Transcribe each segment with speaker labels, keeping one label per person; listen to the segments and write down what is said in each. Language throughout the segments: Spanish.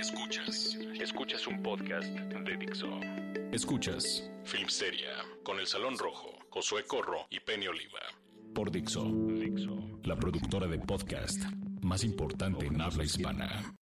Speaker 1: Escuchas, escuchas un podcast de Dixo. Escuchas Filmsteria con El Salón Rojo, Josué Corro y Penny Oliva. Por Dixo, Dixo, la productora de podcast más importante en habla hispana.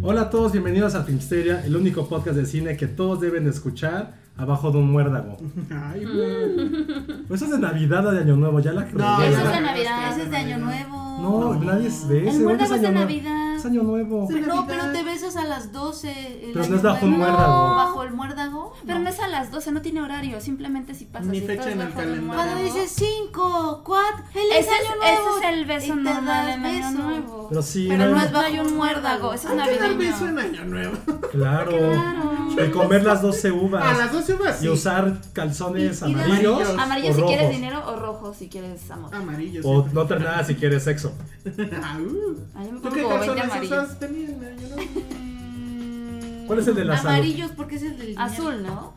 Speaker 2: Hola a todos, bienvenidos a Filmsteria, el único podcast de cine que todos deben de escuchar abajo de un muérdago. Pues
Speaker 3: Ay, güey.
Speaker 2: Eso es de Navidad o de Año Nuevo, ya la creo.
Speaker 3: No,
Speaker 4: Eso es
Speaker 3: Esa-
Speaker 4: de Navidad.
Speaker 3: esa
Speaker 4: Ese
Speaker 3: es
Speaker 4: es
Speaker 3: de
Speaker 4: de Año Nuevo.
Speaker 2: No, nadie es de ese.
Speaker 4: El
Speaker 2: güey,
Speaker 4: muérdago es de
Speaker 2: Año Nuevo.
Speaker 4: Navidad.
Speaker 2: Es Año Nuevo.
Speaker 4: No, pero te besas a las 12. el
Speaker 2: Pero no
Speaker 4: Año
Speaker 2: es bajo un
Speaker 4: Nuevo.
Speaker 2: muérdago.
Speaker 4: No, bajo el muérdago.
Speaker 5: Pero no es a las 12, no tiene horario, simplemente si pasas.
Speaker 3: Ni
Speaker 5: y
Speaker 3: fecha
Speaker 5: estás
Speaker 3: en el
Speaker 5: bajo la
Speaker 3: calendario.
Speaker 4: Cuando
Speaker 5: almohada,
Speaker 4: dices 5, 4,
Speaker 5: Ese
Speaker 4: feliz
Speaker 5: es,
Speaker 4: año nuevo.
Speaker 5: ese es el beso
Speaker 4: y te
Speaker 5: normal
Speaker 4: das
Speaker 5: en Año
Speaker 4: beso.
Speaker 5: Nuevo.
Speaker 2: Pero sí,
Speaker 4: Pero
Speaker 2: no,
Speaker 4: no es
Speaker 5: No hay
Speaker 4: bajo
Speaker 5: un muérdago, eso es
Speaker 3: Hay que dar beso
Speaker 5: navideño.
Speaker 3: en Año Nuevo.
Speaker 2: Claro. Y comer las 12 uvas.
Speaker 3: A las 12 uvas.
Speaker 2: Y
Speaker 3: sí.
Speaker 2: usar calzones
Speaker 5: Y- y de-
Speaker 2: amarillos.
Speaker 3: amarillos.
Speaker 5: Amarillo
Speaker 2: o
Speaker 5: si quieres
Speaker 2: rojos.
Speaker 5: dinero o rojo si quieres amor.
Speaker 3: Amarillos.
Speaker 2: O
Speaker 3: sí.
Speaker 2: no tener nada si quieres sexo.
Speaker 3: Ah, uh.
Speaker 5: Ah, yo me
Speaker 3: ¿Tú
Speaker 5: pongo
Speaker 3: qué
Speaker 5: como 20
Speaker 3: calzones
Speaker 5: amarillos.
Speaker 3: usas, Penny, en Año Nuevo?
Speaker 2: ¿Cuál es el de la salud?
Speaker 4: Amarillos, porque es el del dinero.
Speaker 5: Azul, ¿no?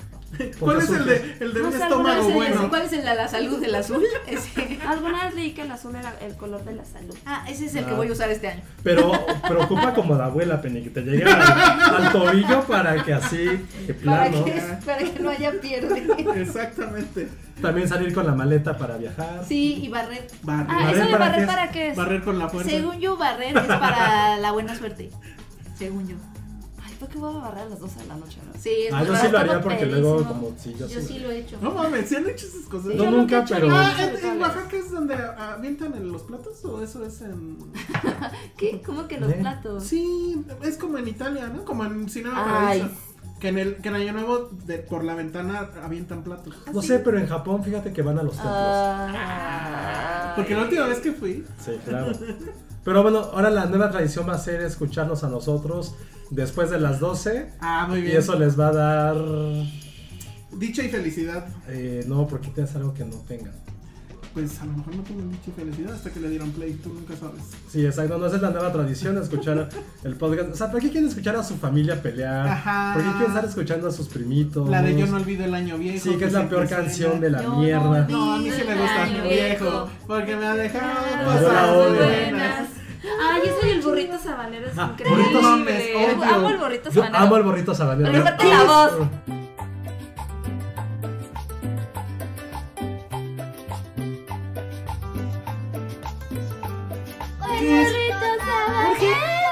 Speaker 3: ¿Cuál es el
Speaker 2: azul.
Speaker 3: de, el de
Speaker 5: No
Speaker 3: un
Speaker 5: sé, alguna vez
Speaker 3: estómago
Speaker 5: leí
Speaker 3: bueno?
Speaker 5: ese, ¿Cuál es el de la salud? ¿El azul? Ese. Alguna vez leí que el azul era el color de la salud.
Speaker 4: Ah, ese es el que
Speaker 5: Voy
Speaker 4: voy
Speaker 5: a usar este año.
Speaker 2: Pero preocupa como la abuela, Penny, que te llegue al, al tobillo para que así, que plano.
Speaker 5: para que no haya pierde.
Speaker 3: Exactamente.
Speaker 2: También salir con la maleta para viajar.
Speaker 4: Sí, y barrer.
Speaker 3: Barrer.
Speaker 5: Ah,
Speaker 2: ¿Barrer
Speaker 5: ¿eso de
Speaker 2: para qué
Speaker 5: barrer
Speaker 2: es?
Speaker 5: para qué es?
Speaker 3: Barrer con la fuerza.
Speaker 4: Según yo, barrer es para la buena suerte. Según yo.
Speaker 5: Ay, ¿por qué voy a barrer a las 12 de la noche? no?
Speaker 4: Sí, es
Speaker 2: Ah, yo
Speaker 4: verdad.
Speaker 2: sí lo haría
Speaker 5: todo
Speaker 2: porque luego
Speaker 5: pedísimo.
Speaker 2: como sí, yo,
Speaker 4: Yo sí
Speaker 2: sí.
Speaker 4: lo he hecho.
Speaker 3: No mames, ¿se han hecho esas cosas?
Speaker 2: No, nunca, pero
Speaker 3: Ah, ¿en, en Oaxaca es donde avientan en los platos o eso es en...?
Speaker 5: ¿Qué? ¿Cómo que los
Speaker 2: ¿Eh?
Speaker 5: platos?
Speaker 3: Sí, es como en Italia, ¿no? Como en Cinema
Speaker 5: Ay.
Speaker 3: Paradiso. Que en, el, que en Año Nuevo de- por la ventana avientan platos.
Speaker 5: Ah,
Speaker 2: No sé, pero en Japón fíjate que van a los templos.
Speaker 3: Porque la última vez que fui,
Speaker 2: Sí, claro. Pero bueno, ahora la nueva tradición va a ser escucharnos a nosotros después de las 12.
Speaker 3: Ah, muy
Speaker 2: Y
Speaker 3: bien.
Speaker 2: eso les va a dar...
Speaker 3: Dicha y felicidad.
Speaker 2: eh, no, porque tienes algo que no tengan.
Speaker 3: Pues a lo mejor no tienen dicha y felicidad hasta que le dieron play, tú nunca sabes.
Speaker 2: Sí, exacto. No, esa es la nueva tradición, escuchar el podcast. O sea, ¿por qué quieren escuchar a su familia pelear?
Speaker 3: Ajá.
Speaker 2: ¿Por qué quieren estar escuchando a sus primitos?
Speaker 3: La de Yo no olvido el año viejo.
Speaker 2: Sí, que es la
Speaker 3: siempre
Speaker 2: peor
Speaker 3: suena.
Speaker 2: canción de la
Speaker 4: Yo no
Speaker 2: mierda.
Speaker 4: olvido.
Speaker 3: No, a mí sí me gusta el año viejo. Porque me ha dejado
Speaker 2: yo la
Speaker 3: cosas
Speaker 2: odio.
Speaker 3: buenas.
Speaker 5: Ay, eso y el burrito sabanero es
Speaker 2: Ah,
Speaker 5: increíble.
Speaker 3: burrito mames,
Speaker 5: Yo
Speaker 3: obvio.
Speaker 5: amo el burrito
Speaker 2: oh. Yo
Speaker 5: sabanero.
Speaker 2: amo el borrito sabanero.
Speaker 5: Pero aparte la voz.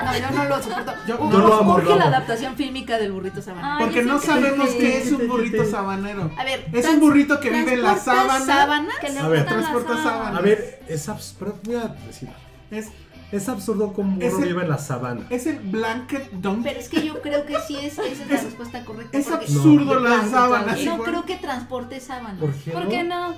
Speaker 4: No, yo no lo soporto. Ah,
Speaker 3: Yo,
Speaker 2: Yo lo amo,
Speaker 4: Urge
Speaker 2: lo
Speaker 4: la
Speaker 2: amo.
Speaker 4: adaptación fílmica del burrito sabanero.
Speaker 5: Ay,
Speaker 3: Porque
Speaker 5: ese
Speaker 3: no
Speaker 5: que-
Speaker 3: sabemos
Speaker 5: que-
Speaker 3: qué es un burrito sabanero.
Speaker 4: A ver,
Speaker 3: Es
Speaker 4: trans-
Speaker 3: un burrito que vive en la
Speaker 4: ¿transporta
Speaker 3: sábana.
Speaker 4: sábanas?
Speaker 5: Que le
Speaker 2: A ver,
Speaker 5: gustan las
Speaker 3: transporta
Speaker 5: sábanas.
Speaker 3: sábana.
Speaker 2: A ver, es absurdo. Voy a decir.
Speaker 3: Es,
Speaker 2: Es absurdo como
Speaker 3: Es
Speaker 2: uno
Speaker 3: el-
Speaker 2: vive en la sabana.
Speaker 3: es el blanket dump.
Speaker 4: Pero es que yo creo que sí es, esa es la
Speaker 3: Es-
Speaker 4: respuesta correcta.
Speaker 3: Es
Speaker 4: porque-
Speaker 2: No.
Speaker 3: absurdo las sábanas.
Speaker 4: Y no
Speaker 3: igual.
Speaker 4: creo que transporte sábanas.
Speaker 2: ¿Por qué?
Speaker 5: ¿Por qué no?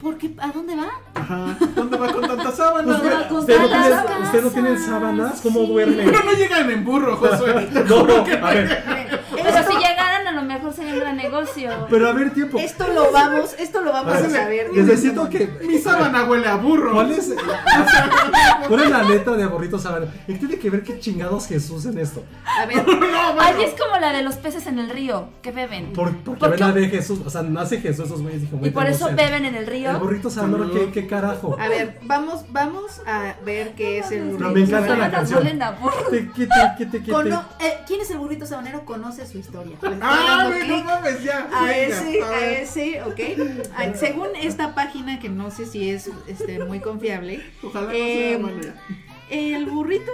Speaker 4: Porque, ¿a dónde va?
Speaker 3: Ajá. ¿Dónde va con tantas sábanas?
Speaker 2: ¿Usted,
Speaker 3: güey?
Speaker 4: con
Speaker 2: usted no
Speaker 4: tantas
Speaker 2: tiene,
Speaker 4: casas.
Speaker 2: usted no tiene sábanas? ¿Cómo duerme?
Speaker 3: Pero no llegan en burro, Josué.
Speaker 2: No, no, a ver.
Speaker 5: Pero si llegaran, a lo mejor sería
Speaker 6: un gran negocio.
Speaker 2: Pero a ver, tiempo.
Speaker 4: Esto lo vamos, esto lo vamos a
Speaker 2: Pásame.
Speaker 4: saber.
Speaker 2: Necesito que.
Speaker 3: Mi sábana huele a burro.
Speaker 2: ¿Cuál es, ¿Cuál es la letra de Borrito Sabana? Y tiene que ver qué chingados Jesús en esto.
Speaker 4: A ver,
Speaker 3: No, bueno.
Speaker 6: Ahí es como la de los peces en el río que beben.
Speaker 2: Por, porque
Speaker 6: ¿Por
Speaker 2: ven
Speaker 6: qué?
Speaker 2: a ver Jesús. O sea, nace Jesús, esos güeyes. dijeron,
Speaker 6: Y
Speaker 2: güey,
Speaker 6: por
Speaker 2: tenemos
Speaker 6: eso
Speaker 2: el-
Speaker 6: beben en el río.
Speaker 2: El Borrito Sabana, ¿qué, qué carajo?
Speaker 4: a ver, vamos, vamos a ver qué es el
Speaker 2: Pero me
Speaker 4: burrito
Speaker 2: encanta la
Speaker 6: Sabanero
Speaker 4: sabanero.
Speaker 2: canción.
Speaker 6: huelen a burro.
Speaker 2: Te- que te- que te- que te-
Speaker 4: Cono- eh, ¿Quién es el burrito sabanero? Conoce su historia. Le estoy
Speaker 3: Ah,
Speaker 4: dando
Speaker 3: güey, no
Speaker 4: clic
Speaker 3: mames, ya.
Speaker 4: A
Speaker 3: venga,
Speaker 4: ese,
Speaker 3: a
Speaker 4: a
Speaker 3: ver.
Speaker 4: ese, ok. A- según esta página, que no sé si es este, muy confiable,
Speaker 3: Ojalá
Speaker 4: Eh,
Speaker 3: no sea María.
Speaker 4: el burrito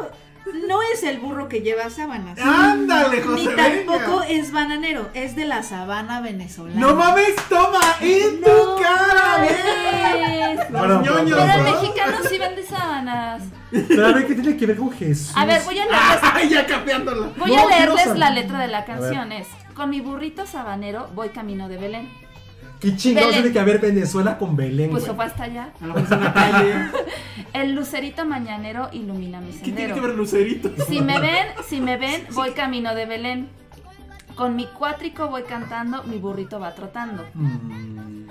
Speaker 4: no es el burro que lleva sábanas.
Speaker 3: Ándale, José.
Speaker 4: Ni
Speaker 3: venga.
Speaker 4: tampoco es bananero, es de la sabana venezolana.
Speaker 3: No mames, toma en
Speaker 6: No
Speaker 3: tu cara, ve.
Speaker 6: mames.
Speaker 3: Los
Speaker 2: Bueno,
Speaker 3: ñoños,
Speaker 6: Pero el
Speaker 3: ¿no?
Speaker 6: mexicano sí vende sábanas.
Speaker 2: Pero a ver, ¿qué tiene que ver con Jesús?
Speaker 6: A ver, voy a leerles,
Speaker 3: Ay, ya capeándola.
Speaker 6: voy
Speaker 2: No, quiero
Speaker 6: a leerles
Speaker 2: saber.
Speaker 6: la letra de la canción.
Speaker 2: ver.
Speaker 6: Es, con mi burrito sabanero voy camino de Belén.
Speaker 2: ¿Qué chingados
Speaker 6: Belén.
Speaker 2: tiene que ver Venezuela con Belén?
Speaker 6: Pues
Speaker 2: güey?
Speaker 6: fue hasta allá.
Speaker 3: A lo mejor es una calle.
Speaker 6: El lucerito mañanero ilumina mi
Speaker 3: ¿Qué tiene que
Speaker 6: sendero.
Speaker 3: ver Lucerito?
Speaker 6: Si me ven, si me ven, voy camino de Belén. Con mi cuátrico voy cantando, mi burrito va trotando.
Speaker 2: Mm.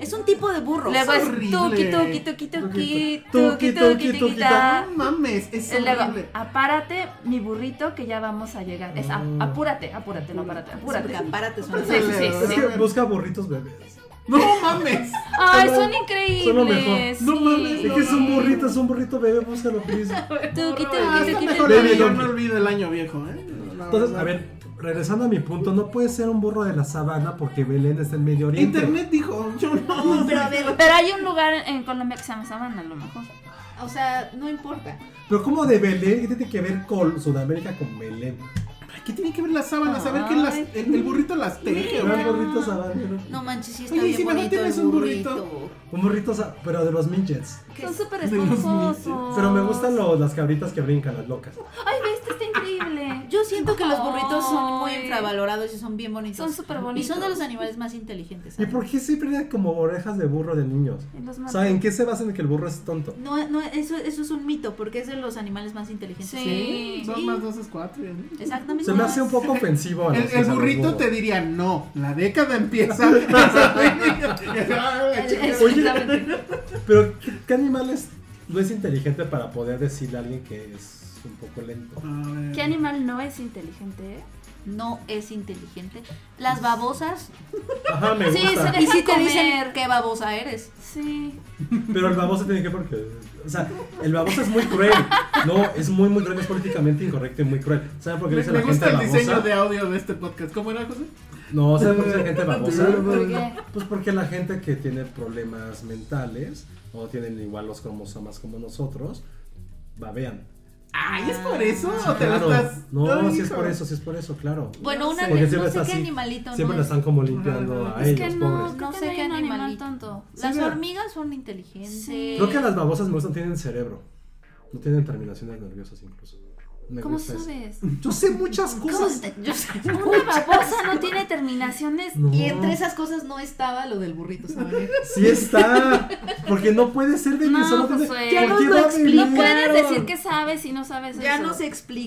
Speaker 4: Es un tipo de burro.
Speaker 6: Luego es
Speaker 3: horrible.
Speaker 6: tuki tuki tuki tuki
Speaker 2: Tuki,
Speaker 6: tuki
Speaker 2: tuki,
Speaker 6: tuki
Speaker 2: tuquita.
Speaker 6: tuquita.
Speaker 3: No mames, es
Speaker 6: Y Luego,
Speaker 3: horrible.
Speaker 6: apárate, mi burrito, que ya vamos a llegar. Es a- apúrate, apúrate, no apárate, apúrate.
Speaker 4: Porque apárate, suena-
Speaker 6: Sí, sí, sí,
Speaker 2: Es
Speaker 6: sí.
Speaker 2: que busca burritos bebés.
Speaker 3: pues, No mames.
Speaker 6: Ay,
Speaker 2: Son
Speaker 6: son
Speaker 2: lo-
Speaker 6: increíbles.
Speaker 2: son lo mejor.
Speaker 6: sí.
Speaker 3: No mames,
Speaker 2: Es que es un burrito, es un burrito bebé, búscalo, please.
Speaker 6: Tuki, tuki,
Speaker 3: Ah, está
Speaker 6: tuki,
Speaker 3: mejor
Speaker 6: tuki.
Speaker 3: el año,
Speaker 2: Donkey.
Speaker 3: no olvido el año viejo, ¿eh? La
Speaker 2: Entonces,
Speaker 3: verdad.
Speaker 2: a ver, regresando a mi punto, no puede ser un burro de la sabana porque Belén está en Medio Oriente.
Speaker 3: Internet dijo, yo no.
Speaker 4: Pero a ver,
Speaker 6: Pero hay un lugar en Colombia que se llama Sabana, a lo mejor.
Speaker 4: o sea, no importa.
Speaker 2: Pero ¿cómo de Belén? ¿Qué tiene que ver con Sudamérica con Belén?
Speaker 3: ¿Qué tiene que ver las sábanas? A ver que las,
Speaker 6: Ay.
Speaker 3: el, el burrito las teje,
Speaker 2: Pero
Speaker 3: güey.
Speaker 2: el burrito sabanero.
Speaker 4: No manches, sí está
Speaker 3: Oye, ¿y
Speaker 4: bien
Speaker 3: si mejor
Speaker 4: bonito
Speaker 3: tienes
Speaker 4: el
Speaker 3: un burrito?
Speaker 2: Un burrito, sa- pero de los midgets.
Speaker 6: Son súper
Speaker 3: De los
Speaker 6: esponjosos.
Speaker 2: Pero me gustan los, las cabritas que brincan, las locas.
Speaker 6: Ay, ve, este está increíble.
Speaker 4: Yo siento que los burritos son muy
Speaker 6: Ay.
Speaker 4: infravalorados y son bien bonitos.
Speaker 6: Son súper
Speaker 4: Y
Speaker 6: bonitos.
Speaker 4: son de los animales más inteligentes.
Speaker 2: ¿Y
Speaker 4: ¿sabes?
Speaker 2: por qué siempre hay como orejas de burro de niños?
Speaker 6: Y los
Speaker 2: O
Speaker 6: matan.
Speaker 2: sea, ¿en qué se basa en que el burro es tonto?
Speaker 4: No, no, eso, eso es un mito, porque es de los animales más inteligentes.
Speaker 6: Sí.
Speaker 3: Son más dos es cuatro. ¿eh?
Speaker 4: Exactamente.
Speaker 2: Se me hace un poco ofensivo. a
Speaker 3: El,
Speaker 2: los-
Speaker 3: el
Speaker 2: a los
Speaker 3: burrito
Speaker 2: burros.
Speaker 3: te diría, no, la década empieza. Ay,
Speaker 6: Exactamente.
Speaker 2: Pero, ¿qué, qué animal es, no es inteligente para poder decirle a alguien que es un poco lento?
Speaker 6: ¿Qué animal no es inteligente? eh?
Speaker 4: No es inteligente. Las babosas.
Speaker 2: Ajá, me
Speaker 6: Sí,
Speaker 2: gusta.
Speaker 6: se
Speaker 4: Y si te
Speaker 6: Dejan
Speaker 4: dicen
Speaker 6: comer.
Speaker 4: qué babosa eres.
Speaker 6: Sí.
Speaker 2: Pero el baboso tiene que ver porque. O sea, el baboso es muy cruel. No, es muy, muy cruel. Es políticamente incorrecto y muy cruel. ¿Saben por qué le dice
Speaker 3: Me, me
Speaker 2: la gente
Speaker 3: gusta el diseño
Speaker 2: babosa?
Speaker 3: de audio de este podcast. ¿Cómo era, José?
Speaker 2: No, ¿saben por qué dice la gente
Speaker 6: ¿Por
Speaker 2: babosa?
Speaker 6: qué?
Speaker 2: Pues porque la gente que tiene problemas mentales o tienen igual los cromosomas como nosotros, babean.
Speaker 3: Ay, ¿es por eso? ¿O te
Speaker 2: Claro.
Speaker 3: lo estás.?
Speaker 2: No,
Speaker 3: Ay,
Speaker 2: si es
Speaker 3: hijo.
Speaker 2: por eso, si es por eso, claro.
Speaker 4: Bueno, una
Speaker 2: Porque
Speaker 4: vez,
Speaker 2: siempre
Speaker 4: no
Speaker 2: está
Speaker 4: sé qué
Speaker 2: así.
Speaker 4: animalito
Speaker 2: Siempre
Speaker 4: no
Speaker 2: la
Speaker 4: es.
Speaker 2: están como limpiando a
Speaker 3: Es
Speaker 2: ellos, pobres.
Speaker 6: que no,
Speaker 4: No sé
Speaker 6: Creo
Speaker 4: qué
Speaker 6: que no hay un
Speaker 4: animal
Speaker 6: animal
Speaker 4: tonto.
Speaker 2: Sí,
Speaker 4: Las
Speaker 2: mira.
Speaker 4: hormigas son inteligentes.
Speaker 6: Sí.
Speaker 2: Creo que a las babosas me gustan, tienen cerebro. No tienen terminaciones nerviosas incluso. Me
Speaker 6: ¿Cómo
Speaker 2: gusta eso.
Speaker 6: sabes?
Speaker 2: Yo sé muchas cosas.
Speaker 4: Yo sé.
Speaker 6: Una babosa no tiene terminaciones.
Speaker 2: No.
Speaker 4: Y entre esas cosas no estaba lo del burrito sabanero.
Speaker 2: Sí está. Porque no puede ser de que
Speaker 6: No,
Speaker 2: solo
Speaker 6: Josué.
Speaker 4: Ya
Speaker 2: ¿Por
Speaker 4: nos
Speaker 2: qué
Speaker 4: lo
Speaker 2: va a
Speaker 4: explicaron.
Speaker 2: venir?
Speaker 6: No puedes decir que sabes si no sabes
Speaker 4: Ya
Speaker 6: eso.
Speaker 4: nos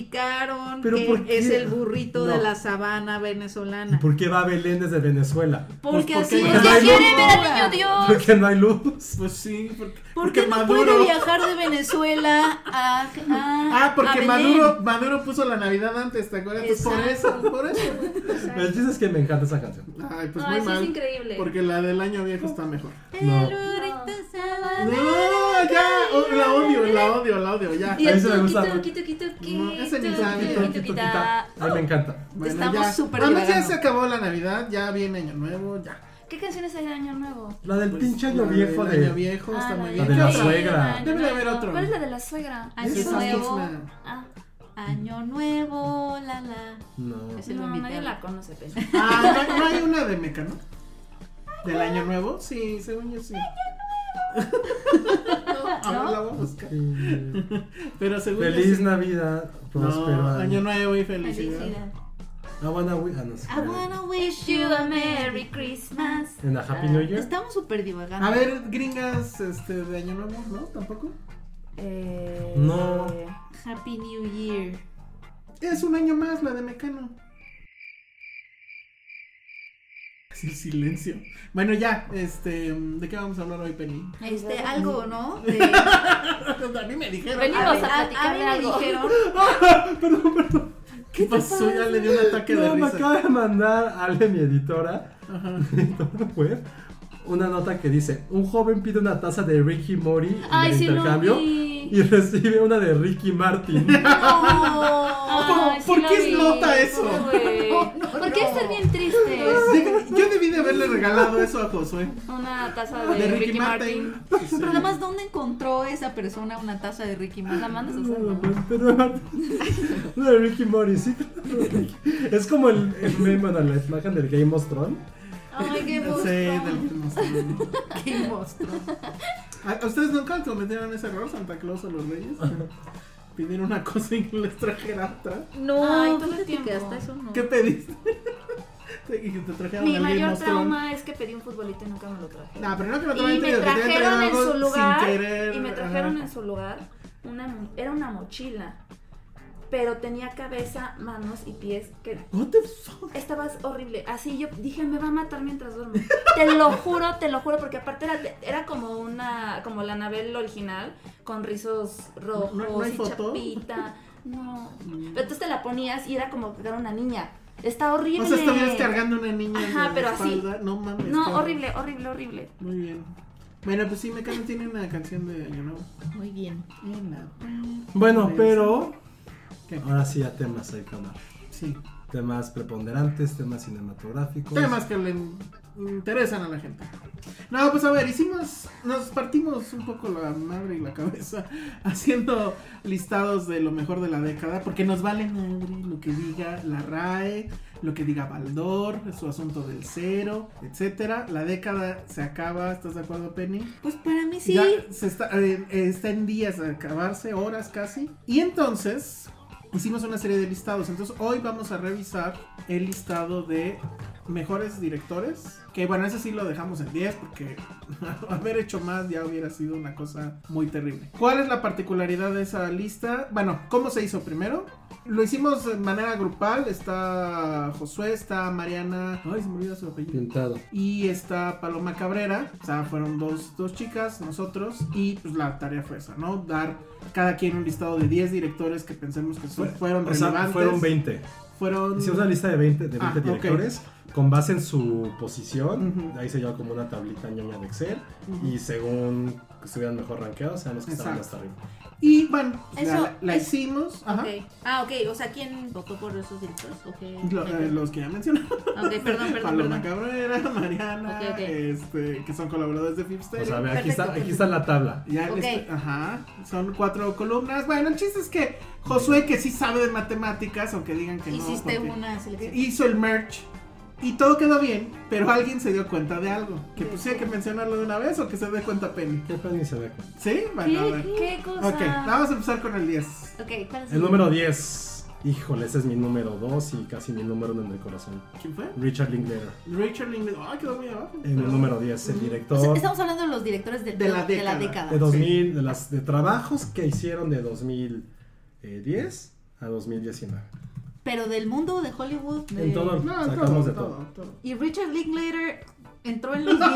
Speaker 4: explicaron
Speaker 2: ¿Pero por
Speaker 4: que
Speaker 2: qué?
Speaker 4: es el burrito de
Speaker 2: No.
Speaker 4: la sabana
Speaker 2: ¿Y
Speaker 4: venezolana.
Speaker 2: por qué va Belén desde Venezuela?
Speaker 4: Porque
Speaker 3: Pues porque
Speaker 4: así
Speaker 3: no
Speaker 4: es.
Speaker 2: hay
Speaker 4: Porque quiere
Speaker 6: quiere ver al niño Dios.
Speaker 2: Porque no hay luz.
Speaker 3: Pues sí, porque,
Speaker 4: ¿Por qué
Speaker 3: porque
Speaker 4: no puede viajar de Venezuela a, a-
Speaker 3: Ah,
Speaker 4: a
Speaker 3: porque
Speaker 4: Belén?
Speaker 3: Maduro, Maduro puso la Navidad antes, ¿te acuerdas? Pues por eso, por eso.
Speaker 2: El chiste es que me encanta esa canción.
Speaker 3: Ay, pues
Speaker 6: No,
Speaker 3: muy
Speaker 6: eso es
Speaker 3: mal.
Speaker 6: increíble.
Speaker 3: Porque la del año viejo está mejor.
Speaker 6: Eh,
Speaker 2: No.
Speaker 4: Burrito sabanero.
Speaker 3: No, ya, o- la odio, la odio, la odio, ya.
Speaker 2: A mí
Speaker 6: Y el
Speaker 2: se me
Speaker 6: tuki,
Speaker 2: gusta.
Speaker 6: tuki, tuki, tuki,
Speaker 3: No, ese ni
Speaker 6: tuki,
Speaker 3: sabe,
Speaker 6: tuki,
Speaker 3: tuki,
Speaker 6: tuki,
Speaker 2: Ay,
Speaker 6: ta.
Speaker 2: me encanta.
Speaker 4: Estamos
Speaker 3: ya.
Speaker 4: súper
Speaker 3: Además, ya
Speaker 4: divagando.
Speaker 3: se acabó la Navidad, ya viene Año Nuvo, ya.
Speaker 6: ¿Qué canciones hay de Año Nuevo?
Speaker 2: La del
Speaker 3: Pues,
Speaker 2: pinche
Speaker 3: la
Speaker 2: año
Speaker 3: del
Speaker 2: viejo
Speaker 3: Año
Speaker 2: de.
Speaker 3: viejo está
Speaker 6: Ah,
Speaker 3: muy
Speaker 2: la
Speaker 3: bien.
Speaker 2: de la
Speaker 6: Año
Speaker 2: suegra.
Speaker 6: Nuevo.
Speaker 3: Debe de haber otro.
Speaker 6: ¿Cuál es la de la suegra?
Speaker 4: Año
Speaker 3: Esa
Speaker 4: nuevo.
Speaker 3: misma.
Speaker 6: Ah,
Speaker 4: Año nuevo, la la.
Speaker 2: No.
Speaker 4: Ese lo
Speaker 6: no, nadie
Speaker 4: invitaron.
Speaker 6: la conoce, pero.
Speaker 3: Ah, no, no hay una de Meca, ¿no? ¿Del Año Nuevo? Sí, según yo sí. A ver, la voy a buscar. Pero según yo
Speaker 2: Feliz
Speaker 3: Pues, sí.
Speaker 2: Navidad. Próspero
Speaker 3: No,
Speaker 2: año.
Speaker 3: Año Nuevo y felicidad.
Speaker 6: Felicidad.
Speaker 2: I wanna wi- ah, no sé.
Speaker 4: I wanna wish
Speaker 6: You
Speaker 4: you
Speaker 6: a Merry Christmas.
Speaker 2: En la Happy New Year.
Speaker 4: Estamos súper divagando.
Speaker 3: A ver, gringas este, de Año Nuevo, ¿no? ¿Tampoco?
Speaker 6: Eh,
Speaker 2: No.
Speaker 4: Happy New Year.
Speaker 3: Es un año más la de Mecano. Es el silencio. Bueno, ya, este, ¿de qué vamos a hablar hoy, Penny?
Speaker 4: Este, algo, ¿no? De-
Speaker 3: a mí me dijeron.
Speaker 6: Venimos
Speaker 4: a,
Speaker 6: a
Speaker 4: mí- a-
Speaker 6: platicar
Speaker 4: a mí
Speaker 6: de
Speaker 4: me
Speaker 6: algo.
Speaker 4: dijeron.
Speaker 3: ¿Qué pasó? Ya le dio un ataque de
Speaker 2: No, me
Speaker 3: risa.
Speaker 2: acaba de mandar Ale, mi editora, mi editora web, una nota que dice: Un joven pide una taza de Ricky Mori en
Speaker 6: Ay,
Speaker 2: el
Speaker 6: sí lo
Speaker 2: intercambio
Speaker 6: vi.
Speaker 2: y recibe una de Ricky Martin.
Speaker 4: No.
Speaker 6: Ay, sí
Speaker 3: por
Speaker 6: lo
Speaker 3: qué es
Speaker 6: vi,
Speaker 3: nota eso?
Speaker 6: güey. ¿Por qué estar bien triste?
Speaker 3: Yo- Yo debí de haberle regalado eso a Josué.
Speaker 6: Una taza de,
Speaker 3: De
Speaker 6: Ricky,
Speaker 3: Ricky
Speaker 6: Martin.
Speaker 3: Martin.
Speaker 4: Pero además, ¿dónde encontró esa persona una taza de Ricky
Speaker 6: Pues La
Speaker 4: Martin?
Speaker 6: mandas a hacer,
Speaker 2: No,
Speaker 6: ¿no?
Speaker 2: no, pero- Una de Ricky Mori, sí. Es como el, el meme, bueno, la imagen del Game of Thrones.
Speaker 4: Ay, qué
Speaker 3: No sé,
Speaker 4: monstruo.
Speaker 3: del que nos hablan.
Speaker 4: Qué monstruo.
Speaker 3: ¿A- a ¿Ustedes nunca cometieron ese error, Santa Claus o los Reyes? Pidieron una cosa y les trajeran otra.
Speaker 6: No,
Speaker 4: Ay,
Speaker 6: fíjate
Speaker 4: todo
Speaker 6: que
Speaker 4: el tiempo.
Speaker 6: hasta eso no.
Speaker 3: ¿Qué pediste? Te- y te trajeron
Speaker 6: Mi
Speaker 3: el Game
Speaker 6: mayor
Speaker 3: of Thrones.
Speaker 6: trauma es que pedí un futbolito y nunca me lo traje.
Speaker 3: Nah, pero no que me
Speaker 6: y
Speaker 3: trajeron
Speaker 6: me
Speaker 3: el tuyo, que te
Speaker 6: trajeron en
Speaker 3: algo
Speaker 6: su
Speaker 3: sin
Speaker 6: lugar
Speaker 3: querer,
Speaker 6: y me trajeron
Speaker 3: ajá.
Speaker 6: en su lugar una mo- era una mochila pero tenía cabeza manos y pies que
Speaker 3: What the fuck?
Speaker 6: estabas horrible así yo dije me va a matar mientras duermo te lo juro te lo juro porque aparte era, era como una como la Anabel original con rizos rojos
Speaker 3: ¿No- no hay
Speaker 6: y
Speaker 3: foto?
Speaker 6: chapita no pero entonces te la ponías y era como que era una niña está horrible
Speaker 3: O sea, estuvieras cargando una niña en
Speaker 6: Ajá,
Speaker 3: la
Speaker 6: pero así.
Speaker 3: espalda. No mames. qué
Speaker 6: no
Speaker 3: horror.
Speaker 6: horrible horrible horrible
Speaker 3: Muy bien. Bueno, pues sí, Mecano tiene una canción de Año Nuevo.
Speaker 4: Muy bien.
Speaker 3: En la-
Speaker 2: Bueno,
Speaker 3: Regresa.
Speaker 2: pero.
Speaker 3: ¿Qué?
Speaker 2: Ahora sí, a temas hay que hablar.
Speaker 3: Sí.
Speaker 2: Temas preponderantes, temas cinematográficos.
Speaker 3: Temas que le in- interesan a la gente. No, pues a ver, hicimos, nos partimos un poco la madre y la cabeza haciendo listados de lo mejor de la década, porque nos vale madre lo que diga la RAE, lo que diga Baldor, su asunto del cero, etcétera. La década se acaba, ¿estás de acuerdo, Penny?
Speaker 4: Pues para mí sí.
Speaker 3: Ya se está, eh, eh, está en días de acabarse, horas casi. Y entonces hicimos una serie de listados. Entonces hoy vamos a revisar el listado de mejores directores. Que bueno, ese sí lo dejamos en 10 porque haber hecho más ya hubiera sido una cosa muy terrible. ¿Cuál es la particularidad de esa lista? Bueno, ¿cómo se hizo primero? Lo hicimos de manera grupal. Está Josué, está Mariana. Ay, se me olvida su apellido.
Speaker 2: Pintado.
Speaker 3: Y está Paloma Cabrera, o sea, fueron dos, dos chicas, nosotros, y pues la tarea fue esa, ¿no? Dar cada quien un listado de 10 directores que pensemos que son- fueron
Speaker 2: o sea,
Speaker 3: relevantes.
Speaker 2: fueron 20.
Speaker 3: Fueron-
Speaker 2: Hicimos una lista de 20, de 20
Speaker 3: Ah, ok.
Speaker 2: directores con base en su posición.
Speaker 3: Ujú.
Speaker 2: Ahí se lleva como una tablita ñoña de Excel. Y según que estuvieran mejor rankeados, sean los que estaban hasta
Speaker 3: Exacto.
Speaker 2: arriba.
Speaker 3: Y bueno,
Speaker 4: Eso
Speaker 3: la, la
Speaker 4: es-
Speaker 3: hicimos, ajá,
Speaker 4: Ok. Ah, ok. O sea, ¿quién votó por esos directores? Ok.
Speaker 3: lo- eh, los que ya mencioné.
Speaker 4: Ok, perdón, perdón,
Speaker 3: Paloma
Speaker 4: perdón.
Speaker 3: Cabrera, Mariana,
Speaker 4: Ok, ok.
Speaker 3: Este, que son colaboradores de Fipster.
Speaker 2: O sea, a ver, aquí está,
Speaker 4: Perfecto,
Speaker 2: aquí
Speaker 4: perfecto.
Speaker 2: está la tabla.
Speaker 3: Ya
Speaker 4: Ok.
Speaker 3: este- ajá, son cuatro columnas. Bueno, el chiste es que Josué, que sí sabe de matemáticas, aunque digan que no.
Speaker 4: Hiciste
Speaker 3: porque-
Speaker 4: una selección.
Speaker 3: hizo el merch y todo quedó bien, pero alguien se dio cuenta de algo. Que pues sí hay que mencionarlo de una vez o que se dé cuenta Penny.
Speaker 2: ¿Qué Penny se ve?
Speaker 3: ¿Sí? Bueno, a ver.
Speaker 6: qué, qué cosa
Speaker 3: Ok, vamos a empezar con el 10.
Speaker 6: Ok, ¿cuál es
Speaker 2: El número 10. Híjole, ese es mi número 2 y casi mi número uno en el corazón.
Speaker 3: ¿Quién fue?
Speaker 2: Richard Linklater.
Speaker 3: Richard Linklater. Ah, quedó muy abajo.
Speaker 2: En el número 10, el
Speaker 4: O sea,
Speaker 2: director
Speaker 4: estamos hablando de los directores de,
Speaker 3: De la
Speaker 4: de la década.
Speaker 3: década.
Speaker 2: de 2000, de, las, de trabajos que hicieron de 2010 a 2019.
Speaker 4: Pero del mundo de Hollywood. de-
Speaker 2: En todo,
Speaker 3: No,
Speaker 2: sacamos
Speaker 3: todo,
Speaker 2: de todo.
Speaker 3: todo, todo.
Speaker 4: ¿Y Richard Linklater entró en los 10?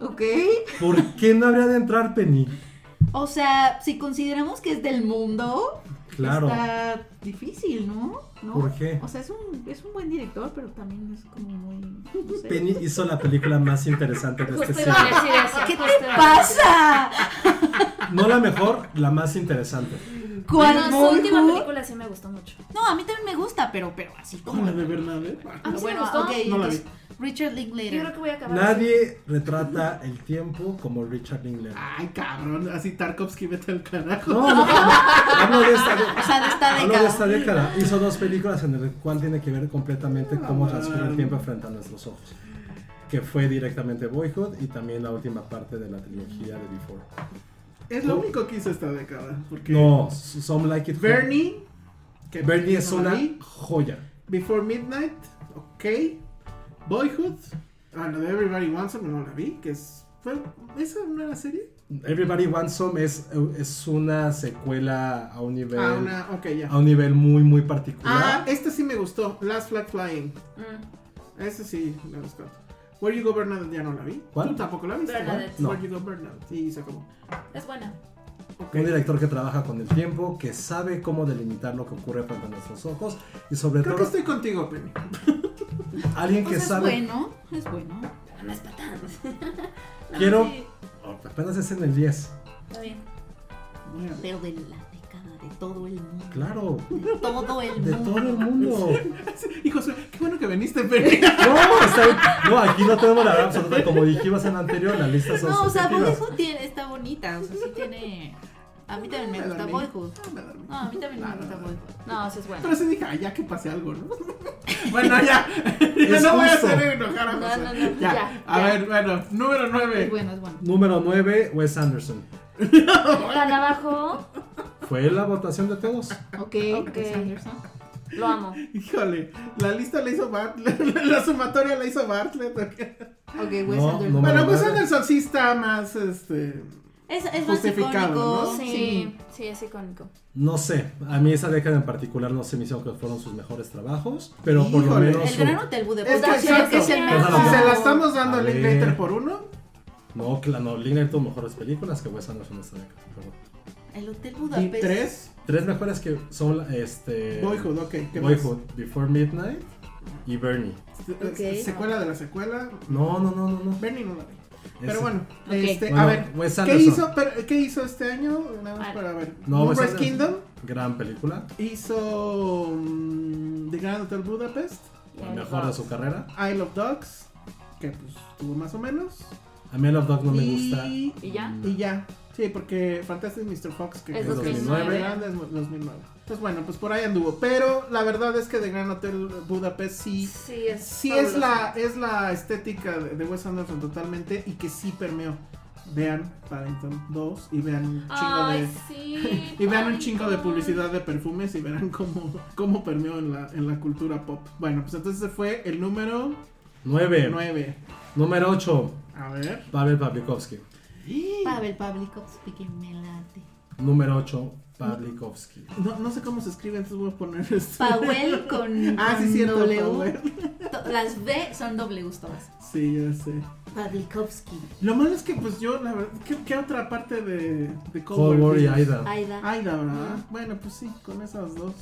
Speaker 4: ok.
Speaker 2: ¿Por qué no habría de entrar Penny?
Speaker 4: O sea, Ah, si consideramos que es del mundo,
Speaker 2: Claro.
Speaker 4: está difícil, ¿no? ¿No?
Speaker 2: ¿Por qué?
Speaker 4: O sea, es un, es un buen director, pero también es como muy. no sé.
Speaker 2: Penny hizo la película más interesante de este
Speaker 6: Justo
Speaker 2: siglo.
Speaker 6: iba a decir eso.
Speaker 4: ¿Qué
Speaker 6: justo
Speaker 4: te
Speaker 6: iba a
Speaker 4: pasa?
Speaker 2: No la mejor, la más interesante.
Speaker 4: ¿Cuál
Speaker 6: Bueno, su
Speaker 4: Monju?
Speaker 6: última película sí me gustó mucho.
Speaker 4: No, a mí también me gusta, pero, pero así
Speaker 3: ¿Cómo
Speaker 4: como.
Speaker 3: la de ¿eh? Bernabé?
Speaker 4: Ah,
Speaker 6: A mí sí
Speaker 4: bueno,
Speaker 6: me gustó.
Speaker 4: ok,
Speaker 3: No la vi.
Speaker 4: entonces, Richard Linklater.
Speaker 6: Yo creo que voy a acabar.
Speaker 2: Nadie retrata el tiempo como Richard Linklater.
Speaker 3: Ay, cabrón. Así Tarkovsky vete al carajo.
Speaker 2: No, no, no. Hablo de esta,
Speaker 4: O sea, de esta
Speaker 2: hablo Ah, de
Speaker 4: década.
Speaker 2: esta década. Hizo dos películas en el cual tiene que ver completamente cómo transcurre el tiempo frente a nuestros ojos. Que fue directamente Boyhood y también la última parte de la trilogía de Before.
Speaker 3: Es lo único que hizo esta década. Porque
Speaker 2: No, Some Like It Hot.
Speaker 3: Bernie. que
Speaker 2: Bernie es
Speaker 3: no la
Speaker 2: una
Speaker 3: vi.
Speaker 2: joya.
Speaker 3: Before Midnight, ok. Boyhood, ah, la de Everybody Wants Some, no la vi, que es. ¿fue, ¿Esa no era serie?
Speaker 2: Everybody Wants Some es, es una secuela a un nivel,
Speaker 3: Ah, una, ok, ya.
Speaker 4: Ah,
Speaker 2: a un nivel muy, muy particular.
Speaker 3: Ah, esta sí me gustó, Last Flag Flying. Ese sí, la descarto. Where You Go Bernadette ya no la vi.
Speaker 2: ¿Cuál?
Speaker 3: Tú tampoco la viste.
Speaker 6: Bernadette.
Speaker 2: No.
Speaker 3: ¿no? Where You Go Bernadette. Y se acabó.
Speaker 6: Es buena.
Speaker 3: Ok.
Speaker 2: Un director que trabaja con el tiempo, que sabe cómo delimitar lo que ocurre frente a nuestros ojos y sobre
Speaker 3: Creo que
Speaker 2: todo
Speaker 3: estoy contigo, Penny.
Speaker 2: alguien que
Speaker 4: este Pues es
Speaker 2: sabe...
Speaker 4: bueno, es bueno.
Speaker 6: Pero no es para tanto. No,
Speaker 2: Quiero-
Speaker 6: sí,
Speaker 2: Oh, apenas es en el 10.
Speaker 6: Está bien.
Speaker 3: Mira,
Speaker 4: Pero de la década de todo el mundo.
Speaker 2: Claro,
Speaker 4: De todo el
Speaker 2: de
Speaker 4: mundo.
Speaker 2: todo el mundo.
Speaker 3: Y Josué, qué bueno que viniste, Penny.
Speaker 2: No, está bien. no, aquí no tenemos la verdad absoluta. Como dijimos en la anterior, las listas son
Speaker 4: No, o sea,
Speaker 2: subjetivas.
Speaker 4: Boyhood tiene, está bonita. O sea, sí tiene. A mí también me gusta
Speaker 3: dormí.
Speaker 4: Boyhood.
Speaker 3: Ah, me dormí.
Speaker 4: No, a mí también me
Speaker 3: Ah,
Speaker 4: gusta
Speaker 3: no, no.
Speaker 4: Boyhood.
Speaker 6: No, sí es buena.
Speaker 3: Pero sí dije, ay, ya que pase algo, ¿no? bueno, ya.
Speaker 2: Es
Speaker 3: no voy a
Speaker 2: justo.
Speaker 3: hacer enojar a
Speaker 6: No,
Speaker 3: Josué.
Speaker 6: no, no,
Speaker 3: Ya.
Speaker 6: ya,
Speaker 3: A
Speaker 6: ya.
Speaker 3: ver, bueno, número
Speaker 4: Es
Speaker 3: 9.
Speaker 4: bueno, es bueno.
Speaker 2: Número 9, Wes Anderson.
Speaker 6: Tan abajo,
Speaker 2: Fue la votación de todos.
Speaker 4: Ok,
Speaker 6: Ok.
Speaker 4: Wes Anderson.
Speaker 6: lo amo.
Speaker 3: Híjole, la lista la hizo Bartlett. La, sumatoria la hizo Bartlett. ok.
Speaker 4: Ok, Wes
Speaker 2: No,
Speaker 4: Anderson.
Speaker 2: no me-
Speaker 3: Bueno, pues
Speaker 2: Bartlett.
Speaker 3: Anderson sí está más, este...
Speaker 4: Es, es más
Speaker 3: Justificado,
Speaker 4: icónico.
Speaker 3: ¿no?
Speaker 6: Sí, sí, es icónico.
Speaker 2: No sé, a mí esa década en particular no se me hizo que fueron sus mejores trabajos, pero por lo
Speaker 3: Híjole,
Speaker 2: menos.
Speaker 4: El
Speaker 2: su-
Speaker 4: Gran Hotel Budapest.
Speaker 3: Es que
Speaker 4: creo
Speaker 3: exacto.
Speaker 4: que es el
Speaker 6: Pues a lo
Speaker 4: mejor.
Speaker 3: Si se la estamos dando a
Speaker 2: A
Speaker 3: Link
Speaker 2: ver.
Speaker 3: Later por uno,
Speaker 2: No, claro, no, Lina tuvo mejores películas que Wes Anderson en esta década. pero-
Speaker 4: El Hotel
Speaker 3: y
Speaker 4: Budapest.
Speaker 3: tres,
Speaker 2: Tres mejores que son este.
Speaker 3: Boyhood, ok. ¿qué más?
Speaker 2: Boyhood, Before Midnight y Bernie.
Speaker 3: Se-
Speaker 4: Ok.
Speaker 3: Eh, Secuela de la secuela.
Speaker 2: No, no, no, no, no.
Speaker 3: Bernie no la vi.
Speaker 2: Ese.
Speaker 3: Pero bueno,
Speaker 4: Ok.
Speaker 3: este, a
Speaker 2: Bueno,
Speaker 3: ver,
Speaker 2: Wes
Speaker 3: ¿qué
Speaker 2: Anderson.
Speaker 3: hizo, pero- ¿qué hizo este año? Nada más
Speaker 6: Ah.
Speaker 3: para ver.
Speaker 2: No, Wes
Speaker 3: Moonrise
Speaker 2: Anderson.
Speaker 3: Kingdom.
Speaker 2: Gran película.
Speaker 3: Hizo mm, The Grand Hotel Budapest,
Speaker 2: La mejor de su carrera.
Speaker 3: Isle of Dogs, que pues estuvo más o menos.
Speaker 2: A mí Love Dog no me gusta.
Speaker 3: y,
Speaker 6: ¿Y ya?
Speaker 3: y ya. Sí, porque Fantastic Mr. Fox, que
Speaker 6: Es
Speaker 3: creo que
Speaker 6: 2009.
Speaker 3: grande, es 2009. Entonces, bueno, pues por ahí anduvo. Pero la verdad es que The Grand Hotel Budapest sí.
Speaker 6: Sí, es.
Speaker 3: Sí es la,
Speaker 6: fabuloso.
Speaker 3: es la estética de, de Wes Anderson totalmente y que sí permeó. Vean Paddington 2 y vean un chingo de.
Speaker 6: Ay, sí.
Speaker 3: Y vean un
Speaker 6: Paddington.
Speaker 3: chingo de publicidad de perfumes y verán cómo, cómo permeó en la, en la cultura pop. Bueno, pues entonces ese fue el número
Speaker 2: 9.
Speaker 3: 9.
Speaker 2: Número 8.
Speaker 3: A ver.
Speaker 2: Pavel Pavlikovsky.
Speaker 4: Pavel Pavlikovsky, que me late.
Speaker 2: Número 8. Pavlikovsky.
Speaker 3: No, no sé cómo se escribe, entonces voy a poner este.
Speaker 4: Powell con,
Speaker 3: Ah, sí,
Speaker 4: con
Speaker 3: cierto.
Speaker 4: W.
Speaker 3: Powell.
Speaker 4: To- Las B son W todas.
Speaker 3: Sí, ya sé.
Speaker 4: Pavlikovsky,
Speaker 3: Lo malo es que, pues yo, la verdad, ¿qué, qué otra parte de, de
Speaker 2: Cold War y
Speaker 3: vimos?
Speaker 2: Aida.
Speaker 4: Aida.
Speaker 3: Aida, ¿verdad? Bueno, pues sí, con esas dos.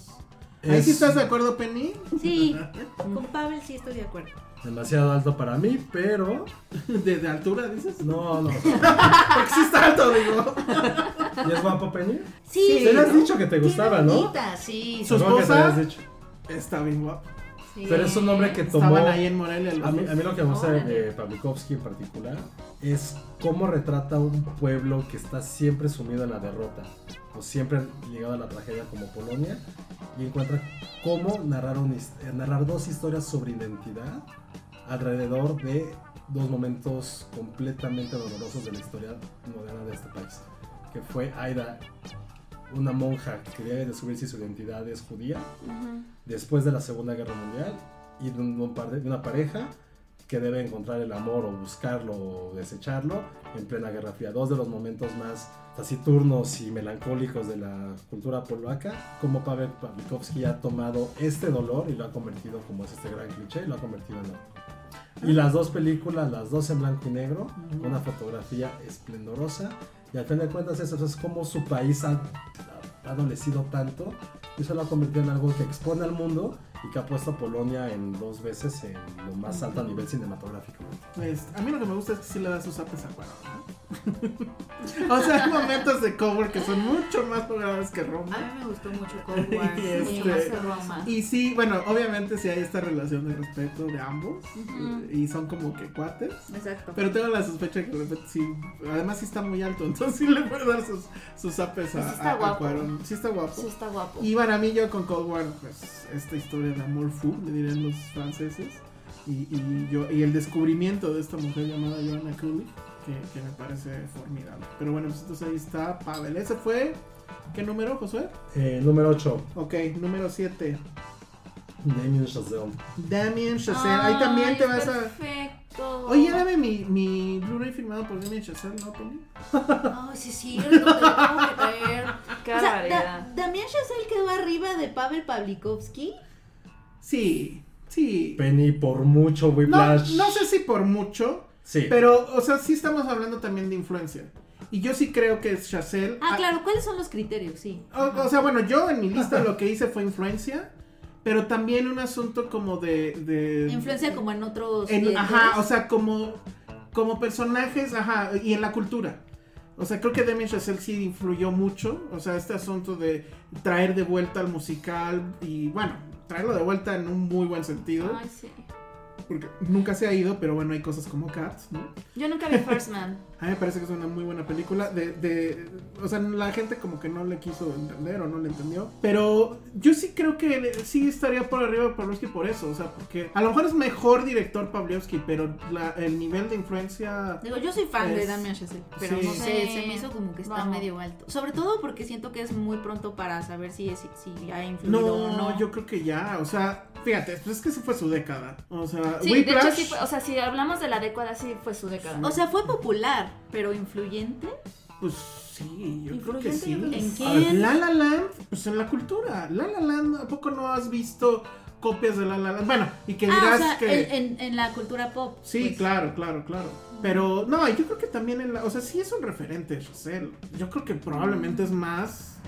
Speaker 3: Ahí
Speaker 2: Es
Speaker 3: sí estás de acuerdo, Penny.
Speaker 4: Sí, con Pavel sí estoy de acuerdo.
Speaker 2: demasiado alto para mí, pero.
Speaker 3: De, de altura, dices.
Speaker 2: No, no.
Speaker 3: Porque sí está alto, digo.
Speaker 2: ¿Y es guapo Penny?
Speaker 4: Sí,
Speaker 2: Te lo has
Speaker 4: ¿no?
Speaker 2: dicho que te
Speaker 4: Qué
Speaker 2: gustaba, ¿no?
Speaker 4: bonita, Sí,
Speaker 3: Su
Speaker 2: Supongo que te
Speaker 3: esposa.
Speaker 2: habías dicho.
Speaker 3: Está bien guapo.
Speaker 4: sí.
Speaker 2: Pero es un hombre que tomó.
Speaker 3: Estaban ahí en Morelia. los
Speaker 2: A mí,
Speaker 3: dos.
Speaker 2: a mí lo que me gusta de-
Speaker 6: Órale.
Speaker 2: de Pavlikovsky en particular es cómo retrata un pueblo que está siempre sumido en la derrota o siempre ligado a la tragedia como Polonia y encuentra cómo narrar, un his- eh, narrar dos historias sobre identidad alrededor de dos momentos completamente dolorosos de la historia moderna de este país, que fue Aida, una monja que debe descubrir si su identidad es judía
Speaker 6: Ujú.
Speaker 2: después de la Segunda Guerra Mundial y de, un par de- de una pareja que debe encontrar el amor o buscarlo o desecharlo en plena Guerra Fría. Dos de los momentos más taciturnos y melancólicos de la cultura polaca, como Pavel Pawlikowski ha tomado este dolor y lo ha convertido, como es este gran cliché, lo ha convertido en arte. Y las dos películas, las dos en blanco y negro, con una fotografía esplendorosa, y al fin de cuentas eso es como su país ha, ha adolecido tanto y eso lo ha convertido en algo que expone al mundo y que ha puesto a Polonia en dos veces en lo más alto a nivel cinematográfico.
Speaker 3: Pues, a mí lo que me gusta es que sí le da sus apes a Cuarón, ¿no? o sea, hay momentos de cover que son mucho más logrados que
Speaker 4: A
Speaker 3: Roma.
Speaker 4: mí me gustó mucho Cold War.
Speaker 3: Y
Speaker 4: sí,
Speaker 3: este-
Speaker 4: hace Roma.
Speaker 3: Y sí, bueno, obviamente sí hay esta relación de respeto de ambos. eh,
Speaker 6: Ujú.
Speaker 3: Y son como que cuates.
Speaker 6: Exacto.
Speaker 3: Pero tengo la sospecha que de repente sí. Además sí está muy alto, entonces sí le puede dar sus, sus apes a,
Speaker 6: Pues Sí está
Speaker 3: a- a
Speaker 6: guapo.
Speaker 3: Cuarón. Sí está guapo.
Speaker 6: Sí, está guapo.
Speaker 3: Y para mí yo con Cold War, pues esta historia de amor fou, le dirían los franceses, y, y yo, y el descubrimiento de esta mujer llamada Joanna Cooley, que, que me parece formidable. Pero bueno, pues entonces ahí está Pavel. Ese fue, ¿qué número, Josué?
Speaker 2: Eh, número 8,
Speaker 3: Ok, número 7.
Speaker 2: Damien Chazelle.
Speaker 3: Damien Chazelle. pues, eh, Ahí también te
Speaker 6: Ay,
Speaker 3: vas a...
Speaker 6: Perfecto.
Speaker 3: Oye, ya dame mi, mi Blu-ray firmado por Damien Chazelle, ¿no, Penny?
Speaker 4: Ay, sí, es cierto, te lo tengo que traer.
Speaker 6: Qué
Speaker 4: O sea, Da-
Speaker 6: barbaridad.
Speaker 4: Damián Chazelle quedó arriba de Pavel Pavlikovsky.
Speaker 3: Sí. Sí, si.
Speaker 2: Penny por mucho
Speaker 3: No,
Speaker 2: Whiplash.
Speaker 3: no sé si por mucho,
Speaker 2: Sí.
Speaker 3: pero, o sea, sí estamos hablando también de influencia. Y yo sí creo que Chazelle. Ah,
Speaker 4: Ah, claro, ¿cuáles son los criterios? Sí.
Speaker 3: O, o sea, bueno, yo en mi lista lo que hice fue influencia, pero también un asunto como de. de-
Speaker 4: Influencia como en otros.
Speaker 3: en-
Speaker 4: eh,
Speaker 3: ajá, o
Speaker 4: dos.
Speaker 3: sea, como, como personajes, ajá, y en la cultura. O sea, creo que Damien Chazelle sí influyó mucho. O sea, este asunto de traer de vuelta al musical y, bueno, traerlo de vuelta en un muy buen sentido.
Speaker 4: Ay, sí.
Speaker 3: Porque nunca se ha ido, pero bueno, hay cosas como Cats, ¿no?
Speaker 4: Yo nunca vi First Man.
Speaker 3: A mí me parece que es una muy buena película. De, de- o sea, la gente como que no le quiso entender o no le entendió. Pero yo sí creo que le- sí estaría por arriba de Pavlovsky por eso. O sea, porque a lo mejor es mejor director Pavlovsky, pero la- el nivel de influencia...
Speaker 4: Digo, yo soy fan de
Speaker 3: Es-
Speaker 4: Damien Chazelle, pero
Speaker 3: sí.
Speaker 4: no sé,
Speaker 6: Sí.
Speaker 4: se me hizo como que está
Speaker 6: Vamos.
Speaker 4: medio alto. Sobre todo porque siento que es muy pronto para saber si, es- si ha influido
Speaker 3: No,
Speaker 4: o no.
Speaker 3: yo creo que ya. O sea, fíjate, pues es que esa fue su década. O sea,
Speaker 6: Sí, de
Speaker 3: Whiplash...
Speaker 6: hecho, sí fue- o sea, si hablamos de la década, sí fue su década.
Speaker 4: O sea, fue popular, pero influyente.
Speaker 3: Pues sí, yo creo que
Speaker 6: Influyente,
Speaker 3: sí.
Speaker 6: yo creo
Speaker 4: ¿En
Speaker 6: que
Speaker 3: A
Speaker 4: quién?
Speaker 3: ver, La La Land, pues en la cultura. La La Land, ¿a poco no has visto copias de La La Land? Bueno, y que dirás
Speaker 4: Ah, o sea,
Speaker 3: que...
Speaker 4: en, en- en la cultura pop.
Speaker 3: Sí,
Speaker 4: pues.
Speaker 3: claro, claro, claro. Pero no, yo creo que también en la, o sea, sí es un referente Rosel. Yo creo que
Speaker 4: Mm.
Speaker 3: probablemente es más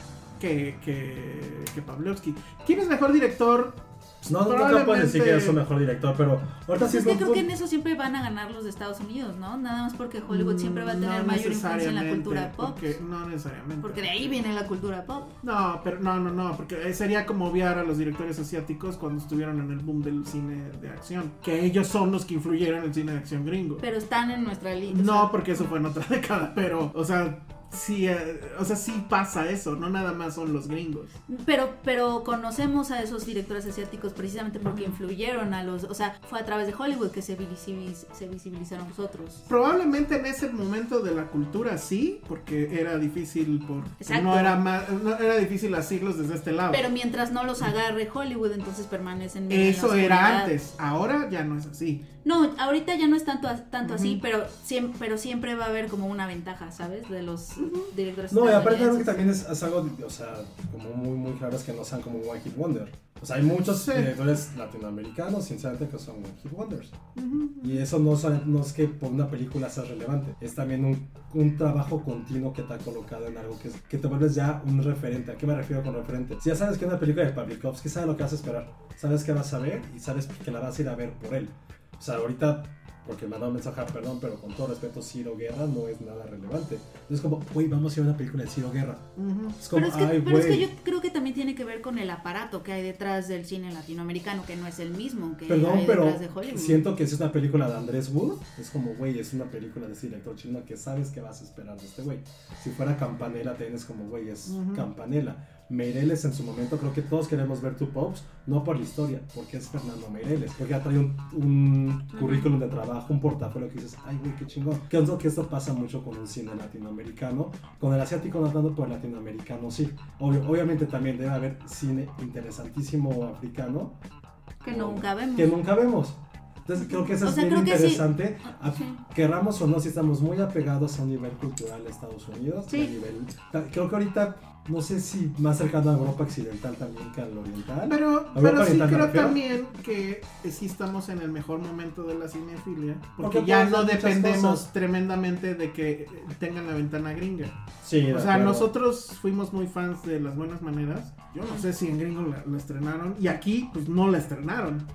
Speaker 3: que que, que Pavlovsky. ¿Quién es mejor director?
Speaker 2: Pues No, no, nunca puedes decir que es su mejor director, pero ahorita
Speaker 4: Pues
Speaker 2: sí es
Speaker 4: es que
Speaker 2: buen
Speaker 4: creo que en
Speaker 2: punto.
Speaker 4: eso siempre van a ganar los de Estados Unidos, ¿no? Nada más porque Hollywood siempre va a tener
Speaker 3: Mm, No
Speaker 4: mayor influencia en la
Speaker 3: necesariamente,
Speaker 4: cultura pop.
Speaker 3: porque- no necesariamente.
Speaker 4: Porque de ahí viene la cultura pop.
Speaker 3: No, pero no, no, no, porque eh, sería como obviar a los directores asiáticos cuando estuvieron en el boom del cine de acción, que ellos son los que influyeron en el cine de acción gringo.
Speaker 4: Pero están en nuestra lista.
Speaker 3: No, porque eso fue en otra década, pero, o sea, sí, eh, o sea, sí pasa eso, no nada más son los gringos.
Speaker 4: Pero, pero conocemos a esos directores asiáticos precisamente porque influyeron a los. O sea, fue a través de Hollywood que se, visibiliz- se visibilizaron los otros.
Speaker 3: Probablemente en ese momento de la cultura sí, porque era difícil por
Speaker 4: Exacto.
Speaker 3: no era ma- no era difícil asirlos desde este lado.
Speaker 4: Pero mientras no los agarre Hollywood, entonces permanecen. bien en la
Speaker 3: eso era
Speaker 4: oscuridad.
Speaker 3: antes, ahora ya no es así.
Speaker 4: No, ahorita ya no es tanto, as- tanto así,
Speaker 3: Ujú.
Speaker 4: pero siempre, pero siempre va a haber como una ventaja, ¿sabes? De los directores.
Speaker 2: No, y aparte algo que
Speaker 4: estadounidenses.
Speaker 2: también es, es algo, o sea, como muy, muy claro es que no sean como One Hit Wonder. O sea, hay muchos
Speaker 3: Sí.
Speaker 2: directores latinoamericanos, sinceramente, que son One Hit Wonders. Y eso no, son- no es que por una película sea relevante, es también un, un trabajo continuo que te ha colocado en algo que, es- que te vuelves ya un referente. ¿A qué me refiero con referente? Si ya sabes que es una película de Pavlikovsky, sabes lo que vas a esperar, sabes que vas a ver y sabes que la vas a ir a ver por él. O sea, ahorita, porque me mandó un mensaje, "Ah, perdón, pero con todo respeto, Ciro Guerra no es nada relevante. No es como, uy, vamos a ir a una película de Ciro Guerra.
Speaker 3: Ujú.
Speaker 2: Es como,
Speaker 4: Pero es, que,
Speaker 2: ay,
Speaker 4: pero es que
Speaker 2: güey".
Speaker 4: yo creo que también tiene que ver con el aparato que hay detrás del cine latinoamericano, que no es el mismo que
Speaker 2: Perdón,
Speaker 4: hay
Speaker 2: pero
Speaker 4: detrás de Hollywood.
Speaker 2: siento que si es una película de Andrés Wood, es como, güey, es una película de este director chino que sabes que vas a esperar de este güey. Si fuera Campanela, tienes como, güey, es
Speaker 3: Ujú.
Speaker 2: Campanela. Meireles en su momento, creo que todos queremos ver tu Pops, no por la historia, porque es Fernando Meireles, porque ha traído un, un currículum de trabajo, un portafolio que dices, ay, güey, qué chingón. Que es lo que esto pasa mucho con el cine latinoamericano, con el asiático no tanto, pero el latinoamericano sí. Obvio- obviamente también debe haber cine interesantísimo africano,
Speaker 4: Que nunca vemos.
Speaker 2: que nunca vemos. Entonces creo que eso
Speaker 4: O
Speaker 2: es
Speaker 4: sea,
Speaker 2: bien
Speaker 4: creo que sí. Ah,
Speaker 2: interesante. A-
Speaker 4: Sí.
Speaker 2: Querramos o no, si estamos muy apegados a un nivel cultural de Estados Unidos.
Speaker 4: Sí.
Speaker 2: a nivel- ta- creo que ahorita, no sé si más cercano a Europa occidental también que al oriental.
Speaker 3: Pero,
Speaker 2: Europa
Speaker 3: pero sí
Speaker 2: Oriental, me
Speaker 3: creo
Speaker 2: refiero.
Speaker 3: también que sí estamos en el mejor momento de la cinefilia, porque,
Speaker 2: Porque
Speaker 3: ya
Speaker 2: puedes
Speaker 3: no
Speaker 2: hacer muchas
Speaker 3: dependemos
Speaker 2: cosas.
Speaker 3: tremendamente de que eh, tengan la ventana gringa.
Speaker 2: Sí, de
Speaker 3: O sea,
Speaker 2: acuerdo.
Speaker 3: nosotros fuimos muy fans de Las Buenas Maneras. Yo no sé si en gringo la, la estrenaron. Y aquí, pues no la estrenaron.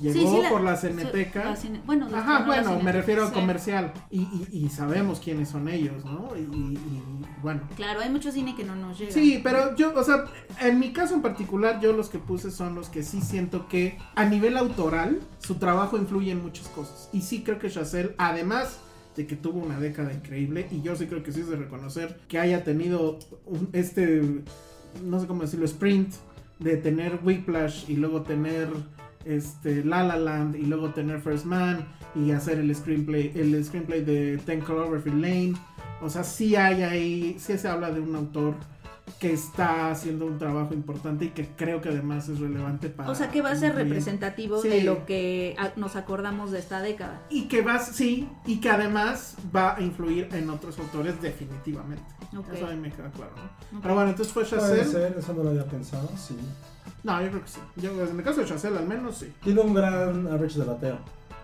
Speaker 3: Llegó
Speaker 4: Sí, sí, la-
Speaker 3: por la
Speaker 4: su-
Speaker 3: Ceneteca.
Speaker 4: la cine- bueno, los que
Speaker 3: Ajá,
Speaker 4: no la
Speaker 3: bueno, me
Speaker 4: cineteca,
Speaker 3: refiero a
Speaker 4: sí.
Speaker 3: comercial. Y, y- y sabemos quiénes son ellos, ¿no? Y, y- y, bueno.
Speaker 4: Claro, hay mucho cine que no nos llega.
Speaker 3: Sí, pero yo, o sea, en mi caso en particular, yo los que puse son los que sí siento que a nivel autoral, su trabajo influye en muchas cosas. Y sí creo que Chazelle, además de que tuvo una década increíble, y yo sí creo que sí es de reconocer que haya tenido un- este, no sé cómo decirlo, sprint de tener Whiplash y luego tener este La La Land y luego tener First Man y hacer el screenplay el screenplay de Ten Cloverfield Lane o sea sí hay ahí sí se habla de un autor que está haciendo un trabajo importante y que creo que además es relevante para...
Speaker 6: O sea, que va a ser
Speaker 3: Bien.
Speaker 6: representativo
Speaker 3: Sí.
Speaker 6: de lo que a- nos acordamos de esta década.
Speaker 3: Y que va, sí, y que además va a influir en otros autores definitivamente.
Speaker 6: Ok.
Speaker 3: Eso a mí me queda claro, ¿no?
Speaker 6: Ok.
Speaker 3: Pero bueno, entonces fue
Speaker 2: Puede
Speaker 3: Chazelle.
Speaker 2: ser, eso no lo había pensado, sí.
Speaker 3: No, yo creo que sí. Yo, en el caso de Chazelle, al menos sí.
Speaker 2: Tiene un gran average de bateo.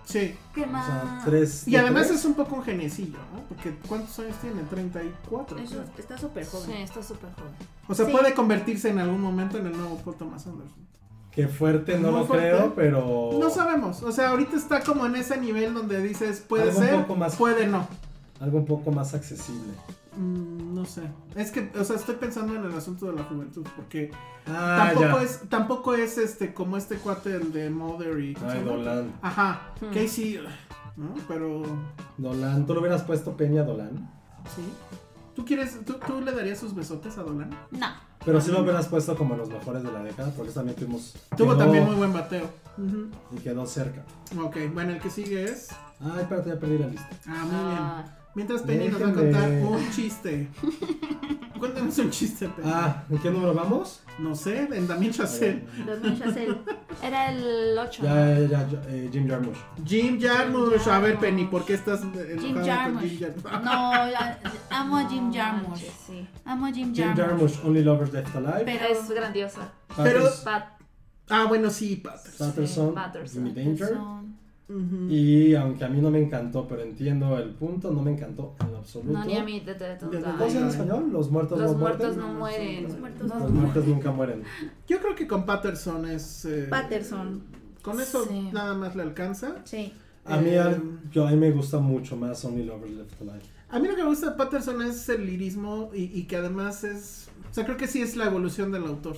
Speaker 3: Sí.
Speaker 6: ¿Qué
Speaker 2: O sea,
Speaker 4: Ah.
Speaker 6: más?
Speaker 2: tres.
Speaker 3: Y
Speaker 2: de
Speaker 3: además
Speaker 2: tres.
Speaker 3: es un poco un geniecillo, ¿no? Porque ¿cuántos años tiene? 34.
Speaker 4: Eso
Speaker 3: creo.
Speaker 4: está súper
Speaker 6: Sí,
Speaker 4: joven.
Speaker 6: está súper joven.
Speaker 3: O sea,
Speaker 6: Sí.
Speaker 3: puede convertirse en algún momento en el nuevo Paul Thomas Anderson.
Speaker 2: Qué fuerte, no
Speaker 3: Muy
Speaker 2: lo
Speaker 3: fuerte.
Speaker 2: creo, pero.
Speaker 3: No sabemos. O sea, ahorita está como en ese nivel donde dices, puede
Speaker 2: Algo un
Speaker 3: ser,
Speaker 2: poco más-
Speaker 3: puede no.
Speaker 2: Algo un poco más accesible.
Speaker 3: Mm, no sé. Es que, o sea, estoy pensando en el asunto de la juventud, porque
Speaker 2: Ah,
Speaker 3: tampoco
Speaker 2: ya.
Speaker 3: es, tampoco es este, como este cuate el de Mother y ¿cómo se
Speaker 2: Ay,
Speaker 3: llama?
Speaker 2: Dolan.
Speaker 3: Ajá.
Speaker 6: Hmm.
Speaker 3: Que ahí sí, ¿no? Pero
Speaker 2: Dolan, ¿tú lo hubieras puesto Peña a Dolan?
Speaker 3: sí. ¿Tú quieres, tú, tú le darías sus besotes a Dolan?
Speaker 6: No.
Speaker 2: Pero sí lo hubieras puesto como los mejores de la década, porque eso también tuvimos.
Speaker 3: Tuvo
Speaker 2: quedó-
Speaker 3: también muy buen bateo. Ujú.
Speaker 2: Y quedó cerca.
Speaker 3: Ok, bueno, el que sigue es.
Speaker 2: Ay, espérate, ya perdí la lista.
Speaker 3: Ah, muy bien.
Speaker 6: Ah,
Speaker 3: Mientras Penny nos va a
Speaker 2: Déjenme.
Speaker 3: contar un chiste. Cuéntanos un chiste, Penny.
Speaker 2: Ah, ¿en qué número vamos?
Speaker 3: No sé, en Damien Chazelle.
Speaker 6: 2000 Chazelle. Era el 8.
Speaker 2: Ya, ya, ya, eh, Jim Jarmusch.
Speaker 3: Jim Jarmusch. A ver,
Speaker 6: Jarmusch.
Speaker 3: Penny, ¿por qué estás enojada
Speaker 6: Jim
Speaker 3: con
Speaker 6: Jarmusch.
Speaker 3: Jim Jarmusch?
Speaker 6: No, ya- amo a Jim Jarmusch.
Speaker 4: manches, sí.
Speaker 6: Amo a Jim
Speaker 2: Jim
Speaker 6: Jarmusch.
Speaker 2: Jarmusch, Only Lovers Left Alive.
Speaker 6: Pero es grandiosa.
Speaker 3: pero-
Speaker 2: Patters-
Speaker 6: Pat-
Speaker 3: Ah, bueno, sí, Patterson.
Speaker 2: Patterson,
Speaker 6: Patterson.
Speaker 2: Jimmy Danger.
Speaker 6: Patterson.
Speaker 3: Ujú.
Speaker 2: Y aunque a mí no me encantó, pero entiendo el punto, no me encantó en absoluto.
Speaker 6: No, ni a mí. de- de- de-
Speaker 3: De- de-
Speaker 2: ¿Cómo se llama en
Speaker 3: Ay,
Speaker 2: español? Los muertos
Speaker 6: Los
Speaker 2: no
Speaker 6: muertos
Speaker 2: muerten.
Speaker 6: no mueren.
Speaker 3: Los muertos
Speaker 2: Los muertos nunca mueren.
Speaker 3: Yo creo que con Patterson es. eh,
Speaker 6: Patterson.
Speaker 3: Con eso
Speaker 6: Sí.
Speaker 3: nada más le alcanza.
Speaker 6: Sí.
Speaker 2: A mí,
Speaker 3: Eh,
Speaker 2: al- yo, a mí me gusta mucho más Only Lovers Left Alive.
Speaker 3: A mí lo que me gusta de Patterson es el lirismo y, y que además es... O sea, creo que sí es la evolución del autor.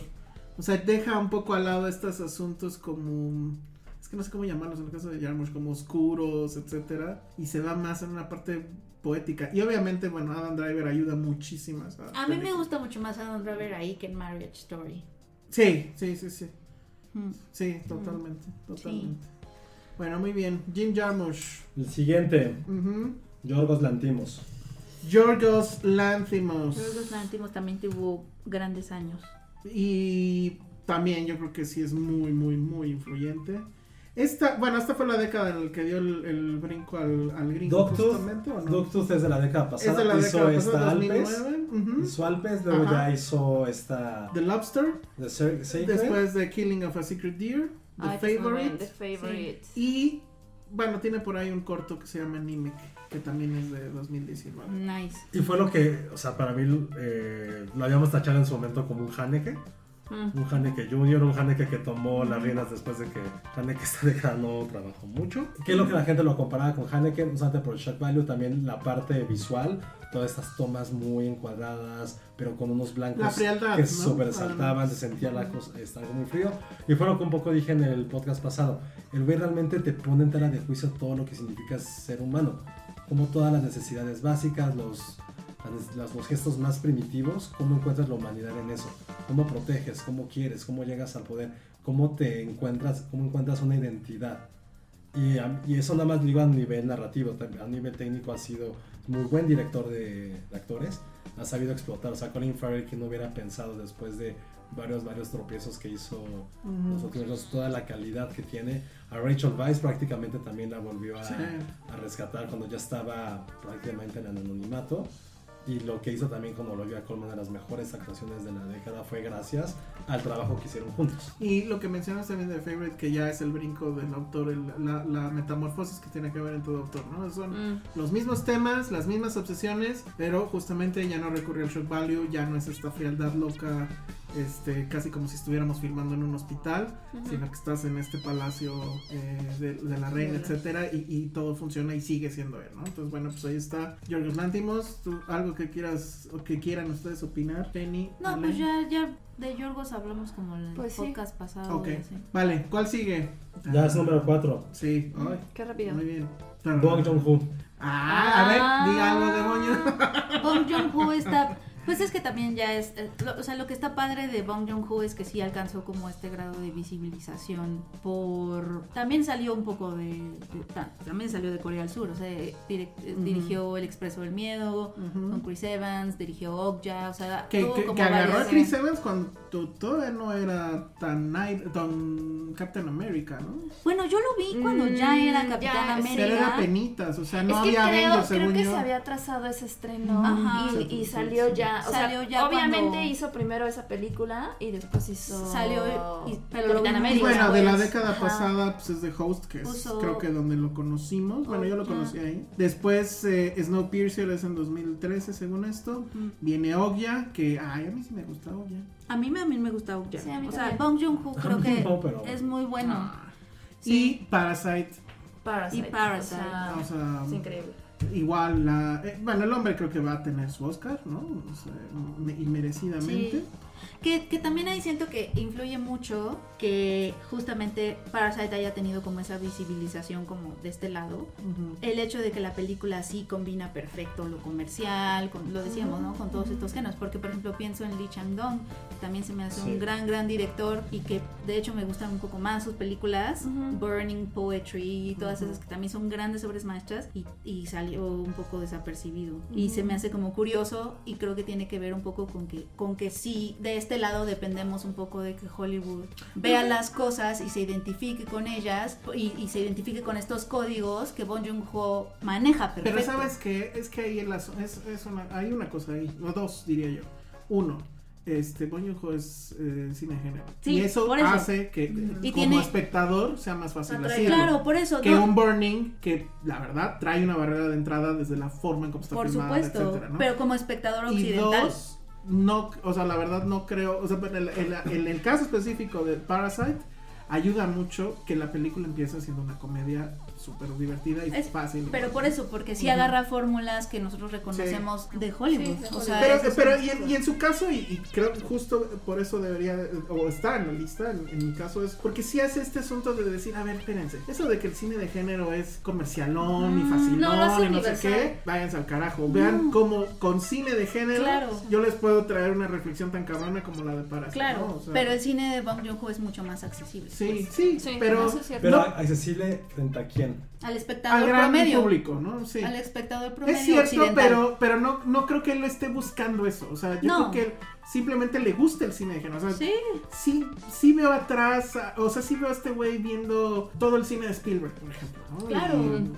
Speaker 3: O sea, deja un poco al lado estos asuntos como... Es que no sé cómo llamarlos en el caso de Jarmusch, como oscuros, etcétera, y se va más en una parte poética. Y obviamente, bueno, Adam Driver ayuda muchísimo. a esa
Speaker 6: A mí me
Speaker 3: película.
Speaker 6: gusta mucho más Adam Driver ahí que en Marriage Story.
Speaker 3: Sí, sí, sí, sí.
Speaker 6: Mm.
Speaker 3: Sí, totalmente, totalmente. Bueno, muy bien. Jim Jarmusch.
Speaker 2: El siguiente,
Speaker 3: Ujú.
Speaker 2: Yorgos Lantimos.
Speaker 3: Yorgos Lanthimos.
Speaker 6: Yorgos Lanthimos también tuvo grandes años.
Speaker 3: Y también yo creo que sí es muy, muy, muy influyente. Esta, bueno, esta fue la década en la que dio el, el brinco al, al gringo
Speaker 2: Doctus,
Speaker 3: justamente, ¿o no?
Speaker 2: Doctus es de la década
Speaker 3: es
Speaker 2: pasada.
Speaker 3: de la
Speaker 2: hizo
Speaker 3: década
Speaker 2: esta
Speaker 3: pasada,
Speaker 2: Alpes.
Speaker 3: 2009. ujú.
Speaker 2: Hizo Alpes, luego
Speaker 3: Ajá.
Speaker 2: ya hizo esta
Speaker 3: The Lobster,
Speaker 2: The Sa- Sacred.
Speaker 3: después de Killing of a Secret Deer, The
Speaker 6: Ay, qué
Speaker 3: Favorite,
Speaker 6: momento, The Favorite.
Speaker 3: y bueno, tiene por ahí un corto que se llama Nimic, que también es de 2019.
Speaker 6: Nice.
Speaker 2: Y fue lo que, o sea, para mí eh, lo habíamos tachado en su momento como un Haneke.
Speaker 6: Mm.
Speaker 2: Un Haneke Junior, un Haneke que tomó las riendas después de que Haneke esta década no trabajó mucho. Que es lo que la gente lo comparaba con Haneke, no solamente por el shock value, también la parte visual. Todas estas tomas muy encuadradas, pero con unos blancos
Speaker 3: La frialdad,
Speaker 2: que
Speaker 3: ¿no?
Speaker 2: sobresaltaban, se sentía la cosa, está algo muy frío. Y fue lo que un poco dije en el podcast pasado. El güey realmente te pone en tela de juicio todo lo que significa ser humano. Como todas las necesidades básicas, los, las- las- los gestos más primitivos, cómo encuentras la humanidad en eso. Cómo proteges, cómo quieres, cómo llegas al poder, cómo te encuentras, cómo encuentras una identidad. Y, a- y eso nada más digo a nivel narrativo, tam- a nivel técnico ha sido muy buen director de, de actores, ha sabido explotar. O sea, Colin Farrell, que no hubiera pensado después de varios, varios tropiezos que hizo los últimos dos, toda la calidad que tiene. A Rachel Weisz prácticamente también la volvió a,
Speaker 3: Sí.
Speaker 2: a rescatar cuando ya estaba prácticamente en el anonimato. Y lo que hizo también con Olivia Colman, de las mejores actuaciones de la década, fue gracias al trabajo que hicieron juntos.
Speaker 3: Y lo que mencionas también de Favorite, que ya es el brinco del autor, el- la, la metamorfosis que tiene que ver en todo autor, ¿no? Son
Speaker 6: Mm.
Speaker 3: los mismos temas, las mismas obsesiones, pero justamente ya no recurre al shock value, ya no es esta frialdad loca, este, casi como si estuviéramos filmando en un hospital,
Speaker 6: Ujú.
Speaker 3: sino que estás en este palacio eh, de, de la reina,
Speaker 6: Ujú.
Speaker 3: etcétera, y, y todo funciona y sigue siendo él, ¿no? Entonces, bueno, pues ahí está Yorgos Lantimos, tú, algo que quieras o que quieran ustedes opinar, Penny.
Speaker 6: No,
Speaker 3: Ale.
Speaker 6: pues ya, ya de Yorgos hablamos como en el
Speaker 5: Pues sí.
Speaker 6: podcast pasado.
Speaker 3: Ok,
Speaker 6: Ah, sí.
Speaker 3: vale, ¿cuál sigue? Ah,
Speaker 2: Ya es número 4.
Speaker 3: Sí, ay,
Speaker 5: Qué rápido.
Speaker 3: muy bien.
Speaker 2: Bong Joon-ho.
Speaker 6: Ah,
Speaker 3: Ah, a ver, diga algo, demonio.
Speaker 6: Bong Joon-ho está
Speaker 4: Pues es que también ya es, eh, lo- o sea, lo que está padre de Bong Joon-ho es que sí alcanzó como este grado de visibilización por... También salió un poco de... de- ta- también salió de Corea del Sur, o sea, direct- eh, dirigió El Expreso del Miedo con Chris Evans, dirigió Okja, o sea,
Speaker 3: Que,
Speaker 4: tuvo
Speaker 3: que-
Speaker 4: como
Speaker 3: que agarró
Speaker 6: eh.
Speaker 3: a
Speaker 4: varias-
Speaker 3: Chris E- Evans cuando to- todavía no era tan, Nai- tan Captain America, ¿no?
Speaker 4: Bueno, yo lo vi cuando ya
Speaker 6: Mm,
Speaker 4: era
Speaker 6: ya,
Speaker 4: Capitán
Speaker 6: sí,
Speaker 4: América.
Speaker 3: Pero era penitas, o sea, no
Speaker 6: es que
Speaker 3: había
Speaker 6: creo,
Speaker 3: Avengers,
Speaker 6: creo
Speaker 3: según
Speaker 6: que
Speaker 3: yo.
Speaker 6: se había atrasado ese estreno
Speaker 4: Ajá.
Speaker 6: y, y salió ya. O
Speaker 4: Salió
Speaker 6: sea,
Speaker 4: ya
Speaker 6: obviamente
Speaker 4: cuando-
Speaker 6: hizo primero esa película y después hizo.
Speaker 4: Salió y- pero
Speaker 6: pero
Speaker 4: lo
Speaker 6: Capitán
Speaker 4: vimos
Speaker 6: América.
Speaker 3: Bueno, de la
Speaker 4: pues,
Speaker 3: década
Speaker 6: ajá.
Speaker 3: pasada, pues es de Host, que es
Speaker 4: Puso-
Speaker 3: creo que donde lo conocimos. Bueno, yo lo
Speaker 4: Okja.
Speaker 3: conocí ahí. Después eh, Snowpiercer es en 2013, según esto. Viene Ogya, que ay, a mí sí me gusta Ogya.
Speaker 4: A mí, me- a mí me gusta Okja.
Speaker 6: Sí, a mí
Speaker 4: o sea,
Speaker 6: también.
Speaker 4: Bong Joon-ho creo
Speaker 2: mí
Speaker 4: que
Speaker 2: no, pero-
Speaker 4: es muy bueno.
Speaker 3: Y Parasite,
Speaker 6: Parasite.
Speaker 4: Y Parasite.
Speaker 6: O sea,
Speaker 3: o sea,
Speaker 6: es increíble.
Speaker 3: igual la eh, bueno, el hombre creo que va a tener su Oscar, ¿no? O sea, me- y merecidamente.
Speaker 4: Sí. Que, que también ahí siento que influye mucho que justamente Parasite haya tenido como esa visibilización como de este lado.
Speaker 3: Ujú.
Speaker 4: El hecho de que la película sí combina perfecto lo comercial, con, lo decíamos, ¿no? Con todos estos géneros. Porque, por ejemplo, pienso en Lee Chang-dong, que también se me hace
Speaker 2: Sí.
Speaker 4: un gran, gran director y que de hecho me gustan un poco más sus películas. Burning Poetry y todas esas que también son grandes obras maestras y, y salió un poco desapercibido. Y se me hace como curioso y creo que tiene que ver un poco con que, con que sí, de este lado dependemos un poco de que Hollywood vea las cosas y se identifique con ellas y, y se identifique con estos códigos que Bong Joon-ho maneja perfecto.
Speaker 3: Pero sabes que es que ahí el aso- es, es una, hay una cosa ahí, o dos diría yo. Uno, este Bong Joon-ho es eh, cine de género
Speaker 4: Sí,
Speaker 3: y eso,
Speaker 4: por eso.
Speaker 3: hace que como
Speaker 4: tiene-
Speaker 3: espectador sea más fácil
Speaker 6: Atrae-
Speaker 3: hacerlo.
Speaker 4: Claro, por eso.
Speaker 3: que
Speaker 4: no,
Speaker 3: un Burning que la verdad trae una barrera de entrada desde la forma en cómo está
Speaker 4: por
Speaker 3: filmada,
Speaker 4: supuesto,
Speaker 3: etcétera, ¿no?
Speaker 4: pero como espectador
Speaker 3: y
Speaker 4: occidental.
Speaker 3: dos, no, o sea, la verdad no creo, o sea, pero el, el- el- el caso específico de Parasite ayuda mucho que la película empiece siendo una comedia súper divertida y
Speaker 4: Es-
Speaker 3: fácil.
Speaker 4: Pero por eso, porque sí agarra fórmulas que nosotros reconocemos de Hollywood. o sea,
Speaker 3: Pero,
Speaker 4: esas
Speaker 3: pero
Speaker 4: son-
Speaker 3: y, en, y en su caso, y, y creo que justo por eso debería, de- o está en la lista, en, en mi caso, es porque si hace este asunto de decir, a ver, espérense, eso de que el cine de género es comercialón y
Speaker 4: Mm,
Speaker 3: facilón
Speaker 6: no, lo hace
Speaker 3: y no sé
Speaker 6: universal.
Speaker 3: qué, váyanse al carajo, vean cómo con cine de género
Speaker 4: Claro.
Speaker 3: yo les puedo traer una reflexión tan cabrona como la de Parasite.
Speaker 4: Claro,
Speaker 3: ¿no? O sea,
Speaker 4: pero pues, el cine de Bong Joon-ho es mucho más accesible.
Speaker 3: Sí, sí,
Speaker 6: Sí,
Speaker 3: pero
Speaker 6: eso es cierto.
Speaker 2: Pero accesible frente a quién.
Speaker 4: Al espectador
Speaker 3: al gran
Speaker 4: promedio.
Speaker 3: público, ¿no? Sí.
Speaker 4: Al espectador promedio
Speaker 3: Es cierto,
Speaker 4: occidental.
Speaker 3: pero, pero no, no creo que él esté buscando eso. O sea, yo
Speaker 4: No.
Speaker 3: creo que él simplemente le gusta el cine de género. O sea,
Speaker 4: Sí,
Speaker 3: sí, sí veo atrás, a- o sea, sí veo a este güey viendo todo el cine de Spielberg, por ejemplo. ¿no?
Speaker 4: Claro.
Speaker 3: Y-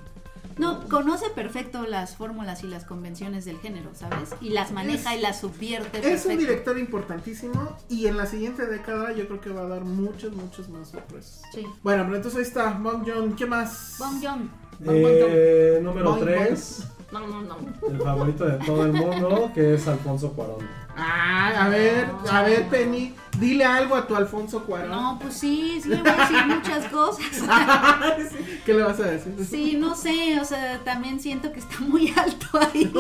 Speaker 4: no, conoce perfecto las fórmulas y las convenciones del género, ¿sabes? Y las maneja
Speaker 3: Es-
Speaker 4: y las subvierte
Speaker 3: es un
Speaker 4: perfecto.
Speaker 3: director importantísimo y en la siguiente década yo creo que va a dar muchos, muchos más sorpresas.
Speaker 4: Sí.
Speaker 3: Bueno, pero entonces ahí está, Bong Joon, ¿qué más?
Speaker 4: Bong Joon.
Speaker 2: Eh, número
Speaker 3: Bong,
Speaker 2: 3,
Speaker 6: No, no, no.
Speaker 2: el favorito de todo el mundo, que es Alfonso Cuarón.
Speaker 3: Ah, a ver, a ver, Penny, dile algo a tu Alfonso Cuarón.
Speaker 4: No, pues sí, sí le voy a decir muchas cosas.
Speaker 3: ¿Qué le vas a decir?
Speaker 4: Sí, no sé, o sea, también siento que está muy alto ahí.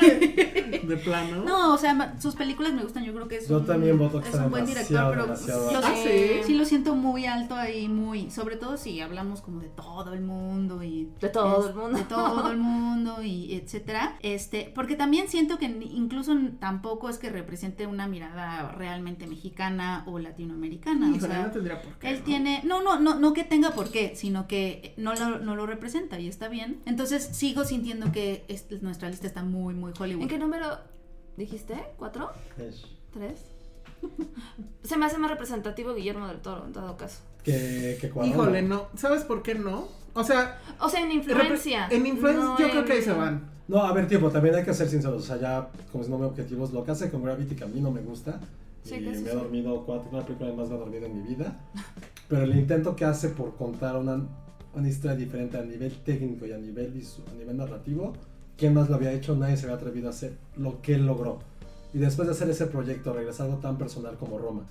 Speaker 3: Ay, eh. De plano.
Speaker 4: No, o sea, ma- sus películas me gustan, yo creo que es
Speaker 2: Yo
Speaker 4: un,
Speaker 2: también voto que
Speaker 4: es
Speaker 2: está
Speaker 4: un buen
Speaker 2: demasiado,
Speaker 4: director, pero
Speaker 2: demasiado
Speaker 4: lo
Speaker 3: alto.
Speaker 4: sé-
Speaker 3: Ah, ¿sí?
Speaker 4: sí lo siento muy alto ahí, muy, sobre todo si hablamos como de todo el mundo y
Speaker 6: De todo
Speaker 4: es-
Speaker 6: el mundo.
Speaker 4: de todo el mundo y etcétera. Este, porque también siento que ni- incluso n- tampoco es que represente una mirada realmente mexicana o latinoamericana, o
Speaker 3: Híjole,
Speaker 4: sea,
Speaker 3: no tendría por qué.
Speaker 4: él
Speaker 3: ¿no?
Speaker 4: tiene, no, no, no, no que tenga por qué, sino que no lo, no lo representa y está bien. Entonces sigo sintiendo que es- nuestra lista está muy, muy Hollywood.
Speaker 6: ¿En qué número dijiste? ¿Cuatro?
Speaker 2: Es
Speaker 6: ¿Tres? Se me hace más representativo Guillermo del Toro, en todo caso.
Speaker 2: Que, que Cuarón.
Speaker 3: Híjole, no. ¿Sabes por qué no? O sea,
Speaker 6: O sea, en influencia.
Speaker 3: En influencia
Speaker 6: no
Speaker 3: yo creo que ahí
Speaker 6: en-
Speaker 3: se van.
Speaker 2: No, a ver, tiempo, también hay que ser sinceros. O sea, ya, como si no me objetivos, lo que hace con Gravity, que a mí no me gusta.
Speaker 6: Sí,
Speaker 2: y
Speaker 6: que sí,
Speaker 2: me he
Speaker 6: sí.
Speaker 2: dormido cuatro, una película más me he dormido en mi vida. Pero el intento que hace por contar una, una historia diferente a nivel técnico y a nivel, visu- a nivel narrativo, ¿quién más lo había hecho? Nadie se había atrevido a hacer lo que él logró. Y después de hacer ese proyecto, regresar algo tan personal como Roma,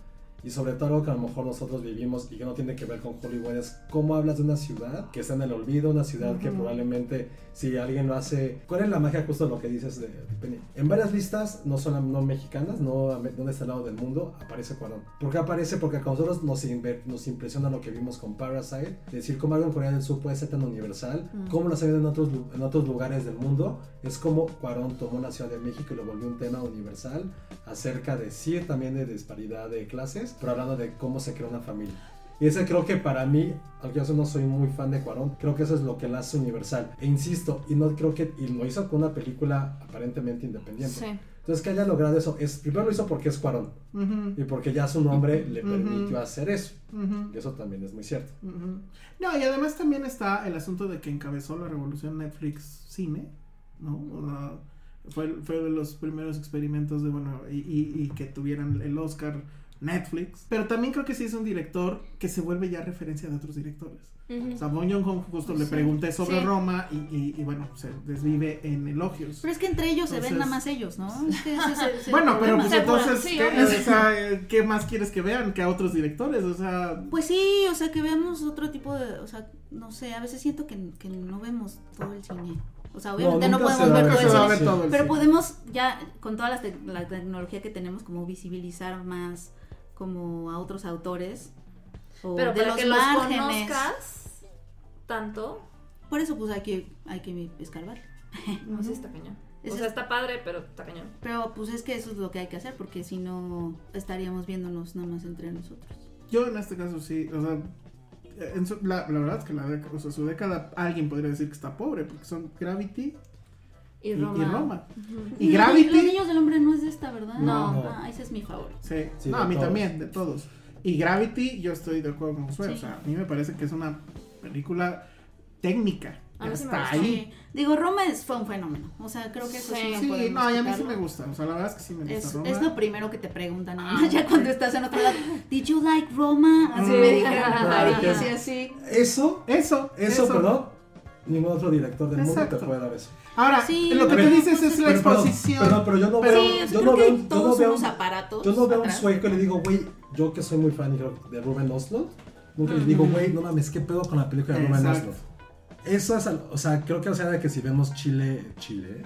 Speaker 2: Y sobre todo algo que a lo mejor nosotros vivimos y que no tiene que ver con Hollywood es cómo hablas de una ciudad que está en el olvido, una ciudad que probablemente si alguien lo hace... ¿Cuál es la magia justo de lo que dices de de Penny? En varias listas, no son no mexicanas, no, no de este lado del mundo, aparece Cuarón. ¿Por qué aparece? Porque a nosotros nos, inver- nos impresiona lo que vimos con Parasite, es decir cómo algo en Corea del Sur puede ser tan universal, cómo lo se en otros, lu- en otros lugares del mundo, es como Cuarón tomó la Ciudad de México y lo volvió un tema universal acerca de sí también de disparidad de clases, pero hablando de cómo se crea una familia. Y ese creo que para mí, aunque yo no soy muy fan de Cuarón, creo que eso es lo que la hace universal. E insisto, y no creo que y lo hizo con una película aparentemente independiente.
Speaker 6: Sí.
Speaker 2: Entonces que haya logrado eso, es, primero lo hizo porque es Cuarón
Speaker 3: Ujú,
Speaker 2: y porque ya su nombre le
Speaker 3: Ujú.
Speaker 2: permitió hacer eso.
Speaker 3: ujú,
Speaker 2: Y eso también es muy cierto.
Speaker 3: ujú. No, y además también está el asunto de que encabezó la revolución Netflix cine, ¿no? O sea, fue, fue de los primeros experimentos de, bueno, y, y- y que tuvieran el Oscar Netflix. Pero también creo que sí es un director que se vuelve ya referencia de otros directores. O sea, Bong Joon-ho justo le pregunté sobre
Speaker 4: Sí.
Speaker 3: Roma y, y- y, bueno, se desvive en elogios.
Speaker 4: Pero es que entre ellos se ven
Speaker 3: Entonces-
Speaker 4: nada más ellos, ¿no? Es que ese es el- ese es el
Speaker 3: Bueno, pero
Speaker 4: problema.
Speaker 3: pues
Speaker 6: Se acuerdan,
Speaker 3: entonces,
Speaker 6: sí,
Speaker 3: ¿qué,
Speaker 6: obvio.
Speaker 3: o sea, eh, ¿qué más quieres que vean que a otros directores? O sea,
Speaker 4: Pues sí, o sea, que veamos otro tipo de. O sea, no sé, a veces siento que, que no vemos todo el cine. O sea, obviamente no,
Speaker 2: nunca se
Speaker 4: podemos
Speaker 2: va a
Speaker 4: ver
Speaker 3: nunca
Speaker 4: todo
Speaker 3: se va a
Speaker 4: el
Speaker 3: ver
Speaker 4: cine.
Speaker 3: todo el
Speaker 4: Pero
Speaker 3: cine.
Speaker 4: podemos ya, con toda la, tec- la tecnología que tenemos, como visibilizar más como a otros autores. O
Speaker 6: Pero
Speaker 4: de
Speaker 6: para
Speaker 4: los
Speaker 6: que
Speaker 4: márgenes.
Speaker 6: los conozcas tanto,
Speaker 4: Por eso pues hay que, hay que escarbar.
Speaker 6: no sé, está cañón.
Speaker 4: Eso
Speaker 6: o sea,
Speaker 4: es-
Speaker 6: está padre, pero está cañón.
Speaker 4: Pero pues es que eso es lo que hay que hacer, porque si no estaríamos viéndonos nada más entre nosotros.
Speaker 3: yo en este caso sí, o sea, en su- la, la verdad es que la década, o sea, su década alguien podría decir que está pobre, porque son Gravity
Speaker 6: Y
Speaker 3: y, y
Speaker 6: Roma.
Speaker 3: Roma. Y,
Speaker 4: Y Los
Speaker 3: Gravity,
Speaker 4: niños del hombre no es de esta, ¿verdad?
Speaker 2: No.
Speaker 4: Ah, ese es mi favorito.
Speaker 3: sí,
Speaker 2: Sí,
Speaker 3: no,
Speaker 2: de
Speaker 3: a mí
Speaker 2: todos.
Speaker 3: también, de todos. Y Gravity, yo estoy de acuerdo con Josué, o
Speaker 4: Sí.
Speaker 3: sea, a mí me parece que es una película técnica,
Speaker 6: A mí sí me
Speaker 3: está
Speaker 6: gustó.
Speaker 4: Sí.
Speaker 3: ahí.
Speaker 4: Digo, Roma es, fue un fenómeno. O sea, creo que eso sí.
Speaker 6: Sí.
Speaker 4: no
Speaker 3: Sí,
Speaker 4: podemos
Speaker 3: no, y a mí sí
Speaker 4: quitarlo.
Speaker 3: me gusta, o sea, la verdad es que sí me gusta
Speaker 4: Es,
Speaker 3: Roma.
Speaker 4: es lo primero que te preguntan, nada más, ya cuando estás en otro lado. ¿Did you like Roma? Así
Speaker 3: Mm.
Speaker 4: me dijeron
Speaker 2: Ah,
Speaker 4: en París,
Speaker 2: qué-
Speaker 4: así, así.
Speaker 2: Eso,
Speaker 3: Eso,
Speaker 2: eso, perdón, ningún otro director del mundo
Speaker 3: Exacto.
Speaker 2: te puede dar eso.
Speaker 3: Ahora,
Speaker 4: Sí.
Speaker 3: lo que
Speaker 2: A
Speaker 3: tú
Speaker 2: ver,
Speaker 3: dices es la
Speaker 2: Pero, perdón,
Speaker 3: exposición.
Speaker 2: Perdón, pero yo no
Speaker 3: Pero-
Speaker 2: veo.
Speaker 4: sí, o sea,
Speaker 2: yo
Speaker 4: creo
Speaker 2: no
Speaker 4: que
Speaker 2: veo, yo
Speaker 4: todos
Speaker 2: no veo
Speaker 4: unos
Speaker 2: un-
Speaker 4: aparatos.
Speaker 2: Yo no veo
Speaker 4: atrás.
Speaker 2: un sueco y le digo, güey, yo que soy muy fan creo, de Ruben Oslo, nunca le digo, güey, no mames, ¿qué pedo con la película de Ruben
Speaker 3: Exacto.
Speaker 2: Oslo? Eso es, al- o sea, creo que o sea de que si vemos Chile, Chile,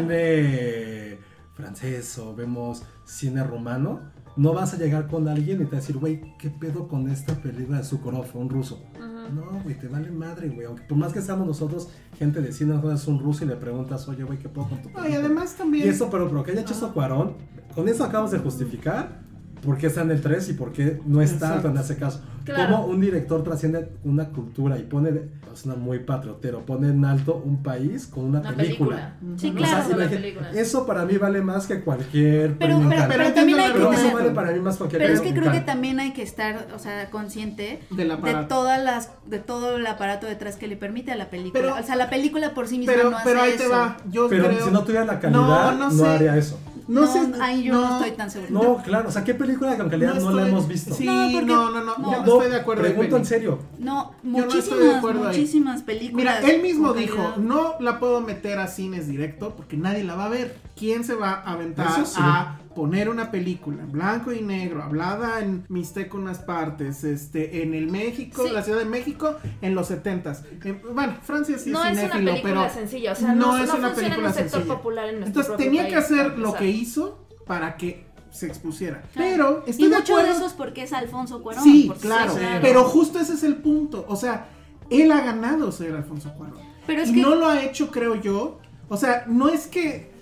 Speaker 2: cine francés o vemos cine romano, no vas a llegar con alguien y te va a decir, güey, ¿qué pedo con esta película de Sukorov, un ruso? No, güey, te vale madre, güey. Aunque por más que seamos nosotros gente de cine, nosotros es un ruso y le preguntas, oye, güey, ¿qué pedo con tu
Speaker 3: No, y
Speaker 2: película?
Speaker 3: además también.
Speaker 2: Y eso, pero, pero que haya hecho eso Cuarón, con eso acabamos de justificar por qué está en el 3 y por qué no está
Speaker 3: Exacto.
Speaker 2: alto en ese caso.
Speaker 6: Claro.
Speaker 2: Como un director trasciende una cultura y pone, es una muy patriotero, pone en alto un país con una,
Speaker 6: Una
Speaker 2: película.
Speaker 6: película.
Speaker 4: Sí,
Speaker 2: O sea,
Speaker 4: claro.
Speaker 6: la
Speaker 2: imagina-
Speaker 6: película.
Speaker 2: Eso para mí vale más que cualquier
Speaker 4: Pero,
Speaker 2: premio
Speaker 4: pero,
Speaker 2: Cal.
Speaker 4: pero
Speaker 3: Pero
Speaker 4: también hay que
Speaker 2: Pero eso
Speaker 3: entiendo,
Speaker 4: tener-
Speaker 2: vale para mí más cualquier
Speaker 4: Pero es que
Speaker 2: premio
Speaker 4: creo que
Speaker 2: Cal.
Speaker 4: también hay que estar, o sea, consciente
Speaker 3: Del aparato.
Speaker 4: de todas las, de todo el aparato detrás que le permite a la película.
Speaker 3: Pero-
Speaker 4: o sea, la película por sí misma
Speaker 3: pero
Speaker 4: no hace
Speaker 3: pero ahí te
Speaker 4: eso.
Speaker 3: va. Yo
Speaker 2: Pero
Speaker 3: creo.
Speaker 2: si no tuviera la calidad,
Speaker 3: No,
Speaker 2: no,
Speaker 3: no sé.
Speaker 2: haría eso.
Speaker 3: no,
Speaker 4: No,
Speaker 3: sé.
Speaker 4: ahí yo no, estoy tan segura.
Speaker 2: No, claro, o sea, ¿qué película con calidad no, la
Speaker 3: estoy-
Speaker 2: hemos visto?
Speaker 3: Sí,
Speaker 4: No,
Speaker 3: no,
Speaker 4: porque-
Speaker 3: no, no, no,
Speaker 4: no.
Speaker 3: yo estoy de acuerdo.
Speaker 2: Pregunto en
Speaker 3: Penny.
Speaker 2: serio.
Speaker 4: No,
Speaker 3: no estoy
Speaker 4: muchísimas,
Speaker 3: de acuerdo ahí.
Speaker 4: muchísimas películas.
Speaker 3: Mira, él mismo
Speaker 4: con
Speaker 3: dijo,
Speaker 4: calidad.
Speaker 3: no la puedo meter a cines directo porque nadie la va a ver. ¿Quién se va a aventar
Speaker 2: Eso sí.
Speaker 3: a poner una película en blanco y negro, hablada en Mixteco unas partes, este, en el México,
Speaker 6: Sí.
Speaker 3: la Ciudad de México, en los 70s? En- bueno, Francia sí
Speaker 6: no
Speaker 3: es
Speaker 6: es una
Speaker 3: cinéfilo,
Speaker 6: película
Speaker 3: pero
Speaker 6: sencilla, o sea, no, no funciona en un sector popular en nuestro
Speaker 3: Entonces
Speaker 6: propio
Speaker 3: tenía que
Speaker 6: país,
Speaker 3: hacer
Speaker 6: para
Speaker 3: lo que
Speaker 6: empezar.
Speaker 3: hizo para que se expusiera.
Speaker 4: Claro.
Speaker 3: Pero estoy
Speaker 4: y
Speaker 3: de
Speaker 4: mucho
Speaker 3: acuerdo.
Speaker 4: de esos porque es Alfonso Cuarón.
Speaker 3: sí,
Speaker 4: porque-
Speaker 3: claro,
Speaker 4: sí,
Speaker 3: Pero justo ese es el punto. O sea, él ha ganado ser Alfonso Cuarón.
Speaker 4: Pero es
Speaker 3: y
Speaker 4: que-
Speaker 3: no lo ha hecho, creo yo. O sea, no es que.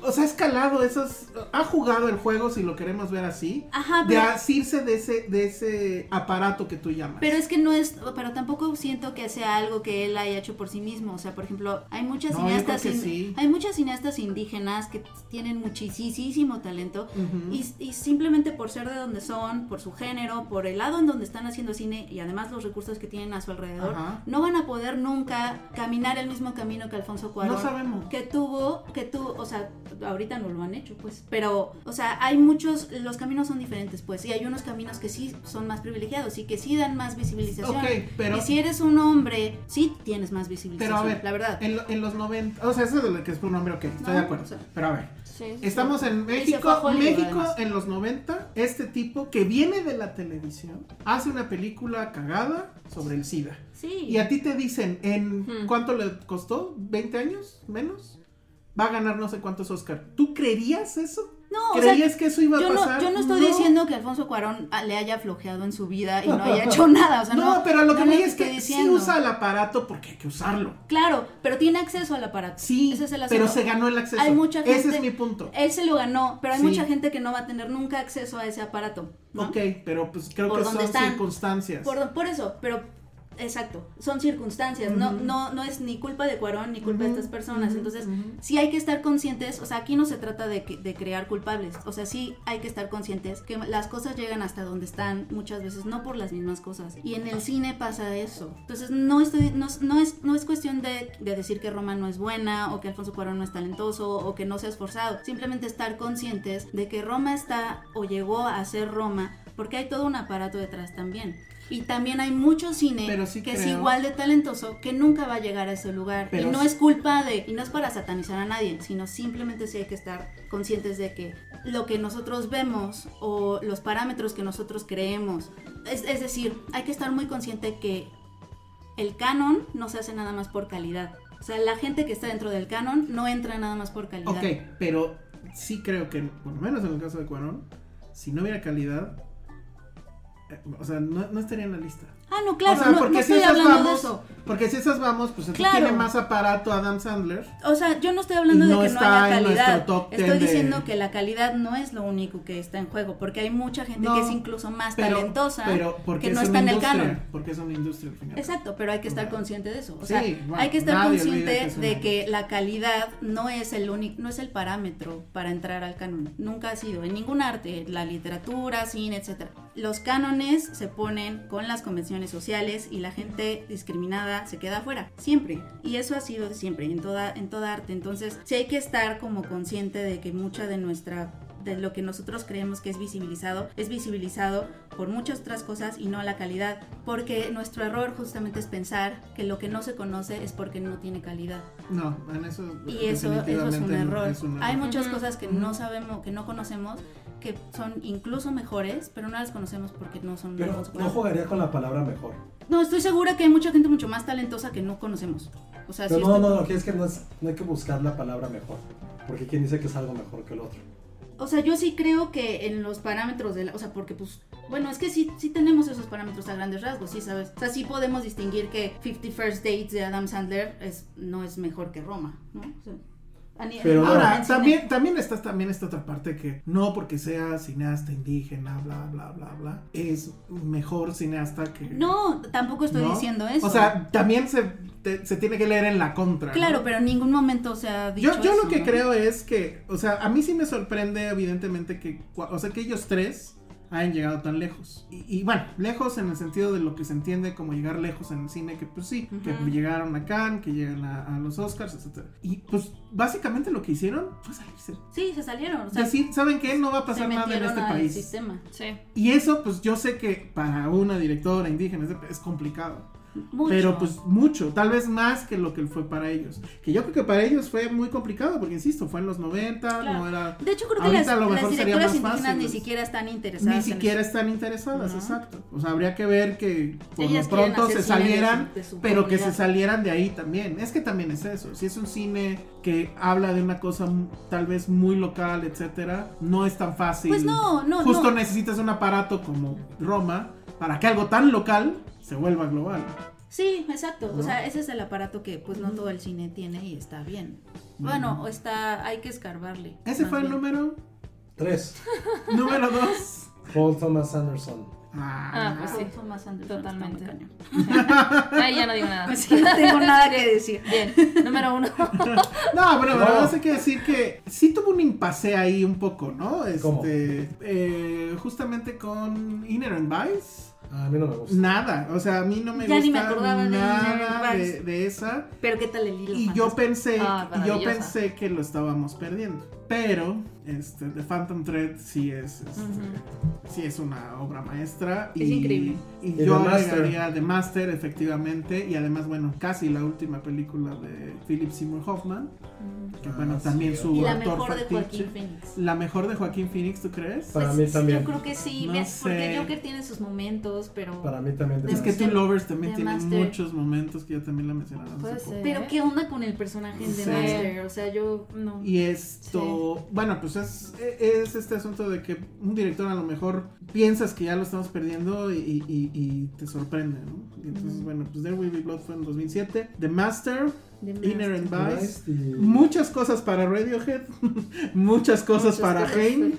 Speaker 3: O sea, ha escalado esas. Ha jugado el juego, si lo queremos ver así.
Speaker 4: Ajá,
Speaker 3: de
Speaker 4: pero-
Speaker 3: asirse de ese, de ese aparato que tú llamas.
Speaker 4: Pero es que no es, pero tampoco siento que sea algo que él haya hecho por sí mismo. O sea, por ejemplo, hay muchas
Speaker 3: No, yo
Speaker 4: cineastas,
Speaker 3: creo que
Speaker 4: in-
Speaker 3: sí.
Speaker 4: hay muchas cineastas indígenas que tienen muchísimo talento y, y simplemente por ser de donde son, por su género, por el lado en donde están haciendo cine y además los recursos que tienen a su alrededor,
Speaker 3: Ajá.
Speaker 4: no van a poder nunca caminar el mismo camino que Alfonso Cuarón,
Speaker 3: sabemos.
Speaker 4: que tuvo, que tuvo, o sea, ahorita no lo han hecho, pues. Pero, o sea, hay muchos, los caminos son diferentes, pues. Y hay unos caminos que sí son más privilegiados y que sí dan más visibilización.
Speaker 3: Ok, pero-
Speaker 4: Y si eres un hombre, sí tienes más
Speaker 3: Pero
Speaker 4: visibilización.
Speaker 3: a ver,
Speaker 4: la verdad.
Speaker 3: En, lo- en los 90, o sea, eso es de lo que es por un hombre, ok, estoy
Speaker 4: No,
Speaker 3: de acuerdo.
Speaker 4: o sea-
Speaker 3: pero a ver,
Speaker 6: Sí.
Speaker 3: estamos en
Speaker 4: fue
Speaker 3: México,
Speaker 4: a Hollywood,
Speaker 3: México
Speaker 4: además.
Speaker 3: en los 90, este tipo que viene de la televisión hace una película cagada sobre el SIDA.
Speaker 6: Sí.
Speaker 3: Y a ti te dicen, ¿en
Speaker 6: Hmm.
Speaker 3: cuánto le costó? ¿20 años? ¿Menos? Va a ganar no sé cuántos Oscar. ¿Tú creerías eso?
Speaker 4: No, o sea,
Speaker 3: ¿Creías que eso iba a
Speaker 4: yo no,
Speaker 3: pasar?
Speaker 4: yo no estoy diciendo que Alfonso Cuarón ah, le haya flojeado en su vida y no haya hecho nada. O sea,
Speaker 3: no,
Speaker 4: no,
Speaker 3: pero lo
Speaker 4: no
Speaker 3: que voy
Speaker 4: les
Speaker 3: es que
Speaker 4: estoy
Speaker 3: sí
Speaker 4: diciendo.
Speaker 3: usa el aparato porque hay que usarlo.
Speaker 4: Claro, pero tiene acceso al aparato.
Speaker 3: Sí,
Speaker 4: Ese es el
Speaker 3: pero
Speaker 4: asunto.
Speaker 3: se ganó el acceso.
Speaker 4: Hay mucha gente-
Speaker 3: Ese es mi punto.
Speaker 4: Él se lo ganó, pero hay
Speaker 3: Sí.
Speaker 4: mucha gente que no va a tener nunca acceso a ese aparato. ¿no?
Speaker 3: Ok, pero pues creo
Speaker 4: Por
Speaker 3: que son
Speaker 4: donde están.
Speaker 3: circunstancias.
Speaker 4: Por, por eso, pero exacto, son circunstancias, no, no, no es ni culpa de Cuarón ni culpa de estas personas. Entonces, sí hay que estar conscientes, o sea, aquí no se trata de, que- de crear culpables, o sea, sí hay que estar conscientes que las cosas llegan hasta donde están muchas veces, no por las mismas cosas. Y en el cine pasa eso. Entonces, no, estoy, no, no es, no es cuestión de, de decir que Roma no es buena o que Alfonso Cuarón no es talentoso o que no se ha esforzado, simplemente estar conscientes de que Roma está o llegó a ser Roma porque hay todo un aparato detrás también. Y también hay mucho cine
Speaker 3: Pero sí
Speaker 4: que es
Speaker 3: creo-
Speaker 4: igual de talentoso que nunca va a llegar a ese lugar.
Speaker 3: Pero
Speaker 4: y no
Speaker 3: sí-
Speaker 4: es culpa de, y no es para satanizar a nadie, sino simplemente sí hay que estar conscientes de que lo que nosotros vemos o los parámetros que nosotros creemos, es, es decir, hay que estar muy consciente que el canon no se hace nada más por calidad. O sea, la gente que está dentro del canon no entra nada más por calidad.
Speaker 3: Ok, pero sí creo que, por lo menos en el caso de Cuarón, si no hubiera calidad, eh, o sea, no, no estaría en la lista.
Speaker 4: Ah, no, claro,
Speaker 3: o sea,
Speaker 4: no, no estoy
Speaker 3: esas
Speaker 4: hablando de
Speaker 3: vamos,
Speaker 4: eso.
Speaker 3: Porque si esas vamos, pues entonces
Speaker 4: Claro.
Speaker 3: tiene más aparato Adam Sandler.
Speaker 4: O sea, yo no estoy hablando
Speaker 3: Y no
Speaker 4: de que no
Speaker 3: está
Speaker 4: haya
Speaker 3: en nuestro
Speaker 4: calidad.
Speaker 3: top 10
Speaker 4: Estoy
Speaker 3: de-
Speaker 4: diciendo que la calidad no es lo único que está en juego, porque hay mucha gente
Speaker 3: No,
Speaker 4: que es incluso más
Speaker 3: pero-
Speaker 4: talentosa
Speaker 3: pero porque
Speaker 4: que no
Speaker 3: es
Speaker 4: está
Speaker 3: una
Speaker 4: en el
Speaker 3: industria,
Speaker 4: canon.
Speaker 3: Porque es una industria al final.
Speaker 4: Exacto, pero hay que estar
Speaker 3: Claro.
Speaker 4: consciente de eso. O
Speaker 3: Sí,
Speaker 4: sea,
Speaker 3: bueno,
Speaker 4: hay que estar
Speaker 3: nadie olvida que
Speaker 4: consciente
Speaker 3: es una
Speaker 4: de que la calidad no es el único, no es el parámetro para entrar al canon. Nunca ha sido en ningún arte, la literatura, cine, etcétera. Los cánones se ponen con las convenciones sociales y la gente discriminada se queda afuera siempre. Y eso ha sido de siempre en toda en toda arte. Entonces, sí hay que estar como consciente de que mucha de nuestra de lo que nosotros creemos que es visibilizado, es visibilizado por muchas otras cosas y no la calidad, porque nuestro error justamente es pensar que lo que no se conoce es porque no tiene calidad.
Speaker 3: No, en eso.
Speaker 4: Y eso, eso es un
Speaker 3: definitivamente
Speaker 4: error.
Speaker 3: es un error.
Speaker 4: Hay muchas
Speaker 6: Ujú.
Speaker 4: cosas que no sabemos, que no conocemos, que son incluso mejores, pero no las conocemos porque no son
Speaker 2: Pero
Speaker 4: nuevos
Speaker 2: no
Speaker 4: cuadros.
Speaker 2: jugaría con la palabra mejor.
Speaker 4: No, estoy segura que hay mucha gente mucho más talentosa que no conocemos. O sea,
Speaker 2: Pero
Speaker 4: sí
Speaker 2: no,
Speaker 4: estoy-
Speaker 2: no, no, que es que no, es, no hay que buscar la palabra mejor. Porque quién dice que es algo mejor que el otro.
Speaker 4: O sea, yo sí creo que en los parámetros de la... O sea, porque pues... Bueno, es que sí, sí tenemos esos parámetros a grandes rasgos, sí, ¿sabes? O sea, sí podemos distinguir que 50 First Dates de Adam Sandler es, no es mejor que Roma, ¿no? O sea, a ni-
Speaker 2: Pero
Speaker 4: a nivel
Speaker 3: Ahora,
Speaker 4: cine.
Speaker 3: también, también está también esta otra parte que no porque sea cineasta indígena, bla, bla, bla, bla, es mejor cineasta que...
Speaker 4: No, tampoco estoy
Speaker 3: ¿no?
Speaker 4: diciendo eso.
Speaker 3: O sea, también se, te- se tiene que leer en la contra. ¿no?
Speaker 4: Claro, pero en ningún momento se ha dicho
Speaker 3: Yo, yo
Speaker 4: eso,
Speaker 3: lo que
Speaker 4: ¿no?
Speaker 3: creo es que, o sea, a mí sí me sorprende evidentemente que, cua- o sea, que ellos tres hayan llegado tan lejos. Y, y, bueno, lejos en el sentido de lo que se entiende como llegar lejos en el cine, que pues sí, que llegaron a Cannes, que llegan a, a los Oscars, etc. Y pues básicamente lo que hicieron fue salirse.
Speaker 4: Sí, se salieron. O sea,
Speaker 3: Decir, ¿saben qué? No va a
Speaker 4: se
Speaker 3: pasar nada en
Speaker 4: metieron
Speaker 3: este
Speaker 4: al
Speaker 3: país.
Speaker 4: sistema.
Speaker 6: Sí.
Speaker 3: Y eso, pues yo sé que para una directora indígena es- es complicado.
Speaker 4: Mucho.
Speaker 3: Pero pues mucho, tal vez más que lo que fue para ellos. Que yo creo que para ellos fue muy complicado, porque insisto, fue en los 90,
Speaker 4: Claro.
Speaker 3: no era...
Speaker 4: De hecho, creo que
Speaker 3: ahorita
Speaker 4: las,
Speaker 3: a lo
Speaker 4: las
Speaker 3: mejor sería
Speaker 4: directoras
Speaker 3: más
Speaker 4: indígenas
Speaker 3: fácil,
Speaker 4: ni
Speaker 3: pues.
Speaker 4: siquiera están interesadas.
Speaker 3: Ni
Speaker 4: en eso.
Speaker 3: siquiera están interesadas,
Speaker 4: No.
Speaker 3: exacto. O sea, habría que ver que por
Speaker 4: Ellas
Speaker 3: lo pronto
Speaker 4: quieren
Speaker 3: se
Speaker 4: hacer cine de su-
Speaker 3: salieran,
Speaker 4: de su
Speaker 3: pero que
Speaker 4: comunidad.
Speaker 3: se salieran de ahí también. Es que también es eso. Si es un cine que habla de una cosa m- tal vez muy local, etcétera, no es tan fácil.
Speaker 4: Pues no, no,
Speaker 3: Justo
Speaker 4: no.
Speaker 3: necesitas un aparato como Roma para que algo tan local se vuelva global.
Speaker 4: Sí, exacto.
Speaker 3: ¿No?
Speaker 4: O sea, ese es el aparato que pues no todo el cine tiene y está bien. Bueno, o está, hay que escarbarle.
Speaker 3: Ese
Speaker 4: más
Speaker 3: fue el
Speaker 4: bien.
Speaker 3: número
Speaker 2: Tres.
Speaker 3: número dos.
Speaker 2: Paul Thomas Anderson.
Speaker 3: Ah,
Speaker 6: Ah, pues
Speaker 4: Sí,
Speaker 6: Sí,
Speaker 4: Thomas Anderson está muy
Speaker 6: totalmente.
Speaker 4: cañón.
Speaker 6: Ahí ya no digo nada.
Speaker 4: Así que no tengo nada que decir.
Speaker 6: Bien, número uno.
Speaker 3: No, bueno,
Speaker 2: No.
Speaker 3: pero hay que decir que sí tuvo un impasse ahí un poco, ¿no? Este,
Speaker 2: ¿Cómo?
Speaker 3: eh, justamente con Inherent Vice.
Speaker 2: Ah, A mí no me gusta.
Speaker 3: Nada, o sea, a mí no me
Speaker 4: Ya
Speaker 3: gusta
Speaker 4: ni me acordaba de
Speaker 3: nada,
Speaker 4: Inherent
Speaker 3: de, de esa.
Speaker 4: Pero qué tal el hilo.
Speaker 3: Y yo pensé,
Speaker 4: Ah,
Speaker 3: y yo
Speaker 4: maravillosa.
Speaker 3: pensé que lo estábamos perdiendo. Pero este, The Phantom Thread sí es, este, sí es una obra maestra.
Speaker 4: Es
Speaker 3: y,
Speaker 4: increíble.
Speaker 3: Y,
Speaker 2: The
Speaker 3: yo
Speaker 2: Master.
Speaker 3: agregaría The Master, efectivamente. Y además, bueno, casi la última película de Philip Seymour Hoffman. Que
Speaker 2: Ah,
Speaker 3: bueno,
Speaker 2: sí.
Speaker 3: también su
Speaker 4: Mm. Y la
Speaker 3: actor
Speaker 4: mejor de
Speaker 3: fetiche.
Speaker 4: Joaquín Phoenix.
Speaker 3: La mejor de Joaquín Phoenix, ¿tú crees?
Speaker 2: Para
Speaker 4: Pues,
Speaker 2: mí también.
Speaker 4: Yo creo que sí,
Speaker 3: No
Speaker 4: me-
Speaker 3: sé.
Speaker 4: porque Joker tiene sus momentos, pero.
Speaker 2: Para mí también.
Speaker 3: Es que
Speaker 2: demasiado.
Speaker 3: Two Lovers también
Speaker 4: The
Speaker 3: tiene
Speaker 4: Master.
Speaker 3: muchos momentos que yo también la mencionaba. hace
Speaker 5: Puede
Speaker 3: poco.
Speaker 5: ser.
Speaker 6: ¿eh?
Speaker 4: Pero qué onda con el personaje de
Speaker 3: Sí.
Speaker 4: Master, o sea, yo no.
Speaker 3: Y esto, bueno, pues es, es este asunto de que un director a lo mejor piensas que ya lo estamos perdiendo y, y- y te sorprende, ¿no? Y entonces, bueno, pues There Will Be Blood fue en 2007, The Master,
Speaker 4: De
Speaker 3: Inner
Speaker 4: Master.
Speaker 3: and Vice.
Speaker 2: Nice y-
Speaker 3: Muchas cosas para Radiohead, muchas
Speaker 4: Muchas
Speaker 3: cosas para
Speaker 4: cosas.
Speaker 3: Haim,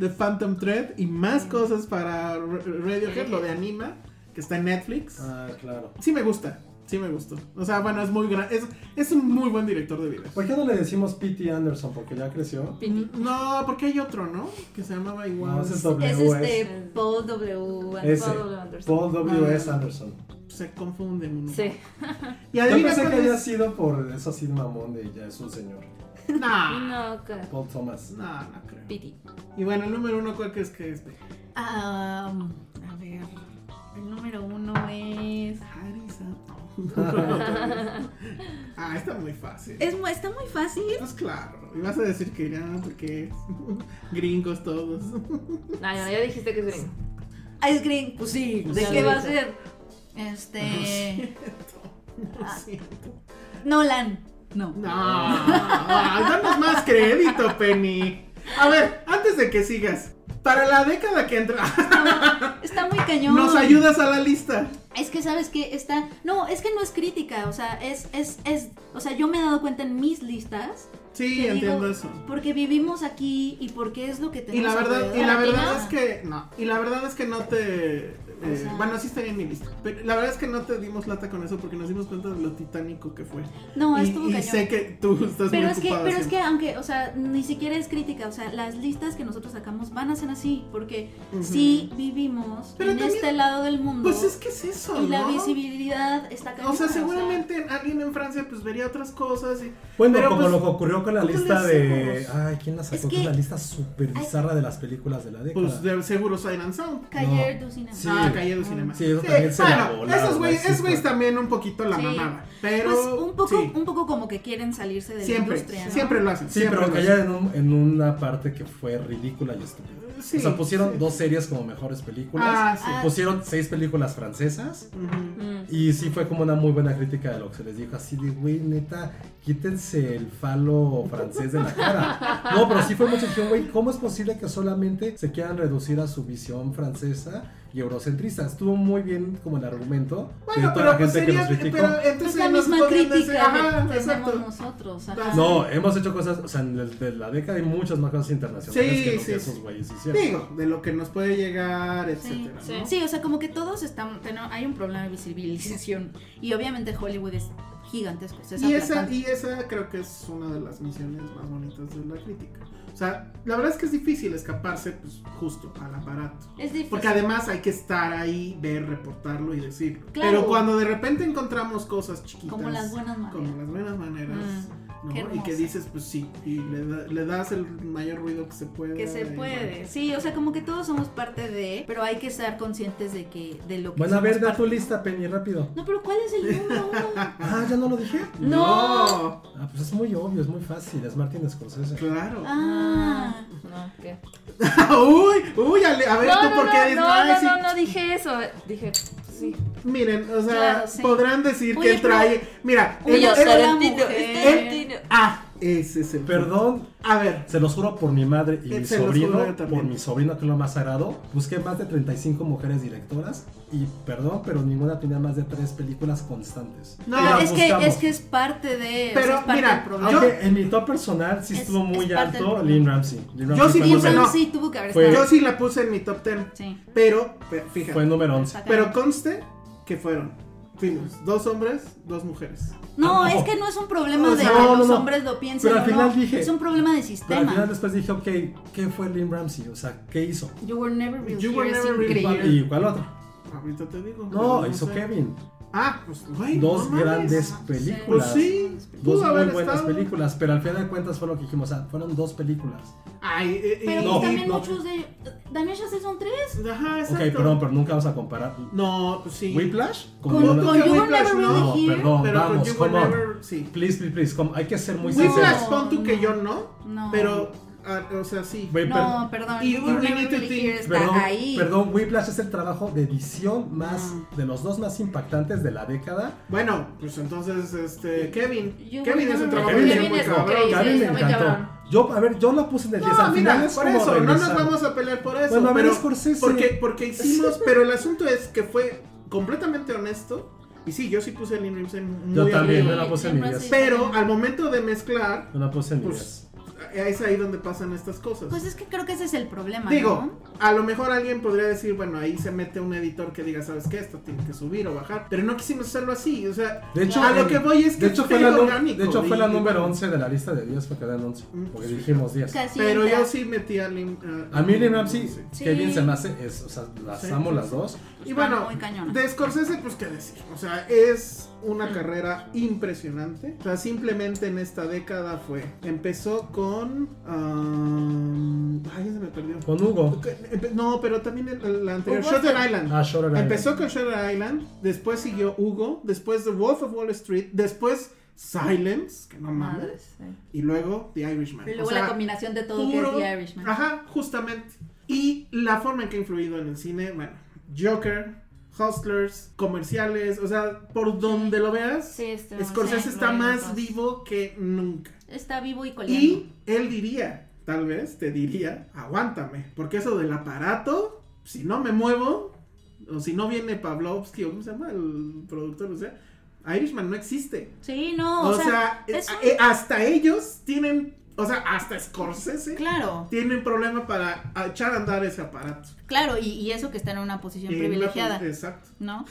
Speaker 3: The Phantom Thread y más cosas para Ra- Radiohead, lo de Anima, que está en Netflix.
Speaker 2: Ah, claro.
Speaker 3: Sí me gusta, sí me gustó. O sea, bueno, es muy gran, es, es un muy buen director de videos.
Speaker 2: ¿Por qué no le decimos P.T. Anderson? Porque ya creció.
Speaker 4: Pini.
Speaker 3: Mm, No, porque hay otro, ¿no? Que se llamaba igual.
Speaker 2: No, ese es W.
Speaker 4: Es este Paul W.
Speaker 2: Ese.
Speaker 4: Paul W. Anderson.
Speaker 2: Paul W.
Speaker 3: Ah.
Speaker 2: S. Anderson.
Speaker 3: Se confunden uno.
Speaker 4: Sí.
Speaker 3: Y
Speaker 2: Yo
Speaker 3: adivina
Speaker 2: pensé que
Speaker 3: cuál
Speaker 2: había
Speaker 3: es.
Speaker 2: sido por eso así mamón de ya es un señor.
Speaker 3: No, no,
Speaker 6: No, ok.
Speaker 2: Paul Thomas.
Speaker 3: no creo.
Speaker 4: Piti.
Speaker 3: Y bueno, el número uno, ¿cuál crees que es?
Speaker 4: Am, a ver. El número uno es.
Speaker 3: ah, está muy fácil.
Speaker 4: es mu- está muy fácil.
Speaker 3: Pues claro. Y vas a decir que ya, porque es gringos todos.
Speaker 6: No, no, ya dijiste que es gringo.
Speaker 4: Ice Green, pues sí. ¿De
Speaker 3: ya
Speaker 4: qué
Speaker 3: lo
Speaker 4: va a
Speaker 3: dijo.
Speaker 4: ser? Este.
Speaker 3: Lo
Speaker 4: Ah.
Speaker 3: siento.
Speaker 4: Nolan. No.
Speaker 3: No, ay, danos más crédito, Penny. A ver, antes de que sigas, para la década que entra,
Speaker 4: Está muy cañón.
Speaker 3: nos ayudas a la lista.
Speaker 4: Es que sabes que está. No, es que no es crítica. O sea, es, es, es. O sea, yo me he dado cuenta en mis listas.
Speaker 3: Sí,
Speaker 4: que
Speaker 3: entiendo
Speaker 4: digo,
Speaker 3: eso.
Speaker 4: Porque vivimos aquí y porque es lo que
Speaker 3: Y
Speaker 4: tenemos.
Speaker 3: la verdad, y la
Speaker 4: alrededor.
Speaker 3: verdad
Speaker 4: Ajá.
Speaker 3: es que no, y la verdad es que no te eh,
Speaker 4: O sea-
Speaker 3: bueno sí estaría en mi lista. Pero la verdad es que no te dimos lata con eso porque nos dimos cuenta de lo titánico que fue.
Speaker 4: No,
Speaker 3: y,
Speaker 4: estuvo
Speaker 3: y
Speaker 4: cañón.
Speaker 3: sé que tú estás
Speaker 4: Pero
Speaker 3: muy
Speaker 4: es que,
Speaker 3: ocupada
Speaker 4: pero es que
Speaker 3: siempre.
Speaker 4: aunque, o sea, ni siquiera es crítica, o sea, las listas que nosotros sacamos van a ser así, porque sí vivimos
Speaker 3: Pero
Speaker 4: en
Speaker 3: también-
Speaker 4: este lado del mundo
Speaker 3: Pues es que es eso,
Speaker 4: y la
Speaker 3: ¿no?
Speaker 4: visibilidad está cañona.
Speaker 3: O sea, seguramente alguien en Francia pues vería otras cosas y
Speaker 2: Bueno,
Speaker 3: Pero,
Speaker 2: como
Speaker 3: pues,
Speaker 2: lo que ocurrió con la
Speaker 3: ¿cómo le
Speaker 2: lista de.
Speaker 3: hacemos?
Speaker 2: Ay, ¿quién la sacó?
Speaker 4: Es
Speaker 2: Que Es
Speaker 4: que-
Speaker 2: la lista súper bizarra de las películas de la década.
Speaker 3: pues de seguro Siren Sound.
Speaker 4: Cayer
Speaker 2: No.
Speaker 4: du cinema.
Speaker 2: Sí.
Speaker 3: Ah, Calle de Cinema.
Speaker 2: Sí, eso también se la
Speaker 3: bueno,
Speaker 2: volaron,
Speaker 3: esos güeyes,
Speaker 2: así
Speaker 3: esos güeyes
Speaker 2: fue.
Speaker 3: también un poquito la
Speaker 4: Sí.
Speaker 3: mamada. Pero
Speaker 4: Pues un poco,
Speaker 3: sí,
Speaker 4: un poco como que quieren salirse de la
Speaker 3: siempre,
Speaker 4: industria. ¿no?
Speaker 3: siempre lo hacen.
Speaker 2: Sí,
Speaker 3: siempre
Speaker 2: pero
Speaker 3: lo
Speaker 2: caía
Speaker 3: hacen.
Speaker 2: en, un- en una parte que fue ridícula y estúpida.
Speaker 3: Sí,
Speaker 2: o sea, pusieron
Speaker 3: sí.
Speaker 2: dos series como mejores películas.
Speaker 3: Ah, sí.
Speaker 4: Ah.
Speaker 2: Pusieron seis películas francesas.
Speaker 3: Ujú.
Speaker 2: Y sí fue como una muy buena crítica de lo que se les dijo, así de, güey, neta, quítense el falo francés de la cara. No, pero sí fue mucho, dijeron, güey, ¿cómo es posible que solamente se quieran reducir a su visión francesa y eurocentrista? Estuvo muy bien como el argumento
Speaker 3: Bueno,
Speaker 2: de toda
Speaker 3: pero
Speaker 2: la gente
Speaker 3: pues sería,
Speaker 2: que nos criticó.
Speaker 3: pero entonces
Speaker 4: Es la
Speaker 3: nos
Speaker 4: misma
Speaker 3: podrían
Speaker 4: crítica
Speaker 3: decir,
Speaker 4: que
Speaker 3: ajá,
Speaker 4: tenemos
Speaker 3: exacto.
Speaker 4: nosotros. ajá.
Speaker 3: Vas-
Speaker 2: No, hemos hecho cosas, o sea, en el- de la década hay muchas más cosas internacionales
Speaker 3: Sí,
Speaker 2: que lo
Speaker 3: sí,
Speaker 2: que esos
Speaker 3: sí.
Speaker 2: güeyes hicieron.
Speaker 3: Digo, de lo que nos puede llegar,
Speaker 4: Sí,
Speaker 3: etcétera.
Speaker 4: sí.
Speaker 3: ¿no?
Speaker 4: Sí, o sea, como que todos estamos, tenemos- hay un problema de visibilización y obviamente Hollywood es gigantesco. o sea, es
Speaker 3: Y esa,
Speaker 4: aplastante.
Speaker 3: y esa creo que es una de las misiones más bonitas de la crítica. O sea, la verdad es que es difícil escaparse pues, justo al aparato.
Speaker 4: es difícil.
Speaker 3: Porque además hay que estar ahí, ver, reportarlo y decirlo.
Speaker 4: Claro.
Speaker 3: Pero cuando de repente encontramos cosas chiquitas.
Speaker 4: Como las buenas maneras. Mm,
Speaker 3: como las buenas maneras. ¿no?
Speaker 4: qué
Speaker 3: Y que
Speaker 4: hermoso.
Speaker 3: dices, pues sí, y le, da- le das el mayor ruido que se puede.
Speaker 4: Que se puede, sí, o sea, como que todos somos parte de, pero hay que estar conscientes de que de lo que
Speaker 2: Bueno, a
Speaker 4: somos
Speaker 2: ver, da
Speaker 4: parte.
Speaker 2: tu lista, Penny, rápido.
Speaker 4: No, pero ¿cuál es el número uno?
Speaker 2: Ah, ¿ya no lo dije?
Speaker 3: ¡No!
Speaker 2: Ah, pues es muy obvio, es muy fácil, es Martin Scorsese.
Speaker 3: Claro.
Speaker 4: Ah,
Speaker 6: No, ¿qué?
Speaker 3: uy, uy, Ale, a ver
Speaker 6: No,
Speaker 3: tú
Speaker 6: no,
Speaker 3: por qué
Speaker 6: no,
Speaker 3: dices,
Speaker 6: no,
Speaker 3: "Ay,
Speaker 6: no,
Speaker 3: sí".
Speaker 6: no, no dije eso. Dije, sí.
Speaker 3: Miren, o sea,
Speaker 4: Claro, sí.
Speaker 3: podrán decir
Speaker 4: Oye,
Speaker 3: que
Speaker 4: pero-
Speaker 3: trae. Mira,
Speaker 4: Oye,
Speaker 3: él-
Speaker 4: yo
Speaker 3: él-
Speaker 4: soy- este
Speaker 2: Em,
Speaker 3: ah, ese es el
Speaker 2: Perdón,
Speaker 3: A ver,
Speaker 2: Se los juro por mi madre y
Speaker 3: Eh,
Speaker 2: mi
Speaker 3: se los juro
Speaker 2: sobrino,
Speaker 3: yo también.
Speaker 2: por mi sobrino que es lo más sagrado, busqué más de 35 mujeres directoras y perdón, pero ninguna tenía más de tres películas constantes.
Speaker 3: No,
Speaker 2: Y las
Speaker 4: es que
Speaker 2: buscamos.
Speaker 4: es que es parte de, o sea,
Speaker 3: Pero,
Speaker 4: es parte
Speaker 3: mira,
Speaker 4: del problema.
Speaker 3: yo-
Speaker 2: Aunque en mi top personal sí
Speaker 4: Es-
Speaker 2: estuvo muy
Speaker 4: es parte del
Speaker 2: alto
Speaker 4: problema.
Speaker 2: Lynn Ramsey. Lynn
Speaker 3: Yo
Speaker 2: Ramsey
Speaker 3: sí
Speaker 2: fue
Speaker 3: puse,
Speaker 2: número-
Speaker 3: no.
Speaker 4: sí tuvo que haber
Speaker 2: Fue-
Speaker 4: estado.
Speaker 3: yo sí la puse en mi top 10.
Speaker 4: Sí.
Speaker 3: Pero, pe- fíjate.
Speaker 2: Fue número 11.
Speaker 3: pero conste que fueron. Fuimos dos hombres, dos mujeres.
Speaker 4: No,
Speaker 2: No.
Speaker 4: es que no es un problema
Speaker 2: O
Speaker 4: de
Speaker 2: sea,
Speaker 4: que
Speaker 2: no,
Speaker 4: los
Speaker 2: no, no.
Speaker 4: hombres lo piensen
Speaker 2: Pero al
Speaker 4: o
Speaker 2: final
Speaker 4: no.
Speaker 2: dije-
Speaker 4: es un problema de
Speaker 2: Pero al final
Speaker 4: sistema.
Speaker 2: después dije, ok, ¿qué fue Lynn Ramsey? O sea, ¿qué hizo?
Speaker 4: You were never real
Speaker 3: You were
Speaker 4: here es
Speaker 3: never real
Speaker 4: increíble.
Speaker 3: here.
Speaker 2: ¿Y cuál otro?
Speaker 3: Ahorita te digo.
Speaker 2: No,
Speaker 3: pero
Speaker 2: hizo
Speaker 3: sé.
Speaker 2: Kevin.
Speaker 3: Ah, pues, güey.
Speaker 2: Dos
Speaker 3: no mames.
Speaker 2: grandes
Speaker 3: Pues
Speaker 2: películas.
Speaker 3: sí,
Speaker 2: Dos
Speaker 3: pudo
Speaker 2: muy
Speaker 3: haber
Speaker 2: buenas
Speaker 3: estado.
Speaker 2: películas, pero al final de cuentas fue lo que dijimos, o sea, fueron dos películas.
Speaker 3: Ay, eh, eh,
Speaker 6: Pero
Speaker 3: y-
Speaker 4: pues
Speaker 2: No,
Speaker 6: también
Speaker 2: no.
Speaker 6: muchos de ellos. Daniel Chazelle son tres.
Speaker 3: Ajá,
Speaker 2: Ok,
Speaker 3: exacto.
Speaker 2: perdón, pero nunca vamos a comparar
Speaker 3: No, pues sí.
Speaker 2: Whiplash con,
Speaker 6: Con-
Speaker 2: Lola-
Speaker 6: con You Were
Speaker 3: Whiplash,
Speaker 6: Never Really
Speaker 3: no,
Speaker 6: Here.
Speaker 2: perdón,
Speaker 3: pero
Speaker 2: vamos,
Speaker 3: con You
Speaker 2: come
Speaker 3: Were
Speaker 2: on.
Speaker 3: Never, sí.
Speaker 2: Please, please, please, come- hay que ser muy
Speaker 3: Whiplash,
Speaker 2: sinceros.
Speaker 3: pon tú que yo no,
Speaker 4: No.
Speaker 3: pero, ah, o sea, sí.
Speaker 2: Güey,
Speaker 4: No, perdón.
Speaker 3: Y
Speaker 4: You
Speaker 3: We
Speaker 4: Never
Speaker 3: Need to
Speaker 4: Really
Speaker 3: Think,
Speaker 4: Here está
Speaker 2: Perdón,
Speaker 4: ahí.
Speaker 2: perdón, Whiplash es el trabajo de edición más de los dos más impactantes de la década.
Speaker 3: Bueno, pues entonces, este, Kevin.
Speaker 4: You
Speaker 3: Kevin
Speaker 4: Were
Speaker 3: es un
Speaker 4: Never
Speaker 3: trabajo
Speaker 4: Really
Speaker 3: de
Speaker 4: Kevin
Speaker 3: muy
Speaker 4: es
Speaker 3: cabrón.
Speaker 4: ok,
Speaker 2: Kevin
Speaker 4: sí,
Speaker 2: me
Speaker 4: está muy
Speaker 2: encantó.
Speaker 4: cabrón.
Speaker 2: Yo, a ver, yo la puse en el 10.
Speaker 3: No,
Speaker 2: Al final
Speaker 3: mira,
Speaker 2: es
Speaker 3: por
Speaker 2: como
Speaker 3: eso, no nos
Speaker 2: regresar.
Speaker 3: vamos a pelear por eso.
Speaker 2: Bueno, Pues, a ver,
Speaker 3: pero
Speaker 2: Scorsese.
Speaker 3: Porque, porque hicimos, pero el asunto es que fue completamente honesto. Y sí, yo sí puse el Inrimse muy
Speaker 2: Yo también,
Speaker 3: arriba.
Speaker 2: no la puse en mi
Speaker 4: Siempre
Speaker 2: 10.
Speaker 4: así.
Speaker 3: Pero al momento de mezclar,
Speaker 2: No la puse en mi
Speaker 3: Pues,
Speaker 2: 10.
Speaker 3: es ahí donde pasan estas cosas.
Speaker 4: Pues es que creo que ese es el problema.
Speaker 3: Digo,
Speaker 4: ¿no?
Speaker 3: a lo mejor alguien podría decir, bueno, ahí se mete un editor que diga, ¿sabes qué? Esto tiene que subir o bajar. Pero no quisimos hacerlo así. O sea,
Speaker 2: De hecho,
Speaker 3: a lo
Speaker 2: en-
Speaker 3: que voy es que
Speaker 2: De hecho, fue
Speaker 3: esté
Speaker 2: la, nu-
Speaker 3: orgánico,
Speaker 2: de hecho, fue
Speaker 3: y-
Speaker 2: la número 11 de la lista de 10, fue quedó en 11.
Speaker 3: Mm,
Speaker 2: Porque
Speaker 3: sí.
Speaker 2: dijimos 10.
Speaker 4: Casi
Speaker 3: Pero
Speaker 4: entra.
Speaker 3: yo sí metí a Lim. a-
Speaker 2: A mí Lim Ramsey,
Speaker 4: Sí.
Speaker 2: qué bien se me hace, es, o sea, las
Speaker 3: Sí,
Speaker 2: amo
Speaker 3: sí,
Speaker 2: las dos.
Speaker 3: Y bueno,
Speaker 4: Pues Muy cañona.
Speaker 3: de Scorsese, pues qué decir. O sea, es una
Speaker 4: Mm.
Speaker 3: carrera impresionante. O sea, simplemente en esta década fue. Empezó con. ah, ay, ya se me perdió.
Speaker 2: Con Hugo,
Speaker 3: Empe- No, pero también el- la anterior.
Speaker 6: Hugo
Speaker 3: Shutter
Speaker 6: es-
Speaker 3: Island.
Speaker 2: Ah, Shutter Island.
Speaker 3: Empezó con Shutter Island. Después siguió Hugo. Después The Wolf of Wall Street. Después Silence, que no mames.
Speaker 4: Madres, sí.
Speaker 3: Y luego The Irishman.
Speaker 4: Y
Speaker 3: O
Speaker 4: luego
Speaker 3: sea,
Speaker 4: la combinación de todo que es
Speaker 3: puro- ah.
Speaker 4: The Irishman.
Speaker 3: Ajá, justamente. Y la forma en que ha influido en el cine, bueno, Joker, Hustlers, comerciales, o sea, por donde lo veas,
Speaker 6: Sí, este,
Speaker 3: Scorsese
Speaker 4: sí,
Speaker 3: está
Speaker 4: lo
Speaker 3: más
Speaker 4: vemos.
Speaker 3: vivo que nunca.
Speaker 4: Está vivo y coleando.
Speaker 3: Y él diría, tal vez, te diría, aguántame, porque eso del aparato, si no me muevo, o si no viene Pavlovsky, o cómo se llama el productor, o sea, Irishman no existe.
Speaker 4: Sí, no,
Speaker 3: O,
Speaker 4: o,
Speaker 3: sea,
Speaker 4: es
Speaker 3: eh,
Speaker 4: un-
Speaker 3: eh, hasta ellos tienen, o sea, hasta Scorsese
Speaker 4: Claro,
Speaker 3: tienen problema para echar a andar ese aparato.
Speaker 4: claro, y, y eso que está en una posición
Speaker 3: Y
Speaker 4: privilegiada.
Speaker 3: la- Exacto.
Speaker 4: ¿no?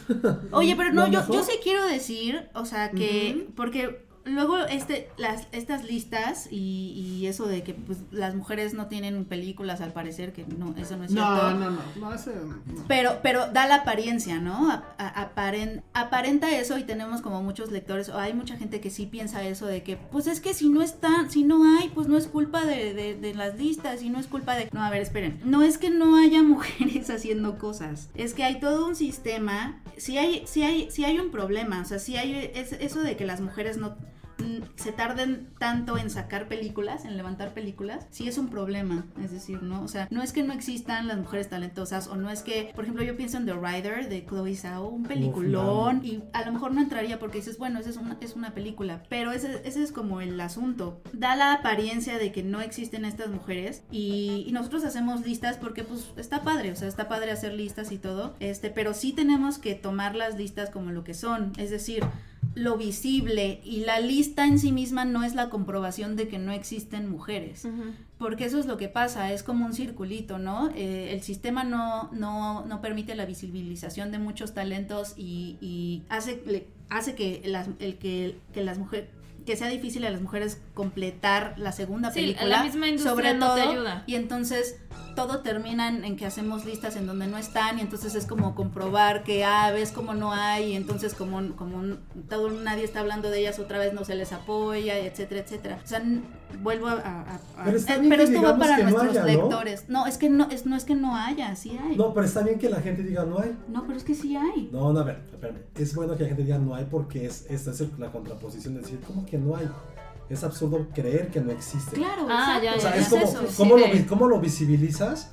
Speaker 4: Oye, pero no,
Speaker 2: Lo
Speaker 4: yo,
Speaker 2: mejor.
Speaker 4: yo sí quiero decir, o sea, que,
Speaker 3: Ujú.
Speaker 4: porque luego este, las, estas listas y, y eso de que pues, las mujeres no tienen películas, al parecer, que no, eso no es cierto.
Speaker 3: No, no, no. No, ese no.
Speaker 4: Pero, pero da la apariencia, ¿no? A- a- aparen- aparenta eso y tenemos como muchos lectores, o hay mucha gente que sí piensa eso de que, pues es que si no está, si no hay, pues no es culpa de, de- de las listas, y no es culpa de... No, a ver, esperen. No es que no haya mujeres haciendo cosas, es que hay todo un sistema, si hay, si hay, si hay un problema, o sea, si hay es- eso de que las mujeres no mm, se tarden tanto en sacar películas, en levantar películas, sí es un problema. Es decir, ¿no? O sea, no es que no existan las mujeres talentosas o no es que, por ejemplo, yo pienso en The Rider de Chloe Zhao, un peliculón, y a lo mejor no entraría porque dices, bueno, esa es una, es una película, pero ese, ese es como el asunto. Da la apariencia de que no existen estas mujeres y, y nosotros hacemos listas porque pues está padre, o sea, está padre hacer listas y todo, este, pero sí tenemos que tomar las listas como lo que son, es decir, lo visible y la lista en sí misma no es la comprobación de que no existen mujeres. Porque eso es lo que pasa, es como un circulito, ¿no? Eh, el sistema no, no, no permite la visibilización de muchos talentos y, y hace, le- hace que, las, el, que, que las mujeres que sea difícil a las mujeres completar la segunda
Speaker 6: Sí, la
Speaker 4: película,
Speaker 6: misma industria no te ayuda.
Speaker 4: y entonces todo termina en, en que hacemos listas en donde no están y entonces es como comprobar que ah, ves como no hay y entonces como, como n- todo nadie está hablando de ellas otra vez no se les apoya y etcétera, etcétera. O sea, n- vuelvo a... a- a-
Speaker 2: Pero está
Speaker 4: eh,
Speaker 2: bien que
Speaker 4: esto va
Speaker 2: digamos
Speaker 4: para
Speaker 2: que no
Speaker 4: nuestros
Speaker 2: haya, ¿no?
Speaker 4: lectores. ¿no? es que no es, no es que no haya, sí hay. No,
Speaker 2: No, pero está bien que la gente diga no hay.
Speaker 4: pero es que sí hay.
Speaker 2: No, no, a ver, espérame. Es bueno que la gente diga no hay porque es, esta es el- la contraposición de decir, ¿cómo que no hay? Es absurdo creer que no existe.
Speaker 4: Claro,
Speaker 6: Ah,
Speaker 4: exacto,
Speaker 6: ya,
Speaker 2: o sea,
Speaker 6: ya,
Speaker 2: es
Speaker 6: ya,
Speaker 2: como,
Speaker 6: eso, sí,
Speaker 2: ¿cómo, lo,
Speaker 6: de-
Speaker 2: vi- cómo lo visibilizas?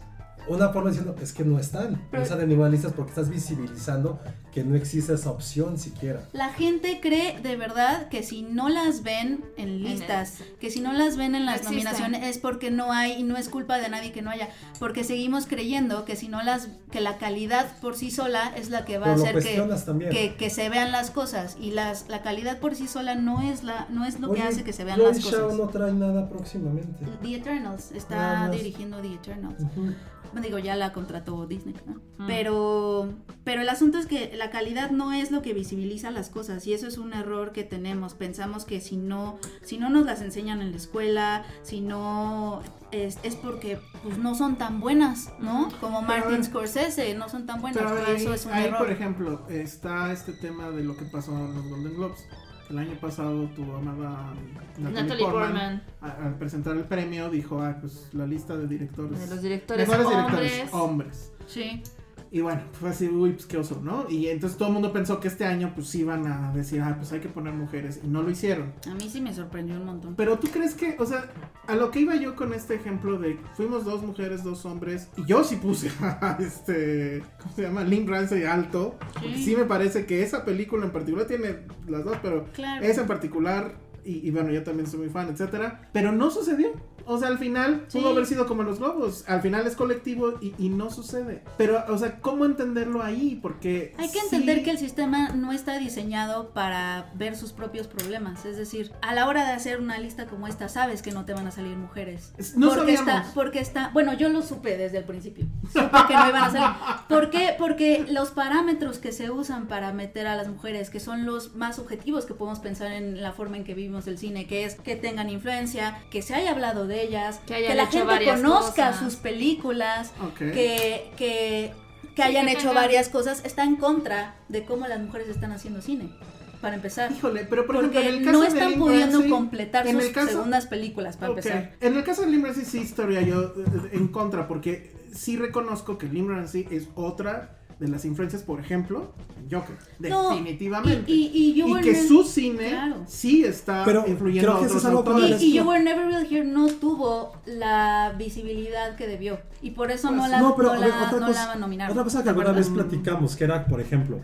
Speaker 2: Una forma diciendo, es que no están. No salen ninguna lista porque estás visibilizando que no existe esa opción siquiera.
Speaker 4: La gente cree de verdad que si no las ven en listas, que si no las ven en las
Speaker 6: Existen.
Speaker 4: nominaciones es porque no hay y no es culpa de nadie que no haya, porque seguimos creyendo que si no las que la calidad por sí sola es la que va
Speaker 2: Pero lo
Speaker 4: a hacer que,
Speaker 2: cuestionas también.
Speaker 4: que, que se vean las cosas y las la calidad por sí sola no es la no es lo
Speaker 2: Oye,
Speaker 4: que hace que se vean
Speaker 2: Joy
Speaker 4: las
Speaker 2: Shaw
Speaker 4: cosas.
Speaker 2: no trae nada próximamente.
Speaker 4: The Eternals
Speaker 2: Nada
Speaker 4: está
Speaker 2: más.
Speaker 4: dirigiendo The Eternals.
Speaker 2: Ujú.
Speaker 4: Bueno, digo, ya la contrató Disney, ¿no? Pero, pero el asunto es que la calidad no es lo que visibiliza las cosas y eso es un error que tenemos. Pensamos que si no, si no nos las enseñan en la escuela, si no es, es porque pues, no son tan buenas, ¿no? Como Martin
Speaker 3: ver-
Speaker 4: Scorsese, no son tan buenas.
Speaker 3: Pero a ver,
Speaker 4: y
Speaker 3: ahí,
Speaker 4: eso es un
Speaker 3: ahí,
Speaker 4: error.
Speaker 3: por ejemplo, está este tema de lo que pasó en los Golden Globes. El año pasado tu amada Natalie,
Speaker 7: Natalie
Speaker 3: Portman,
Speaker 7: Portman.
Speaker 3: a- al presentar el premio, dijo, ah, pues la lista de directores.
Speaker 7: De los directores
Speaker 3: mejores
Speaker 7: hombres.
Speaker 3: directores hombres.
Speaker 7: Sí.
Speaker 3: Y bueno, fue así, uy, pues qué oso, ¿no? Y entonces todo el mundo pensó que este año pues iban a decir, ah, pues hay que poner mujeres. Y no lo hicieron.
Speaker 4: A mí sí me sorprendió un montón.
Speaker 3: Pero tú crees que, o sea, a lo que iba yo con este ejemplo de fuimos dos mujeres, dos hombres, y yo sí puse a este, ¿cómo se llama? Link Ramsey alto. porque Sí.
Speaker 4: Sí.
Speaker 3: me parece que esa película en particular tiene las dos, pero
Speaker 4: Claro.
Speaker 3: esa en particular, y, y bueno, yo también soy muy fan, etcétera, pero no sucedió. O sea, al final
Speaker 4: Sí.
Speaker 3: pudo haber sido como los globos, al final es colectivo y, y no sucede. Pero, o sea, ¿cómo entenderlo ahí? Porque.
Speaker 4: Hay que
Speaker 3: sí-
Speaker 4: entender que el sistema no está diseñado para ver sus propios problemas. Es decir, a la hora de hacer una lista como esta, sabes que no te van a salir mujeres.
Speaker 3: Es- no
Speaker 4: porque
Speaker 3: sabíamos.
Speaker 4: está, porque está. Bueno, yo lo supe desde el principio. Supe que no iban a salir. ¿Por qué? Porque los parámetros que se usan para meter a las mujeres, que son los más subjetivos que podemos pensar en la forma en que vivimos el cine, que es que tengan influencia, que se haya hablado de ellas,
Speaker 7: Que hayan
Speaker 4: la
Speaker 7: hecho
Speaker 4: gente
Speaker 7: varias
Speaker 4: conozca
Speaker 7: cosas.
Speaker 4: sus películas,
Speaker 3: Ok.
Speaker 4: que, que, que
Speaker 7: Sí,
Speaker 4: hayan
Speaker 7: que
Speaker 4: hecho
Speaker 7: tengan-
Speaker 4: varias cosas está en contra de cómo las mujeres están haciendo cine, para empezar.
Speaker 3: Híjole, pero por
Speaker 4: porque
Speaker 3: ejemplo, en el caso
Speaker 4: no
Speaker 3: de
Speaker 4: están
Speaker 3: Lynn
Speaker 4: pudiendo
Speaker 3: Ramsey,
Speaker 4: completar
Speaker 3: en
Speaker 4: sus
Speaker 3: el caso-
Speaker 4: segundas películas, para
Speaker 3: Ok.
Speaker 4: empezar.
Speaker 3: En el caso de Lim Ramsey sí estaría yo eh, en contra, porque sí reconozco que Lim Ramsey es otra de las influencias, por ejemplo, en Joker.
Speaker 4: No,
Speaker 3: definitivamente.
Speaker 4: y- y- y you were
Speaker 3: que
Speaker 4: never-
Speaker 3: su cine
Speaker 4: claro.
Speaker 3: sí está
Speaker 8: Pero
Speaker 3: influyendo
Speaker 8: creo que
Speaker 3: a
Speaker 8: eso
Speaker 3: otros
Speaker 8: es algo
Speaker 3: autores.
Speaker 8: como
Speaker 4: Y, y You Were Never Real Here no tuvo la visibilidad que debió. Y por
Speaker 3: Ah,
Speaker 4: eso no la,
Speaker 8: no, pero
Speaker 4: no
Speaker 8: a ver,
Speaker 4: la-
Speaker 8: otra,
Speaker 4: no
Speaker 8: cosa,
Speaker 4: la nominaron.
Speaker 8: otra cosa que
Speaker 4: ¿te
Speaker 8: alguna vez
Speaker 4: acuerdas?
Speaker 8: platicamos, que era, por ejemplo,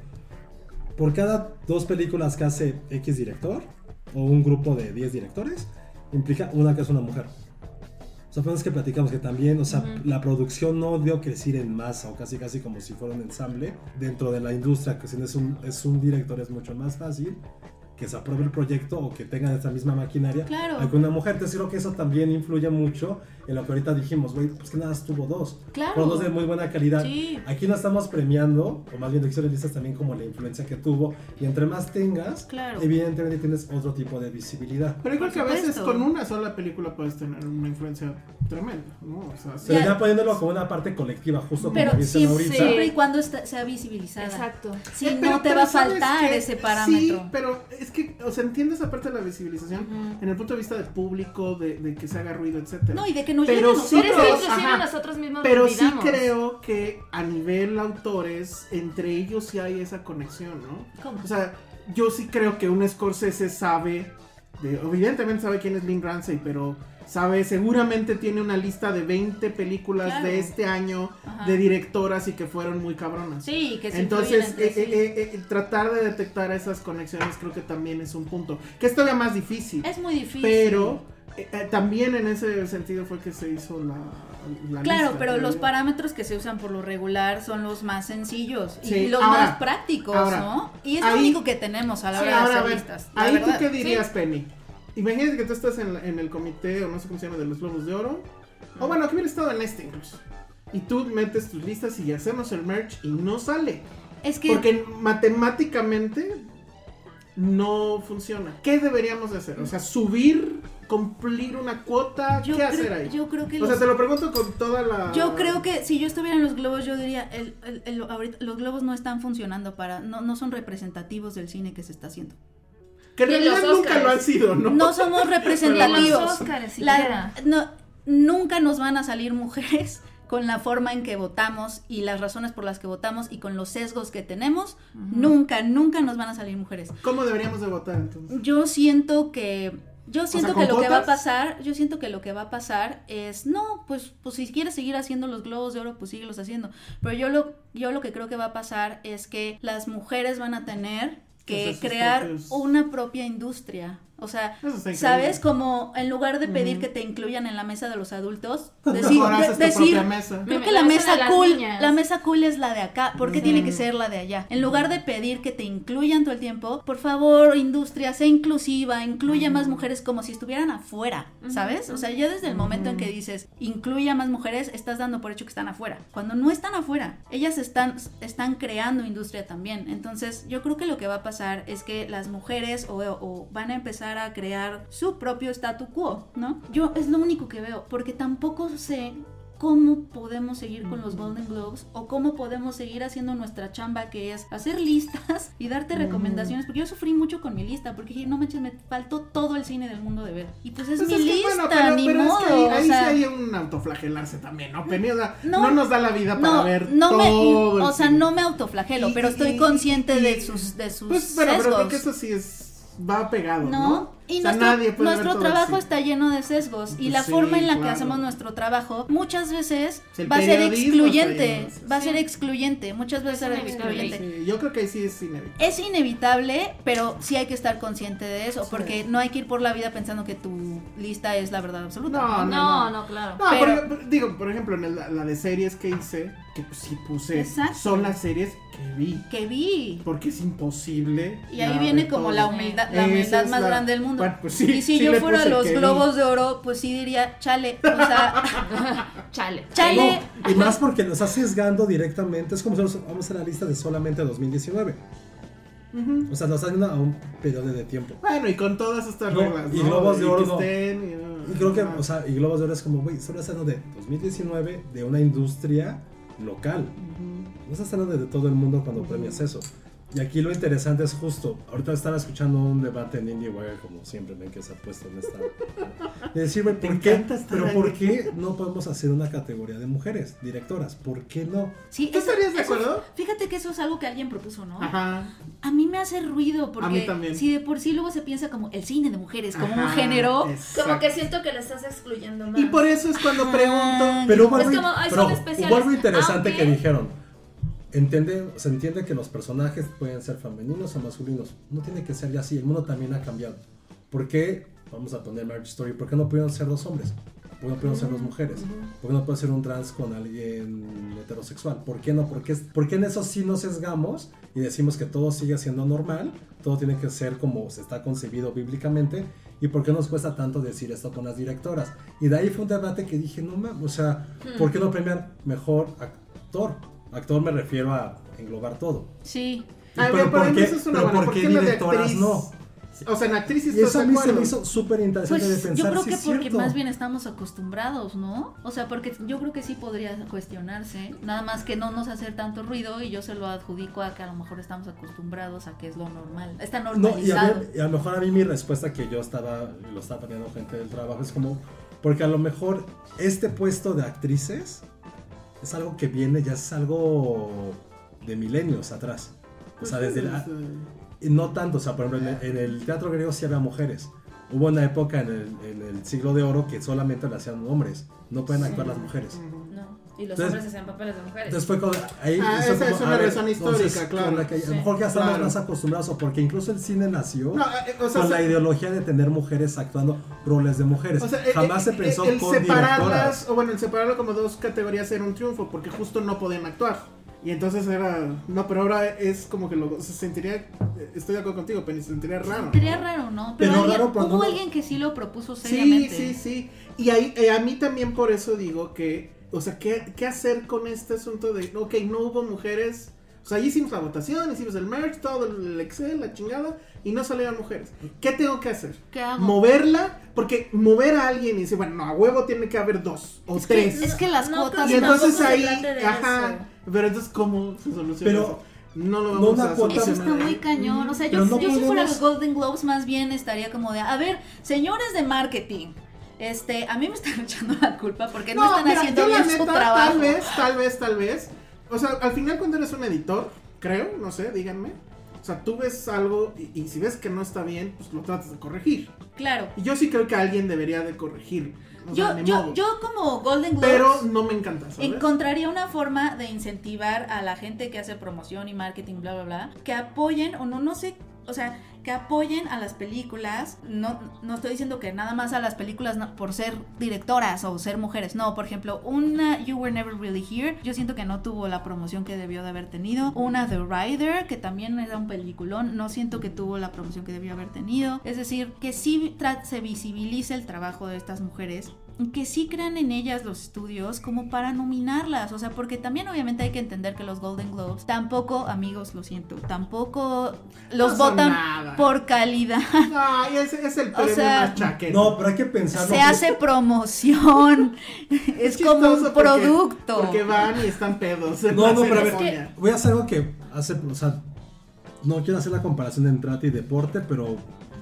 Speaker 8: por cada dos películas que hace X director, o un grupo de 10 directores, implica una que es una mujer. O sea, fue que platicamos que también, o sea, la producción no dio que decir en masa, o casi casi como si fuera un ensamble, dentro de la industria, que si no es un, es un director es mucho más fácil que se apruebe el proyecto o que tengan esta misma maquinaria
Speaker 4: Claro.
Speaker 8: a que una mujer. Entonces creo que eso también influye mucho en lo que ahorita dijimos, güey, pues que nada, más tuvo dos.
Speaker 4: Claro.
Speaker 8: Fueron dos de muy buena calidad.
Speaker 4: Sí.
Speaker 8: Aquí no estamos premiando, o más bien lo que hicieron listas también como la influencia que tuvo. Y entre más tengas,
Speaker 4: Claro.
Speaker 8: evidentemente tienes otro tipo de visibilidad.
Speaker 3: Pero igual que a veces
Speaker 4: supuesto.
Speaker 3: con una sola película puedes tener una influencia tremenda, ¿no? O sea, sí.
Speaker 8: Pero
Speaker 4: Ya.
Speaker 8: ya, poniéndolo como una parte colectiva, justo como
Speaker 4: Pero
Speaker 8: dicen
Speaker 4: siempre,
Speaker 8: ahorita.
Speaker 4: siempre y cuando está- sea visibilizada.
Speaker 5: Exacto.
Speaker 4: Si
Speaker 3: Eh,
Speaker 4: no
Speaker 3: pero-
Speaker 4: te
Speaker 3: pero
Speaker 4: va a
Speaker 3: ¿sabes
Speaker 4: faltar
Speaker 3: qué?
Speaker 4: ese
Speaker 3: Sí,
Speaker 4: parámetro.
Speaker 3: pero es que, o sea, entiendo esa parte de la visibilización en el punto de vista del público, de, de que se haga ruido, etcétera.
Speaker 4: no, y de que no
Speaker 3: Pero
Speaker 4: lleguen a
Speaker 3: sí
Speaker 5: Pero es
Speaker 3: pero-
Speaker 5: que
Speaker 4: nosotros.
Speaker 5: inclusive
Speaker 3: ajá.
Speaker 5: nosotros mismos lo
Speaker 3: Pero sí
Speaker 5: olvidamos.
Speaker 3: creo que a nivel autores, entre ellos sí hay esa conexión, ¿no?
Speaker 4: ¿Cómo?
Speaker 3: O sea, yo sí creo que un Scorsese sabe, de- evidentemente sabe quién es Lynn Ramsey, pero sabe, seguramente tiene una lista de 20 películas
Speaker 4: Claro.
Speaker 3: de este año
Speaker 4: Ajá.
Speaker 3: de directoras y que fueron muy cabronas.
Speaker 4: Sí, que se
Speaker 3: Entonces,
Speaker 4: incluyen entre
Speaker 3: eh,
Speaker 4: sí.
Speaker 3: eh, eh, tratar de detectar esas conexiones creo que también es un punto, que es todavía más difícil.
Speaker 4: es muy difícil.
Speaker 3: Pero eh, eh, también en ese sentido fue que se hizo la, la
Speaker 4: Claro,
Speaker 3: lista,
Speaker 4: pero
Speaker 3: creo
Speaker 4: los
Speaker 3: yo.
Speaker 4: parámetros que se usan por lo regular son los más sencillos
Speaker 3: Sí,
Speaker 4: y los
Speaker 3: ahora,
Speaker 4: más prácticos,
Speaker 3: ahora,
Speaker 4: ¿no? Y es
Speaker 3: ahí-
Speaker 4: lo único que tenemos a la
Speaker 3: Sí,
Speaker 4: hora de
Speaker 3: ahora a
Speaker 4: hacer
Speaker 3: ver,
Speaker 4: listas. la
Speaker 3: ahí tú
Speaker 4: verdad.
Speaker 3: qué dirías, Penny. Imagínate que tú estás en, en el comité, o no sé cómo se llama, de los Globos de Oro. O bueno, que hubiera estado en este incluso. Y tú metes tus listas y hacemos el merch y no sale.
Speaker 4: Es que
Speaker 3: Porque matemáticamente no funciona. ¿Qué deberíamos de hacer? O sea, subir, cumplir una cuota,
Speaker 4: yo,
Speaker 3: ¿qué
Speaker 4: creo,
Speaker 3: hacer ahí?
Speaker 4: yo creo que
Speaker 3: o sea,
Speaker 4: los-
Speaker 3: te lo pregunto con toda la...
Speaker 4: yo creo que si yo estuviera en los globos, yo diría, el- el- el- ahorita los globos no están funcionando para, no, no son representativos del cine que se está haciendo.
Speaker 3: Que en
Speaker 5: Y en los
Speaker 3: realidad nunca
Speaker 5: Óscares.
Speaker 3: lo han sido, ¿no?
Speaker 4: No somos
Speaker 5: Ni en los
Speaker 4: representativos.
Speaker 5: Óscares
Speaker 4: La-
Speaker 5: siquiera.
Speaker 4: no, nunca nos van a salir mujeres con la forma en que votamos y las razones por las que votamos y con los sesgos que tenemos. Nunca, nunca nos van a salir mujeres.
Speaker 3: ¿Cómo deberíamos de votar entonces?
Speaker 4: Yo siento que. Yo siento
Speaker 3: ¿con
Speaker 4: que lo que va a
Speaker 3: cuotas?
Speaker 4: pasar, yo siento que lo que va a pasar es, no, pues, pues si quieres seguir haciendo los globos de oro, pues síguelos haciendo. Pero yo lo, yo lo que creo que va a pasar es que las mujeres van a tener que
Speaker 3: Hacer sus
Speaker 4: crear
Speaker 3: propios-
Speaker 4: una propia industria. O O sea,
Speaker 3: Eso está increíble.
Speaker 4: ¿sabes? Como en lugar de pedir que te incluyan en la mesa de los adultos, decir,
Speaker 3: Mejor haces tu
Speaker 4: de- decir,
Speaker 3: propia mesa.
Speaker 4: creo
Speaker 6: Me-
Speaker 4: que la
Speaker 6: la mesa
Speaker 4: mesa
Speaker 6: de las
Speaker 4: cool,
Speaker 6: niñas.
Speaker 4: la mesa cool es la de acá, ¿por qué tiene que ser la de allá? En lugar de pedir que te incluyan todo el tiempo, por favor, industria, sea inclusiva, incluya más mujeres como si estuvieran afuera, ¿sabes? O sea, ya desde el momento en que dices, incluya más mujeres, estás dando por hecho que están afuera. Cuando no están afuera, ellas están, están creando industria también. Entonces, yo creo que lo que va a pasar es que las mujeres o, o van a empezar a crear su propio statu quo, ¿no? Yo es lo único que veo, porque tampoco sé cómo podemos seguir con los Golden Globes o cómo podemos seguir haciendo nuestra chamba que es hacer listas y darte recomendaciones porque yo sufrí mucho con mi lista porque dije no manches me faltó todo el cine del mundo de ver y pues es
Speaker 3: Pues
Speaker 4: mi
Speaker 3: es que,
Speaker 4: lista
Speaker 3: bueno, pero-
Speaker 4: ni
Speaker 3: pero es
Speaker 4: modo
Speaker 3: que ahí,
Speaker 4: o
Speaker 3: ahí
Speaker 4: sea,
Speaker 3: sí hay un autoflagelarse también, ¿no? Penny? O sea,
Speaker 4: No,
Speaker 3: no, nos da la vida para
Speaker 4: no,
Speaker 3: ver
Speaker 4: no me-
Speaker 3: todo el
Speaker 4: o sea
Speaker 3: cine.
Speaker 4: no me autoflagelo
Speaker 3: Y-
Speaker 4: pero
Speaker 3: y-
Speaker 4: estoy
Speaker 3: y-
Speaker 4: consciente
Speaker 3: y-
Speaker 4: de sus de sus
Speaker 3: Pues, pero, pero
Speaker 4: sesgos.
Speaker 3: creo que eso sí es. Va pegado, ¿no?
Speaker 4: ¿no? Y
Speaker 3: O sea,
Speaker 4: nuestro,
Speaker 3: nadie puede ver
Speaker 4: nuestro
Speaker 3: todo el
Speaker 4: trabajo
Speaker 3: cine.
Speaker 4: está lleno de sesgos y
Speaker 3: Pues
Speaker 4: la
Speaker 3: sí,
Speaker 4: forma en la que
Speaker 3: claro.
Speaker 4: hacemos nuestro trabajo muchas veces
Speaker 3: El
Speaker 4: va a ser
Speaker 3: periodismo está
Speaker 4: excluyente,
Speaker 3: lleno de sesgos.
Speaker 4: va a ser excluyente, muchas veces
Speaker 6: Es
Speaker 4: será
Speaker 6: inevitable.
Speaker 4: excluyente.
Speaker 3: Sí, yo creo que ahí sí es inevitable.
Speaker 4: Es inevitable, pero sí hay que estar consciente de eso, porque no hay que ir por la vida pensando que tu lista es la verdad absoluta.
Speaker 3: No, no,
Speaker 6: No,
Speaker 3: no.
Speaker 6: no, claro.
Speaker 3: No,
Speaker 4: Pero-
Speaker 3: por ejemplo, digo, por ejemplo, en el- la, de series que hice, que pues, sí puse,
Speaker 4: Exacto.
Speaker 3: son las series que vi,
Speaker 4: Que vi.
Speaker 3: porque es imposible.
Speaker 4: Y ahí
Speaker 3: nada
Speaker 4: viene
Speaker 3: de
Speaker 4: como
Speaker 3: todo.
Speaker 4: la humildad, la
Speaker 3: Esa
Speaker 4: humildad
Speaker 3: es
Speaker 4: más
Speaker 3: la-
Speaker 4: grande del mundo.
Speaker 3: Bueno, pues sí,
Speaker 4: y si
Speaker 3: sí
Speaker 4: yo
Speaker 3: le
Speaker 4: fuera
Speaker 3: puse
Speaker 4: los
Speaker 3: que vi.
Speaker 4: globos de oro, pues sí diría, chale, o sea,
Speaker 6: Chale.
Speaker 4: chale,
Speaker 2: No, y más porque nos está sesgando directamente. Es como si nos- vamos a la lista de solamente 2019.
Speaker 3: Ujú.
Speaker 2: O sea, nos están a un periodo de tiempo.
Speaker 3: Bueno, y con todas estas
Speaker 2: No,
Speaker 3: reglas.
Speaker 2: y
Speaker 3: ¿no?
Speaker 2: globos de
Speaker 3: que
Speaker 2: oro no.
Speaker 3: estén, y, no,
Speaker 2: Y creo que,
Speaker 3: ajá.
Speaker 2: o sea, y Globos de Oro es como, güey, solo están hablando de 2019 de una industria local. No estás hablando de todo el mundo cuando premias eso. Y aquí lo interesante es justo, ahorita están escuchando un debate en IndieWire, como siempre ven que se ha puesto en esta... De decir, güey,
Speaker 3: Te
Speaker 2: ¿por qué?
Speaker 3: encanta estar
Speaker 2: Pero
Speaker 3: ahí.
Speaker 2: ¿por qué no podemos hacer una categoría de mujeres directoras? ¿Por qué no?
Speaker 4: Sí,
Speaker 3: ¿Tú
Speaker 4: eso-
Speaker 3: estarías de
Speaker 4: eso-
Speaker 3: acuerdo?
Speaker 4: Fíjate que eso es algo que alguien propuso, ¿no?
Speaker 3: Ajá.
Speaker 4: A mí me hace ruido porque
Speaker 3: A mí también.
Speaker 4: si de por sí luego se piensa como el cine de mujeres, como un
Speaker 3: Ajá,
Speaker 4: género.
Speaker 3: exacto.
Speaker 6: Como que siento que la estás excluyendo más.
Speaker 3: Y por eso es cuando pregunto.
Speaker 2: Pero hubo
Speaker 6: Es
Speaker 2: algo,
Speaker 6: como, ay,
Speaker 2: pero
Speaker 6: son
Speaker 2: hubo
Speaker 6: especiales. Ah,
Speaker 2: algo interesante que
Speaker 6: Aunque-
Speaker 2: dijeron. Entende, se entiende que los personajes pueden ser femeninos o masculinos. No tiene que ser ya así. El mundo también ha cambiado. ¿Por qué? Vamos a poner Marriage Story. ¿Por qué no pudieron ser dos hombres? ¿Por qué no pudieron ser dos mujeres? ¿Por qué no puede ser un trans con alguien heterosexual? ¿Por qué no? ¿Por qué, por qué en eso sí nos sesgamos y decimos que todo sigue siendo normal? Todo tiene que ser como se está concebido bíblicamente. ¿Y por qué nos cuesta tanto decir esto con las directoras? Y de ahí fue un debate que dije, no mames, o sea,
Speaker 3: Hmm.
Speaker 2: ¿por qué no premian mejor actor? Actor me refiero a englobar todo.
Speaker 4: Sí.
Speaker 3: Ay,
Speaker 2: Pero
Speaker 3: pero para
Speaker 2: ¿por
Speaker 3: mí
Speaker 2: qué-
Speaker 3: eso es una
Speaker 2: pero
Speaker 3: buena.
Speaker 2: por
Speaker 3: ¿Por
Speaker 2: qué
Speaker 3: qué la de
Speaker 2: directoras
Speaker 3: actriz?
Speaker 2: no?
Speaker 3: O sea, en actriz sí
Speaker 2: Y eso a
Speaker 3: estás de
Speaker 2: mí se
Speaker 3: acuerdo.
Speaker 2: me hizo súper interesante
Speaker 4: Pues
Speaker 2: de
Speaker 4: yo
Speaker 2: pensar.
Speaker 4: creo
Speaker 2: sí
Speaker 4: que
Speaker 2: es
Speaker 4: porque
Speaker 2: cierto.
Speaker 4: más bien estamos acostumbrados, ¿no? O sea, porque yo creo que sí podría cuestionarse, nada más que no nos hacer tanto ruido y yo se lo adjudico a que a lo mejor estamos acostumbrados a que es lo normal. Está
Speaker 2: No, y a,
Speaker 4: normalizado.
Speaker 2: ver, y a lo mejor a mí mi respuesta que yo estaba, lo estaba poniendo gente del trabajo, es como, porque a lo mejor este puesto de actrices es algo que viene, ya es algo de milenios atrás. O
Speaker 3: Pues
Speaker 2: sea, desde la, y no tanto, o sea, por ejemplo, en el, en el teatro griego sí había mujeres. Hubo una época en el, en el siglo de oro que solamente lo hacían hombres, no pueden actuar las mujeres.
Speaker 6: No. Y los
Speaker 2: Entonces-
Speaker 6: hombres hacen papeles de mujeres.
Speaker 2: Entonces fue cuando ahí
Speaker 3: Ah,
Speaker 2: hizo
Speaker 3: esa es
Speaker 2: como,
Speaker 3: una
Speaker 2: a ver,
Speaker 3: razón histórica,
Speaker 2: entonces,
Speaker 3: claro.
Speaker 2: con la que- a lo mejor ya estamos
Speaker 3: claro.
Speaker 2: más acostumbrados, o porque incluso el cine nació
Speaker 3: No, eh, o sea,
Speaker 2: con la
Speaker 3: se-
Speaker 2: ideología de tener mujeres actuando roles de mujeres.
Speaker 3: O sea, eh,
Speaker 2: Jamás
Speaker 3: eh,
Speaker 2: se pensó
Speaker 3: eh, el
Speaker 2: por directoras.
Speaker 3: separarlas, o bueno, el separarlo como dos categorías era un triunfo, porque justo no podían actuar. Y entonces era. No, pero ahora es como que lo se sentiría. eh, Estoy de acuerdo contigo, Penny, se sentiría raro.
Speaker 4: Sería raro, ¿no? Pero,
Speaker 2: Pero
Speaker 4: alguien-
Speaker 2: raro, pues,
Speaker 4: hubo
Speaker 2: no-
Speaker 4: alguien que sí lo propuso
Speaker 3: Sí,
Speaker 4: seriamente.
Speaker 3: sí, sí. Y ahí, eh, a mí también por eso digo que, o sea, ¿qué, qué hacer con este asunto de, ok, no hubo mujeres? O sea, ahí hicimos la votación, hicimos el merge, todo el Excel, la chingada, y no salieron mujeres. ¿Qué tengo que hacer?
Speaker 4: ¿Qué hago?
Speaker 3: ¿Moverla? Porque mover a alguien y decir, bueno, no, a huevo tiene que haber dos o
Speaker 4: Es que,
Speaker 3: tres.
Speaker 4: es que las
Speaker 6: No,
Speaker 4: cuotas
Speaker 3: y
Speaker 6: tampoco
Speaker 3: entonces
Speaker 6: se
Speaker 3: ahí,
Speaker 6: trata de
Speaker 3: ajá, pero entonces, ¿cómo se soluciona?
Speaker 2: Pero
Speaker 3: eso? no lo
Speaker 2: no
Speaker 3: vamos
Speaker 2: una
Speaker 3: a
Speaker 2: cuota-
Speaker 4: Eso
Speaker 3: solucionar.
Speaker 4: está muy cañón. O sea, yo,
Speaker 2: Pero no
Speaker 4: yo si fuera
Speaker 2: podemos-
Speaker 4: los Golden Globes, más bien estaría como de, a ver, señores de marketing, este, a mí me están echando la culpa porque no, están
Speaker 3: mira,
Speaker 4: haciendo
Speaker 3: yo la
Speaker 4: bien su
Speaker 3: neta,
Speaker 4: trabajo.
Speaker 3: Tal vez, tal vez, tal vez. O sea, al final cuando eres un editor, creo, no sé, díganme. O sea, tú ves algo y, y si ves que no está bien, pues lo tratas de corregir.
Speaker 4: Claro.
Speaker 3: Y yo sí creo que alguien debería de corregir. O sea,
Speaker 4: Yo,
Speaker 3: ni
Speaker 4: yo,
Speaker 3: modo.
Speaker 4: yo como Golden Globes
Speaker 3: Pero no me encanta, ¿sabes?
Speaker 4: encontraría una forma de incentivar a la gente que hace promoción y marketing, bla, bla, bla, que apoyen o no, no sé o sea, que apoyen a las películas. No, no estoy diciendo que nada más a las películas no- por ser directoras o ser mujeres. No, por ejemplo, una You Were Never Really Here, yo siento que no tuvo la promoción que debió de haber tenido. Una The Rider, que también era un peliculón, no siento que tuvo la promoción que debió haber tenido. Es decir, que sí tra- se visibilice el trabajo de estas mujeres que sí crean en ellas los estudios como para nominarlas, o sea, porque también obviamente hay que entender que los Golden Globes tampoco, amigos, lo siento, tampoco los
Speaker 3: No son
Speaker 4: votan
Speaker 3: nada.
Speaker 4: por calidad.
Speaker 3: Ay, es, es el premio
Speaker 4: sea,
Speaker 3: más chaquero.
Speaker 2: No, pero hay que pensarlo.
Speaker 4: Se hace promoción. es como un
Speaker 3: chistoso porque-
Speaker 4: producto.
Speaker 3: Porque van y están pedos. en
Speaker 2: No,
Speaker 3: la
Speaker 2: no, pero a ver,
Speaker 3: ceremonia.
Speaker 2: voy a hacer algo que hace, o sea, no quiero hacer la comparación entre trata y deporte, pero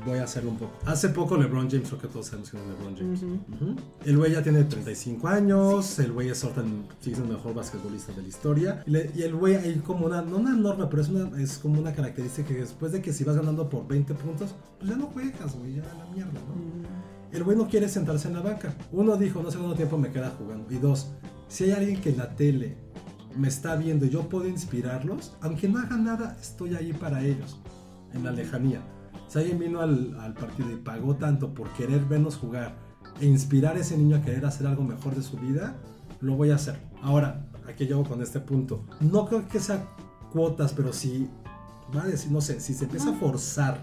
Speaker 2: voy a hacerlo un poco. Hace poco LeBron James, creo que todos sabemos quién es LeBron James. Ujú. El güey ya tiene 35 años, el güey es Orton, sigue siendo el mejor basquetbolista de la historia. Y, le- y el güey hay como una, no una norma, pero es, una, es como una característica que después de que si vas ganando por 20 puntos, pues ya no juegas, güey, ya la mierda, ¿no? El güey no quiere sentarse en la banca. Uno dijo, no sé cuánto tiempo me queda jugando. Y dos, si hay alguien que en la tele me está viendo y yo puedo inspirarlos, aunque no haga nada, estoy ahí para ellos, en la lejanía. Si alguien vino al, al partido y pagó tanto por querer vernos jugar e inspirar a ese niño a querer hacer algo mejor de su vida, lo voy a hacer. Ahora, aquí llego con este punto. No creo que sea cuotas, pero si, va a decir, no sé, si se empieza a forzar.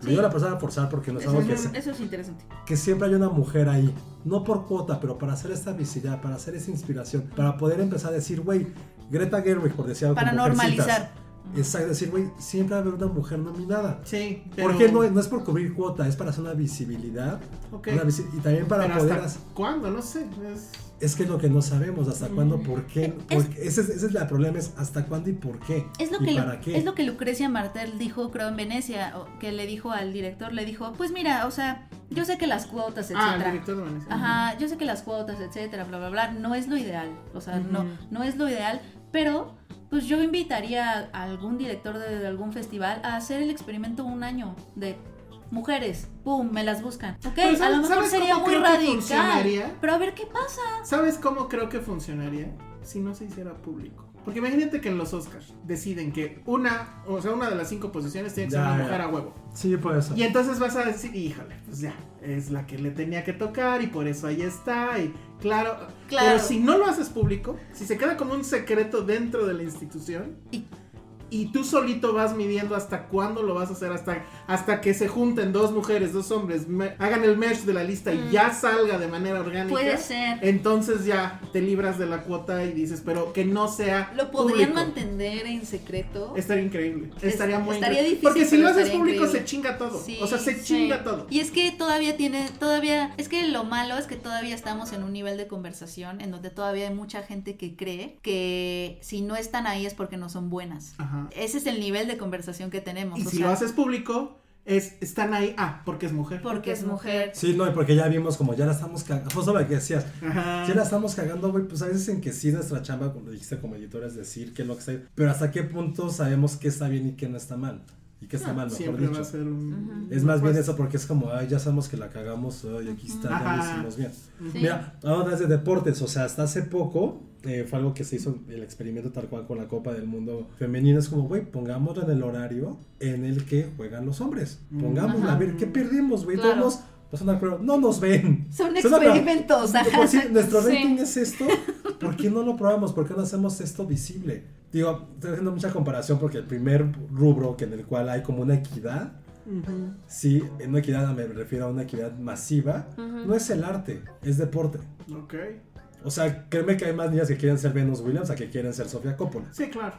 Speaker 2: Yo digo la persona a forzar porque no es
Speaker 4: Eso,
Speaker 2: algo que
Speaker 4: es-
Speaker 2: se-
Speaker 4: eso es interesante.
Speaker 2: que siempre hay una mujer ahí, no por cuota, pero para hacer esta visibilidad, para hacer esa inspiración, para poder empezar a decir, güey, Greta Gerwig, por decir algo
Speaker 4: Para
Speaker 2: con mujercitas.
Speaker 4: normalizar.
Speaker 2: Exacto, decir, güey, siempre va a haber una mujer nominada.
Speaker 3: Sí, pero.
Speaker 2: Porque no, no es por cubrir cuota, es para hacer una visibilidad.
Speaker 3: Ok.
Speaker 2: una visi- y también para
Speaker 3: pero
Speaker 2: poder.
Speaker 3: hasta
Speaker 2: hacer-
Speaker 3: ¿Cuándo? No sé. es-
Speaker 2: Es que es lo que no sabemos, hasta
Speaker 4: Mm.
Speaker 2: cuándo, por qué. por qué- ese, es- ese es el problema, es hasta cuándo y por qué.
Speaker 4: Es lo,
Speaker 2: y
Speaker 4: que
Speaker 2: para qué.
Speaker 4: es lo que Lucrecia Martel dijo, creo, en Venecia, o- que le dijo al director, le dijo, pues mira, o sea, yo sé que las cuotas,
Speaker 3: Ah, el
Speaker 4: etcétera,
Speaker 3: director de Venecia.
Speaker 4: Ajá, yo sé que las cuotas, etcétera, bla, bla, bla, no es lo ideal. O sea, no, no es lo ideal, pero pues yo invitaría a algún director de, de algún festival a hacer el experimento un año de mujeres, pum, me las buscan. Ok,
Speaker 3: Pero
Speaker 4: a
Speaker 3: ¿sabes-
Speaker 4: lo mejor
Speaker 3: sabes
Speaker 4: sería
Speaker 3: cómo
Speaker 4: muy
Speaker 3: creo que
Speaker 4: radical.
Speaker 3: funcionaría?
Speaker 4: Pero a ver qué pasa.
Speaker 3: ¿Sabes cómo creo que funcionaría si no se hiciera público? Porque imagínate que en los Oscars deciden que una, o sea, una de las cinco posiciones tiene que ser
Speaker 2: Ya,
Speaker 3: una
Speaker 2: ya.
Speaker 3: mujer a huevo.
Speaker 2: Sí, por eso.
Speaker 3: Y entonces vas a decir, híjole, pues ya, es la que le tenía que tocar y por eso ahí está. Y claro,
Speaker 4: Claro.
Speaker 3: pero si no lo haces público, si se queda como un secreto dentro de la institución
Speaker 4: Y-
Speaker 3: y, tú solito vas midiendo hasta cuándo lo vas a hacer, hasta, hasta que se junten dos mujeres, dos hombres, me- hagan el merge de la lista y ya salga de manera orgánica.
Speaker 4: Mm. Puede ser.
Speaker 3: Entonces ya te libras de la cuota y dices, pero que no sea.
Speaker 4: Lo podrían
Speaker 3: público.
Speaker 4: mantener en secreto.
Speaker 3: Estaría increíble.
Speaker 4: Es-
Speaker 3: Estaría muy
Speaker 4: estaría
Speaker 3: increíble.
Speaker 4: difícil,
Speaker 3: Porque si
Speaker 4: pero
Speaker 3: lo haces
Speaker 4: estaría
Speaker 3: público
Speaker 4: increíble.
Speaker 3: se chinga todo.
Speaker 4: Sí,
Speaker 3: o sea, se
Speaker 4: sí.
Speaker 3: chinga todo.
Speaker 4: Y es que todavía tiene, todavía, es que lo malo es que todavía estamos en un nivel de conversación en donde todavía hay mucha gente que cree que si no están ahí es porque no son buenas.
Speaker 3: Ajá.
Speaker 4: Ese es el nivel de conversación que tenemos.
Speaker 3: Y
Speaker 4: o
Speaker 3: si
Speaker 4: sea,
Speaker 3: lo haces público, es están ahí, ah, porque es mujer.
Speaker 4: porque es mujer.
Speaker 2: Sí, no, y porque ya vimos como ya la estamos cagando. Justo lo que decías,
Speaker 3: Ajá.
Speaker 2: Si la estamos cagando, güey, pues a veces en que sí nuestra chamba, como dijiste como editora, es decir qué es lo que está Pero hasta qué punto sabemos qué está bien y qué no está mal. Y qué está mal, mejor
Speaker 3: Ah, Siempre va a
Speaker 2: dicho.
Speaker 3: ser un.
Speaker 2: Es más bien eso porque es como, ay, ya sabemos que la cagamos, ay, aquí está, ya lo
Speaker 3: Ajá.
Speaker 2: hicimos bien. Mira, ahora de deportes, o sea, hasta hace poco eh, fue algo que se hizo el experimento tal cual con la Copa del Mundo Femenina. Es como, güey, pongámoslo en el horario en el que juegan los hombres. Pongámoslo, a ver, ¿qué perdemos, güey?
Speaker 4: Claro.
Speaker 2: Todos no son de acuerdo, no nos ven.
Speaker 4: Son
Speaker 2: Son de acuerdo.
Speaker 4: experimentos. ajá.
Speaker 2: Por si nuestro rating es esto, ¿por qué no lo probamos? ¿Por qué no hacemos esto visible? Digo, estoy haciendo mucha comparación porque el primer rubro que en el cual hay como una equidad, sí, en una equidad me refiero a una equidad masiva, no es el arte, es deporte.
Speaker 3: Ok.
Speaker 2: O sea, créeme que hay más niñas que quieren ser Venus Williams a que quieren ser Sofía Coppola.
Speaker 3: Sí, claro.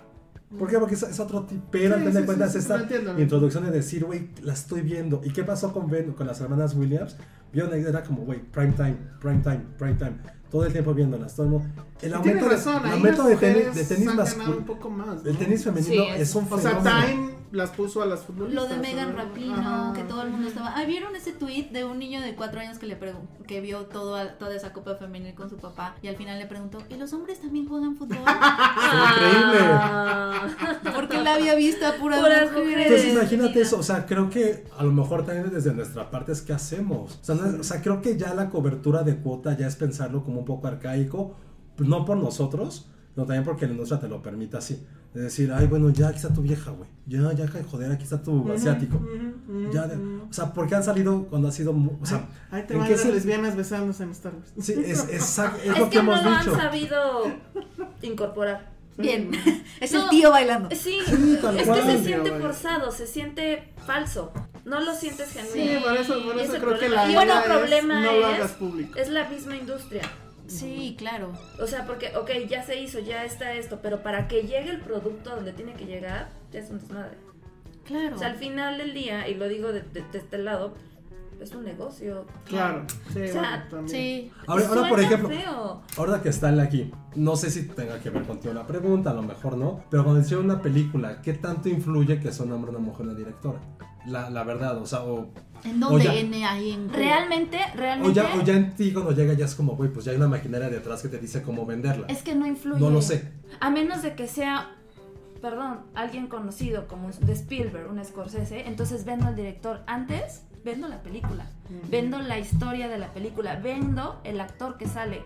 Speaker 2: ¿Por qué? Porque es, es otro tipo. Pero
Speaker 3: Sí,
Speaker 2: al fin de
Speaker 3: sí,
Speaker 2: cuentas,
Speaker 3: sí, sí,
Speaker 2: esta
Speaker 3: lo entiendo.
Speaker 2: introducción de decir, güey, la estoy viendo. ¿Y qué pasó con Ben, con las hermanas Williams? Vieron ahí, era como, güey, prime time, prime time, prime time. Todo el tiempo viéndolas, todo el mundo. El
Speaker 3: Y
Speaker 2: aumento,
Speaker 3: tiene razón,
Speaker 2: de, el
Speaker 3: ahí
Speaker 2: aumento
Speaker 3: las
Speaker 2: de tenis,
Speaker 3: mujeres
Speaker 2: de tenis
Speaker 3: han
Speaker 2: mascul-
Speaker 3: ganado un poco más.
Speaker 2: El
Speaker 3: ¿no?
Speaker 2: tenis femenino
Speaker 6: Sí,
Speaker 2: es,
Speaker 6: es-
Speaker 2: un
Speaker 3: O sea,
Speaker 2: fenómeno.
Speaker 3: Time las puso a las futbolistas.
Speaker 4: Lo de Megan
Speaker 3: ¿no?
Speaker 4: Rapino,
Speaker 3: Ajá.
Speaker 4: que todo el mundo estaba. Ah, ¿vieron ese tweet de un niño de cuatro años que le pregun- que vio todo, toda esa copa femenil con su papá y al final le preguntó, ¿y los hombres también juegan fútbol?
Speaker 6: Ah.
Speaker 4: Porque él había visto a puras,
Speaker 6: Puras
Speaker 4: mujeres.
Speaker 2: Entonces imagínate eso, o sea, creo que a lo mejor también desde nuestra parte es que hacemos. O sea, no es- o sea, creo que ya la cobertura de cuota ya es pues, pensarlo como un poco arcaico, no por nosotros, no también porque la industria te lo permite así. De decir, ay, bueno, ya aquí está tu vieja, güey. Ya, ya, ca- joder, aquí está tu asiático. Ya, de- o sea, ¿por qué han salido cuando ha sido. mu- O sea,
Speaker 3: Ahí te
Speaker 2: ¿en
Speaker 3: van
Speaker 2: qué
Speaker 3: las
Speaker 2: se-
Speaker 3: lesbianas besándose en Star Wars.
Speaker 2: Sí, es, es, es
Speaker 6: Es
Speaker 2: lo que
Speaker 6: que no
Speaker 2: hemos
Speaker 6: lo han
Speaker 2: dicho.
Speaker 6: sabido incorporar.
Speaker 4: Bien. Mm. Es
Speaker 6: No.
Speaker 4: el tío bailando.
Speaker 6: Sí,
Speaker 2: tal
Speaker 6: es que
Speaker 2: cual.
Speaker 6: se siente forzado, se siente falso. No lo sientes genuino.
Speaker 3: Sí, por eso, por
Speaker 6: Y
Speaker 3: eso
Speaker 6: ese
Speaker 3: creo que
Speaker 6: problema.
Speaker 3: la
Speaker 6: Y bueno,
Speaker 3: idea es,
Speaker 6: problema
Speaker 3: no lo
Speaker 6: es-
Speaker 3: hagas público.
Speaker 6: Es la misma industria.
Speaker 4: Sí, claro.
Speaker 6: O sea, porque, ok, ya se hizo, ya está esto, pero para que llegue el producto a donde tiene que llegar, ya es un desmadre.
Speaker 4: Claro.
Speaker 6: O sea, al final del día, y lo digo de, de- de este lado, es un negocio.
Speaker 3: Claro. Sí,
Speaker 6: O sea,
Speaker 3: bueno, también.
Speaker 4: Sí.
Speaker 2: Ahora, ahora, por
Speaker 6: Suena
Speaker 2: ejemplo,
Speaker 6: feo.
Speaker 2: ahora que está él aquí, no sé si tenga que ver contigo la pregunta, a lo mejor no, pero cuando hicieron una película, ¿qué tanto influye que sea un hombre o una mujer la directora? La, la verdad, o sea, o,
Speaker 4: ¿En dónde?
Speaker 2: Oye.
Speaker 4: N ahí en Cuba.
Speaker 6: Realmente,
Speaker 2: o,
Speaker 6: realmente.
Speaker 2: ya, o ya en ti cuando llega ya es como, güey, pues ya hay una maquinaria detrás que te dice cómo venderla.
Speaker 6: Es que no influye.
Speaker 2: No lo sé.
Speaker 6: A menos de que sea, perdón, alguien conocido como un- de Spielberg, un Scorsese, entonces vendo al director. Antes, vendo la película, vendo la historia de la película, vendo el actor que sale,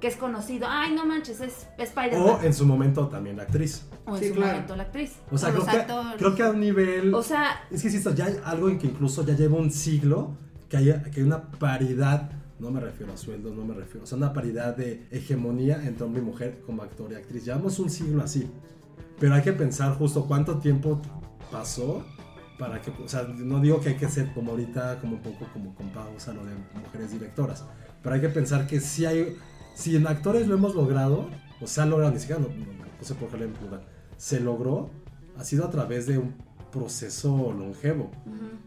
Speaker 6: que es conocido. Ay, no manches, es
Speaker 2: O
Speaker 6: Spider-Man.
Speaker 2: en su momento también la actriz.
Speaker 6: O, en
Speaker 3: Sí,
Speaker 6: su
Speaker 3: claro.
Speaker 6: momento la actriz.
Speaker 2: O sea,
Speaker 4: O
Speaker 2: creo
Speaker 4: los
Speaker 2: que,
Speaker 4: actores.
Speaker 2: creo que a un nivel...
Speaker 6: O sea,
Speaker 2: Es que insisto, ya hay algo en que incluso ya lleva un siglo que hay, que hay una paridad, no me refiero a sueldos, no me refiero, o sea, una paridad de hegemonía entre hombre y mujer como actor y actriz. Llevamos un siglo así, pero hay que pensar justo cuánto tiempo pasó para que, o sea, no digo que hay que ser como ahorita, como un poco como con pausa lo de mujeres directoras, pero hay que pensar que si hay, si en actores lo hemos logrado, o sea, logrado, ni siquiera, no, no- no sé por qué lo en plural, se logró, ha sido a través de un proceso longevo.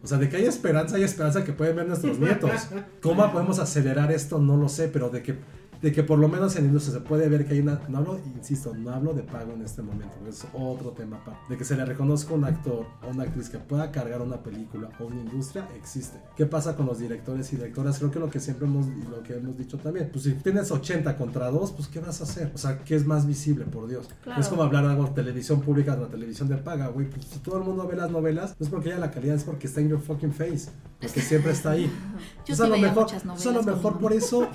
Speaker 2: O sea, de que hay esperanza, hay esperanza que pueden ver nuestros nietos. ¿Cómo podemos acelerar esto? No lo sé, pero de que, de que por lo menos en la industria se puede ver que hay una... No hablo, insisto, no hablo de pago en este momento, porque es otro tema. aparte. De que se le reconozca a un actor o una actriz que pueda cargar una película o una industria, existe. ¿Qué pasa con los directores y directoras? Creo que lo que siempre hemos, y lo que hemos dicho también, pues si tienes 80 contra 2, pues ¿qué vas a hacer? O sea, ¿qué es más visible, por Dios?
Speaker 6: Claro.
Speaker 2: Es como hablar de algo de televisión pública, de la televisión de paga, güey. Pues, si todo el mundo ve las novelas, no es porque haya la calidad, es porque está en your fucking face. Porque siempre está ahí.
Speaker 4: Yo
Speaker 2: Entonces,
Speaker 4: sí
Speaker 2: a lo
Speaker 4: veía
Speaker 2: mejor,
Speaker 4: muchas
Speaker 2: entonces, a lo
Speaker 4: novelas con
Speaker 2: mejor
Speaker 4: mi
Speaker 2: por
Speaker 4: mamá.
Speaker 2: eso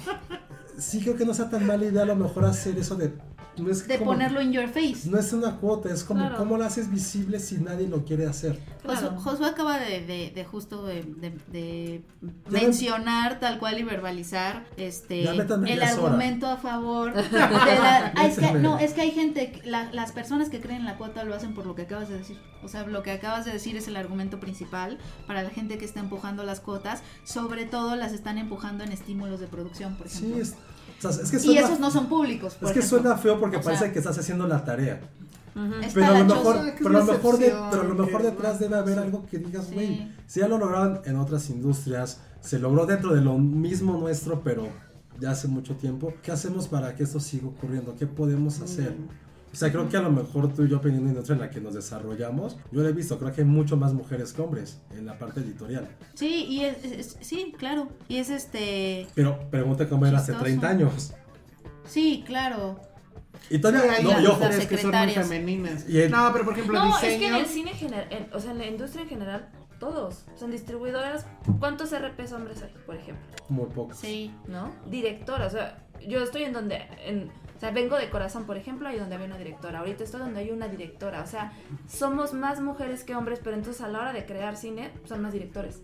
Speaker 2: sí creo que no sea tan mala idea a lo mejor hacer eso de... No es
Speaker 4: De
Speaker 2: como-
Speaker 4: ponerlo en your face.
Speaker 2: No es una cuota, es como
Speaker 6: Claro.
Speaker 2: cómo lo haces visible si nadie lo quiere hacer.
Speaker 4: Josu-
Speaker 6: claro.
Speaker 4: Josué acaba de, de- de justo de, de- de
Speaker 2: Ya
Speaker 4: mencionar tal cual y verbalizar este
Speaker 2: Ya métanme
Speaker 4: el
Speaker 2: ya es hora.
Speaker 4: argumento a favor de la- Ah, es que,
Speaker 2: Métanme.
Speaker 4: no es que hay gente que- la- las personas que creen en la cuota lo hacen por lo que acabas de decir o sea lo que acabas de decir es el argumento principal para la gente que está empujando las cuotas sobre todo las están empujando en estímulos de producción por
Speaker 2: Sí,
Speaker 4: ejemplo
Speaker 2: es, o sea, es que
Speaker 4: y
Speaker 2: suena,
Speaker 4: esos no son públicos
Speaker 2: es
Speaker 4: por
Speaker 2: que
Speaker 4: ejemplo.
Speaker 2: suena feo porque
Speaker 4: O sea,
Speaker 2: parece que estás haciendo la tarea.
Speaker 4: está
Speaker 2: Pero a lo
Speaker 4: la
Speaker 2: mejor,
Speaker 4: choza.
Speaker 3: que es
Speaker 2: pero a lo
Speaker 3: una
Speaker 2: mejor, de-
Speaker 3: excepción,
Speaker 2: pero a lo mejor
Speaker 3: que-
Speaker 2: detrás debe haber algo que digas,
Speaker 4: Sí.
Speaker 2: güey, si ya lo lograron en otras industrias, se logró dentro de lo mismo nuestro, pero ya hace mucho tiempo, ¿qué hacemos para que esto siga ocurriendo? ¿Qué
Speaker 3: Mm.
Speaker 2: podemos hacer? O sea, creo que a lo mejor tú y yo, opinión de industria en la que nos desarrollamos, yo lo he visto, creo que hay mucho más mujeres que hombres en la parte editorial.
Speaker 4: sí y es- es- sí claro y es este
Speaker 2: Pero pregunta cómo era hace
Speaker 4: Chistoso.
Speaker 2: 30 años.
Speaker 4: sí claro
Speaker 2: Y
Speaker 3: Sí,
Speaker 2: todavía,
Speaker 3: hay
Speaker 2: no,
Speaker 3: las
Speaker 2: y ojo,
Speaker 3: mujeres que son muy
Speaker 4: secretarias.
Speaker 3: femeninas.
Speaker 2: Y el-
Speaker 3: No, pero por ejemplo,
Speaker 6: No, es que en
Speaker 3: diseño.
Speaker 6: el cine general, o sea, en la industria en general, todos. Son distribuidoras. ¿Cuántos RPs hombres hay, por ejemplo?
Speaker 2: muy poco.
Speaker 4: sí
Speaker 6: ¿No? Directoras, o sea, yo estoy en donde. en- o sea, vengo de corazón, por ejemplo, ahí donde había una directora. Ahorita estoy donde hay una directora. O sea, somos más mujeres que hombres, pero entonces a la hora de crear cine son más directores.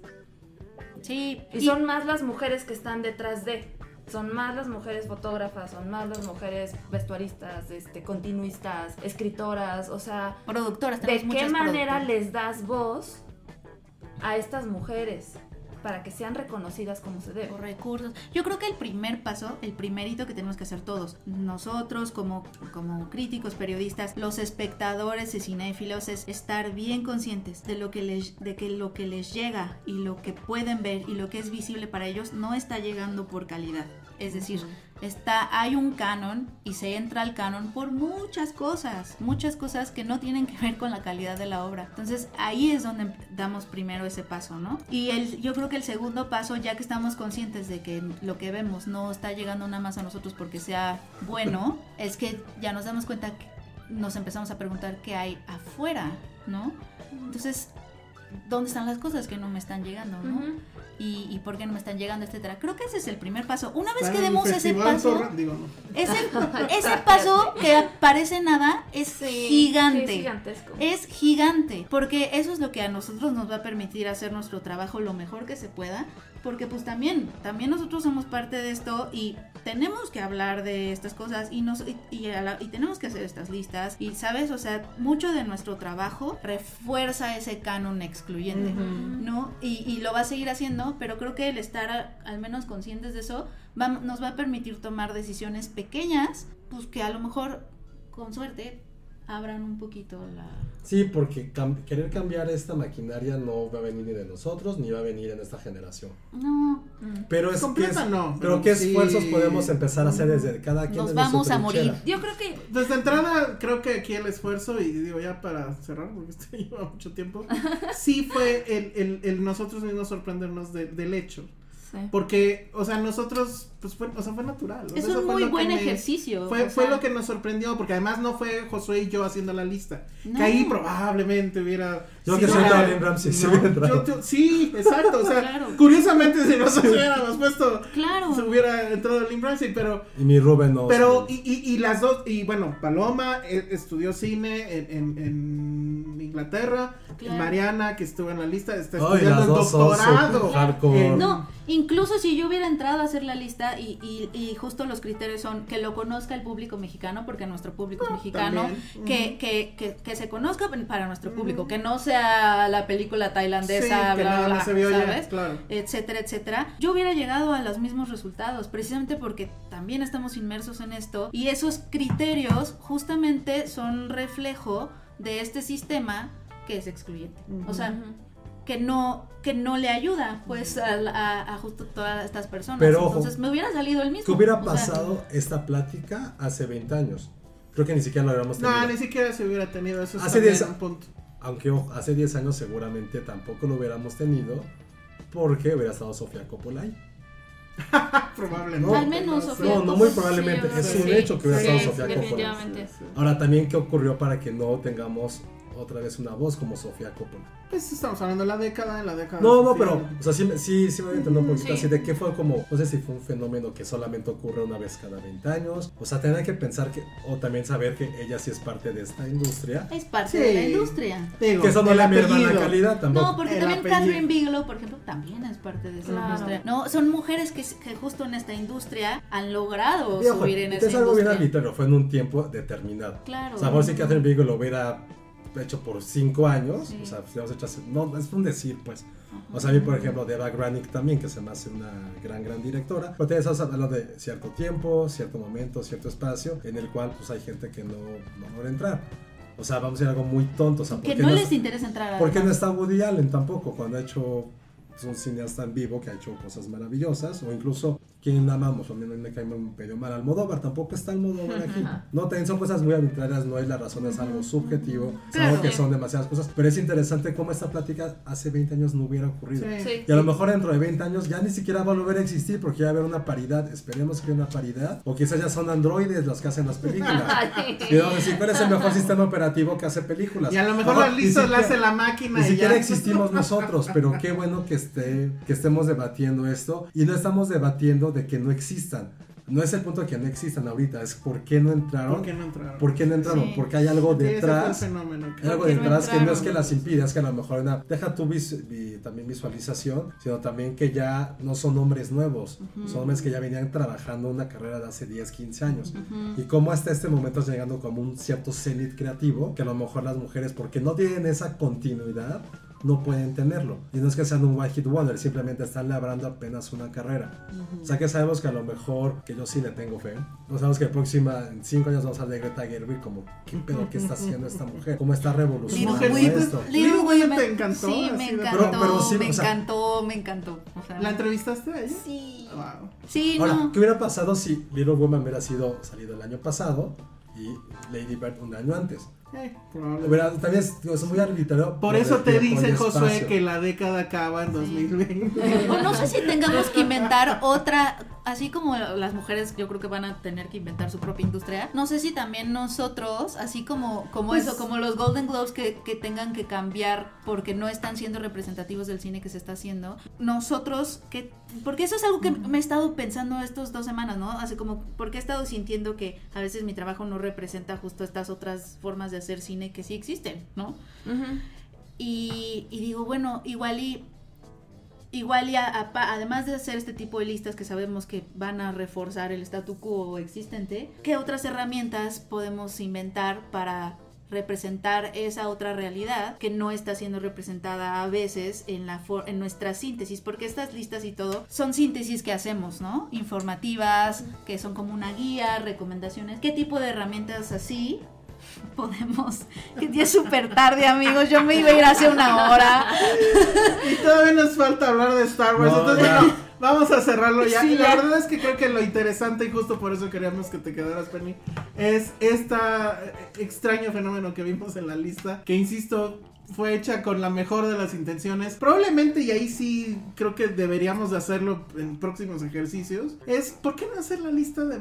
Speaker 4: sí
Speaker 6: Y son más las mujeres que están detrás de. Son más las mujeres fotógrafas, son más las mujeres vestuaristas, este, continuistas, escritoras. O sea,
Speaker 4: productoras
Speaker 6: ¿De
Speaker 4: tenemos
Speaker 6: qué
Speaker 4: muchas
Speaker 6: manera
Speaker 4: productoras.
Speaker 6: les das voz a estas mujeres para que sean reconocidas como se debe?
Speaker 4: o recursos. Yo creo que el primer paso, el primerito que tenemos que hacer todos, nosotros como, como críticos, periodistas, los espectadores y cinéfilos, es estar bien conscientes de lo que les, de que lo que les llega y lo que pueden ver y lo que es visible para ellos no está llegando por calidad. Es decir, está, hay un canon y se entra al canon por muchas cosas, muchas cosas que no tienen que ver con la calidad de la obra. Entonces ahí es donde em- damos primero ese paso, ¿no? Y el, yo creo que el segundo paso, ya que estamos conscientes de que lo que vemos no está llegando nada más a nosotros porque sea bueno, es que ya nos damos cuenta que nos empezamos a preguntar qué hay afuera, ¿no? Entonces dónde están las cosas que no me están llegando, ¿no?
Speaker 6: Ujú.
Speaker 4: y, y por qué no me están llegando, etcétera. Creo que ese es el primer paso. Una vez
Speaker 3: Para
Speaker 4: que
Speaker 3: el
Speaker 4: demos ese
Speaker 3: festival
Speaker 4: paso,
Speaker 3: Torre- digo, no.
Speaker 4: ese, ese paso que parece nada es
Speaker 6: Sí,
Speaker 4: gigante. Eh,
Speaker 6: sí, gigantesco.
Speaker 4: Es gigante, porque eso es lo que a nosotros nos va a permitir hacer nuestro trabajo lo mejor que se pueda, porque pues también, también nosotros somos parte de esto y tenemos que hablar de estas cosas y, nos, y, y a la- y tenemos que hacer estas listas y, ¿sabes? O sea, mucho de nuestro trabajo refuerza ese canon excluyente, ¿no? Y, y lo va a seguir haciendo, pero creo que el estar a- al menos conscientes de eso va- nos va a permitir tomar decisiones pequeñas, pues que a lo mejor, con suerte, abran un poquito la...
Speaker 9: Sí, porque cam- querer cambiar esta maquinaria no va a venir ni de nosotros ni va a venir en esta generación.
Speaker 4: No, mm.
Speaker 9: Pero es
Speaker 3: Completa
Speaker 9: que es-
Speaker 3: no,
Speaker 9: pero
Speaker 3: pero
Speaker 9: qué
Speaker 3: sí.
Speaker 9: esfuerzos podemos empezar a hacer desde cada quien.
Speaker 4: Nos
Speaker 9: desde su
Speaker 4: vamos a
Speaker 9: trinchera.
Speaker 4: morir.
Speaker 6: Yo creo que
Speaker 3: Desde entrada, creo que aquí el esfuerzo, y digo ya para cerrar, porque esto lleva mucho tiempo, sí fue el, el- el nosotros mismos sorprendernos de- del hecho. Porque, o sea, nosotros, pues fue, o sea, fue natural. o sea,
Speaker 4: es
Speaker 3: eso
Speaker 4: un
Speaker 3: fue
Speaker 4: muy
Speaker 3: lo que
Speaker 4: buen
Speaker 3: me-
Speaker 4: ejercicio.
Speaker 3: Fue,
Speaker 4: o
Speaker 3: fue
Speaker 4: sea,
Speaker 3: lo que nos sorprendió, porque además no fue Josué y yo haciendo la lista.
Speaker 4: No.
Speaker 3: Que ahí probablemente hubiera.
Speaker 2: Yo
Speaker 3: sido
Speaker 2: que soy
Speaker 3: la-
Speaker 2: Darlene Ramsey, sí hubiera entrado.
Speaker 3: yo- yo- sí, exacto. O sea,
Speaker 4: Claro.
Speaker 3: curiosamente, si nosotros hubiéramos puesto.
Speaker 4: Claro.
Speaker 3: Se hubiera entrado Lynn Ramsey, pero.
Speaker 2: Y mi Rubén no.
Speaker 3: Pero, y, y- y las dos, y bueno, Paloma eh, estudió cine en, en- en Inglaterra,
Speaker 4: Claro.
Speaker 3: Mariana, que estuvo en la lista, está
Speaker 2: Ay,
Speaker 3: estudiando
Speaker 2: las
Speaker 3: el
Speaker 2: dos son
Speaker 3: doctorado. Eh,
Speaker 2: súper hardcore.
Speaker 3: en-
Speaker 4: No, incluso si yo hubiera entrado a hacer la lista y, y- y justo los criterios son que lo conozca el público mexicano, porque nuestro público es mexicano,
Speaker 3: Ah, también,
Speaker 4: que, que, que- que se conozca para nuestro público, que no sea la película
Speaker 3: Sí,
Speaker 4: tailandesa,
Speaker 3: que
Speaker 4: bla,
Speaker 3: nada
Speaker 4: bla,
Speaker 3: más se vio ya,
Speaker 4: ¿sabes?
Speaker 3: claro.
Speaker 2: Este,
Speaker 4: etcétera, etcétera, yo hubiera llegado a los mismos resultados, precisamente porque también estamos inmersos en esto y esos criterios justamente son reflejo de este sistema que es excluyente, o sea, que no que no le ayuda pues a, a- a justo todas estas personas.
Speaker 2: Pero ojo,
Speaker 4: Entonces me hubiera salido el mismo.
Speaker 2: ¿Qué hubiera
Speaker 4: o sea,
Speaker 2: pasado esta plática hace 20 años? Creo que ni siquiera lo habíamos tenido.
Speaker 3: No, ni siquiera se hubiera tenido eso.
Speaker 2: Hace
Speaker 3: Hace
Speaker 2: diez-
Speaker 3: 10 punto.
Speaker 2: Aunque ojo, hace 10 años seguramente tampoco lo hubiéramos tenido porque hubiera estado Sofía Coppola ahí.
Speaker 3: Ah, Probablemente.
Speaker 2: No,
Speaker 4: al menos,
Speaker 3: no sé.
Speaker 4: Sofía,
Speaker 2: No, no
Speaker 4: pues,
Speaker 2: muy probablemente.
Speaker 6: sí, yo
Speaker 2: es
Speaker 6: creo
Speaker 2: un
Speaker 6: que sí.
Speaker 2: hecho que hubiera
Speaker 6: Sí,
Speaker 2: estado Sofía Coppola.
Speaker 6: definitivamente.
Speaker 2: Ahora también, ¿qué ocurrió para que no tengamos otra vez una voz como Sofía Coppola?
Speaker 3: Pues estamos hablando de la década, en la década.
Speaker 2: No,
Speaker 3: de
Speaker 2: no,
Speaker 3: Sofía.
Speaker 2: pero, o sea, sí, me- sí, sí me voy a entender un poquito
Speaker 6: sí.
Speaker 2: así de que fue como, no sé si fue un fenómeno que solamente ocurre una vez cada 20 años. O sea, tendrán que pensar que, o también saber que ella sí es parte de esta industria.
Speaker 4: Es parte
Speaker 3: Sí.
Speaker 4: de la industria.
Speaker 3: Digo,
Speaker 2: Que eso no
Speaker 3: el
Speaker 2: le pierda la
Speaker 3: apellido.
Speaker 2: calidad tampoco.
Speaker 4: No, porque
Speaker 3: El
Speaker 4: también
Speaker 3: apellido.
Speaker 4: Catherine Bigelow, por ejemplo, también es parte de esa
Speaker 6: Claro.
Speaker 4: industria. No, son mujeres que, que justo en esta industria han logrado
Speaker 2: Y ojo,
Speaker 4: subir en esa
Speaker 2: es algo bien
Speaker 4: industria.
Speaker 2: arbitrario, fue en un tiempo determinado.
Speaker 4: Claro.
Speaker 2: O sea, a lo mejor si Catherine Bigelow lo hubiera hecho por cinco años,
Speaker 4: Sí.
Speaker 2: o sea, si lo hemos hecho hace- no, es un decir, pues. O sea, a mí, por ejemplo, Deva Granick también, que se me hace una gran, gran directora. Pero te estás hablando de cierto tiempo, cierto momento, cierto espacio, en el cual pues hay gente que no, no logra entrar. O sea, vamos a ir a algo muy tonto. O sea, ¿por
Speaker 4: que
Speaker 2: qué
Speaker 4: no
Speaker 2: no
Speaker 4: les
Speaker 2: es-
Speaker 4: interesa entrar a
Speaker 2: ¿Por qué no está Woody Allen tampoco? Cuando ha hecho es un cineasta en vivo que ha hecho cosas maravillosas, o incluso quien amamos, a mí no me cae medio mal Almodóvar, tampoco está Almodóvar aquí. No, también son cosas muy arbitrarias, no hay la razón, es algo subjetivo, es algo
Speaker 4: Claro.
Speaker 2: que son demasiadas cosas, pero es interesante cómo esta plática hace 20 años no hubiera ocurrido.
Speaker 3: Sí.
Speaker 6: Sí.
Speaker 2: Y a lo mejor dentro de 20 años ya ni siquiera va a volver a existir porque ya va a haber una paridad, esperemos que haya una paridad, o quizás ya son androides los que hacen las películas. Y vamos a decir, ¿cuál es el mejor sistema operativo que hace películas?
Speaker 3: Y a lo mejor
Speaker 2: No,
Speaker 3: las
Speaker 2: ni
Speaker 3: listas
Speaker 2: siquiera-
Speaker 3: las hace la máquina.
Speaker 2: ni
Speaker 3: y
Speaker 2: siquiera
Speaker 3: ya.
Speaker 2: existimos nosotros, pero qué bueno que, esté, que estemos debatiendo esto y no estamos debatiendo de que no existan. No es el punto de que no existan ahorita, es por qué no entraron.
Speaker 3: ¿Por qué no entraron?
Speaker 2: ¿Por qué no entraron?
Speaker 4: Sí.
Speaker 2: Porque hay algo
Speaker 3: Sí, ese fue el
Speaker 2: detrás.
Speaker 3: fenómeno.
Speaker 2: Hay algo
Speaker 6: Porque no
Speaker 2: detrás que no es
Speaker 6: entraron.
Speaker 2: que las impida, es que a lo mejor una- deja tu vis- vi- también visualización, sino también que ya no son hombres nuevos, son hombres que ya venían trabajando una carrera de hace 10, 15 años. Y cómo hasta este momento está llegando como un cierto cenit creativo, que a lo mejor las mujeres, porque no tienen esa continuidad, no pueden tenerlo. Y no es que sean un one hit wonder, simplemente están labrando apenas una carrera. O sea que sabemos que a lo mejor, que yo sí le tengo fe, no sabemos que próxima, en 5 años vamos a hablar de Greta Gerwig como, ¿qué pedo que está haciendo esta mujer? ¿Cómo está
Speaker 8: Pues,
Speaker 2: revolucionando
Speaker 3: Little Women.
Speaker 2: esto?
Speaker 3: Little Women
Speaker 4: me-
Speaker 3: te encantó,
Speaker 4: Sí, me
Speaker 3: así de-
Speaker 4: encantó,
Speaker 2: Pero- pero sí,
Speaker 4: me
Speaker 2: o sea-
Speaker 4: encantó, me encantó. O sea,
Speaker 3: ¿La entrevistaste a ella?
Speaker 4: sí.
Speaker 3: Wow.
Speaker 4: Sí,
Speaker 2: Ahora,
Speaker 4: no.
Speaker 2: ¿qué hubiera pasado si Little Women hubiera sido salido el año pasado y Lady Bird un año antes?
Speaker 3: Eh, probablemente.
Speaker 2: Hubiera- también es, digo, es muy arbitrario.
Speaker 3: Por
Speaker 2: lo
Speaker 3: eso
Speaker 2: del
Speaker 3: te
Speaker 2: tiempo y
Speaker 3: dice Josué
Speaker 2: espacio.
Speaker 3: que la década acaba en 2020.
Speaker 4: O no sé si tengamos que inventar otra así como las mujeres yo creo que van a tener que inventar su propia industria, no sé si también nosotros, así como, como
Speaker 5: Pues-
Speaker 4: eso, como los Golden Globes que, que tengan que cambiar porque no están siendo representativos del cine que se está haciendo, nosotros, que, porque eso es algo que me he estado pensando estas dos semanas, ¿no? Así como, porque he estado sintiendo que a veces mi trabajo no representa justo estas otras formas de hacer cine que sí existen, ¿no? Y, y digo, bueno, igual y. Igual y a- a pa- además de hacer este tipo de listas que sabemos que van a reforzar el statu quo existente, ¿qué otras herramientas podemos inventar para representar esa otra realidad que no está siendo representada a veces en, la for- en nuestra síntesis? Porque estas listas y todo son síntesis que hacemos, ¿no? Informativas, que son como una guía, recomendaciones. ¿Qué tipo de herramientas así podemos. Que ya es súper tarde, amigos. Yo me iba a ir hace una hora.
Speaker 3: Y todavía nos falta hablar de Star Wars.
Speaker 8: No,
Speaker 3: entonces,
Speaker 8: ya.
Speaker 3: bueno, vamos a cerrarlo ya.
Speaker 5: Sí,
Speaker 3: y
Speaker 5: ya.
Speaker 3: la verdad es que creo que lo interesante, y justo por eso queríamos que te quedaras, Penny, es este extraño fenómeno que vimos en la lista. Que insisto. Fue hecha con la mejor de las intenciones. Probablemente, y ahí sí creo que deberíamos de hacerlo en próximos ejercicios. Es ¿por qué no hacer la lista de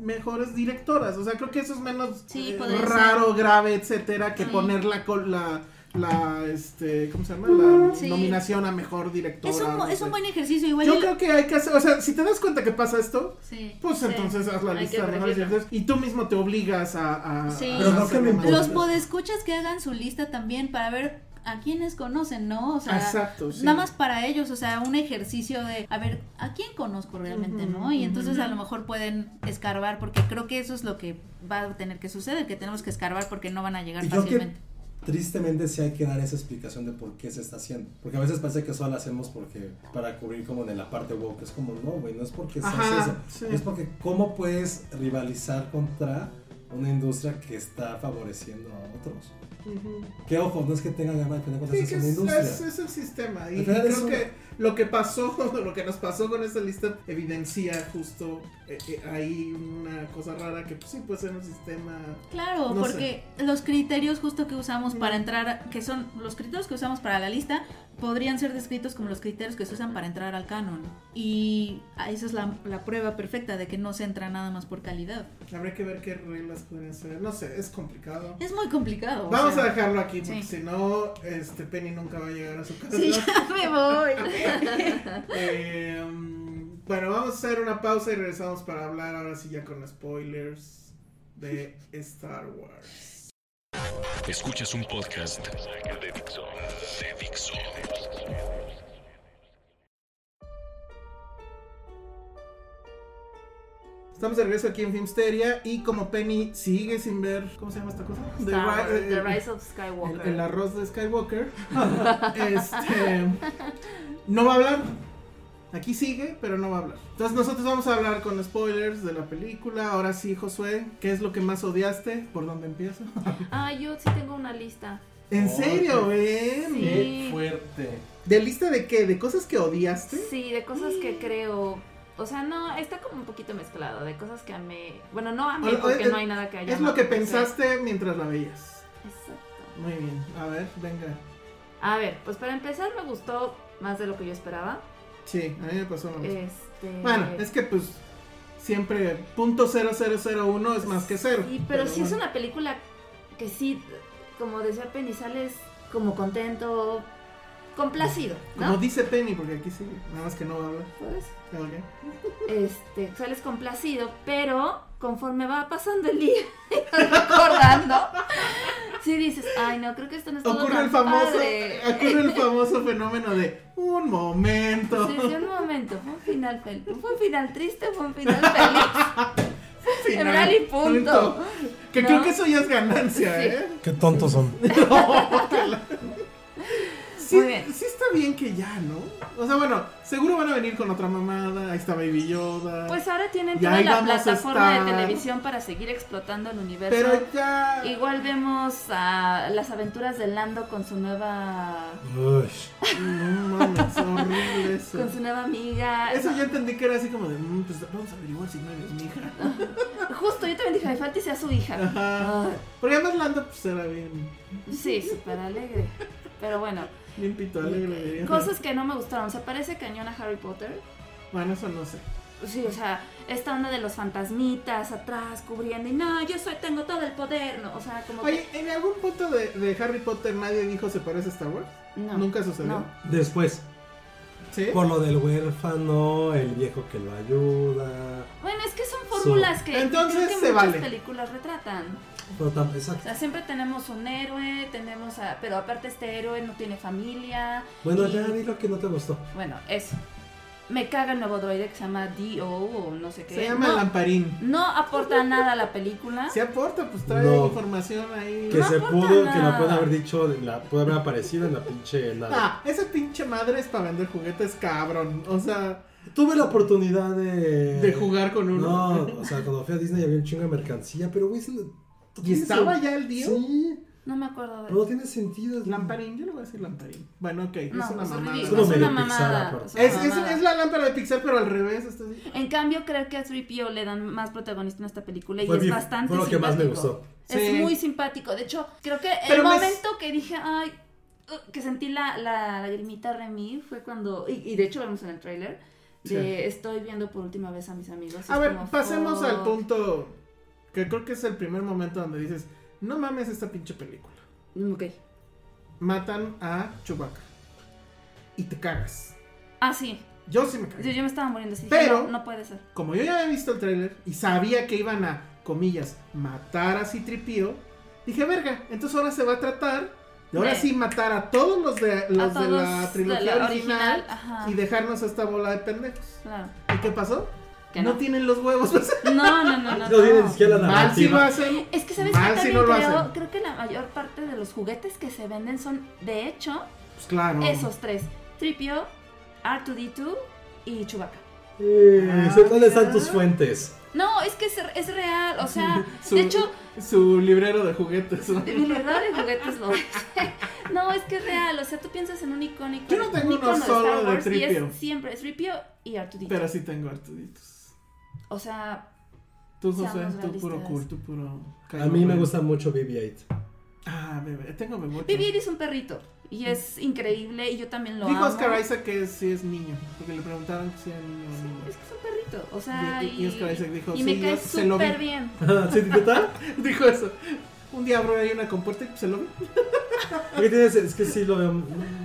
Speaker 3: mejores directoras? O sea, creo que eso es menos
Speaker 4: Sí,
Speaker 3: eh,
Speaker 4: podría ser.
Speaker 3: raro, grave, etcétera, que poner la, col- la, la, este, ¿cómo se llama? La
Speaker 4: Mm, Sí.
Speaker 3: nominación a mejor directora.
Speaker 4: Es
Speaker 3: no
Speaker 4: un, es
Speaker 3: sé.
Speaker 4: un buen ejercicio. Igual
Speaker 3: Yo
Speaker 4: y-
Speaker 3: creo que hay que hacer, o sea, si te das cuenta que pasa esto,
Speaker 4: Sí.
Speaker 3: pues
Speaker 4: Sí.
Speaker 3: entonces haz la
Speaker 4: Hay
Speaker 3: lista
Speaker 4: que
Speaker 3: de mejores
Speaker 4: regirlo.
Speaker 3: directores y tú mismo te obligas a... a-
Speaker 4: Sí.
Speaker 3: a
Speaker 4: Pero
Speaker 8: no
Speaker 3: hacer
Speaker 8: que me
Speaker 3: mejor.
Speaker 8: importe.
Speaker 4: Los podescuchas que hagan su lista también para ver a quiénes conocen, ¿no? O sea,
Speaker 3: Exacto, sí.
Speaker 4: nada más para ellos, o sea, un ejercicio de, a ver, ¿a quién conozco realmente, no? Y entonces a lo mejor pueden escarbar, porque creo que eso es lo que va a tener que suceder, que tenemos que escarbar porque no van a llegar
Speaker 8: Y creo que
Speaker 4: fácilmente.
Speaker 8: tristemente sí hay que dar esa explicación de por qué se está haciendo. Porque a veces parece que solo hacemos porque para cubrir como de la parte woke. Es como, no, güey, no es porque se
Speaker 3: Ajá,
Speaker 8: hace eso.
Speaker 3: sí.
Speaker 8: Es porque cómo puedes rivalizar contra una industria que está favoreciendo a otros.
Speaker 3: Ujú.
Speaker 8: Que ojo, no es que tenga ganas de tener cosas,
Speaker 3: Sí,
Speaker 8: es
Speaker 3: que
Speaker 8: una
Speaker 3: es,
Speaker 8: industria.
Speaker 3: es- es el sistema. Y,
Speaker 8: Al
Speaker 3: y
Speaker 8: final
Speaker 3: creo
Speaker 8: es un-
Speaker 3: que lo que pasó, lo que nos pasó con esta lista, evidencia justo eh, eh, ahí una cosa rara que pues, sí puede ser un sistema.
Speaker 4: Claro,
Speaker 3: No sé.
Speaker 4: porque los criterios justo que usamos para entrar, que son los criterios que usamos para la lista, podrían ser descritos como los criterios que se usan para entrar al canon. Y esa es la, la prueba perfecta de que no se entra nada más por calidad.
Speaker 3: Habría que ver qué reglas pueden ser. No sé, es complicado.
Speaker 4: Es muy complicado. o
Speaker 3: Vamos
Speaker 4: sea.
Speaker 3: a dejarlo aquí porque
Speaker 4: sí.
Speaker 3: si no, este Penny nunca va a llegar a su casa.
Speaker 4: Sí, ya me voy.
Speaker 3: Eh, mm, bueno, vamos a hacer una pausa y regresamos para hablar ahora sí ya con spoilers de Star Wars.
Speaker 1: Escuchas un podcast de Dixo. De Dixo.
Speaker 3: Estamos de regreso aquí en Filmsteria y como Penny sigue sin ver, ¿cómo se llama esta cosa? The
Speaker 6: Star
Speaker 3: Ri-
Speaker 6: Wars,
Speaker 3: eh,
Speaker 6: The Rise of
Speaker 3: el,
Speaker 6: Skywalker.
Speaker 3: el arroz de Skywalker. este, no va a hablar. Aquí sigue, pero no va a hablar. Entonces nosotros vamos a hablar con spoilers de la película. Ahora sí, Josué, ¿qué es lo que más odiaste? ¿Por dónde empiezo?
Speaker 6: Ah, yo sí tengo una lista.
Speaker 3: ¿En
Speaker 8: Oh,
Speaker 3: serio, ven?
Speaker 6: Sí.
Speaker 2: Fuerte.
Speaker 3: ¿De lista de qué? ¿De cosas que odiaste?
Speaker 6: Sí, de cosas que creo. O sea, no, está como un poquito mezclado, de cosas que amé. Bueno, no amé
Speaker 3: O- o-
Speaker 6: porque
Speaker 3: es-
Speaker 6: no hay nada que haya.
Speaker 3: Es lo
Speaker 6: amado,
Speaker 3: que
Speaker 6: pero-
Speaker 3: pensaste mientras la veías.
Speaker 6: Exacto.
Speaker 3: Muy bien. A ver, venga.
Speaker 6: A ver, pues para empezar me gustó más de lo que yo esperaba.
Speaker 3: Sí, a mí me pasó lo mismo.
Speaker 6: Este.
Speaker 3: Bueno, es que pues siempre punto .0001 es más que cero.
Speaker 6: Sí, pero, sí es
Speaker 3: bueno.
Speaker 6: una película que sí, como decía Penny, sales como contento, complacido,
Speaker 3: Como
Speaker 6: ¿no?
Speaker 3: dice Penny, porque aquí sigue, nada más que no va a hablar.
Speaker 6: Pues,
Speaker 3: Ok.
Speaker 6: este, sales complacido, pero conforme va pasando el día, y vas recordando, sí dices, ay no, creo que esto no es todo
Speaker 3: Ocurre
Speaker 6: tan
Speaker 3: el famoso,
Speaker 6: padre".
Speaker 3: ocurre el famoso fenómeno de un momento.
Speaker 6: Sí, sí, un momento, fue un final feliz, fue un final triste, fue un final feliz.
Speaker 3: Final,
Speaker 6: en rally punto.
Speaker 3: Que
Speaker 6: ¿No?
Speaker 3: creo que eso ya es ganancia,
Speaker 6: Sí.
Speaker 3: ¿eh?
Speaker 8: Qué tontos son.
Speaker 3: Sí,
Speaker 6: Muy bien.
Speaker 3: sí está bien que ya, ¿no? O sea, bueno, seguro van a venir con otra mamada, ahí está Baby Yoda.
Speaker 6: Pues ahora tienen
Speaker 3: Y
Speaker 6: toda
Speaker 3: ahí
Speaker 6: la
Speaker 3: vamos a
Speaker 6: plataforma de
Speaker 3: estar.
Speaker 6: televisión para seguir explotando el universo.
Speaker 3: pero ya...
Speaker 6: Igual vemos a las aventuras de Lando con su nueva
Speaker 8: Uy.
Speaker 3: No mames, horrible eso.
Speaker 6: con su nueva amiga.
Speaker 3: Eso ya entendí que era así como de, "Mm, pues vamos a averiguar si no eres mi hija.
Speaker 6: Ah, Justo, yo también dije, me falta y sea su hija.
Speaker 3: Ajá. Porque además Lando pues era bien,
Speaker 6: Ah, sí, súper alegre. Pero bueno,
Speaker 3: bien pito alegre. diría.
Speaker 6: cosas que no me gustaron. Se parece cañón a Harry Potter.
Speaker 3: Bueno, eso no sé.
Speaker 6: sí, o sea, esta onda de los fantasmitas atrás cubriendo y no, yo soy, tengo todo el poder, ¿no? O sea, como
Speaker 3: Oye, ¿en algún punto de, de Harry Potter nadie dijo se parece a Star Wars?
Speaker 6: que. No.
Speaker 3: ¿Nunca sucedió?
Speaker 6: No.
Speaker 8: Después,
Speaker 3: ¿Sí?
Speaker 8: por lo del huérfano, el viejo que lo ayuda.
Speaker 6: Bueno, es que son fórmulas que.
Speaker 3: Entonces,
Speaker 6: creo que
Speaker 3: se
Speaker 6: muchas
Speaker 3: vale.
Speaker 6: películas retratan.
Speaker 8: Pero tam-
Speaker 6: O
Speaker 8: exacto.
Speaker 6: sea, siempre tenemos un héroe, tenemos a. Pero aparte, este héroe no tiene familia.
Speaker 8: Bueno,
Speaker 6: y-
Speaker 8: ya di lo que no te gustó.
Speaker 6: Bueno, eso. Me caga el nuevo droide que se llama D.O. o no sé qué.
Speaker 3: Se llama
Speaker 6: no,
Speaker 3: Lamparín.
Speaker 6: no aporta nada a la película.
Speaker 3: Se aporta, pues trae
Speaker 8: No.
Speaker 3: información ahí.
Speaker 8: Que
Speaker 6: No
Speaker 8: se
Speaker 6: aporta
Speaker 8: pudo, que la
Speaker 6: nada.
Speaker 8: puede haber dicho, la puede haber aparecido en la pinche nave.
Speaker 3: Ah, esa pinche madre es para vender juguetes, cabrón. O sea,
Speaker 8: Tuve la oportunidad de.
Speaker 3: de jugar con uno.
Speaker 8: Eh, No, o sea, cuando fui a Disney había un chingo de mercancía, pero güey, se lo-
Speaker 3: ¿Y estaba ya el Dio?
Speaker 8: Sí,
Speaker 6: No me acuerdo de
Speaker 8: pero no tiene sentido. es-
Speaker 3: Lamparín, yo le voy a decir Lamparín. Bueno, ok,
Speaker 6: No,
Speaker 3: es una
Speaker 6: es
Speaker 3: mamada.
Speaker 6: horrible,
Speaker 8: Es una
Speaker 6: es una
Speaker 8: medio Pixar,
Speaker 6: mamada.
Speaker 8: aparte.
Speaker 6: es una
Speaker 3: Es, es,
Speaker 6: mamada.
Speaker 3: es la lámpara de Pixar, pero al revés. este está así.
Speaker 6: En cambio, creo que a 3PO le dan más protagonismo a esta película y
Speaker 8: Fue
Speaker 6: es
Speaker 8: mi-
Speaker 6: bastante
Speaker 8: fue lo que más me
Speaker 6: simpático.
Speaker 8: gustó.
Speaker 6: Es
Speaker 3: Sí.
Speaker 6: muy simpático. De hecho, creo que
Speaker 3: Pero
Speaker 6: el
Speaker 3: me-
Speaker 6: momento que dije, ay, uh, que sentí la, la lagrimita de mí fue cuando. Y, y de hecho, vemos en el tráiler. De estoy viendo por última vez a mis amigos. y
Speaker 3: A
Speaker 6: es
Speaker 3: ver,
Speaker 6: como,
Speaker 3: pasemos
Speaker 6: "Fuck".
Speaker 3: al punto que creo que es el primer momento donde dices, no mames esta pinche película.
Speaker 6: Mm, Ok.
Speaker 3: Matan a Chewbacca. Y te cagas.
Speaker 6: Ah, sí.
Speaker 3: Yo sí me cagué.
Speaker 6: Yo, yo me estaba muriendo. Así
Speaker 3: Pero-
Speaker 6: Pero. No, no puede ser.
Speaker 3: Como yo ya había visto el tráiler y sabía que iban a, comillas, matar a Citripío, dije, verga, entonces ahora se va a tratar de ahora
Speaker 6: De-
Speaker 3: sí matar a todos los de, los
Speaker 6: a
Speaker 3: de
Speaker 6: todos
Speaker 3: la trilogía
Speaker 6: de la
Speaker 3: original,
Speaker 6: Ajá.
Speaker 3: y dejarnos esta bola de pendejos.
Speaker 6: Claro.
Speaker 3: ¿Y qué pasó?
Speaker 6: Que
Speaker 3: no.
Speaker 6: no.
Speaker 3: tienen los huevos.
Speaker 6: No, no, no, no.
Speaker 8: No tiene
Speaker 6: no.
Speaker 8: ni siquiera la
Speaker 3: Mal si lo
Speaker 8: narrativa.
Speaker 3: hacen.
Speaker 6: Es que sabes
Speaker 3: Mal
Speaker 6: que
Speaker 3: si
Speaker 6: también
Speaker 3: no lo
Speaker 6: creo,
Speaker 3: hacen.
Speaker 6: creo que la mayor parte de los juguetes que se venden son, de hecho,
Speaker 3: Pues claro.
Speaker 6: esos tres. Tripio, R2D2 y Chewbacca.
Speaker 8: Eh,
Speaker 3: Ah,
Speaker 8: ¿Dónde
Speaker 3: ya.
Speaker 8: están tus fuentes?
Speaker 6: No, es que es, es real, o sea,
Speaker 3: Su-
Speaker 6: de hecho,
Speaker 3: Su librero de juguetes. ¿no?
Speaker 6: mi verdad de juguetes lo No, es que es real, o sea, tú piensas en un icónico.
Speaker 3: Yo no
Speaker 6: un
Speaker 3: tengo uno
Speaker 6: icono de
Speaker 3: solo
Speaker 6: Star
Speaker 3: de
Speaker 6: Wars y
Speaker 3: Tripio.
Speaker 6: es siempre Tripio y R2D2.
Speaker 3: Pero sí tengo artuditos.
Speaker 6: O sea,
Speaker 3: Tú, José,
Speaker 6: Seamos
Speaker 3: tú puro
Speaker 6: realistas.
Speaker 3: cool, tú puro.
Speaker 8: A mí me gusta mucho BB-8.
Speaker 3: Ah, bebé, tengo memoria.
Speaker 6: Vivi es un perrito y es increíble y yo también lo
Speaker 3: Mm. Dijo
Speaker 6: amo.
Speaker 3: Oscar Isaac que sí es niño, porque le preguntaron si era niño o niña.
Speaker 6: Es que es un perrito, o sea,
Speaker 3: Y- y- y
Speaker 6: y,
Speaker 3: Oscar Isaac dijo,
Speaker 6: y me
Speaker 3: "Sí,
Speaker 6: cae
Speaker 3: yo se lo vi".
Speaker 6: súper bien.
Speaker 8: ¿Sí, tita?
Speaker 3: Dijo eso. Un día abro ahí una compuerta y pues, se lo ven.
Speaker 8: Porque tienes, es que sí lo veo.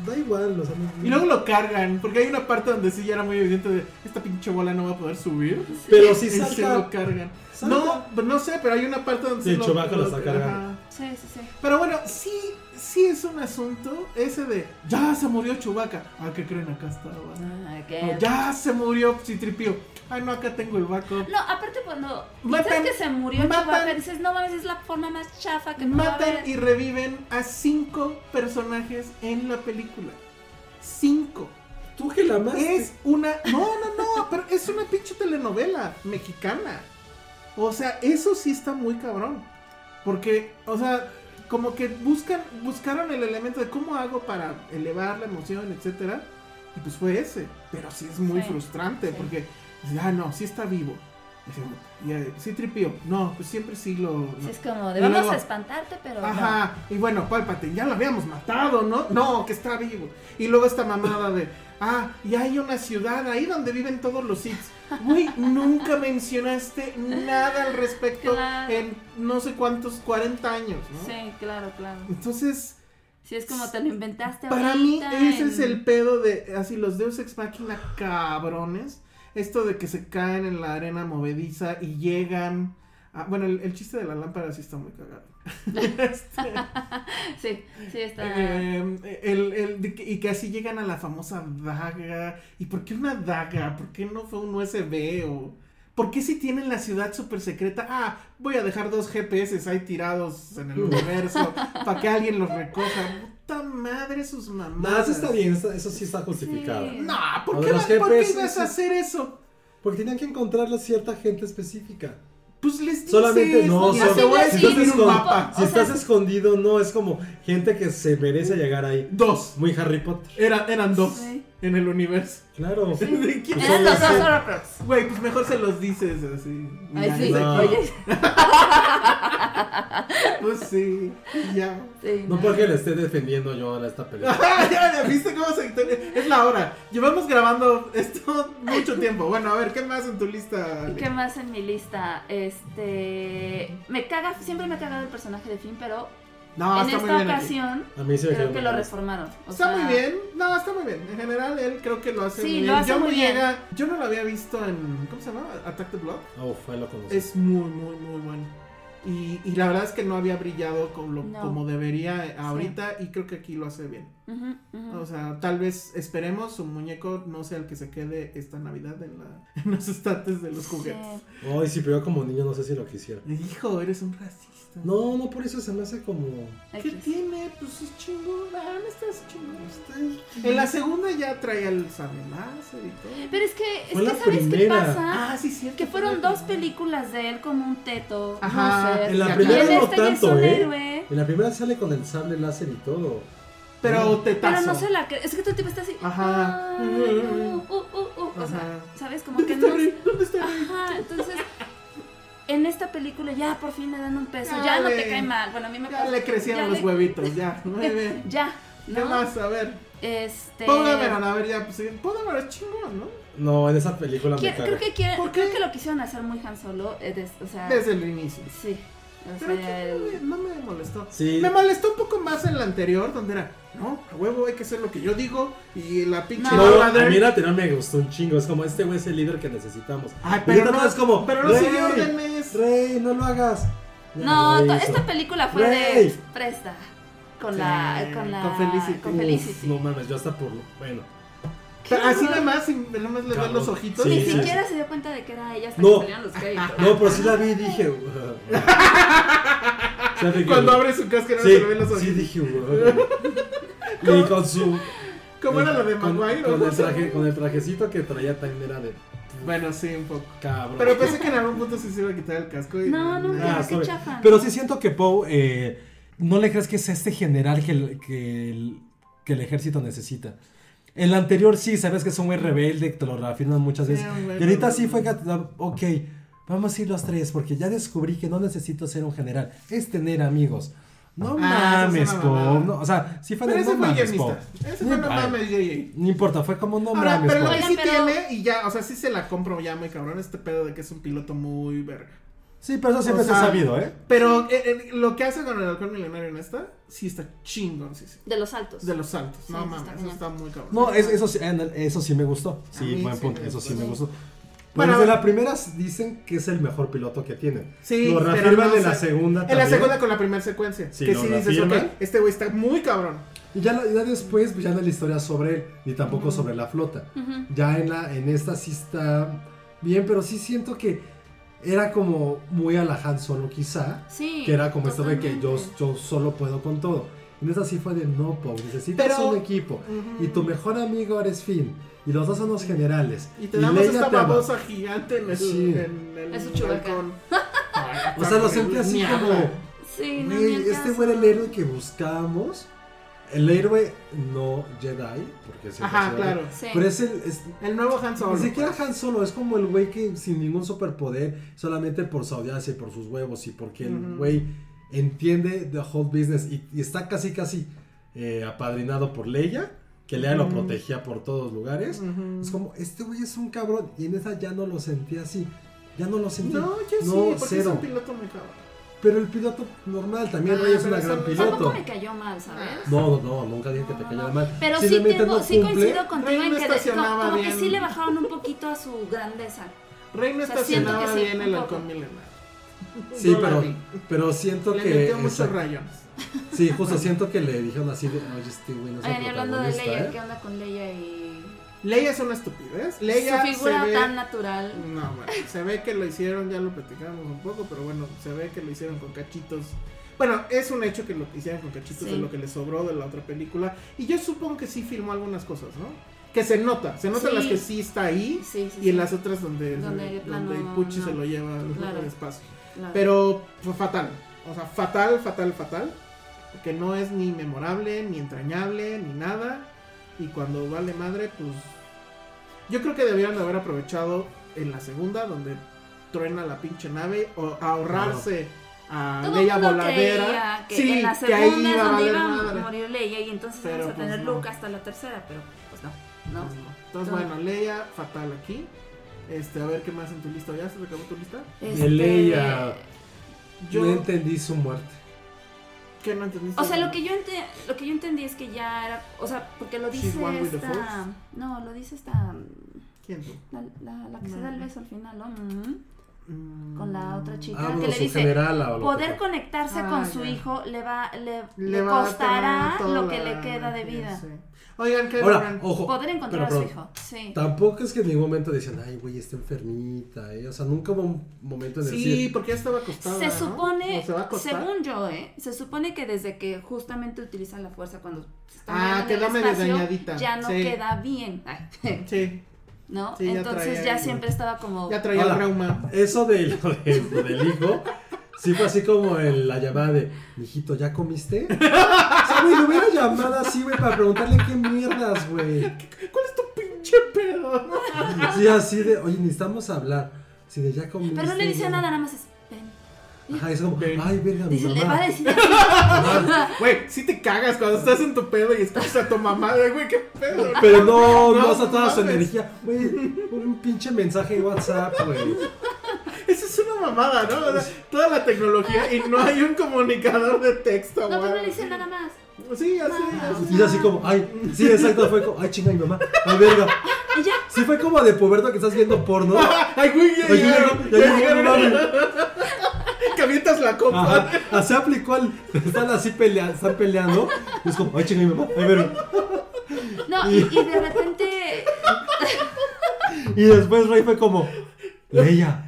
Speaker 8: Da igual, o sea, no-
Speaker 3: Y luego lo cargan, porque hay una parte donde sí ya era muy evidente de esta pinche bola no va a poder subir.
Speaker 8: Pero si
Speaker 3: Y sí lo
Speaker 8: salta.
Speaker 3: cargan.
Speaker 8: Salta.
Speaker 3: No, pero no sé, pero hay una parte donde
Speaker 8: Sí,
Speaker 3: lo-
Speaker 8: Chewbacca lo está
Speaker 3: ajá.
Speaker 8: cargando.
Speaker 6: Sí, sí, sí.
Speaker 3: Pero bueno, sí, sí es un asunto ese de ya se murió Chewbacca. Ah, ¿qué creen? Acá estaba.
Speaker 6: Ah,
Speaker 3: O,
Speaker 6: ok.
Speaker 3: ya se murió Citripio. Ay, no, acá tengo el backup.
Speaker 6: No, aparte cuando
Speaker 3: Matan-
Speaker 6: piensas que se murió
Speaker 3: matan-
Speaker 6: Chewbacca, dices, no mames, es la forma más chafa que puede
Speaker 3: Matan
Speaker 6: haber".
Speaker 3: y reviven a cinco personajes en la película. Cinco.
Speaker 8: Tú que la amaste.
Speaker 3: Es una. No, no, no, pero es una pinche telenovela mexicana. O sea, eso sí está muy cabrón. Porque, o sea, como que buscan, buscaron el elemento de cómo hago para elevar la emoción, etcétera. Y pues fue ese. Pero sí es muy
Speaker 6: Sí,
Speaker 3: frustrante
Speaker 6: sí.
Speaker 3: porque, dices, ah, no, sí está vivo. Y, eh, sí tripió. No, pues siempre sí lo.
Speaker 6: Sí,
Speaker 3: no.
Speaker 6: es como,
Speaker 3: Y
Speaker 6: de vamos
Speaker 3: luego-
Speaker 6: a espantarte, pero no".
Speaker 3: Ajá, y bueno, Palpatine, ya lo habíamos matado, ¿no? No, que está vivo. Y luego esta mamada de, ah, y hay una ciudad ahí donde viven todos los Siths. Güey, nunca mencionaste nada al respecto
Speaker 6: Claro.
Speaker 3: en no sé cuántos, 40 años, ¿no?
Speaker 6: Sí, claro, claro.
Speaker 3: Entonces,
Speaker 6: Sí, es como te lo inventaste
Speaker 3: para mí,
Speaker 6: ahorita
Speaker 3: ese
Speaker 6: en-
Speaker 3: es el pedo de, así, los Deus Ex Machina cabrones. Esto de que se caen en la arena movediza y llegan... a- bueno, el, el chiste de la lámpara sí está muy cagado. Este,
Speaker 6: Sí, sí, está...
Speaker 3: Eh, el- el- de que- y que así llegan a la famosa daga. ¿Y por qué una daga? ¿Por qué no fue un USB? ¿O ¿Por qué si tienen la ciudad super secreta? Ah, voy a dejar dos GPS ahí tirados en el universo para que alguien los recoja. Puta madre, sus
Speaker 8: Nada,
Speaker 3: mamás.
Speaker 8: eso está bien, eso, eso sí está justificado.
Speaker 6: Sí.
Speaker 3: No, ¿por
Speaker 8: Lo
Speaker 3: qué,
Speaker 8: de los
Speaker 3: va- por qué
Speaker 8: GPS,
Speaker 3: ibas a
Speaker 8: sí.
Speaker 3: hacer eso?
Speaker 8: Porque tenían que encontrar a cierta gente específica.
Speaker 3: Pues les dices,
Speaker 8: Solamente no,
Speaker 3: ya
Speaker 8: solo-
Speaker 3: te voy a
Speaker 8: si
Speaker 6: escribir
Speaker 8: estás,
Speaker 3: escribir un
Speaker 8: escon-
Speaker 3: mapa.
Speaker 8: si
Speaker 6: O
Speaker 8: estás
Speaker 6: sea-
Speaker 8: escondido, no es como gente que se merece
Speaker 3: Uh.
Speaker 8: llegar ahí.
Speaker 3: Dos.
Speaker 8: Muy Harry Potter.
Speaker 3: Era- eran dos
Speaker 6: Sí.
Speaker 3: en el universo.
Speaker 8: Claro. Pues,
Speaker 3: ¿De quién?
Speaker 2: Pues
Speaker 6: Eran los dos Horcruxes.
Speaker 3: Güey, pues mejor se los dices así.
Speaker 6: Ay,
Speaker 3: Mira,
Speaker 6: sí.
Speaker 3: es aquí.
Speaker 8: No.
Speaker 6: Oye,
Speaker 3: Pues sí, ya.
Speaker 6: Sí,
Speaker 10: No porque le esté defendiendo yo a esta película.
Speaker 3: ya, ¿viste cómo se Es la hora. Llevamos grabando esto mucho tiempo. Bueno, a ver, ¿qué más en tu lista?
Speaker 6: ¿Y
Speaker 3: Ale?
Speaker 6: qué más en mi lista? Este. Me caga, siempre me ha cagado el personaje de Finn, pero
Speaker 3: No,
Speaker 6: en
Speaker 3: Ah, está
Speaker 6: esta
Speaker 3: muy bien. aquí.
Speaker 6: ocasión
Speaker 10: A mí se me
Speaker 6: creo
Speaker 10: quedó
Speaker 6: que
Speaker 10: muy
Speaker 6: lo
Speaker 10: bien.
Speaker 6: reformaron. O
Speaker 3: Está
Speaker 6: sea,
Speaker 3: muy bien. No, está muy bien. En general, él creo que lo hace
Speaker 6: Sí,
Speaker 3: muy
Speaker 6: lo
Speaker 3: bien.
Speaker 6: hace
Speaker 3: John
Speaker 6: muy bien.
Speaker 3: Boyega- yo no lo había visto en. ¿Cómo se llama? Attack the Block.
Speaker 8: Oh,
Speaker 10: Uf, ahí lo conocí.
Speaker 3: Es muy, muy, muy bueno. Y, y la verdad es que no había brillado como, lo-
Speaker 6: No.
Speaker 3: como debería ahorita y creo que aquí lo hace bien.
Speaker 6: ujú, ujú.
Speaker 3: O sea, tal vez esperemos su muñeco no sea el que se quede esta Navidad en, la- en los estantes de los juguetes.
Speaker 6: Sí.
Speaker 10: Ay, si pero yo como niño no sé si lo quisiera.
Speaker 3: Hijo, eres un racista.
Speaker 10: No, no, por eso se me hace como.
Speaker 3: ¿Qué
Speaker 6: X.
Speaker 3: tiene? Pues es chingona, no estás chingona. estás- En la segunda ya traía el sabeláser y todo.
Speaker 6: Pero es que, es
Speaker 10: Fue la
Speaker 6: que ¿sabes
Speaker 10: primera.
Speaker 6: qué pasa?
Speaker 3: Ah, sí, cierto.
Speaker 6: que fueron dos películas de él como un teto.
Speaker 3: Ajá,
Speaker 6: loser,
Speaker 3: en la
Speaker 6: y
Speaker 3: primera
Speaker 6: en
Speaker 3: no
Speaker 6: esta "Este ya es
Speaker 10: tanto,
Speaker 6: un
Speaker 10: ¿eh?
Speaker 6: héroe.
Speaker 10: En la primera sale con el sable láser y todo.
Speaker 3: Pero te
Speaker 6: Pero no se la cre- Es que todo el tipo está así.
Speaker 3: Ajá.
Speaker 6: "Ay, no, uh, uh, uh", O sea,
Speaker 3: Ajá.
Speaker 6: ¿sabes? Como
Speaker 3: ¿Dónde
Speaker 6: que
Speaker 3: está
Speaker 6: no.
Speaker 3: Rey? ¿Dónde está Rey?
Speaker 6: Ajá, entonces. En esta película ya por fin le dan un peso. Ya, no
Speaker 3: Dale.
Speaker 6: te cae mal. Bueno, a mí me
Speaker 3: Ya
Speaker 6: pasa-
Speaker 3: le crecieron
Speaker 6: ya
Speaker 3: los
Speaker 6: le-
Speaker 3: huevitos, ya. Muy bien.
Speaker 6: Ya.
Speaker 3: ¿Qué
Speaker 6: ¿no?
Speaker 3: más? A ver.
Speaker 6: Este.
Speaker 3: Póngameron, a ver, ya. Pues, sí, póngameron, es chingón, ¿no?
Speaker 10: No, en esa película me
Speaker 6: Quier-
Speaker 10: caga.
Speaker 6: creo, que quiere-
Speaker 3: ¿Por
Speaker 6: creo
Speaker 3: qué?
Speaker 6: que lo quisieron hacer muy Han Solo. eh, des- o sea,
Speaker 3: Desde el inicio.
Speaker 6: sí. O
Speaker 3: Pero
Speaker 6: sea,
Speaker 3: que
Speaker 6: el-
Speaker 3: no, me, no me molestó.
Speaker 10: Sí.
Speaker 3: Me molestó un poco más en la anterior, donde era, no, a huevo hay que hacer lo que yo digo y la pinche
Speaker 6: No.
Speaker 10: No,
Speaker 3: Laura
Speaker 10: a
Speaker 3: Dern-
Speaker 10: mí la anterior me gustó un chingo. Es como este güey es el líder que necesitamos.
Speaker 3: Ay,
Speaker 10: Y
Speaker 3: pero
Speaker 10: esta
Speaker 3: no,
Speaker 10: es como.
Speaker 3: pero no
Speaker 10: "Rey,
Speaker 3: sigue órdenes.
Speaker 10: Rey, no lo hagas. Ya
Speaker 6: No,
Speaker 10: lo
Speaker 6: to-
Speaker 10: hizo.
Speaker 6: esta película fue
Speaker 10: Rey.
Speaker 6: de presta. Con la.
Speaker 3: Sí,
Speaker 6: Con la.
Speaker 3: con Felicity.
Speaker 6: con
Speaker 10: Uf,
Speaker 6: Felicity.
Speaker 10: no mames, yo hasta por. lo- Bueno.
Speaker 3: Pero así nada más, sin nada más le ver
Speaker 10: Cabrón.
Speaker 3: los ojitos.
Speaker 10: Sí,
Speaker 6: Ni
Speaker 10: sí,
Speaker 6: siquiera se dio cuenta de que era ella hasta
Speaker 10: No.
Speaker 6: que salieron los créditos.
Speaker 10: No, pero sí la vi y dije. "Wow". O sea, de que-
Speaker 3: Cuando abre su casca no
Speaker 10: Sí,
Speaker 3: se le ven los
Speaker 10: sí
Speaker 3: ojitos.
Speaker 10: dije, wow. Y con su.
Speaker 3: ¿Cómo era la de
Speaker 10: con-
Speaker 3: Maguire?
Speaker 10: Con,
Speaker 3: ¿no?
Speaker 10: el traje, con el trajecito que traía también era de
Speaker 3: Bueno, sí, un poco.
Speaker 10: cabrón.
Speaker 3: Pero pensé que en algún punto sí se iba a quitar el casco. Y,
Speaker 6: No, no,
Speaker 10: Ah,
Speaker 6: no, qué
Speaker 10: sorry.
Speaker 6: chafa.
Speaker 2: Pero sí siento que Poe, eh, no le crees que es este general que el, que el- que el ejército necesita. En la anterior sí, sabes que es un güey rebelde, te lo reafirman muchas
Speaker 3: Sí,
Speaker 2: veces.
Speaker 3: un güey
Speaker 2: y ahorita
Speaker 3: rebelde.
Speaker 2: sí fue que, ah, ok, vamos a ir los tres, porque ya descubrí que no necesito ser un general, es tener amigos. No
Speaker 3: Ah, eso es
Speaker 2: mames,
Speaker 3: una
Speaker 2: Poe.
Speaker 3: mamada.
Speaker 2: no, o sea, sí fue
Speaker 3: Pero
Speaker 2: de
Speaker 3: ese
Speaker 2: no
Speaker 3: fue
Speaker 2: mames,
Speaker 3: guionista.
Speaker 2: Poe.
Speaker 3: Ese fue no
Speaker 2: Ay,
Speaker 3: mames, JJ.
Speaker 2: No importa, fue como no
Speaker 3: Ahora,
Speaker 2: mames,
Speaker 3: pero lo
Speaker 2: Poe.
Speaker 3: que
Speaker 6: Oigan,
Speaker 3: sí
Speaker 6: pero-
Speaker 3: tiene, y ya, o sea, sí se la compro ya muy cabrón, este pedo de que es un piloto muy verga.
Speaker 2: Sí, pero eso siempre
Speaker 3: o
Speaker 2: se
Speaker 3: sea,
Speaker 2: ha sabido, ¿eh?
Speaker 3: Pero eh, eh, lo que hace con el alcohol milenario en esta, sí está chingón, sí, sí.
Speaker 6: De los saltos.
Speaker 3: De los saltos,
Speaker 6: Sí,
Speaker 3: no
Speaker 6: sí
Speaker 3: mames,
Speaker 6: está
Speaker 3: eso
Speaker 6: cañón.
Speaker 3: está muy cabrón.
Speaker 2: No, eh, es- eso, sí- en el- eso sí me gustó.
Speaker 3: A mí
Speaker 2: Sí, buen
Speaker 3: sí
Speaker 2: punto.
Speaker 3: me
Speaker 2: Eso sí
Speaker 3: gustó.
Speaker 2: me gustó. Bueno,
Speaker 3: Bueno, a ver.
Speaker 2: desde la primera dicen que es el mejor piloto que tienen.
Speaker 3: Sí,
Speaker 2: lo
Speaker 3: pero
Speaker 2: reafirman
Speaker 3: no
Speaker 2: en la
Speaker 3: sé.
Speaker 2: segunda.
Speaker 3: En la
Speaker 2: también.
Speaker 3: segunda con la primera secuencia.
Speaker 2: Sí,
Speaker 3: que
Speaker 2: lo
Speaker 3: sí dices, ok,
Speaker 2: reafirman.
Speaker 3: este güey está muy cabrón.
Speaker 2: Y ya, la- ya después, pues ya no hay la historia sobre él, ni tampoco sobre la flota. Ya en, la, en esta sí está bien, pero sí siento que era como muy a la Han Solo, quizá.
Speaker 6: Sí.
Speaker 2: Que era como esto de que yo,
Speaker 6: totalmente.
Speaker 2: yo solo puedo con todo. En esta sí fue de no, Pau, necesitas
Speaker 3: Pero-
Speaker 2: un equipo.
Speaker 3: Ujú.
Speaker 2: Y tu mejor amigo eres Finn. Y los dos son los generales.
Speaker 3: Y te damos
Speaker 2: Leia
Speaker 3: esta
Speaker 2: te ama.
Speaker 3: babosa gigante en el.
Speaker 2: Sí.
Speaker 3: En el
Speaker 6: Es un Chewbacca.
Speaker 3: balcón.
Speaker 2: O sea, lo sentí así
Speaker 3: Ni
Speaker 2: como,
Speaker 3: habla.
Speaker 6: Sí, no,
Speaker 2: güey,
Speaker 6: ni al
Speaker 2: este
Speaker 6: caso.
Speaker 2: fue el héroe que buscábamos. El héroe no Jedi, porque se
Speaker 3: Ajá,
Speaker 2: considera-
Speaker 3: claro.
Speaker 6: Sí.
Speaker 2: Pero es el. es-
Speaker 3: El nuevo Han Solo.
Speaker 2: ni siquiera
Speaker 3: pues.
Speaker 2: Han Solo, es como el güey que sin ningún superpoder, solamente por su audacia y por sus huevos y porque
Speaker 3: Ujú.
Speaker 2: el güey entiende the whole business y, y está casi, casi eh, apadrinado por Leia, que Leia lo
Speaker 3: Ujú.
Speaker 2: protegía por todos lugares.
Speaker 3: Ujú.
Speaker 2: Es como, este güey es un cabrón y en esa ya no lo sentí así. Ya no lo sentí.
Speaker 3: No, yo sí,
Speaker 2: No,
Speaker 3: porque es
Speaker 2: cero.
Speaker 3: un piloto muy cabrón.
Speaker 2: Pero el piloto normal, también
Speaker 3: Ah,
Speaker 2: Rey es
Speaker 3: pero
Speaker 2: una gran
Speaker 3: eso-
Speaker 2: piloto.
Speaker 6: Tampoco me cayó mal, ¿sabes?
Speaker 2: No, no, no, nunca dije que te cayera mal.
Speaker 6: Pero sí,
Speaker 2: Simplemente
Speaker 6: tengo,
Speaker 2: Ah. no
Speaker 6: sí
Speaker 2: cumple.
Speaker 6: coincido contigo
Speaker 3: Rey
Speaker 6: en
Speaker 3: no
Speaker 6: que de-
Speaker 3: estacionaba
Speaker 6: como, como que
Speaker 3: bien.
Speaker 6: sí le bajaron un poquito a su grandeza.
Speaker 3: Rey no
Speaker 6: O sea, siento
Speaker 3: estacionaba
Speaker 6: que sí,
Speaker 3: bien
Speaker 6: un
Speaker 3: el
Speaker 6: poco.
Speaker 3: halcón milenario.
Speaker 2: Sí,
Speaker 3: No la
Speaker 2: pero,
Speaker 3: vi.
Speaker 2: pero siento
Speaker 3: Le
Speaker 2: que.
Speaker 3: metió muchos
Speaker 2: exacto.
Speaker 3: rayones.
Speaker 2: Sí, justo siento que le dijeron así de. Oye, este güey no es el
Speaker 6: Oigan, y hablando de
Speaker 2: protagonista,
Speaker 6: Leia,
Speaker 2: ¿eh?".
Speaker 6: ¿qué onda con Leia y
Speaker 3: Leia es una estupidez. Leia
Speaker 6: su figura
Speaker 3: se ve...
Speaker 6: tan natural?
Speaker 3: No, bueno, se ve que lo hicieron, ya lo platicamos un poco, pero bueno, se ve que lo hicieron con cachitos. Bueno, es un hecho que lo hicieron con cachitos
Speaker 6: Sí.
Speaker 3: de lo que le sobró de la otra película. Y yo supongo que sí filmó algunas cosas, ¿no? Que se nota, se notan
Speaker 6: Sí.
Speaker 3: las que sí está ahí
Speaker 6: Sí, sí,
Speaker 3: y
Speaker 6: sí,
Speaker 3: en las otras donde,
Speaker 6: Donde
Speaker 3: donde,
Speaker 6: de plano
Speaker 3: el Puchi
Speaker 6: no.
Speaker 3: se lo lleva
Speaker 6: Claro.
Speaker 3: al espacio.
Speaker 6: claro.
Speaker 3: Pero fue fatal. O sea, fatal, fatal, fatal. Que no es ni memorable, ni entrañable, ni nada. Y cuando vale madre, pues. Yo creo que debieron de haber aprovechado en la segunda, donde truena la pinche nave, o ahorrarse a
Speaker 6: Todo el
Speaker 3: Leia
Speaker 6: mundo
Speaker 3: Voladera.
Speaker 6: creía que
Speaker 3: sí,
Speaker 6: en la
Speaker 3: que ahí
Speaker 6: segunda es
Speaker 3: iba a
Speaker 6: donde
Speaker 3: valer
Speaker 6: iba a
Speaker 3: madre.
Speaker 6: morir Leia y entonces
Speaker 3: Pero
Speaker 6: vamos a
Speaker 3: pues
Speaker 6: tener
Speaker 3: no.
Speaker 6: Luke hasta la tercera, pero pues no.
Speaker 3: No,
Speaker 6: Pues
Speaker 3: no.
Speaker 6: no.
Speaker 3: Entonces,
Speaker 6: No.
Speaker 3: bueno, Leia, fatal aquí. Este, a ver qué más en tu lista. ¿Ya se te acabó tu lista?
Speaker 6: Este,
Speaker 2: Leia.
Speaker 3: Yo,
Speaker 2: No entendí su muerte.
Speaker 3: ¿qué no entendiste?
Speaker 6: O sea, lo que yo ente- lo que yo entendí es que ya era, o sea, porque lo
Speaker 3: She's
Speaker 6: dice
Speaker 3: one with the
Speaker 6: esta,
Speaker 3: force.
Speaker 6: no, lo dice esta
Speaker 3: ¿Quién tú?
Speaker 6: la, la- la que se
Speaker 3: No.
Speaker 6: da el beso al final, ¿no? Mm,
Speaker 3: Mm,
Speaker 6: Con la otra chica
Speaker 2: Ah,
Speaker 3: pues
Speaker 6: que
Speaker 2: bueno,
Speaker 6: le
Speaker 2: su
Speaker 6: dice
Speaker 2: general. o lo
Speaker 6: poder
Speaker 2: que-
Speaker 6: conectarse
Speaker 3: Ah,
Speaker 6: con su
Speaker 3: ya.
Speaker 6: hijo le va le,
Speaker 3: Le
Speaker 6: le
Speaker 3: va a
Speaker 6: costará
Speaker 3: tomar toda
Speaker 6: lo que le
Speaker 3: la
Speaker 6: queda de
Speaker 3: energía,
Speaker 6: vida.
Speaker 3: sí. Oigan, qué
Speaker 2: Ahora,
Speaker 3: oigan.
Speaker 2: ojo.
Speaker 6: Poder
Speaker 2: pero,
Speaker 6: encontrar a su
Speaker 2: pero,
Speaker 6: hijo. Sí.
Speaker 2: Tampoco es que en ningún momento decían, ay, güey, está enfermita. eh". O sea, nunca hubo un momento en el
Speaker 3: Sí, porque ya estaba acostada.
Speaker 6: Se
Speaker 3: ¿no?
Speaker 6: supone,
Speaker 3: ¿O se va a acostar?
Speaker 6: según yo, ¿eh? Se supone que desde que justamente utiliza la fuerza cuando se está
Speaker 3: Ah,
Speaker 6: moviendo en
Speaker 3: queda
Speaker 6: el
Speaker 3: medio
Speaker 6: espacio,
Speaker 3: dañadita,
Speaker 6: Ya no
Speaker 3: sí.
Speaker 6: queda bien, ay,
Speaker 3: Sí,
Speaker 6: ¿no?
Speaker 3: Sí, ya
Speaker 6: Entonces
Speaker 3: traía
Speaker 6: ya
Speaker 3: algo.
Speaker 6: siempre estaba como...
Speaker 3: ya traía el
Speaker 2: Ahora,
Speaker 3: reuma.
Speaker 2: Eso de lo, de- lo del hijo, sí fue así como el- la llamada de, mijito, ¿ya comiste? O sea, güey, le hubiera llamado así, güey, para preguntarle qué mierdas, güey.
Speaker 3: ¿Cuál es tu pinche pedo?
Speaker 2: Sí, así de, oye, necesitamos hablar. Así de, ¿ya comiste?
Speaker 6: Pero no le dice
Speaker 2: ya?"
Speaker 6: nada, nada más es... Ven.
Speaker 2: Ajá, es como, ay, verga, mi
Speaker 6: Dice, le
Speaker 2: mamá".
Speaker 6: va a decir... a
Speaker 3: Güey, si te cagas cuando estás en tu pedo y escuchas a tu mamá, de, güey, qué pedo.
Speaker 2: Pero no, no,
Speaker 3: No,
Speaker 2: usa toda su
Speaker 3: mames.
Speaker 2: energía. Güey, un pinche mensaje de WhatsApp, güey.
Speaker 3: Eso es una mamada, ¿no? O sea, toda la tecnología y no hay un comunicador de texto,
Speaker 6: tu-
Speaker 4: pues
Speaker 6: No, pero no
Speaker 3: güey.
Speaker 6: le dice nada más.
Speaker 3: Sí, así, así.
Speaker 2: Y es así como, ay, sí, exacto, fue como, ay, chinga, mi mamá, ay, verga.
Speaker 6: Y ya.
Speaker 2: Sí, fue como de puberto que estás viendo porno.
Speaker 3: Ay, güey, ya
Speaker 2: Ay,
Speaker 3: llegaron,
Speaker 2: ya
Speaker 3: ya
Speaker 2: llegó, no
Speaker 3: llegaron. Que avientas la copa.
Speaker 2: Ajá, así aplicó al. Están así pelea, están peleando. Y es como, ay, chinga, mi mamá, ay, verga.
Speaker 6: No, y, y de repente...
Speaker 2: Y después Rey fue como, Leia.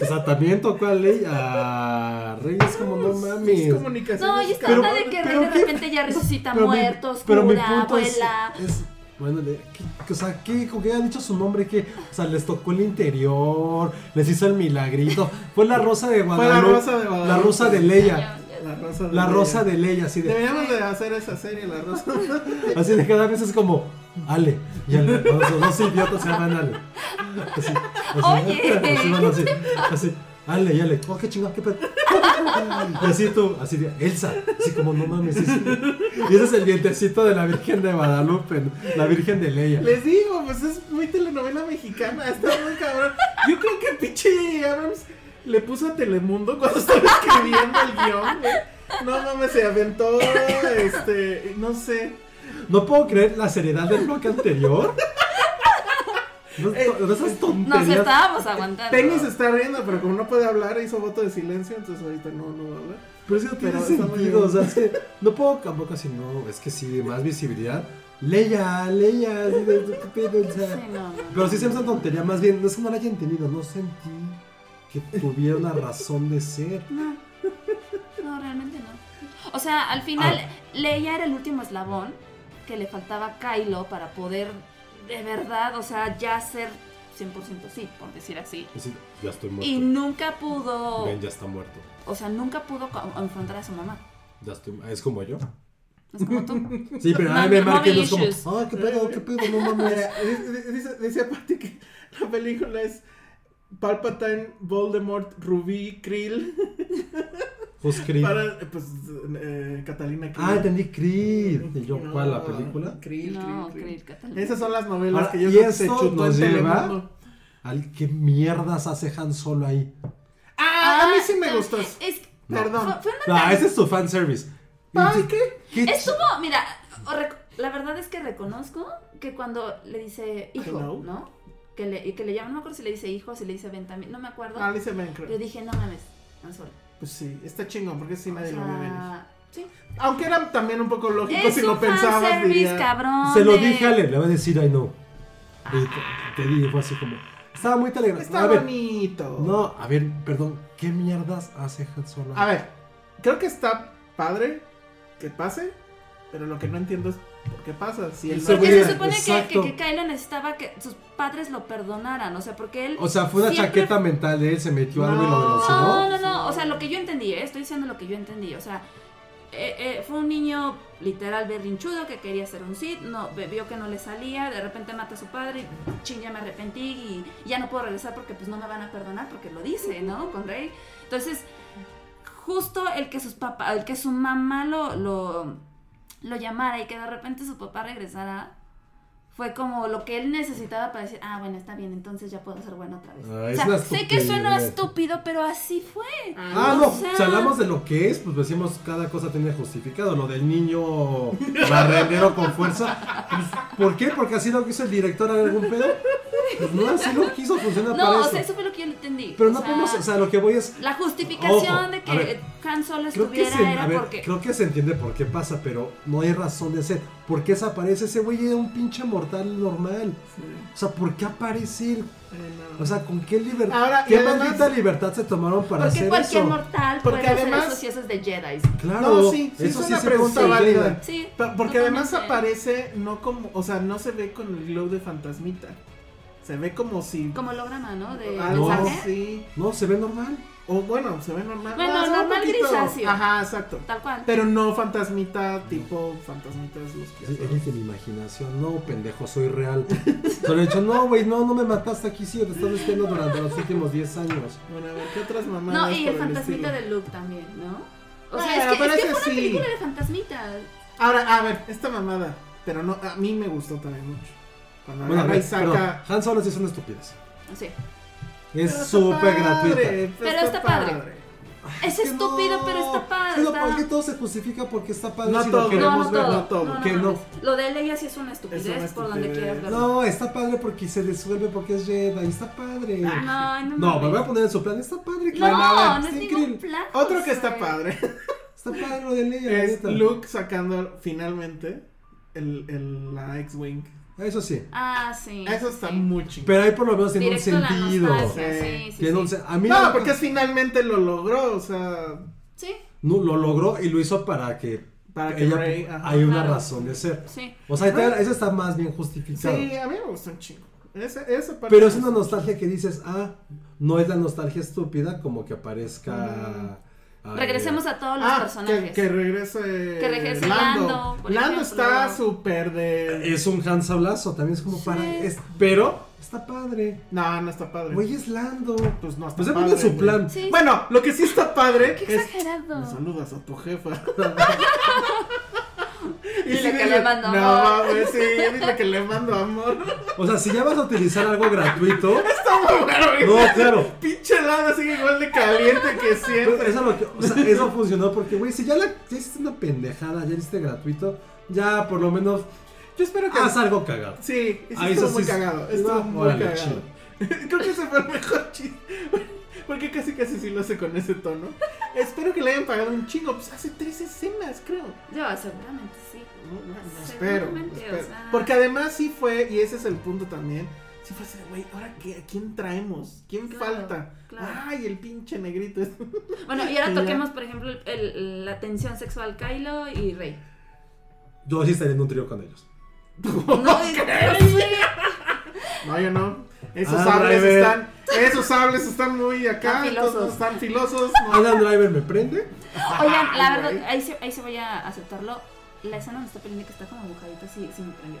Speaker 2: O sea, también tocó a Leia. Rey es como, no
Speaker 3: Es
Speaker 2: mames.
Speaker 3: comunicación.
Speaker 6: No, y esta
Speaker 2: Pero-
Speaker 6: onda de que
Speaker 2: pero
Speaker 6: de
Speaker 2: qué-
Speaker 6: repente ya resucita
Speaker 2: Pero mi-
Speaker 6: muertos,
Speaker 2: pero mi
Speaker 6: cura,
Speaker 2: punto es-
Speaker 6: abuela...
Speaker 2: es- bueno, de- ¿qué- o sea, ¿qué, ¿con qué ha dicho su nombre? que O sea, les tocó el interior, les hizo el milagrito. Fue la rosa de Guadalupe.
Speaker 3: rosa de Guadalupe.
Speaker 2: La rosa de Leia.
Speaker 3: La rosa de
Speaker 2: La
Speaker 3: Leia.
Speaker 2: rosa de Leia, así de.
Speaker 3: Deberíamos de hacer esa serie, la rosa.
Speaker 2: Así de cada vez es como. Ale. Y Ale. Los los dos idiotas se llaman Ale. Así. así,
Speaker 6: Oye,
Speaker 2: así, van así, así. Ale, y Ale. Oh, qué chingón, qué pedo. Y así tú, así de Elsa. Así como, no mames. sí, sí. Y ese es el dientecito de la Virgen de Guadalupe, ¿no? la Virgen de Leia.
Speaker 3: Les digo, pues es muy telenovela mexicana, está muy cabrón. Yo creo que pinche Abrams le puso a Telemundo cuando estaba escribiendo el guión, güey. No mames, se aventó, este, no sé.
Speaker 2: No puedo creer la seriedad del bloque anterior. No, Eh, no esas
Speaker 6: Nos
Speaker 2: tonterías.
Speaker 6: estábamos aguantando.
Speaker 3: Penny se está riendo, pero como no puede hablar, hizo voto de silencio, entonces ahorita no, no va a hablar.
Speaker 2: Pero eso no tiene
Speaker 3: Pero está muy
Speaker 2: sentido, o
Speaker 3: bien.
Speaker 2: sea, es que no puedo tampoco así, no, es que sí, más visibilidad. Leia, Leia, así de- qué pedo, o sea.
Speaker 6: Sí, no, no.
Speaker 2: Pero sí se me hace una tontería, más bien, no es que no la haya entendido, no sentí que tuviera la razón de ser.
Speaker 6: No, no, realmente no. O sea, al final,
Speaker 2: Ah.
Speaker 6: Leia era el último eslabón que le faltaba a Kylo para poder, de verdad, o sea, ya ser 100% sí, por decir así.
Speaker 2: Es decir, ya estoy
Speaker 6: Y
Speaker 2: muerto.
Speaker 6: nunca pudo,
Speaker 2: Ven, ya está muerto.
Speaker 6: o sea, nunca pudo co- confrontar a su mamá.
Speaker 2: Ya estoy, ah, es como yo.
Speaker 6: Es como tú.
Speaker 2: Sí, pero a mí
Speaker 6: Mami-
Speaker 2: me marqué
Speaker 6: mommy
Speaker 2: es como,
Speaker 6: issues.
Speaker 2: ah, qué pedo, qué pedo, no mames.
Speaker 3: Mira, dice- Eh, dice- Dice aparte que la película es Palpatine, Voldemort, Rubí, Krill,
Speaker 2: Pues, Creed.
Speaker 3: para, pues, eh, Catalina Krill.
Speaker 2: Ah, entendí Creed. ¿Y yo
Speaker 3: No,
Speaker 2: cuál? ¿La película?
Speaker 3: Krill,
Speaker 6: No,
Speaker 3: Krill, Krill.
Speaker 6: Creed, Catalina.
Speaker 3: Esas son las novelas
Speaker 2: Ahora,
Speaker 3: que yo
Speaker 2: ¿y
Speaker 3: creo que se
Speaker 2: esto
Speaker 3: chutó en
Speaker 2: nos lleva?
Speaker 3: Telemundo.
Speaker 2: Al- ¿Qué mierdas hace Han Solo ahí?
Speaker 3: Ah, a mí sí me
Speaker 6: Ah,
Speaker 3: gustó.
Speaker 6: Es, es-
Speaker 3: Perdón.
Speaker 6: fue- fue una
Speaker 2: Ah, ese es tu fanservice.
Speaker 6: Ah,
Speaker 3: Ay, ¿qué?
Speaker 2: ¿Qué ch-
Speaker 6: Estuvo, mira, o rec- la verdad es que reconozco que cuando le dice hijo,
Speaker 3: Hello.
Speaker 6: ¿no? Que le, y que le llaman, no me acuerdo si le dice hijo, si le dice ven también, no me acuerdo.
Speaker 3: Ah, Alice Mancro.
Speaker 6: Yo dije, no mames, Han Solo.
Speaker 3: Pues sí, está chingón, porque sí nadie
Speaker 6: O
Speaker 3: lo vio
Speaker 6: sea,
Speaker 3: venir.
Speaker 6: Ah, sí.
Speaker 3: Aunque era también un poco lógico
Speaker 6: Es
Speaker 3: pues, si
Speaker 6: un
Speaker 3: lo pensabas,
Speaker 6: fanservice,
Speaker 3: diría.
Speaker 6: cabrón.
Speaker 2: Se lo
Speaker 6: de-
Speaker 2: dije a Ale, le va a decir I know. Y te, te dije, fue así como. Estaba muy telegrafado.
Speaker 3: Está
Speaker 2: a ver,
Speaker 3: bonito.
Speaker 2: no, a ver, perdón, ¿qué mierdas hace Han Solo?
Speaker 3: A ver, creo que está padre que pase, pero lo que no entiendo es por qué pasa. Si él no
Speaker 6: Porque
Speaker 2: Seguridad,
Speaker 6: se supone que, que,
Speaker 2: exacto.
Speaker 6: que Kylo necesitaba que sus padres lo perdonaran, o sea, porque él...
Speaker 2: O sea, fue una
Speaker 6: siempre-
Speaker 2: chaqueta mental de él, se metió algo y lo
Speaker 3: No.
Speaker 2: velocidó.
Speaker 6: No, no, no, o sea, lo que yo entendí, ¿eh? estoy diciendo lo que yo entendí, o sea, eh, eh, fue un niño literal berrinchudo que quería ser un Sith, no, ve- vio que no le salía, de repente mata a su padre y ching, ya me arrepentí y ya no puedo regresar porque pues no me van a perdonar porque lo dice, ¿no? Con Rey. Entonces, justo el que sus papás, el que su mamá lo, lo, lo llamara y que de repente su papá regresara, fue como lo que él necesitaba para decir, ah, bueno, está bien, entonces ya puedo ser bueno otra vez.
Speaker 2: Ah,
Speaker 6: o
Speaker 2: es
Speaker 6: sea,
Speaker 2: una
Speaker 6: sé que suena
Speaker 2: estupidez.
Speaker 6: estúpido, pero así fue.
Speaker 2: Ah, no,
Speaker 6: O sea-
Speaker 2: si hablamos de lo que es, pues decimos cada cosa tiene justificado. Lo del niño barrendero con fuerza. pues, ¿Por qué? Porque así lo quiso el director en algún pedo. Pues no, así lo quiso, funciona para
Speaker 6: No, o
Speaker 2: eso.
Speaker 6: sea, eso fue lo que yo le entendí.
Speaker 2: Pero
Speaker 6: O
Speaker 2: no
Speaker 6: sea,
Speaker 2: podemos, o sea, lo que voy es.
Speaker 6: La justificación
Speaker 2: Ojo,
Speaker 6: de
Speaker 2: a
Speaker 6: que
Speaker 2: ver,
Speaker 6: Han Solo
Speaker 2: Creo que,
Speaker 6: estuviera
Speaker 2: se,
Speaker 6: era
Speaker 2: a ver,
Speaker 6: porque...
Speaker 2: creo que se entiende por qué pasa, pero no hay razón de ser. ¿Por qué desaparece ese güey? Era un pinche mortal normal. O sea, ¿por qué aparece él? O sea, ¿con qué
Speaker 3: Ahora,
Speaker 2: libertad?
Speaker 3: y
Speaker 2: ¿Qué
Speaker 3: además-
Speaker 2: maldita libertad se tomaron para
Speaker 6: Porque
Speaker 2: hacer
Speaker 6: cualquier
Speaker 2: eso?
Speaker 6: mortal
Speaker 3: Porque
Speaker 6: puede
Speaker 3: además-
Speaker 6: hacer eso si eso es de Jedi.
Speaker 2: Claro,
Speaker 3: No, sí, sí,
Speaker 2: eso
Speaker 3: es
Speaker 2: sí
Speaker 3: una
Speaker 2: se
Speaker 3: pregunta
Speaker 2: considera.
Speaker 3: válida.
Speaker 6: Sí.
Speaker 3: Pa- Porque además
Speaker 6: totalmente.
Speaker 3: aparece no como, o sea, no se ve con el glow de fantasmita. Se ve como si
Speaker 6: Como holograma, ¿no? De
Speaker 3: algo
Speaker 6: mensaje.
Speaker 3: así.
Speaker 2: Ah, No, se ve normal.
Speaker 3: O bueno, se ve normal. Ah,
Speaker 6: Bueno,
Speaker 3: se ve un
Speaker 6: normal
Speaker 3: poquito-
Speaker 6: grisáceo.
Speaker 3: Ajá, exacto.
Speaker 6: Tal cual.
Speaker 3: Pero no fantasmita tipo fantasmitas los que hacen.
Speaker 2: Eres de mi imaginación, no, pendejo, soy real. Solo he dicho, no, güey, no, no me mataste aquí, sí, te estás vistiendo durante los últimos 10 años.
Speaker 3: Bueno, a ver, ¿qué otras mamás?
Speaker 6: No, y el fantasmita de Luke también, ¿no?
Speaker 2: Ah,
Speaker 6: O sea,
Speaker 3: Bueno,
Speaker 6: es que,
Speaker 3: pero
Speaker 6: es que
Speaker 3: ese
Speaker 6: fue
Speaker 3: sí.
Speaker 6: una película de fantasmitas.
Speaker 3: Ahora, a ver, esta mamada. Pero no, a mí me gustó también mucho. Cuando
Speaker 2: Bueno, a
Speaker 3: agarra y
Speaker 2: ver,
Speaker 3: saca.
Speaker 2: perdón, Han Solo sí es una estupidez.
Speaker 6: Sí.
Speaker 2: Es
Speaker 3: Pero está
Speaker 2: súper
Speaker 3: padre,
Speaker 2: gratuita.
Speaker 6: Pero está padre. Es
Speaker 2: que
Speaker 6: estúpido,
Speaker 2: no.
Speaker 6: pero está padre.
Speaker 2: Pero
Speaker 6: está-
Speaker 2: ¿por qué todo se justifica porque está padre?
Speaker 3: No
Speaker 2: si
Speaker 3: todo.
Speaker 2: lo
Speaker 6: No,
Speaker 2: queremos
Speaker 6: no
Speaker 2: ver?
Speaker 6: todo.
Speaker 3: no todo.
Speaker 6: No, no,
Speaker 2: ¿Qué
Speaker 6: no,
Speaker 2: no?
Speaker 6: Lo de Leia sí es una estupidez,
Speaker 3: Es una
Speaker 6: por donde
Speaker 3: estupidez.
Speaker 6: quieras verlo.
Speaker 2: No, está padre porque se resuelve porque es Jedi, está padre.
Speaker 6: Ah, no, no.
Speaker 2: No, me voy
Speaker 6: mames.
Speaker 2: a poner en su plan, está padre,
Speaker 6: No,
Speaker 2: claro.
Speaker 6: no,
Speaker 2: está
Speaker 6: es ningún
Speaker 2: increíble.
Speaker 6: plan.
Speaker 3: Otro que
Speaker 6: o
Speaker 3: está
Speaker 6: sea.
Speaker 3: padre
Speaker 2: Está padre lo de Leia, la
Speaker 3: es
Speaker 2: neta.
Speaker 3: Luke sacando finalmente el, el, la X-Wing.
Speaker 2: Eso sí.
Speaker 6: Ah, sí.
Speaker 3: Eso está
Speaker 6: sí.
Speaker 3: muy chingón.
Speaker 2: Pero ahí por lo menos tiene un
Speaker 6: Directo a la
Speaker 2: sentido.
Speaker 6: nostalgia,
Speaker 3: Sí.
Speaker 6: sí, sí,
Speaker 2: Tiene un
Speaker 6: sí.
Speaker 2: sen- a mí
Speaker 3: No,
Speaker 2: la-
Speaker 3: porque finalmente lo logró, o sea.
Speaker 6: Sí,
Speaker 2: No, lo logró y lo hizo para que,
Speaker 3: Para que
Speaker 2: ella-
Speaker 3: Rey, ajá.
Speaker 2: hay una
Speaker 6: Claro.
Speaker 2: razón de ser.
Speaker 6: sí.
Speaker 2: O sea, ahí está- eso está más bien justificado.
Speaker 3: Sí, a mí me gustó un chingo. Esa, esa parte.
Speaker 2: Pero es una nostalgia que dices, ah, no es la nostalgia estúpida como que aparezca. ay,
Speaker 6: Regresemos a todos los
Speaker 3: Ah,
Speaker 6: personajes.
Speaker 3: Que, que regrese.
Speaker 6: Que regrese Lando, por
Speaker 3: Lando
Speaker 6: ejemplo.
Speaker 3: está súper de.
Speaker 2: Es un Hans Sablazo, también es como para. es- pero está padre.
Speaker 3: No, no está padre.
Speaker 2: Güey, es Lando.
Speaker 3: pues no está
Speaker 2: Pues se
Speaker 3: padre.
Speaker 2: pone su
Speaker 3: güey.
Speaker 2: plan.
Speaker 6: Sí.
Speaker 3: Bueno, lo que sí está padre
Speaker 6: Qué
Speaker 3: es.
Speaker 6: exagerado.
Speaker 3: Me saludas a tu jefa. y
Speaker 6: Dile
Speaker 3: sí
Speaker 6: que
Speaker 3: dije,
Speaker 6: le mando
Speaker 3: no,
Speaker 6: amor".
Speaker 3: mames, sí, dile que le mando amor.
Speaker 2: O sea, si ya vas a utilizar algo gratuito.
Speaker 3: Está muy bueno, güey.
Speaker 2: No, claro.
Speaker 3: Pinche lana sigue igual de caliente que
Speaker 2: Pero
Speaker 3: siempre.
Speaker 2: Eso, lo que- o sea, eso funcionó porque, güey, si ya, la, ya hiciste una pendejada, ya hiciste gratuito, ya por lo menos
Speaker 3: Yo espero que.
Speaker 2: haz algo cagado.
Speaker 3: Sí, sí,
Speaker 2: Ah,
Speaker 3: estuvo
Speaker 2: eso
Speaker 3: muy
Speaker 2: sí es-
Speaker 3: cagado. Estuvo
Speaker 2: Ah,
Speaker 3: muy
Speaker 2: órale,
Speaker 3: cagado. Creo que ese fue el mejor chiste. Porque casi casi sí lo hace con ese tono. Espero que le hayan pagado un chingo. Pues hace tres escenas, creo.
Speaker 6: Yo, seguramente sí.
Speaker 3: No, no, no, espero.
Speaker 6: Seguramente,
Speaker 3: espero.
Speaker 6: o sea.
Speaker 3: Porque además sí fue, y ese es el punto también. Sí fue así, de, güey, ¿ahora qué? ¿A quién traemos? ¿Quién
Speaker 6: Claro,
Speaker 3: falta?
Speaker 6: claro.
Speaker 3: Ay, el pinche negrito. este".
Speaker 6: Bueno, y ahora
Speaker 3: Y ya.
Speaker 6: toquemos, por ejemplo, el- el- la tensión sexual Kylo y Rey.
Speaker 2: Yo sí estaría en un trío con ellos.
Speaker 6: No, es- pero, güey,
Speaker 3: No, yo no. Esos
Speaker 2: Ah,
Speaker 3: sables
Speaker 2: driver.
Speaker 3: están. Esos sables están muy acá.
Speaker 6: Están
Speaker 3: entonces,
Speaker 6: filosos.
Speaker 3: están filosos. no.
Speaker 2: Adam Driver me prende.
Speaker 6: Oigan, la
Speaker 3: Ay,
Speaker 6: verdad,
Speaker 3: güey.
Speaker 6: ahí se, ahí se voy a aceptarlo. La escena donde está peleando que está como mojadito, sí, sí me prendió.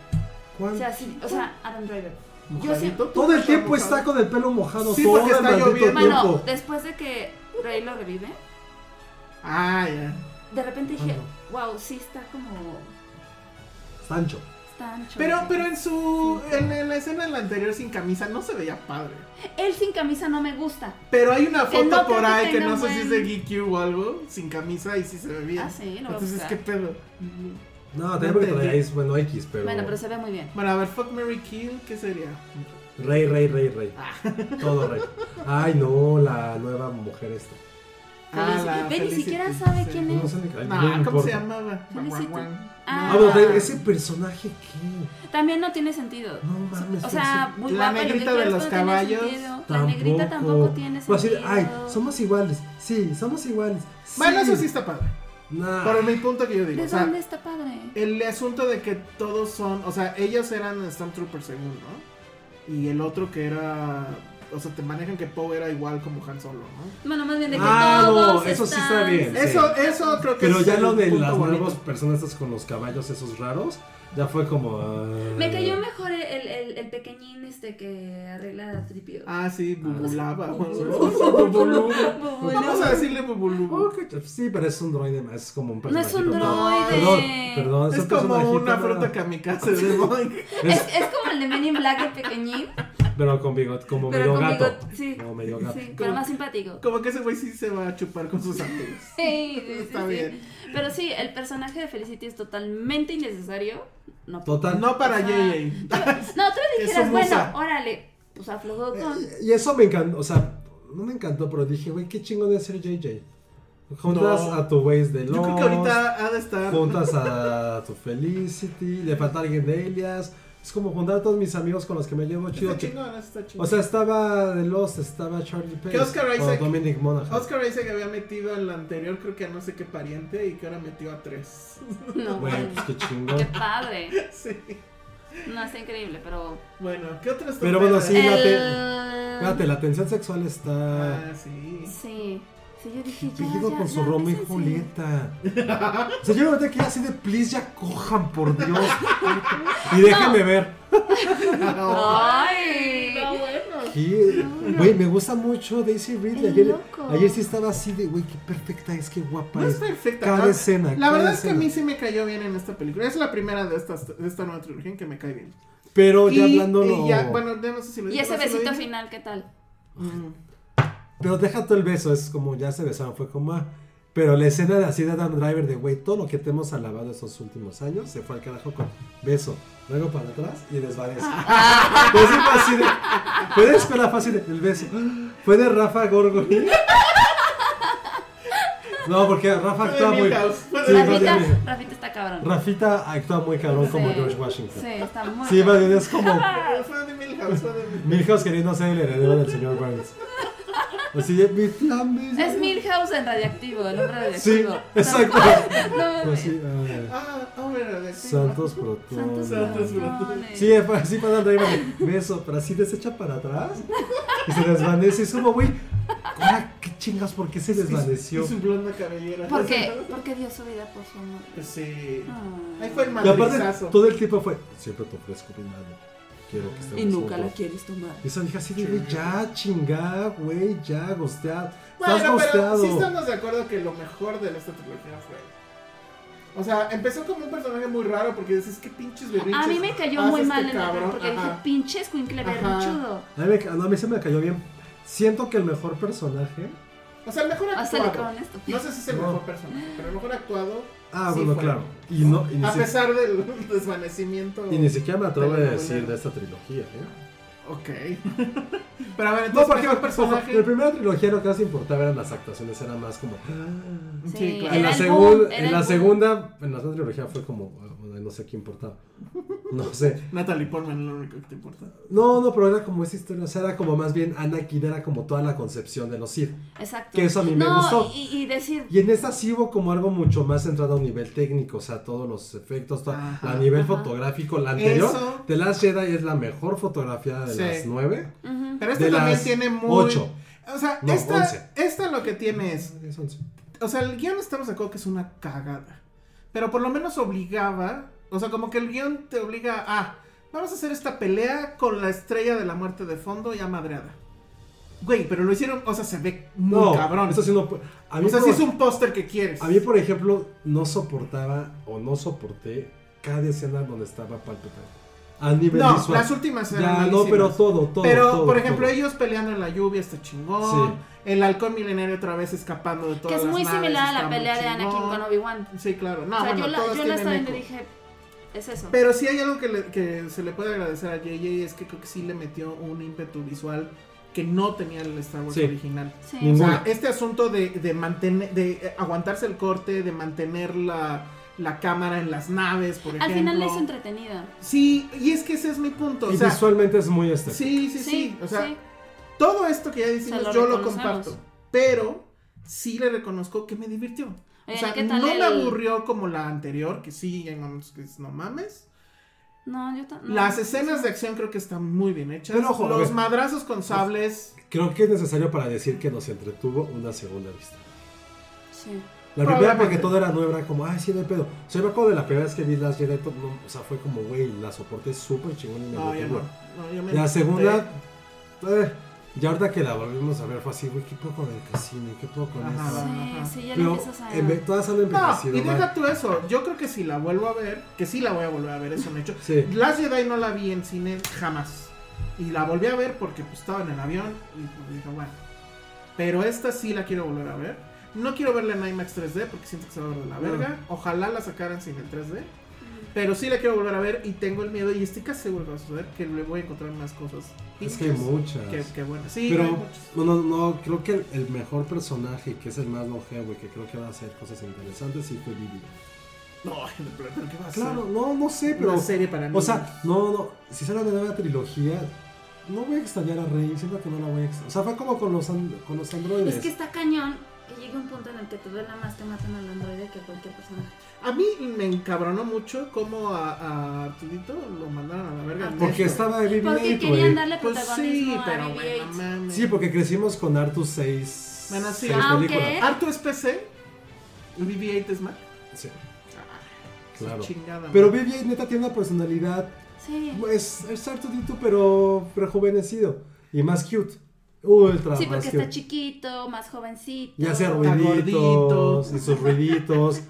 Speaker 2: ¿Cuál?
Speaker 6: O sea, sí, o sea, Adam Driver. Yo sí-
Speaker 3: Mojadito, tú
Speaker 2: todo el
Speaker 3: estás
Speaker 2: tiempo
Speaker 3: mojado.
Speaker 2: está con el pelo mojado.
Speaker 3: Sí,
Speaker 2: todo
Speaker 3: porque
Speaker 2: el
Speaker 3: está
Speaker 2: maldito
Speaker 3: lloviendo.
Speaker 2: tiempo.
Speaker 6: Bueno, después de que Rey lo revive,
Speaker 3: Ah, ya.
Speaker 6: de repente dije, wow, sí está como.
Speaker 2: Sancho.
Speaker 6: Está ancho.
Speaker 3: Pero, pero en su. En, en la escena en la anterior sin camisa no se veía padre.
Speaker 6: Él sin camisa no me gusta.
Speaker 3: Pero hay una
Speaker 6: Que
Speaker 3: foto
Speaker 6: no creo
Speaker 3: por
Speaker 6: que
Speaker 3: ahí que
Speaker 6: tenga
Speaker 3: no sé
Speaker 6: buen-
Speaker 3: si es de GQ o algo, sin camisa y sí se ve bien.
Speaker 6: Ah, sí, lo voy a
Speaker 3: Entonces,
Speaker 6: buscar.
Speaker 3: ¿qué pedo?
Speaker 2: No, también porque
Speaker 3: No te-
Speaker 2: todavía es bueno X, pero.
Speaker 6: Bueno, pero se ve muy bien.
Speaker 3: Bueno, a ver, Fuck Mary Kill, ¿qué sería?
Speaker 2: Rey, rey, rey, rey. Todo rey. Ay, no, la nueva mujer esta.
Speaker 3: Ah, la
Speaker 6: Ve, ni
Speaker 3: Felicity,
Speaker 6: siquiera sabe
Speaker 3: sí.
Speaker 6: quién
Speaker 2: No
Speaker 6: es.
Speaker 2: sé ni-
Speaker 3: Nah,
Speaker 2: no
Speaker 3: ¿cómo
Speaker 2: me importa.
Speaker 3: se llamaba?
Speaker 6: Felicity.
Speaker 2: Ah,
Speaker 6: Ah.
Speaker 2: pero ese personaje que.
Speaker 6: También no tiene sentido.
Speaker 2: No mames.
Speaker 6: O sea, muy
Speaker 3: La
Speaker 6: guapa, lo que
Speaker 3: negrita de
Speaker 6: quieras,
Speaker 3: los
Speaker 6: pero no tiene
Speaker 3: caballos,
Speaker 6: sentido. La negrita tampoco tiene
Speaker 2: Pues así,
Speaker 6: sentido.
Speaker 2: ay, somos iguales. Sí, somos iguales. Sí.
Speaker 3: Bueno, eso sí está padre.
Speaker 2: Nah.
Speaker 3: Por mi punto que yo digo.
Speaker 6: ¿De
Speaker 3: O sea,
Speaker 6: dónde está padre?
Speaker 3: el asunto de que todos son. O sea, ellos eran Stormtroopers según, ¿no? Y el otro que era. o sea, te manejan que Poe era igual como Han Solo, ¿no?
Speaker 11: Bueno, más bien de que
Speaker 2: Ah, no,
Speaker 11: todos
Speaker 2: eso sí
Speaker 11: están...
Speaker 2: está bien. Sí.
Speaker 3: Eso, eso creo que
Speaker 2: Pero
Speaker 3: es
Speaker 2: ya
Speaker 3: el
Speaker 2: lo de
Speaker 3: punto
Speaker 2: las
Speaker 3: bonito.
Speaker 2: nuevas personas estas con los caballos esos raros, ya fue como... ah,
Speaker 6: Me cayó mejor el, el, el- el pequeñín este que arregla a Tripio.
Speaker 3: Ah, sí, bubulaba.
Speaker 6: Oh,
Speaker 2: Bubulú.
Speaker 3: Vamos a decirle
Speaker 6: Oh.
Speaker 3: bubulú.
Speaker 2: Ok, Sí, pero es un droide más, es como un
Speaker 6: No es un
Speaker 2: personajito,
Speaker 6: droide.
Speaker 2: Perdón, perdón,
Speaker 3: Es
Speaker 2: un
Speaker 3: como
Speaker 2: personajito,
Speaker 3: una
Speaker 2: no.
Speaker 3: fruta kamikaze de Boeing.
Speaker 6: Es, es como el de Men in Black, el pequeñín,
Speaker 2: Pero con bigot, como medio
Speaker 6: pero con
Speaker 2: gato.
Speaker 6: bigot- Sí,
Speaker 2: Como medio gato.
Speaker 6: sí, pero más simpático.
Speaker 3: Como que ese güey sí se va a chupar con sus amigos.
Speaker 6: Sí, sí, sí,
Speaker 3: Está
Speaker 6: sí.
Speaker 3: bien.
Speaker 6: Pero sí, el personaje de Felicity es totalmente innecesario. No,
Speaker 2: Total.
Speaker 3: No para
Speaker 6: Ajá.
Speaker 3: JJ.
Speaker 2: Pues,
Speaker 6: no tú
Speaker 3: Es
Speaker 6: le dijeras,
Speaker 3: su
Speaker 6: bueno,
Speaker 3: musa.
Speaker 6: órale, pues aflojó con.
Speaker 2: Y eso me encantó, o sea, no me encantó, pero dije, güey, qué chingón de ser JJ. Juntas
Speaker 3: No.
Speaker 2: a tu Waze de Lost,
Speaker 3: Yo creo que ahorita ha de estar.
Speaker 2: juntas a tu Felicity, le falta alguien de Elias. Es como juntar a todos mis amigos con los que me llevo chido.
Speaker 3: Está
Speaker 2: que-
Speaker 3: chingón, está chingón.
Speaker 2: o sea, estaba de Lost, estaba Charlie Pace.
Speaker 3: Que Oscar
Speaker 2: o
Speaker 3: Isaac-
Speaker 2: Dominic Monaghan.
Speaker 3: Oscar dice que había metido al anterior, creo que a no sé qué pariente, y que ahora metió a tres.
Speaker 6: No,
Speaker 2: Güey, pues qué chingón.
Speaker 6: qué padre.
Speaker 3: sí.
Speaker 6: No, está increíble, pero.
Speaker 3: Bueno, ¿qué otras
Speaker 2: Pero bueno,
Speaker 3: tonteras?
Speaker 2: sí, la te-
Speaker 6: El-
Speaker 2: Fíjate, la tensión sexual está...
Speaker 3: Ah, sí.
Speaker 6: Sí, sí, yo dije, ya.
Speaker 2: Pidido
Speaker 6: Ah, ya,
Speaker 2: con
Speaker 6: ya,
Speaker 2: su Romeo y
Speaker 6: bésense.
Speaker 2: Julieta. O sea, yo me metí aquí así de please, ya cojan, por Dios. Y déjenme ver.
Speaker 6: Ay,
Speaker 3: No, bueno.
Speaker 2: Qué- Güey, me gusta mucho Daisy Ridley.
Speaker 6: El
Speaker 2: Ayer,
Speaker 6: loco.
Speaker 2: ayer sí estaba así de, güey, qué perfecta es, qué guapa
Speaker 3: No es
Speaker 2: es.
Speaker 3: perfecta.
Speaker 2: Pues, Cada
Speaker 3: Ah,
Speaker 2: escena,
Speaker 3: La
Speaker 2: cada
Speaker 3: verdad es que a
Speaker 2: escena.
Speaker 3: mí sí me cayó bien en esta película. Es la primera de, estas, de esta nueva trilogía en que me cae bien.
Speaker 2: Pero
Speaker 3: y,
Speaker 2: Pues ya hablándolo.
Speaker 3: y ya, bueno, ya no sé si lo
Speaker 6: Y
Speaker 3: dije,
Speaker 6: ese
Speaker 3: ¿no? ¿Sí lo
Speaker 6: besito
Speaker 3: dije?
Speaker 6: final, ¿qué tal?
Speaker 3: Mm.
Speaker 2: Pero deja todo el beso, es como ya se besaron, fue como. ah. Pero la escena de así de Adam Driver de, güey, todo lo que te hemos alabado estos últimos años se fue al carajo con beso, luego para atrás y desvanece. Pues sí fue así de. Puedes esperar fácil el beso. Fue de Rafa Gorgoni. No, porque Rafa
Speaker 3: Fue de
Speaker 2: actúa muy.
Speaker 3: Milhouse, fue de
Speaker 2: Sí, fue de
Speaker 6: Rafita,
Speaker 2: Milhouse.
Speaker 6: Rafita está cabrón.
Speaker 2: Rafita actúa muy cabrón como
Speaker 6: Sí.
Speaker 2: George Washington.
Speaker 6: Sí, está muy
Speaker 2: Sí,
Speaker 6: cabrón.
Speaker 2: más bien es como
Speaker 3: Ah, Fue de Milhouse, fue de Milhouse.
Speaker 2: Milhouse queriendo ser el heredero del señor Burns. Así de, mi flames.
Speaker 6: Es Milhouse en radioactivo, el hombre
Speaker 2: Sí,
Speaker 6: radioactivo.
Speaker 2: exacto.
Speaker 6: No, mames.
Speaker 2: Pues sí, ah,
Speaker 3: Ah, hombre, radioactivo.
Speaker 2: Santos protones.
Speaker 3: Santos
Speaker 6: protones.
Speaker 2: Sí, fue así para Adam Driver, beso, pero así desecha para atrás y se desvanece. Es como, güey, ahora qué chingas, ¿por qué se desvaneció?
Speaker 3: Y su blonda cabellera.
Speaker 6: ¿Por qué? Porque dio su vida por su amor.
Speaker 3: Sí.
Speaker 6: Ah.
Speaker 3: Ahí fue el
Speaker 2: Y aparte,
Speaker 3: matrizazo.
Speaker 2: todo el tiempo fue, siempre te ofrezco mi mano, quiero que estemos
Speaker 6: Y nunca la
Speaker 2: juntos".
Speaker 6: quieres tomar.
Speaker 2: Y esa dije así, de, güey, ya, chingá, güey, ya, gosteado. Estás
Speaker 3: Bueno, pero
Speaker 2: gosteado.
Speaker 3: sí estamos de acuerdo que lo mejor de esta trilogía fue. O sea, empezó como un personaje muy raro porque dices, qué pinches berrinches.
Speaker 6: A mí me cayó
Speaker 3: hace
Speaker 6: muy
Speaker 3: este
Speaker 6: mal en el
Speaker 3: cabrón?
Speaker 6: porque dije,
Speaker 3: Ajá.
Speaker 6: pinche escuincle berrinchudo.
Speaker 2: A mí, me- a mí se me cayó bien. Siento que el mejor personaje.
Speaker 3: O sea, el mejor
Speaker 6: Hásale
Speaker 3: actuado.
Speaker 6: "Ah, con esto.
Speaker 3: No sé si es el
Speaker 2: No.
Speaker 3: mejor personaje, pero el mejor actuado.
Speaker 2: Ah,
Speaker 3: sí
Speaker 2: bueno,
Speaker 3: fue.
Speaker 2: claro. Y, no, y ni
Speaker 3: A
Speaker 2: si-
Speaker 3: pesar del desvanecimiento.
Speaker 2: y ni siquiera me atrevo a
Speaker 3: telenovela.
Speaker 2: decir de esta trilogía, ¿eh?
Speaker 3: Ok. pero a ver,
Speaker 2: No,
Speaker 3: entonces,
Speaker 2: porque
Speaker 3: mejor
Speaker 2: en la
Speaker 3: personaje.
Speaker 2: primera trilogía lo que más importaba eran las actuaciones, era más como.
Speaker 6: Sí,
Speaker 3: Sí, claro.
Speaker 6: era
Speaker 2: En la,
Speaker 6: el
Speaker 2: segun-
Speaker 6: boom, era
Speaker 2: en la
Speaker 6: el boom.
Speaker 2: segunda, en la segunda trilogía fue como, ah, bueno, no sé qué importaba. No sé.
Speaker 3: Natalie Portman es lo único que te importa.
Speaker 2: No, no, pero era como esa historia, o sea, era como más bien Anakin, era como toda la concepción de los Sith.
Speaker 6: Exacto.
Speaker 2: Que eso a mí me
Speaker 6: no,
Speaker 2: gustó.
Speaker 6: Y, y decir,
Speaker 2: Y en esta sí hubo como algo mucho más centrado a un nivel técnico, o sea, todos los efectos, todo-
Speaker 3: Ajá,
Speaker 2: a nivel fotográfico. La anterior,
Speaker 3: Eso.
Speaker 2: The Last Jedi es la mejor fotografía de
Speaker 3: Sí.
Speaker 2: las nueve.
Speaker 6: ujú,
Speaker 3: Pero esta
Speaker 2: De
Speaker 3: también
Speaker 2: las
Speaker 3: tiene muy.
Speaker 2: ocho.
Speaker 3: O sea,
Speaker 2: No,
Speaker 3: esta,
Speaker 2: once.
Speaker 3: esta lo que tiene es.
Speaker 2: Es once.
Speaker 3: O sea, el guión estamos de acuerdo que es una cagada. Pero por lo menos obligaba. O sea, como que el guión te obliga a. Vamos a hacer esta pelea con la estrella de la muerte de fondo ya madreada. Güey, pero lo hicieron. O sea, se ve muy
Speaker 2: No,
Speaker 3: cabrón.
Speaker 2: Eso sí no pu- a mí
Speaker 3: o sea, sí
Speaker 2: como-
Speaker 3: es un póster que quieres.
Speaker 2: A mí, por ejemplo, no soportaba o no soporté cada escena donde estaba Palpatine. A nivel
Speaker 3: no,
Speaker 2: visual.
Speaker 3: las últimas eran
Speaker 2: ya, no,
Speaker 3: malísimas.
Speaker 2: pero todo, todo.
Speaker 3: Pero,
Speaker 2: todo,
Speaker 3: por ejemplo,
Speaker 2: todo.
Speaker 3: ellos peleando en la lluvia está chingón. El halcón milenario otra vez escapando de
Speaker 6: que
Speaker 3: todas
Speaker 6: es
Speaker 3: las
Speaker 6: muy
Speaker 3: naves,
Speaker 6: similar a
Speaker 3: está
Speaker 6: la
Speaker 3: muy
Speaker 6: pelea de Anakin
Speaker 3: chingón.
Speaker 6: con Obi-Wan.
Speaker 3: Sí, claro. No,
Speaker 6: o sea,
Speaker 3: bueno,
Speaker 6: yo la,
Speaker 3: todas
Speaker 6: yo la
Speaker 3: tienen
Speaker 6: estaba viendo
Speaker 3: eco.
Speaker 6: y dije, es eso.
Speaker 3: Pero sí hay algo que, le- que se le puede agradecer a JJ, es que creo que sí le metió un ímpetu visual que no tenía el Star Wars
Speaker 2: Sí.
Speaker 3: original.
Speaker 6: Sí.
Speaker 3: O sea,
Speaker 2: Ninguna.
Speaker 3: este asunto de, de mantener, de eh, aguantarse el corte, de mantener la, la cámara en las naves, por
Speaker 6: Al
Speaker 3: ejemplo.
Speaker 6: final la hizo entretenida.
Speaker 3: Sí, y es que ese es mi punto. O
Speaker 2: Y
Speaker 3: sea,
Speaker 2: visualmente es muy este.
Speaker 3: sí, sí, sí,
Speaker 6: Sí,
Speaker 3: O sea,
Speaker 6: sí.
Speaker 3: todo esto que ya decimos,
Speaker 6: Se lo
Speaker 3: yo lo
Speaker 6: reconocemos.
Speaker 3: comparto. Pero sí le reconozco que me divirtió. O
Speaker 6: Oigan, ¿y
Speaker 3: sea,
Speaker 6: qué
Speaker 3: no
Speaker 6: tal
Speaker 3: me
Speaker 6: el-
Speaker 3: aburrió como la anterior, que sí, hay momentos que dices, no mames.
Speaker 6: No, yo también.
Speaker 3: Las escenas de acción creo que están muy bien hechas.
Speaker 2: Pero ojo, a
Speaker 3: Los
Speaker 2: ver.
Speaker 3: madrazos con sables.
Speaker 2: Creo que es necesario para decir que nos entretuvo una segunda vista.
Speaker 6: Sí.
Speaker 2: La primera
Speaker 3: Probablemente.
Speaker 2: porque todo era nuevo, era como, ay, sí, no hay pedo. O sea, me acuerdo de la primera vez que vi Last Jedi, to- no, o sea, fue como, güey, la soporté súper chingón y me
Speaker 3: No, ya no.
Speaker 2: entretuvo.
Speaker 3: No, yo me-
Speaker 2: La segunda, eh, ya ahorita que la volvimos a ver fue así, güey, ¿qué puedo con el casino? ¿Qué puedo con
Speaker 3: Ajá.
Speaker 2: eso?
Speaker 3: Ajá.
Speaker 6: Sí, sí, ya le
Speaker 2: Pero
Speaker 6: empiezas a.
Speaker 2: en vez- todas han
Speaker 3: Ah. No,
Speaker 2: envejecido
Speaker 3: y
Speaker 2: mal.
Speaker 3: deja tú eso. Yo creo que si la vuelvo a ver, que sí la voy a volver a ver, es un hecho.
Speaker 2: Sí.
Speaker 3: Last Jedi no la vi en cine jamás. Y la volví a ver porque pues, estaba en el avión y pues, dije, bueno. Pero esta sí la quiero volver a ver. No quiero verla en IMAX 3D porque siento que se va a ver de la verga. Ojalá la sacaran sin el 3D. Pero sí la quiero volver a ver y tengo el miedo y estoy casi seguro que va a suceder que le voy a encontrar más cosas.
Speaker 2: Es que hay muchas.
Speaker 3: Que, que bueno. Sí, hay
Speaker 2: Pero
Speaker 3: muchas.
Speaker 2: no, no, no, creo que el, el mejor personaje, que es el más longevo y que creo que va a hacer cosas interesantes, sí fue Vivi.
Speaker 3: No, pero, pero ¿qué va a ser?
Speaker 2: Claro, no, no sé, pero.
Speaker 3: Una serie para
Speaker 2: O
Speaker 3: niños.
Speaker 2: sea, no, no. Si sale una nueva trilogía, no voy a extrañar a Rey. Siento que no la voy a extrañar. O sea, fue como con los, and- con los androides.
Speaker 6: Es que está cañón que llegue un punto en el que tú nada más te matan al androide que a cualquier persona.
Speaker 3: A mí me encabronó mucho cómo a, a Arturito lo mandaron a la verga. en
Speaker 2: Porque
Speaker 3: esto.
Speaker 2: estaba de BB-8,
Speaker 6: Porque
Speaker 2: güey.
Speaker 6: querían darle
Speaker 3: Pues sí,
Speaker 6: protagonismo a
Speaker 3: pero bueno,
Speaker 6: BB-8.
Speaker 3: mames.
Speaker 2: Sí, porque crecimos con Artus 6.
Speaker 3: Bueno, sí.
Speaker 6: Aunque-
Speaker 3: Artu es PC y BB-8 es Mac.
Speaker 2: Sí,
Speaker 3: Su
Speaker 2: claro.
Speaker 3: Chingada,
Speaker 2: Pero
Speaker 3: madre.
Speaker 2: BB-8 neta tiene una personalidad.
Speaker 6: Sí.
Speaker 2: Es, es Arturito, pero rejuvenecido. Y más cute. Ultra
Speaker 3: pues
Speaker 6: Sí,
Speaker 2: más
Speaker 6: porque
Speaker 2: cute.
Speaker 6: está chiquito, más jovencito.
Speaker 2: y hace
Speaker 3: Está
Speaker 2: ruiditos
Speaker 3: gordito.
Speaker 2: y sus ruiditos.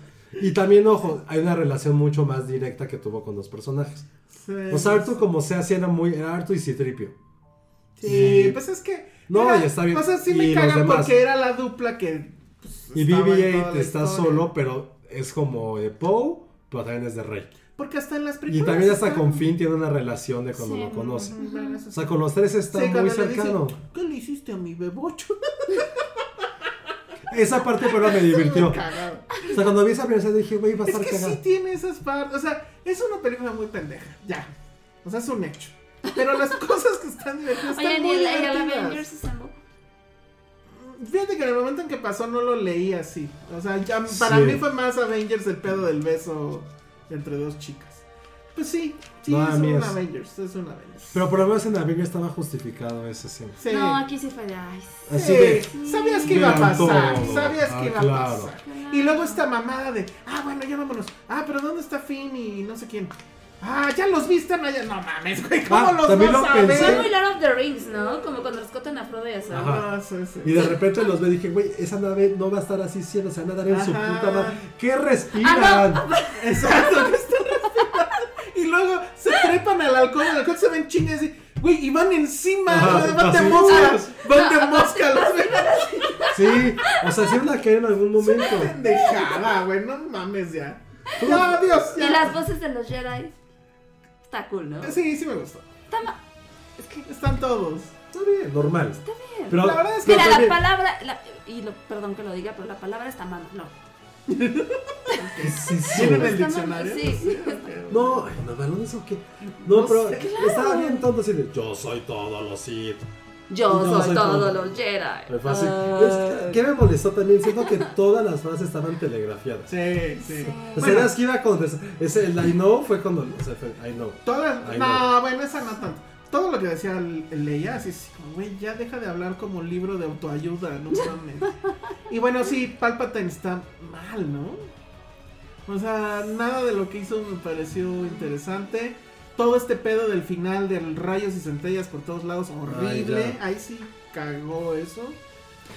Speaker 2: Y también, ojo, hay una relación mucho más directa que tuvo con los personajes.
Speaker 3: Sí.
Speaker 2: O sea, Artu como sea, sí era muy era Artu y Citripio.
Speaker 3: Sí, pues es que.
Speaker 2: No,
Speaker 3: mira,
Speaker 2: ya está bien.
Speaker 3: O sea, sí
Speaker 2: Y
Speaker 3: me
Speaker 2: los
Speaker 3: caga
Speaker 2: demás.
Speaker 3: porque era la dupla que. pues,
Speaker 2: Y
Speaker 3: estaba en toda
Speaker 2: BB-8
Speaker 3: la
Speaker 2: está
Speaker 3: historia.
Speaker 2: solo, pero es como de Poe, pero también es de Rey.
Speaker 3: Porque hasta en las
Speaker 2: Y
Speaker 3: películas.
Speaker 2: también hasta
Speaker 3: está-
Speaker 2: con Finn tiene una relación de cuando
Speaker 6: Pues Sí.
Speaker 2: lo conoce.
Speaker 3: Bueno,
Speaker 2: O
Speaker 3: eso sí.
Speaker 2: sea, con los tres está
Speaker 3: Sí, cuando
Speaker 2: muy
Speaker 3: le
Speaker 2: cercano.
Speaker 3: dicen, ¿Qué le hiciste a mi bebocho?
Speaker 2: Esa parte, pero me divirtió. O
Speaker 3: Cagado.
Speaker 2: sea, cuando vi esa primera escena dije, güey, va a
Speaker 3: Es
Speaker 2: estar
Speaker 3: que sí
Speaker 2: cagado.
Speaker 3: tiene esas partes. O sea, es una película muy pendeja. Ya. O sea, es un hecho. Pero las cosas que están divertidas están
Speaker 6: Oigan, y
Speaker 3: muy
Speaker 6: el, el
Speaker 3: divertidas.
Speaker 6: Avengers Assemble.
Speaker 3: Fíjate que en el momento en que pasó no lo leí así. O sea, ya para
Speaker 2: Sí.
Speaker 3: mí fue más Avengers el pedo del beso entre dos chicas. Pues sí, sí,
Speaker 2: No,
Speaker 3: es
Speaker 2: a mí
Speaker 3: un
Speaker 2: es-
Speaker 3: Avengers, es un Avengers.
Speaker 2: Pero por lo menos en la Biblia estaba justificado esa escena.
Speaker 3: Sí.
Speaker 6: No, aquí sí fue de. Ay, sí.
Speaker 2: Así
Speaker 3: Sí,
Speaker 2: de,
Speaker 3: Sabías que iba a
Speaker 2: Vean
Speaker 3: pasar,
Speaker 2: todo.
Speaker 3: sabías que
Speaker 2: Ah,
Speaker 3: iba a
Speaker 2: claro.
Speaker 3: pasar. Y luego esta mamada de, ah, bueno, ya vámonos. Ah, pero ¿dónde está Finn y no sé quién? Ah, ya los viste, no, ya- no mames, güey, ¿cómo
Speaker 2: Ah,
Speaker 3: los
Speaker 2: también
Speaker 3: vas
Speaker 2: lo
Speaker 3: a
Speaker 2: pensé.
Speaker 6: Fue
Speaker 3: ver?
Speaker 6: muy Lord of the Rings, ¿no? Como cuando rescatan a Frodo y a Sam.
Speaker 2: Ajá.
Speaker 3: Ah, sí, sí.
Speaker 2: Y de repente los ve y dije, güey, esa nave no va a estar así siendo, se van a dar en su
Speaker 3: Ajá.
Speaker 2: puta madre. ¿Qué respiran?
Speaker 3: Exacto, que está Y luego se trepan al alcohol, el alcohol se ven chingas y, güey, y van encima,
Speaker 2: Ajá,
Speaker 3: güey, van de
Speaker 2: así.
Speaker 3: mosca, van de
Speaker 6: No,
Speaker 3: mosca, los ven
Speaker 2: Sí, o sea, sí van a caer en algún momento.
Speaker 3: pendejada, güey, no mames ya. Ya, adiós, ya.
Speaker 6: Y las voces de los Jedi. Está cool, ¿no?
Speaker 3: Sí, sí me gustó.
Speaker 6: Es que.
Speaker 3: Están todos.
Speaker 2: Está bien, normal. Pero,
Speaker 3: La verdad es que
Speaker 2: pero
Speaker 6: Mira, la
Speaker 2: también-
Speaker 6: palabra. la- y lo, perdón que lo diga, pero la palabra está mal. No.
Speaker 2: ¿Qué es eso?
Speaker 3: ¿Tienen el
Speaker 6: Pues Está mal,
Speaker 3: diccionario?
Speaker 6: sí.
Speaker 2: pues, No, ay, no, balón, ¿eso qué? No,
Speaker 3: No
Speaker 2: pero
Speaker 3: sé.
Speaker 2: estaba bien tonto así de, yo soy todo lo Sith.
Speaker 6: Yo
Speaker 2: No,
Speaker 6: soy,
Speaker 2: soy
Speaker 6: todos
Speaker 2: todo.
Speaker 6: los Jedi.
Speaker 2: Fue fácil.
Speaker 6: Ah.
Speaker 2: Es- ¿Qué me molestó también? Siento que todas las frases estaban telegrafiadas.
Speaker 3: Sí, sí.
Speaker 2: O sea, las que iba a contestar. Ese, el I know fue cuando, o sea, fue I know.
Speaker 3: Todas,
Speaker 2: Ay,
Speaker 3: no, bueno, esa no tanto. Todo lo que decía L- Leia, así, sí, como, güey, ya deja de hablar como libro de autoayuda, no mames. y bueno, sí, Palpatine está mal, ¿no? O sea, nada de lo que hizo me pareció interesante. Todo este pedo del final del rayos y centellas por todos lados, horrible.
Speaker 2: Ay, ya.
Speaker 3: Ahí sí cagó eso.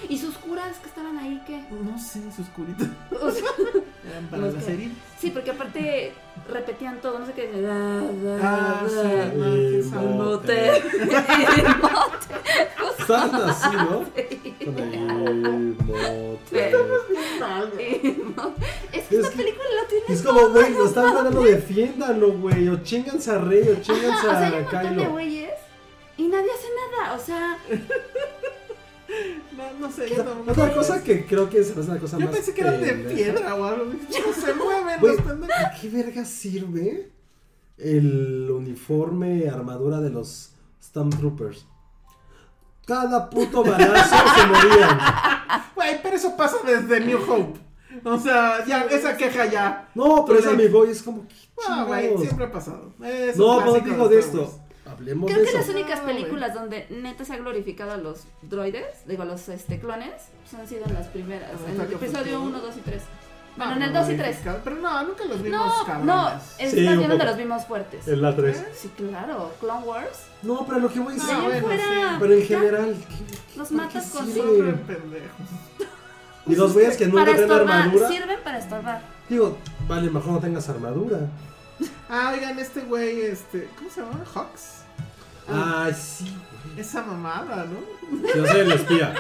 Speaker 6: ¿Y sus curas que estaban ahí qué?
Speaker 3: No sé, sus curitas
Speaker 6: O sea,
Speaker 3: eran para
Speaker 6: Los
Speaker 3: las
Speaker 6: que-
Speaker 3: heridas.
Speaker 6: sí, porque aparte repetían todo, no sé qué. Da, da,
Speaker 3: Ah, sí,
Speaker 6: da,
Speaker 3: no, qué
Speaker 2: Y
Speaker 3: sal-
Speaker 6: Mote. Mote.
Speaker 2: Estaban así, ¿no? Con el mote.
Speaker 6: Es que
Speaker 2: Es
Speaker 6: esta
Speaker 2: que-
Speaker 6: película lo tiene.
Speaker 2: Es como, güey, lo están ganando, defiéndalo, güey. O chinganse a Rey, o chinganse
Speaker 6: Ajá, Ah, o sea, hay un
Speaker 2: a
Speaker 6: montón de
Speaker 2: Kylo.
Speaker 6: güeyes y nadie hace nada. O sea,
Speaker 3: No, no sé, no, no
Speaker 2: Otra
Speaker 3: sé.
Speaker 2: cosa que creo que es una cosa
Speaker 3: Yo
Speaker 2: más.
Speaker 3: pensé que eran de
Speaker 2: pendeja.
Speaker 3: piedra o algo. No se mueven
Speaker 2: Este, Güey,
Speaker 3: los pendejos.
Speaker 2: ¿a qué verga sirve el uniforme, armadura de los Stormtroopers? Cada puto balazo se morían. Eh.
Speaker 3: Güey, pero eso pasa desde New Hope. O sea, ya, esa queja ya.
Speaker 2: No, pero
Speaker 3: Tú
Speaker 2: es
Speaker 3: le-
Speaker 2: mi boy, es como que
Speaker 3: Ah, güey,
Speaker 2: chingados.
Speaker 3: siempre ha pasado. Es un
Speaker 2: No, no
Speaker 3: clásico
Speaker 2: digo de
Speaker 3: Star Wars.
Speaker 2: esto. Hablemos
Speaker 6: Creo
Speaker 2: de
Speaker 6: que
Speaker 2: eso.
Speaker 6: las únicas
Speaker 3: No, Ah, güey.
Speaker 6: películas donde neta se ha glorificado a los droides, digo, a los este, clones, pues han sido las primeras.
Speaker 3: Ah,
Speaker 6: En el
Speaker 3: Ataque
Speaker 6: episodio
Speaker 3: Futuro.
Speaker 6: 1, 2 y 3. Bueno,
Speaker 3: No,
Speaker 6: en el
Speaker 3: no,
Speaker 6: 2 y
Speaker 3: no,
Speaker 6: 3.
Speaker 3: Ah, Pero no, nunca los vimos
Speaker 6: No,
Speaker 3: cabrones.
Speaker 6: no, es
Speaker 2: Sí,
Speaker 6: más
Speaker 2: un
Speaker 6: bien donde
Speaker 2: poco.
Speaker 6: los vimos fuertes.
Speaker 2: En la 3.
Speaker 6: Sí, claro, Clone Wars.
Speaker 2: No, pero lo que voy a
Speaker 6: De
Speaker 2: decir.
Speaker 6: ahí en
Speaker 3: Ah, bueno,
Speaker 6: fuera,
Speaker 3: sí.
Speaker 2: Pero en
Speaker 6: ya,
Speaker 2: general.
Speaker 6: los
Speaker 2: ¿por qué
Speaker 6: matas con
Speaker 2: sirve?
Speaker 3: Son re pendejos.
Speaker 2: Y los güeyes que nunca
Speaker 6: para
Speaker 2: traen
Speaker 6: estorbar,
Speaker 2: armadura.
Speaker 6: sirven para estorbar.
Speaker 2: Digo, vale, mejor no tengas armadura.
Speaker 3: Ah, oigan, este güey, este. ¿Cómo se llama? Hawks.
Speaker 2: Ay, sí.
Speaker 3: Esa mamada, ¿no?
Speaker 2: Yo soy el espía.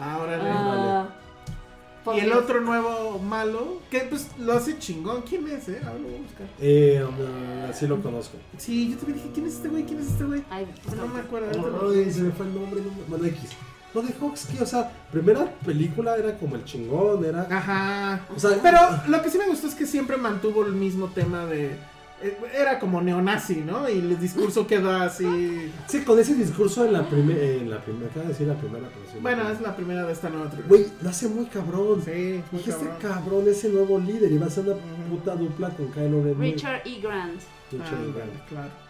Speaker 3: Ahora
Speaker 6: Ah,
Speaker 3: Y
Speaker 6: porque-
Speaker 3: el otro nuevo malo, que pues lo hace chingón. ¿Quién es, eh? Ahora lo voy a buscar.
Speaker 2: Eh, um, así lo conozco.
Speaker 3: Sí, yo también dije, ¿quién es este güey? ¿Quién es este güey?
Speaker 6: Ay,
Speaker 3: Pero No me acuerdo. ahorita
Speaker 2: Ay, se me fue el nombre, no me- bueno, X. Lo de Hawks, que, o sea, primera película era como el chingón, era.
Speaker 3: lo- Ajá.
Speaker 2: O sea,
Speaker 3: Pero lo que sí me gustó es que siempre mantuvo el mismo tema de. eh, Era como neonazi, ¿no? Y el discurso queda así.
Speaker 2: Sí, con ese discurso en la primera. En la primera, acaba de decir la primera, pero sí. en la
Speaker 3: Bueno, es
Speaker 2: primera.
Speaker 3: la primera de esta nueva trilogía.
Speaker 2: Güey, lo hace muy cabrón.
Speaker 3: Sí, es muy
Speaker 2: Dije,
Speaker 3: cabrón. Ah,
Speaker 2: este cabrón es el nuevo líder y va a ser una
Speaker 3: Ujú.
Speaker 2: puta dupla con Kylo Ren.
Speaker 6: Richard E. Grant.
Speaker 2: Richard
Speaker 3: Ah,
Speaker 2: y
Speaker 3: bueno,
Speaker 2: Ray.
Speaker 3: claro.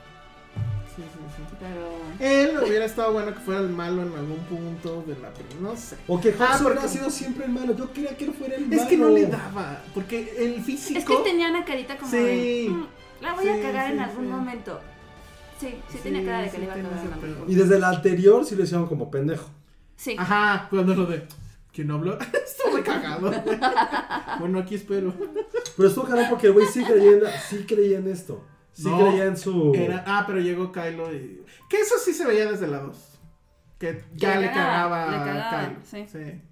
Speaker 3: Sí, sí, sí.
Speaker 6: Pero.
Speaker 3: Él hubiera estado bueno que fuera el malo en algún punto de la prim- No sé.
Speaker 2: O que Hawks
Speaker 3: Ah, porque-
Speaker 2: hubiera sido siempre el malo. Yo quería que él fuera el malo.
Speaker 3: Es que no le daba, porque el físico.
Speaker 6: Es que tenía una carita como
Speaker 3: Sí.
Speaker 6: de, "Mm, la voy
Speaker 3: Sí,
Speaker 6: a cagar
Speaker 3: sí,
Speaker 6: en algún
Speaker 3: sí.
Speaker 6: momento. Sí, sí, tenía cara de que
Speaker 3: sí
Speaker 6: le iba a
Speaker 3: tenía
Speaker 6: cagar en
Speaker 3: ese
Speaker 6: algún momento.
Speaker 2: Y desde la anterior sí lo hicieron como pendejo.
Speaker 6: Sí.
Speaker 3: Ajá, cuando es lo de. ¿Quién habló? Estoy muy cagado. bueno, aquí espero.
Speaker 2: Pero estuvo cabrón porque el güey sí creía en, sí creía en esto. Sí
Speaker 3: No,
Speaker 2: creía en su.
Speaker 3: Era- ah, pero llegó Kylo y. Que eso sí se veía desde la 2. Que ya
Speaker 6: le
Speaker 3: le,
Speaker 6: cagaba,
Speaker 3: cagaba,
Speaker 6: le cagaba,
Speaker 3: a Kylo.
Speaker 6: sí.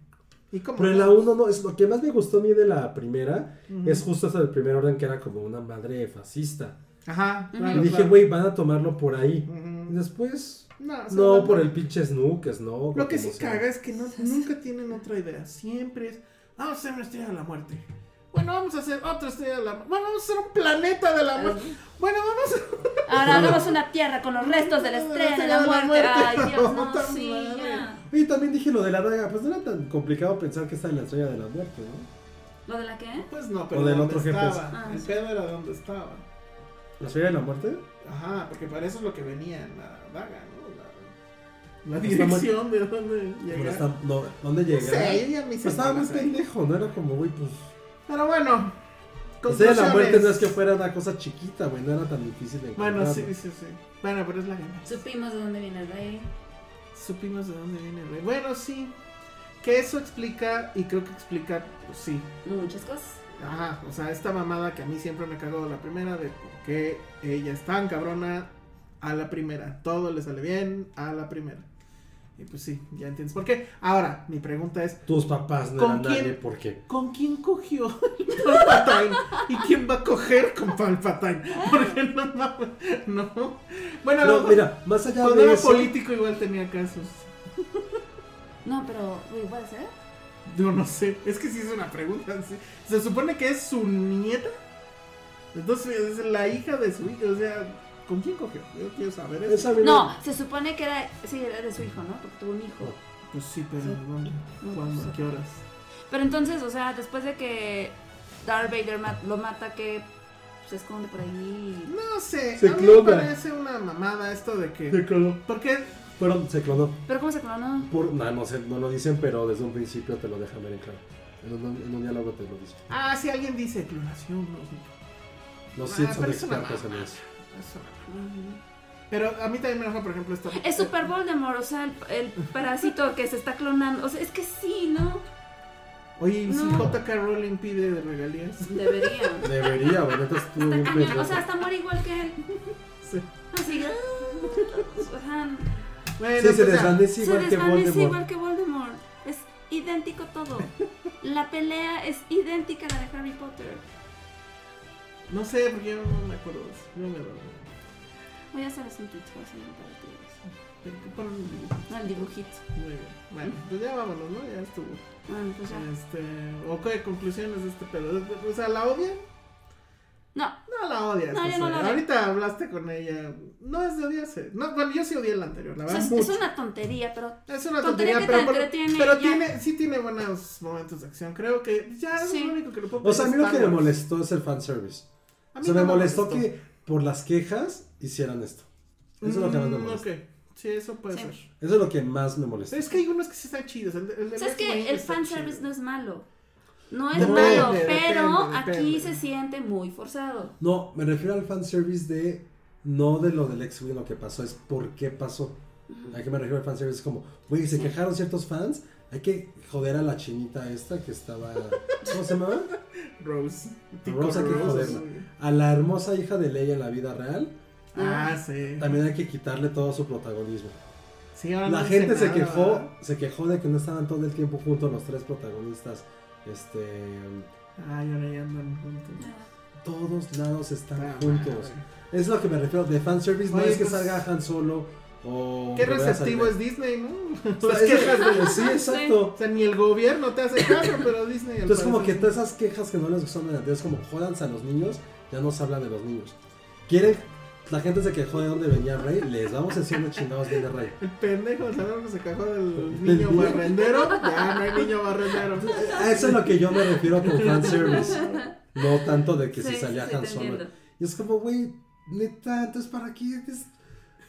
Speaker 3: ¿Y cómo?
Speaker 2: Pero en la 1 no, es lo que más me gustó a mí de la primera es justo esa del primer orden que era como una madre fascista.
Speaker 3: Ajá,
Speaker 2: y
Speaker 3: claro,
Speaker 2: dije,
Speaker 3: claro.
Speaker 2: güey, van a tomarlo por ahí.
Speaker 3: Ujú.
Speaker 2: Y después,
Speaker 3: No, o sea,
Speaker 2: no por el pinche Snookes, no.
Speaker 3: Lo que
Speaker 2: como
Speaker 3: sí
Speaker 2: sea.
Speaker 3: caga es que no, nunca tienen otra idea. Siempre es, vamos a hacer una estrella de la muerte. Bueno, vamos a hacer otra estrella de la muerte. Bueno, vamos a hacer un planeta de la muerte.
Speaker 6: Ah,
Speaker 3: Bueno, vamos a...
Speaker 6: Ahora hagamos una tierra con los restos de la estrella de la muerte. Ay, Dios, no,
Speaker 3: Puta
Speaker 6: sí,
Speaker 3: madre.
Speaker 6: ya.
Speaker 2: Y también dije lo de la daga, pues no era tan complicado pensar que está en la estrella de la muerte, ¿no?
Speaker 6: ¿Lo de la qué?
Speaker 3: Pues no, pero
Speaker 2: O del
Speaker 3: ¿dónde
Speaker 2: otro jefe.
Speaker 3: estaba?
Speaker 6: Ah,
Speaker 3: el
Speaker 6: sí.
Speaker 3: pedo era dónde estaba.
Speaker 2: ¿La estrella de la muerte?
Speaker 3: Ajá, porque para eso es lo que venía en la daga, ¿no? La, la
Speaker 2: Pero está muy-
Speaker 3: dirección de dónde
Speaker 2: Pero
Speaker 3: llegar.
Speaker 2: está- no, ¿dónde llega?
Speaker 3: No sé, yo ya me hice
Speaker 2: Pues estaba muy
Speaker 3: bolas ahí.
Speaker 2: pendejo, no era como, güey, pues.
Speaker 3: Pero bueno.
Speaker 2: La estrella de la muerte no
Speaker 3: conclusiones.
Speaker 2: es que Ah. fuera una cosa chiquita, güey, no era tan difícil de encontrar.
Speaker 3: Bueno, sí, sí, sí. Bueno, pero es la ganancia.
Speaker 4: Supimos de dónde viene el rey.
Speaker 3: Supimos de dónde viene el rey. Bueno, sí. Que eso explica, y creo que explica, pues sí.
Speaker 4: Muchas cosas.
Speaker 3: Ajá, o sea, esta mamada que a mí siempre me cagó la primera de por qué ella es tan cabrona a la primera. Todo le sale bien a la primera. Y pues sí, ya entiendes por qué. Ahora, mi pregunta es,
Speaker 2: Tus papás no
Speaker 3: ¿Con
Speaker 2: eran nadie,
Speaker 3: quién?
Speaker 2: ¿por qué?
Speaker 3: ¿con quién cogió Palpatine? ¿Y quién va a coger con Palpatine? Porque no mames, no. Bueno, a
Speaker 2: No,
Speaker 3: lo mejor
Speaker 2: mira, más allá
Speaker 3: cuando
Speaker 2: de
Speaker 3: era
Speaker 2: eso,
Speaker 3: político igual tenía casos.
Speaker 6: No, pero, güey, ¿puede ser?
Speaker 3: Yo no sé, es que sí es una pregunta. sí. Se supone que es su nieta. Entonces es la hija de su hijo. O sea, ¿con quién cogió? Yo quiero saber eso.
Speaker 2: esa viene-
Speaker 6: No, se supone que era, sí, era de su hijo, ¿no? Porque tuvo un hijo.
Speaker 3: Pues sí, pero
Speaker 6: Sí.
Speaker 3: ¿dónde?
Speaker 6: No,
Speaker 3: ¿Cuándo?
Speaker 6: pues,
Speaker 3: ¿A qué horas?
Speaker 6: Pero entonces, o sea, después de que Darth Vader ma- lo mata, que se esconde por ahí.
Speaker 3: No sé,
Speaker 2: Se
Speaker 3: a mí me
Speaker 2: clona.
Speaker 3: parece una mamada esto de que.
Speaker 2: Se clonó.
Speaker 3: Porque
Speaker 2: Pero se clonó.
Speaker 6: Pero ¿cómo se clonó?
Speaker 2: Por, no, no, sé, no lo dicen, pero desde un principio te lo dejan ver en claro. En un, en un diálogo te lo dicen.
Speaker 3: Ah, si alguien dice clonación, no sé.
Speaker 2: Los
Speaker 3: Ah,
Speaker 2: Sith son
Speaker 3: pero es una
Speaker 2: expertos en
Speaker 3: mamada.
Speaker 2: eso.
Speaker 3: Eso. Pero a mí también me enoja, por ejemplo, esta.
Speaker 6: Es Super Voldemort, o sea, el, el parásito que se está clonando. O sea, es que sí, ¿no?
Speaker 3: Oye, ¿y si
Speaker 6: No.
Speaker 3: JK Rowling pide de regalías?
Speaker 4: Debería.
Speaker 2: Debería, güey, neta estuvo
Speaker 6: Está
Speaker 2: bien
Speaker 6: cañón, o sea,
Speaker 2: pendejo.
Speaker 6: hasta muere igual que él.
Speaker 3: Sí.
Speaker 6: Así que. Ajá.
Speaker 3: Bueno,
Speaker 2: Sí, se
Speaker 3: pues ya.
Speaker 2: desvanece
Speaker 6: Se
Speaker 2: igual que
Speaker 6: desvanece
Speaker 2: Voldemort.
Speaker 6: igual que Voldemort. Es idéntico todo. La pelea es idéntica a la de Harry Potter.
Speaker 3: No sé, porque yo no me acuerdo de eso. Yo me acuerdo.
Speaker 6: Voy a hacer eso en Twitter, voy a hacer un par de tweets.
Speaker 3: Pon un dibujito.
Speaker 6: No, el dibujito.
Speaker 3: Muy bien. Bueno, pues ya vámonos, ¿no? Ya estuvo.
Speaker 6: Bueno, pues ya.
Speaker 3: Este, ¿O qué conclusiones de este pedo? O sea, ¿la odian?
Speaker 6: No,
Speaker 2: Ah,
Speaker 3: No la la odias.
Speaker 6: No, yo
Speaker 3: José.
Speaker 6: no la odio.
Speaker 3: Ahorita hablaste con ella. No es de odiarse. No, bueno, yo sí odié la anterior, la
Speaker 6: O sea,
Speaker 3: verdad.
Speaker 6: es,
Speaker 3: mucho.
Speaker 6: es una tontería, pero
Speaker 3: Es una
Speaker 6: tontería
Speaker 3: tontería,
Speaker 6: que
Speaker 3: pero,
Speaker 6: te
Speaker 3: por-
Speaker 6: entretiene,
Speaker 3: pero
Speaker 6: ya.
Speaker 3: tiene, sí tiene buenos momentos de acción. Creo que ya es
Speaker 6: Sí.
Speaker 3: lo único que le puedo
Speaker 2: O sea, a mí lo
Speaker 3: Star
Speaker 2: que me
Speaker 3: Wars.
Speaker 2: molestó es el fanservice.
Speaker 3: A
Speaker 2: O
Speaker 3: mí
Speaker 2: sea,
Speaker 3: no Mm,
Speaker 2: me molestó que por las quejas hicieran esto. Eso es lo que más me
Speaker 3: Mm,
Speaker 2: molesta.
Speaker 3: ok. Sí, eso puede
Speaker 6: Sí.
Speaker 3: ser.
Speaker 2: Eso es lo que más me molesta.
Speaker 3: Es que hay unos que sí están chidos. El, de- el de
Speaker 6: O sea, es
Speaker 3: Resident
Speaker 6: que
Speaker 3: Evil
Speaker 6: el
Speaker 3: está
Speaker 6: fanservice
Speaker 3: chido.
Speaker 6: no es malo. No es
Speaker 2: Depende,
Speaker 6: malo,
Speaker 3: depende,
Speaker 6: pero
Speaker 3: depende.
Speaker 6: aquí se siente muy forzado.
Speaker 2: No, me refiero al fanservice de. No de lo del ex wing lo que pasó, es por qué pasó. ¿A qué me refiero al fanservice? Es como, güey, se quejaron ciertos fans. Hay que joder a la chinita esta que estaba. ¿Cómo se llamaba?
Speaker 3: Rose. Tico
Speaker 2: Rose, hay que joderla. A la hermosa hija de Leia en la vida real.
Speaker 3: Ah, sí.
Speaker 2: También hay que quitarle todo su protagonismo.
Speaker 3: Sí, ahora
Speaker 2: La
Speaker 3: no
Speaker 2: gente
Speaker 3: dice
Speaker 2: se
Speaker 3: nada,
Speaker 2: quejó,
Speaker 3: ¿verdad?
Speaker 2: se quejó de que no estaban todo el tiempo juntos los tres protagonistas. Este,
Speaker 3: Ay, ahora ya andan juntos.
Speaker 2: todos lados están
Speaker 3: Ah,
Speaker 2: juntos. Es lo que me refiero de fanservice, no
Speaker 3: Oye,
Speaker 2: es que
Speaker 3: pues,
Speaker 2: salga Han Solo o
Speaker 3: Qué
Speaker 2: Rivera
Speaker 3: receptivo es
Speaker 2: Saldívar.
Speaker 3: Disney, ¿no?
Speaker 2: O sea,
Speaker 3: Las
Speaker 2: es lo
Speaker 3: quejas
Speaker 2: que-
Speaker 3: de ¿eh?
Speaker 2: sí, exacto.
Speaker 3: O sea, ni el gobierno te hace caso, pero Disney. al
Speaker 2: Entonces como que
Speaker 3: parecer,
Speaker 2: todas esas quejas que no les gustaron de antes, como jodanse a los niños, ya no se habla de los niños. Quieren, la gente se quejó de dónde venía Rey, les vamos a decir los chingados bien de Rey.
Speaker 3: El pendejo, ¿sabes? Que se cajó del
Speaker 2: Del
Speaker 3: niño
Speaker 2: niño.
Speaker 3: barrendero. Ya no hay niño barrendero.
Speaker 2: A eso es lo que yo me refiero con fanservice. No tanto de que si
Speaker 6: Sí,
Speaker 2: salía
Speaker 6: sí, sí,
Speaker 2: Han
Speaker 6: te
Speaker 2: Solo.
Speaker 6: entiendo.
Speaker 2: Y es como, güey, neta, entonces para qué es.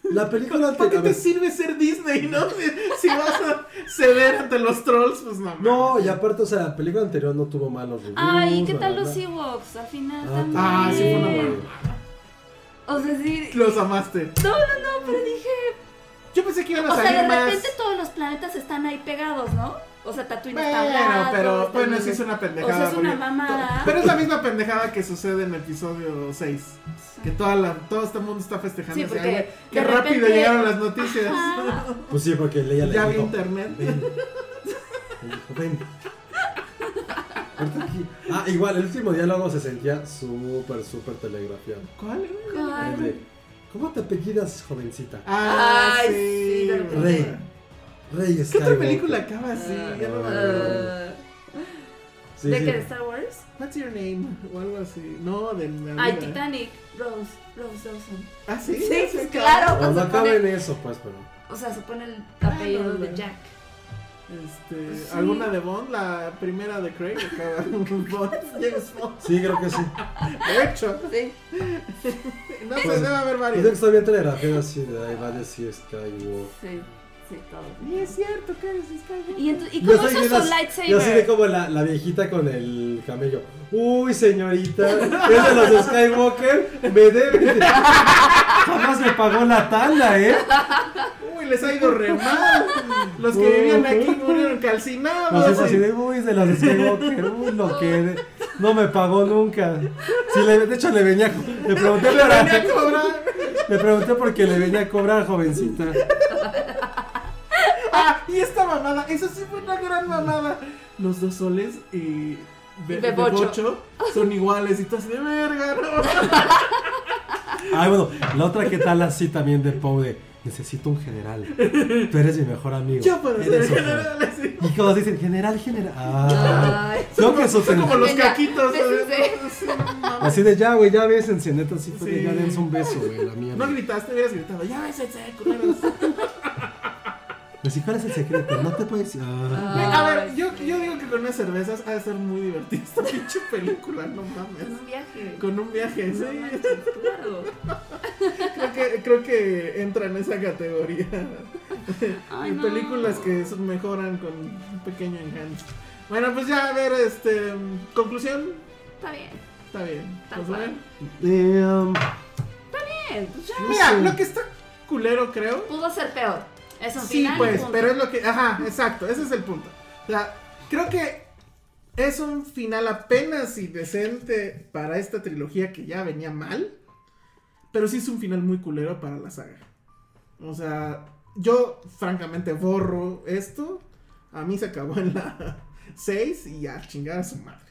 Speaker 2: La película
Speaker 3: ¿Para qué
Speaker 2: a
Speaker 3: te
Speaker 2: ver,
Speaker 3: sirve ser Disney, no? Si, si vas a ceder ante los trolls, pues no.
Speaker 2: No, y aparte, o sea, la película anterior no tuvo malos reviews.
Speaker 6: Ay, ¿qué
Speaker 2: bla,
Speaker 6: tal
Speaker 2: bla,
Speaker 6: los
Speaker 2: bla.
Speaker 6: Ewoks? Al final
Speaker 2: Uh, Ah,
Speaker 6: también.
Speaker 3: Ah, sí, fue una
Speaker 2: Eh.
Speaker 3: mamada.
Speaker 6: O sea, sí.
Speaker 3: Los amaste.
Speaker 6: No, no, no, pero dije.
Speaker 3: Yo pensé que iban a
Speaker 6: O sea,
Speaker 3: salir
Speaker 6: de
Speaker 3: más.
Speaker 6: repente todos los planetas están ahí pegados, ¿no? O sea, Tatooine está al
Speaker 3: Bueno,
Speaker 6: lado,
Speaker 3: pero
Speaker 6: está
Speaker 3: bueno,
Speaker 6: en-
Speaker 3: sí es una pendejada.
Speaker 6: este O sea, es una
Speaker 3: porque-
Speaker 6: mamada.
Speaker 3: Pero es la misma pendejada que sucede en episodio 6. Que toda la, todo este mundo está festejando.
Speaker 6: Sí,
Speaker 3: así,
Speaker 6: porque
Speaker 3: "Ay, güey,
Speaker 6: de
Speaker 3: qué rápido
Speaker 6: repente-
Speaker 3: llegaron las noticias.
Speaker 6: Ajá.
Speaker 2: Pues sí, porque Leia le
Speaker 3: ya había
Speaker 2: dijo,
Speaker 3: internet.
Speaker 2: Ven. Le dijo, ven. Ahorita aquí- Ah, igual, el último diálogo se sentía súper, súper telegrafiado.
Speaker 3: ¿Cuál? güey?
Speaker 2: El de,
Speaker 6: Ay,
Speaker 2: ¿Cómo te apellidas, jovencita?
Speaker 3: Ah,
Speaker 6: Ay,
Speaker 3: sí.
Speaker 6: sí, de
Speaker 3: güey.
Speaker 2: Rey. Rey
Speaker 3: ¿Qué otra
Speaker 2: Skywalker.
Speaker 3: película acaba así? Ya no me acuerdo.
Speaker 6: ah,
Speaker 2: Sí,
Speaker 6: ¿De
Speaker 2: sí.
Speaker 6: qué? ¿De Star Wars?
Speaker 3: What's your name? O algo así. No, de la
Speaker 6: Ay,
Speaker 3: vida.
Speaker 6: Titanic. Rose. Rose Dawson.
Speaker 3: Ah, sí.
Speaker 6: Sí,
Speaker 3: Ya
Speaker 6: pues,
Speaker 3: se acaba.
Speaker 6: claro.
Speaker 2: No, no
Speaker 6: cuando
Speaker 2: acaba
Speaker 6: pone-
Speaker 2: en eso, pues, pero.
Speaker 6: O sea, se pone el
Speaker 3: Ah,
Speaker 6: apellido
Speaker 3: no,
Speaker 6: de
Speaker 3: no.
Speaker 6: Jack.
Speaker 3: Este,
Speaker 6: Sí.
Speaker 3: ¿Alguna de Bond? La primera de Craig acaba. Bond, James Bond.
Speaker 2: Sí, creo que sí.
Speaker 3: De hecho,
Speaker 6: Sí.
Speaker 3: no sé,
Speaker 2: Pues-
Speaker 3: debe haber
Speaker 2: Yo creo que
Speaker 3: varios.
Speaker 2: está bien telegrafiado así, de ahí va a decir Skywalker.
Speaker 6: Sí. Sí, todo.
Speaker 3: Y es cierto que eres Skywalker.
Speaker 6: Y, ento- y
Speaker 2: Yo
Speaker 6: cómo
Speaker 2: soy bien
Speaker 6: hizo su
Speaker 2: as- Yo así de
Speaker 6: lightsaber.
Speaker 2: como la, la viejita con el camello. Uy, señorita, es de los Skywalker, me debe. de- Jamás me pagó la tanda, ¿eh?
Speaker 3: Uy, les ha ido re mal. Los que vivían aquí murieron
Speaker 2: No sé, es
Speaker 3: calcinados.
Speaker 2: así Pues, de, uy, es de los Skywalker, uy, lo que. de- No me pagó nunca. Sí, le- de hecho, le venía. Le pregunté,
Speaker 3: Le
Speaker 2: para,
Speaker 3: venía a cobrar.
Speaker 2: le pregunté porque le venía a cobrar, jovencita.
Speaker 3: Ah, y esta mamada, eso sí fue una gran mamada. Los dos soles y Be-
Speaker 6: Y Bebocho.
Speaker 3: Bebocho son iguales y tú así de verga, ¿no?
Speaker 2: Ah, bueno, la otra que tal así también de Pau de necesito un general. Tú eres mi mejor amigo.
Speaker 3: Yo puedo ser
Speaker 2: Eres un
Speaker 3: general así.
Speaker 2: Y todos dicen, general, general. Ah,
Speaker 6: Ay.
Speaker 2: creo que eso
Speaker 3: Son como los
Speaker 6: Venga,
Speaker 3: caquitos.
Speaker 6: besos,
Speaker 3: ¿sabes?
Speaker 6: eh.
Speaker 3: Sí, no mames.
Speaker 2: Así de ya, güey, ya ves, neta así fue de
Speaker 3: Sí.
Speaker 2: ya dense un beso, güey, la mierda.
Speaker 3: No gritaste, hubieras gritado, ya ves ese culeros.
Speaker 2: Así, Pues, ¿cuál es el secreto? No te puedes decir. Ah.
Speaker 3: A ver, yo, yo digo que con unas cervezas ha de ser muy divertida esta pinche película, no
Speaker 6: En
Speaker 3: mames.
Speaker 6: un viaje.
Speaker 3: Con un viaje,
Speaker 6: No
Speaker 3: sí.
Speaker 6: manches, claro.
Speaker 3: Creo que, creo que entra en esa categoría.
Speaker 6: Ay,
Speaker 3: Y
Speaker 6: no.
Speaker 3: películas que son- mejoran con un pequeño enganche. Bueno, pues ya, a ver, este. Conclusión,
Speaker 6: Está bien.
Speaker 3: está bien.
Speaker 6: Tal
Speaker 3: Pues,
Speaker 6: cual.
Speaker 3: bueno.
Speaker 2: Damn.
Speaker 6: Bien, pues ya.
Speaker 3: Mira, lo que está culero, creo.
Speaker 6: Pudo ser peor. Es un
Speaker 3: Sí,
Speaker 6: final. y
Speaker 3: pues,
Speaker 6: punto.
Speaker 3: pero es lo que. Ajá, exacto, ese es el punto. O sea, creo que es un final apenas y decente para esta trilogía que ya venía mal. Pero sí es un final muy culero para la saga. O sea, yo francamente borro esto. A mí se acabó en la 6 y ya, chingar a su madre.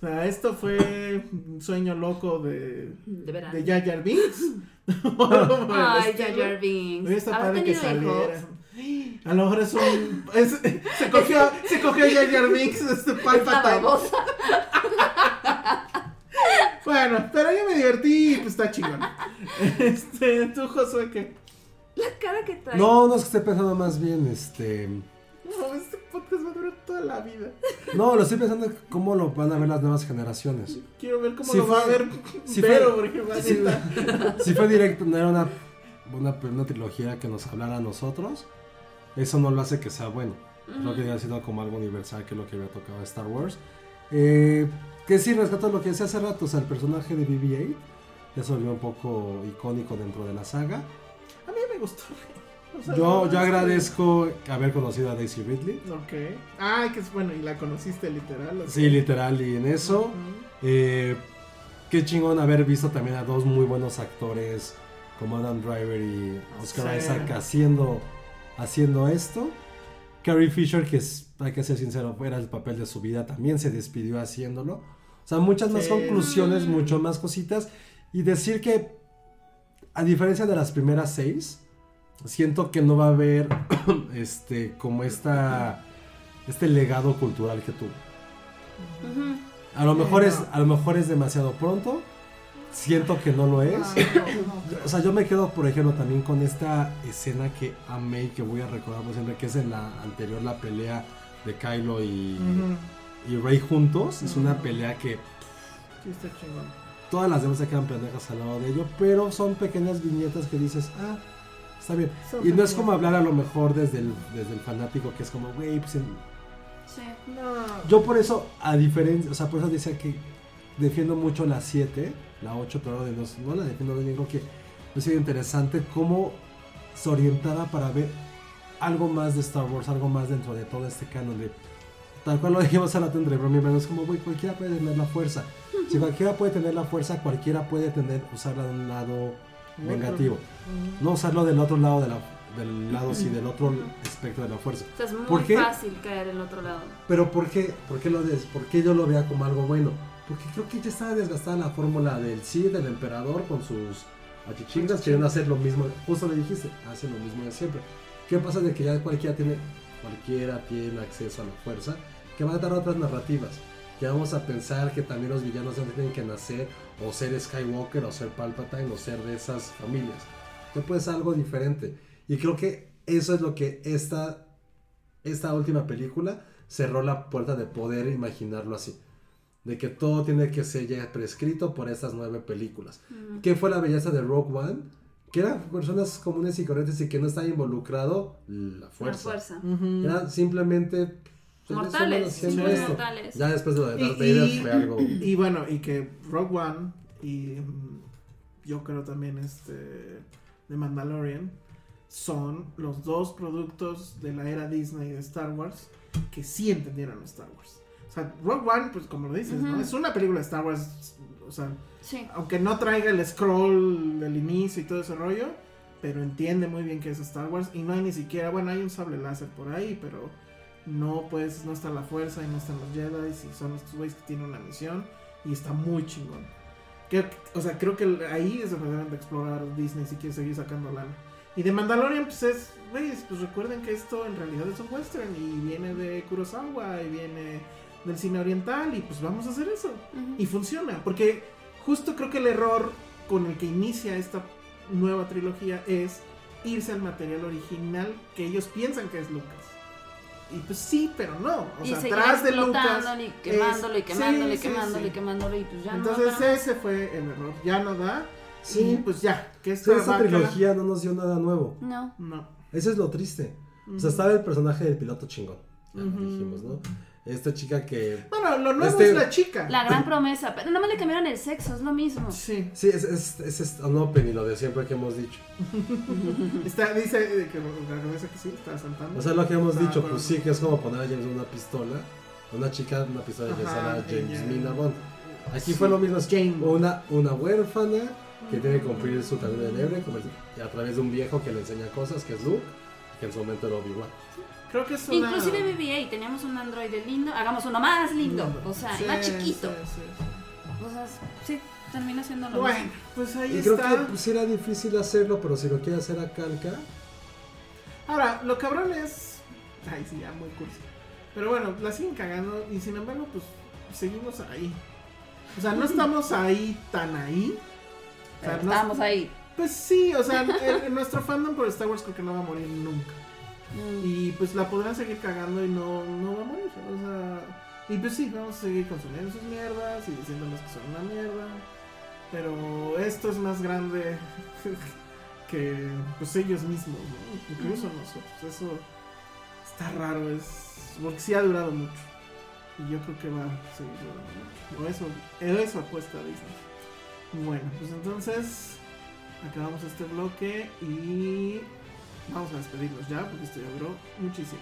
Speaker 3: O sea, esto fue un sueño loco de,
Speaker 6: De verano.
Speaker 3: de Jar Jar Binks. O algo por el
Speaker 6: Ay,
Speaker 3: estilo.
Speaker 6: Jar Jar Binks.
Speaker 3: Hubiera estado
Speaker 6: Pues, ¿Habrá
Speaker 3: padre que
Speaker 6: tenido hijos?
Speaker 3: saliera. A lo mejor es un. es- se cogió, se cogió Jar Jar Binks, este
Speaker 6: Esta
Speaker 3: Palpatine.
Speaker 6: babosa.
Speaker 3: Bueno, pero yo me divertí y pues está chingón. Este, tú, Josué, que.
Speaker 6: La cara que trae.
Speaker 2: No, no es que esté pensando más bien, este...
Speaker 3: No, este podcast va a durar toda la vida.
Speaker 2: No, lo estoy pensando cómo lo van a ver las nuevas generaciones.
Speaker 3: Quiero ver cómo
Speaker 2: Sí
Speaker 3: lo va a
Speaker 2: fue-
Speaker 3: ver
Speaker 2: sí
Speaker 3: Pero,
Speaker 2: fue-
Speaker 3: por ejemplo,
Speaker 2: sí Si fue directo, no era una, una, una trilogía que nos hablara a nosotros, eso no lo hace que sea bueno. Creo que ha sido como algo universal que es lo que había tocado Star Wars. Eh, que sí, rescato lo que decía hace rato, o sea, el personaje de BB-8 ya se volvió un poco icónico dentro de la saga.
Speaker 3: A mí me gustó. O sea, la
Speaker 2: Yo,
Speaker 3: verdad
Speaker 2: yo
Speaker 3: es Pues, que-
Speaker 2: agradezco haber conocido a Daisy Ridley.
Speaker 3: Ok. Ay, que es bueno, y la conociste literal. o sea.
Speaker 2: Sí, literal, y en eso. eh, qué chingón haber visto también a dos muy buenos actores como Adam Driver y Oscar
Speaker 3: Sí.
Speaker 2: Isaac haciendo, haciendo esto. Carrie Fisher, que es, hay que ser sincero, era el papel de su vida, también se despidió haciéndolo. O sea, muchas más
Speaker 3: Sí.
Speaker 2: conclusiones, mucho más cositas. Y decir que, a diferencia de las primeras seis, siento que no va a haber este, como esta, este legado cultural que tuvo. A lo mejor es, a lo mejor es demasiado pronto. Siento que no lo es.
Speaker 3: Ah.
Speaker 2: O sea, yo me quedo, por ejemplo, también con esta escena que amé y que voy a recordar por siempre, que es en la anterior la pelea de Kylo y,
Speaker 3: Ujú.
Speaker 2: y Rey juntos. Es una pelea que
Speaker 3: Sí, está chingón.
Speaker 2: todas las demás se quedan pendejas al lado de ello, pero son pequeñas viñetas que dices, ah, está bien.
Speaker 3: Son
Speaker 2: Y no es
Speaker 3: pequeñas.
Speaker 2: como hablar a lo mejor desde el, desde el fanático que es como, güey, pues en-
Speaker 6: Sí.
Speaker 3: No.
Speaker 2: yo por eso, a diferencia, o sea, por eso decía que defiendo mucho la 7, la 8, pero de los, no la defiendo, yo digo que me sido interesante cómo se orientaba para ver algo más de Star Wars, algo más dentro de todo este canon de... Tal cual lo dijimos a la entre broma y broma, es como, güey, cualquiera puede tener la fuerza. Si cualquiera puede tener la fuerza, cualquiera puede tener, usarla de un lado negativo. No usarlo del otro lado de la, del lado, sí, del otro espectro de la fuerza.
Speaker 6: O sea, es muy
Speaker 2: ¿Por qué?
Speaker 6: fácil caer el otro lado.
Speaker 2: Pero ¿por qué? ¿Por qué, lo des- ¿por qué yo lo vea como algo bueno? Porque creo que ya estaba desgastada la fórmula del sí, del emperador con sus achichingas queriendo hacer lo mismo. Justo le dijiste, hace lo mismo de siempre. ¿Qué pasa de que ya cualquiera tiene, cualquiera tiene acceso a la fuerza? Que van a dar otras narrativas. Ya vamos a pensar que también los villanos ya tienen que nacer o ser Skywalker o ser Palpatine o ser de esas familias. Ya puede ser algo diferente. Y creo que eso es lo que esta esta última película cerró la puerta de poder imaginarlo así. De que todo tiene que ser ya prescrito por estas nueve películas. ¿Qué fue la belleza de Rogue One? Que eran personas comunes y corrientes y que no está involucrado la fuerza.
Speaker 6: La fuerza.
Speaker 3: Ujú.
Speaker 2: Eran Ah, simplemente seres
Speaker 6: Mortales,
Speaker 2: humanos haciendo
Speaker 6: simples
Speaker 2: esto.
Speaker 6: mortales.
Speaker 2: Ya después de lo de
Speaker 3: Y-
Speaker 2: Darth
Speaker 3: y-
Speaker 2: Vader fue algo.
Speaker 3: Y bueno, y que Rogue One y mm, yo creo también este The Mandalorian son los dos productos de la era Disney de Star Wars que sí entendieron Star Wars. O sea, Rogue One, pues como lo dices, ¿no?
Speaker 6: Ujú.
Speaker 3: Es una película de Star Wars, o sea,
Speaker 6: Sí.
Speaker 3: aunque no traiga el scroll del inicio y todo ese rollo, pero entiende muy bien que es Star Wars y no hay ni siquiera, bueno, hay un sable láser por ahí, pero no pues no está la fuerza y no están los Jedi y son estos güeyes que tienen una misión y está muy chingón. Creo que- o sea, creo que ahí es donde deben de explorar Disney si quiere seguir sacando lana. Y de Mandalorian, pues es, güeyes, pues recuerden que esto en realidad es un western y viene de Kurosawa y viene del cine oriental y pues vamos a hacer eso. Y funciona, porque justo creo que el error con el que inicia esta nueva trilogía es irse al material original que ellos piensan que es Lucas. Y pues sí, pero no. O
Speaker 6: Y
Speaker 3: sea,
Speaker 6: seguir
Speaker 3: atrás de Lucas.
Speaker 6: explotándolo y quemándolo y
Speaker 3: es-
Speaker 6: quemándolo y
Speaker 3: sí, sí,
Speaker 6: quemándolo y
Speaker 3: sí.
Speaker 6: quemándolo y pues ya no.
Speaker 3: Entonces
Speaker 6: para-
Speaker 3: ese fue el error. Ya no da.
Speaker 2: Sí.
Speaker 3: Y pues ya, que
Speaker 2: Sí,
Speaker 3: esta,
Speaker 2: esta
Speaker 3: vaca-
Speaker 2: trilogía no nos dio nada nuevo.
Speaker 6: No.
Speaker 3: No.
Speaker 2: Eso es lo triste. O sea, estaba el personaje del piloto chingón. Ya lo dijimos, ¿no? Esta chica que
Speaker 3: Bueno, lo nuevo
Speaker 2: Este-
Speaker 3: es la chica.
Speaker 6: La gran promesa. Pero nada más le cambiaron el sexo, es lo mismo.
Speaker 3: Sí.
Speaker 2: Sí, es, es, es, es un open y lo de siempre que hemos dicho.
Speaker 3: Está, dice eh, que la cabeza que sí, está saltando.
Speaker 2: O sea, lo que hemos
Speaker 3: Ah,
Speaker 2: dicho,
Speaker 3: bueno.
Speaker 2: pues sí, que es como poner a James Bond una pistola, una chica una pistola y a
Speaker 3: Ajá,
Speaker 2: James Oh.
Speaker 3: ella.
Speaker 2: Mina Bond. Aquí fue lo mismo, es
Speaker 3: Jane.
Speaker 2: Una, una huérfana que tiene que cumplir su camino de héroe como- y a través de un viejo que le enseña cosas, que es Luke, que en su momento era Obi-Wan.
Speaker 3: Creo que es una...
Speaker 6: Inclusive BB-8, teníamos un androide lindo, hagamos uno más lindo, o sea,
Speaker 3: Sí,
Speaker 6: más chiquito.
Speaker 3: sí, sí, sí.
Speaker 6: O sea, sí, termina siendo lo
Speaker 3: Bueno,
Speaker 6: mismo.
Speaker 3: pues ahí
Speaker 2: Y creo
Speaker 3: está.
Speaker 2: que pues, era difícil hacerlo, pero si lo quiere hacer a calca,
Speaker 3: Ahora, lo cabrón es. Ay, sí, ya muy cursi. Pero bueno, la siguen cagando y sin embargo, pues seguimos ahí. O sea, no estamos ahí tan ahí. O sea,
Speaker 4: Pero
Speaker 3: no-
Speaker 4: estábamos ahí.
Speaker 3: Pues sí, o sea, el- el- nuestro fandom por Star Wars creo que no va a morir nunca. Y pues la podrán seguir cagando y no, no va a morir. O sea, y pues sí, vamos a seguir consumiendo sus mierdas y diciéndoles que son una mierda. Pero esto es más grande que pues ellos mismos, ¿no? Incluso nosotros. Eso está raro, es. Porque sí ha durado mucho. Y yo creo que va a seguir durando mucho. O eso, eso apuesta Disney. Bueno, pues entonces acabamos este bloque y vamos a despedirnos ya porque esto ya duró muchísimo.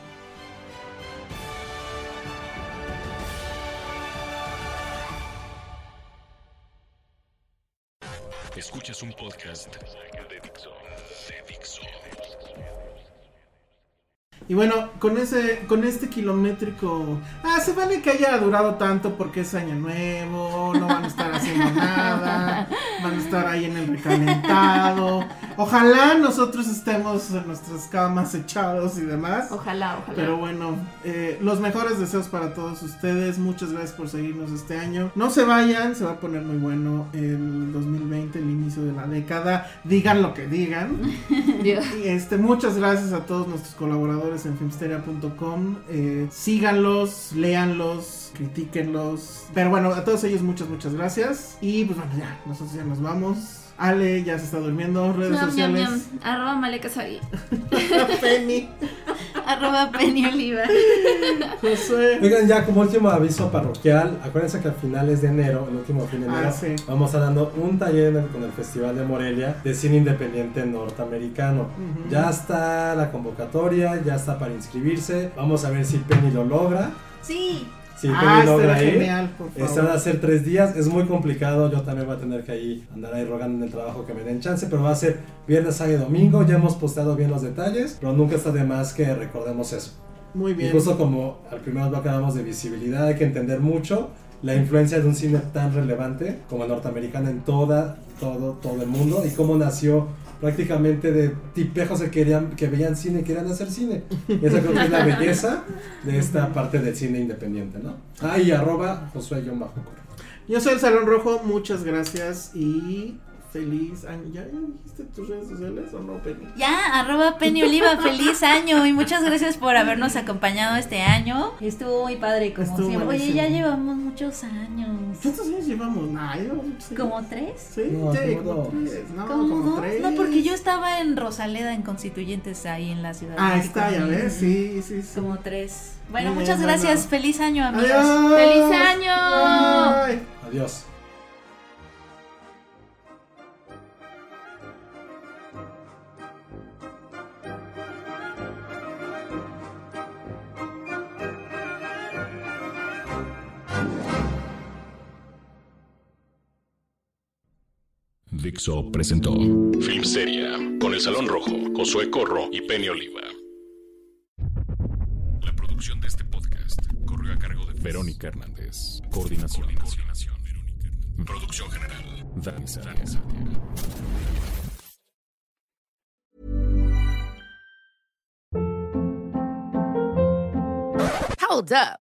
Speaker 7: Escuchas un podcast de Dixo. De Dixo.
Speaker 3: Y bueno, con ese, con este kilométrico, ah, se vale que haya durado tanto porque es año nuevo, no van a estar haciendo nada, van a estar ahí en el recalentado. Ojalá nosotros estemos en nuestras camas echados y demás.
Speaker 4: Ojalá, ojalá.
Speaker 3: Pero bueno, eh, los mejores deseos para todos ustedes. Muchas gracias por seguirnos este año. No se vayan, se va a poner muy bueno el 2020, el inicio de la década. Digan lo que digan.
Speaker 4: Dios.
Speaker 3: Y, este, muchas gracias a todos nuestros colaboradores en filmsteria.com. Eh, síganlos, léanlos, critíquenlos. Pero bueno, a todos ellos muchas, muchas gracias. Y pues bueno, ya, nosotros ya nos vamos. Ale ya se está durmiendo, redes
Speaker 4: Ñam, ñam,
Speaker 3: sociales.
Speaker 4: ñam. Arroba Malecasari.
Speaker 3: Penny,
Speaker 4: Arroba Penny Oliva.
Speaker 3: José.
Speaker 2: Oigan, ya como último aviso parroquial, acuérdense que a finales de enero, el último fin de enero,
Speaker 3: Ah, sí.
Speaker 2: vamos a dando un taller en el- con el Festival de Morelia de Cine Independiente Norteamericano.
Speaker 3: Ujú.
Speaker 2: Ya está la convocatoria, ya está para inscribirse. Vamos a ver si Penny lo logra.
Speaker 4: Sí.
Speaker 2: Si
Speaker 3: ah,
Speaker 2: Penny
Speaker 3: será
Speaker 2: logra ir.
Speaker 3: genial, por favor.
Speaker 2: Este van a ser tres días, es muy complicado, yo también voy a tener que ahí andar ahí rogando en el trabajo que me den chance, pero va a ser viernes, sábado y domingo, ya hemos posteado bien los detalles, pero nunca está de más que recordemos eso.
Speaker 3: Muy bien.
Speaker 2: Incluso como al primer bloque hablamos de visibilidad, hay que entender mucho la influencia de un cine tan relevante como el norteamericano en toda, todo, todo el mundo y cómo nació prácticamente de tipejos que querían, que veían cine y querían hacer cine. Y esa creo que es la belleza de esta parte del cine independiente, ¿no? Ah, y arroba Josué-Corro.
Speaker 3: Yo soy el Salón Rojo, muchas gracias y feliz año. ¿Ya dijiste tus redes sociales o no, Penny?
Speaker 4: Ya, arroba Penny Oliva, feliz año y muchas gracias por habernos acompañado este año. Estuvo muy padre, como
Speaker 3: Estuvo
Speaker 4: siempre. Oye,
Speaker 3: buenísimo.
Speaker 4: ya llevamos muchos años.
Speaker 3: ¿Cuántos años llevamos? Nah, llevamos muchos años.
Speaker 4: ¿Como tres?
Speaker 3: Sí,
Speaker 2: No,
Speaker 3: sí,
Speaker 2: como
Speaker 3: como
Speaker 2: dos.
Speaker 3: tres. No,
Speaker 4: ¿Como
Speaker 3: como
Speaker 4: dos?
Speaker 3: tres.
Speaker 4: No, porque yo estaba en Rosaleda en Constituyentes ahí en la ciudad. de
Speaker 3: Ah,
Speaker 4: México.
Speaker 3: está, ya ves, sí, sí, sí.
Speaker 4: Como tres. Bueno,
Speaker 3: Muy
Speaker 4: muchas
Speaker 3: bien,
Speaker 4: gracias.
Speaker 3: bueno.
Speaker 4: Feliz año, amigos.
Speaker 3: Adiós.
Speaker 4: ¡Feliz año!
Speaker 3: Bye.
Speaker 2: Adiós.
Speaker 7: Dixo presentó Film Seria con el Salón Rojo, Josué Corro y Penny Oliva. La producción de este podcast corrió a cargo de Verónica Hernández. Coordinación. Verónica Hernández. Producción general. Dani Sánchez.
Speaker 12: Hold up.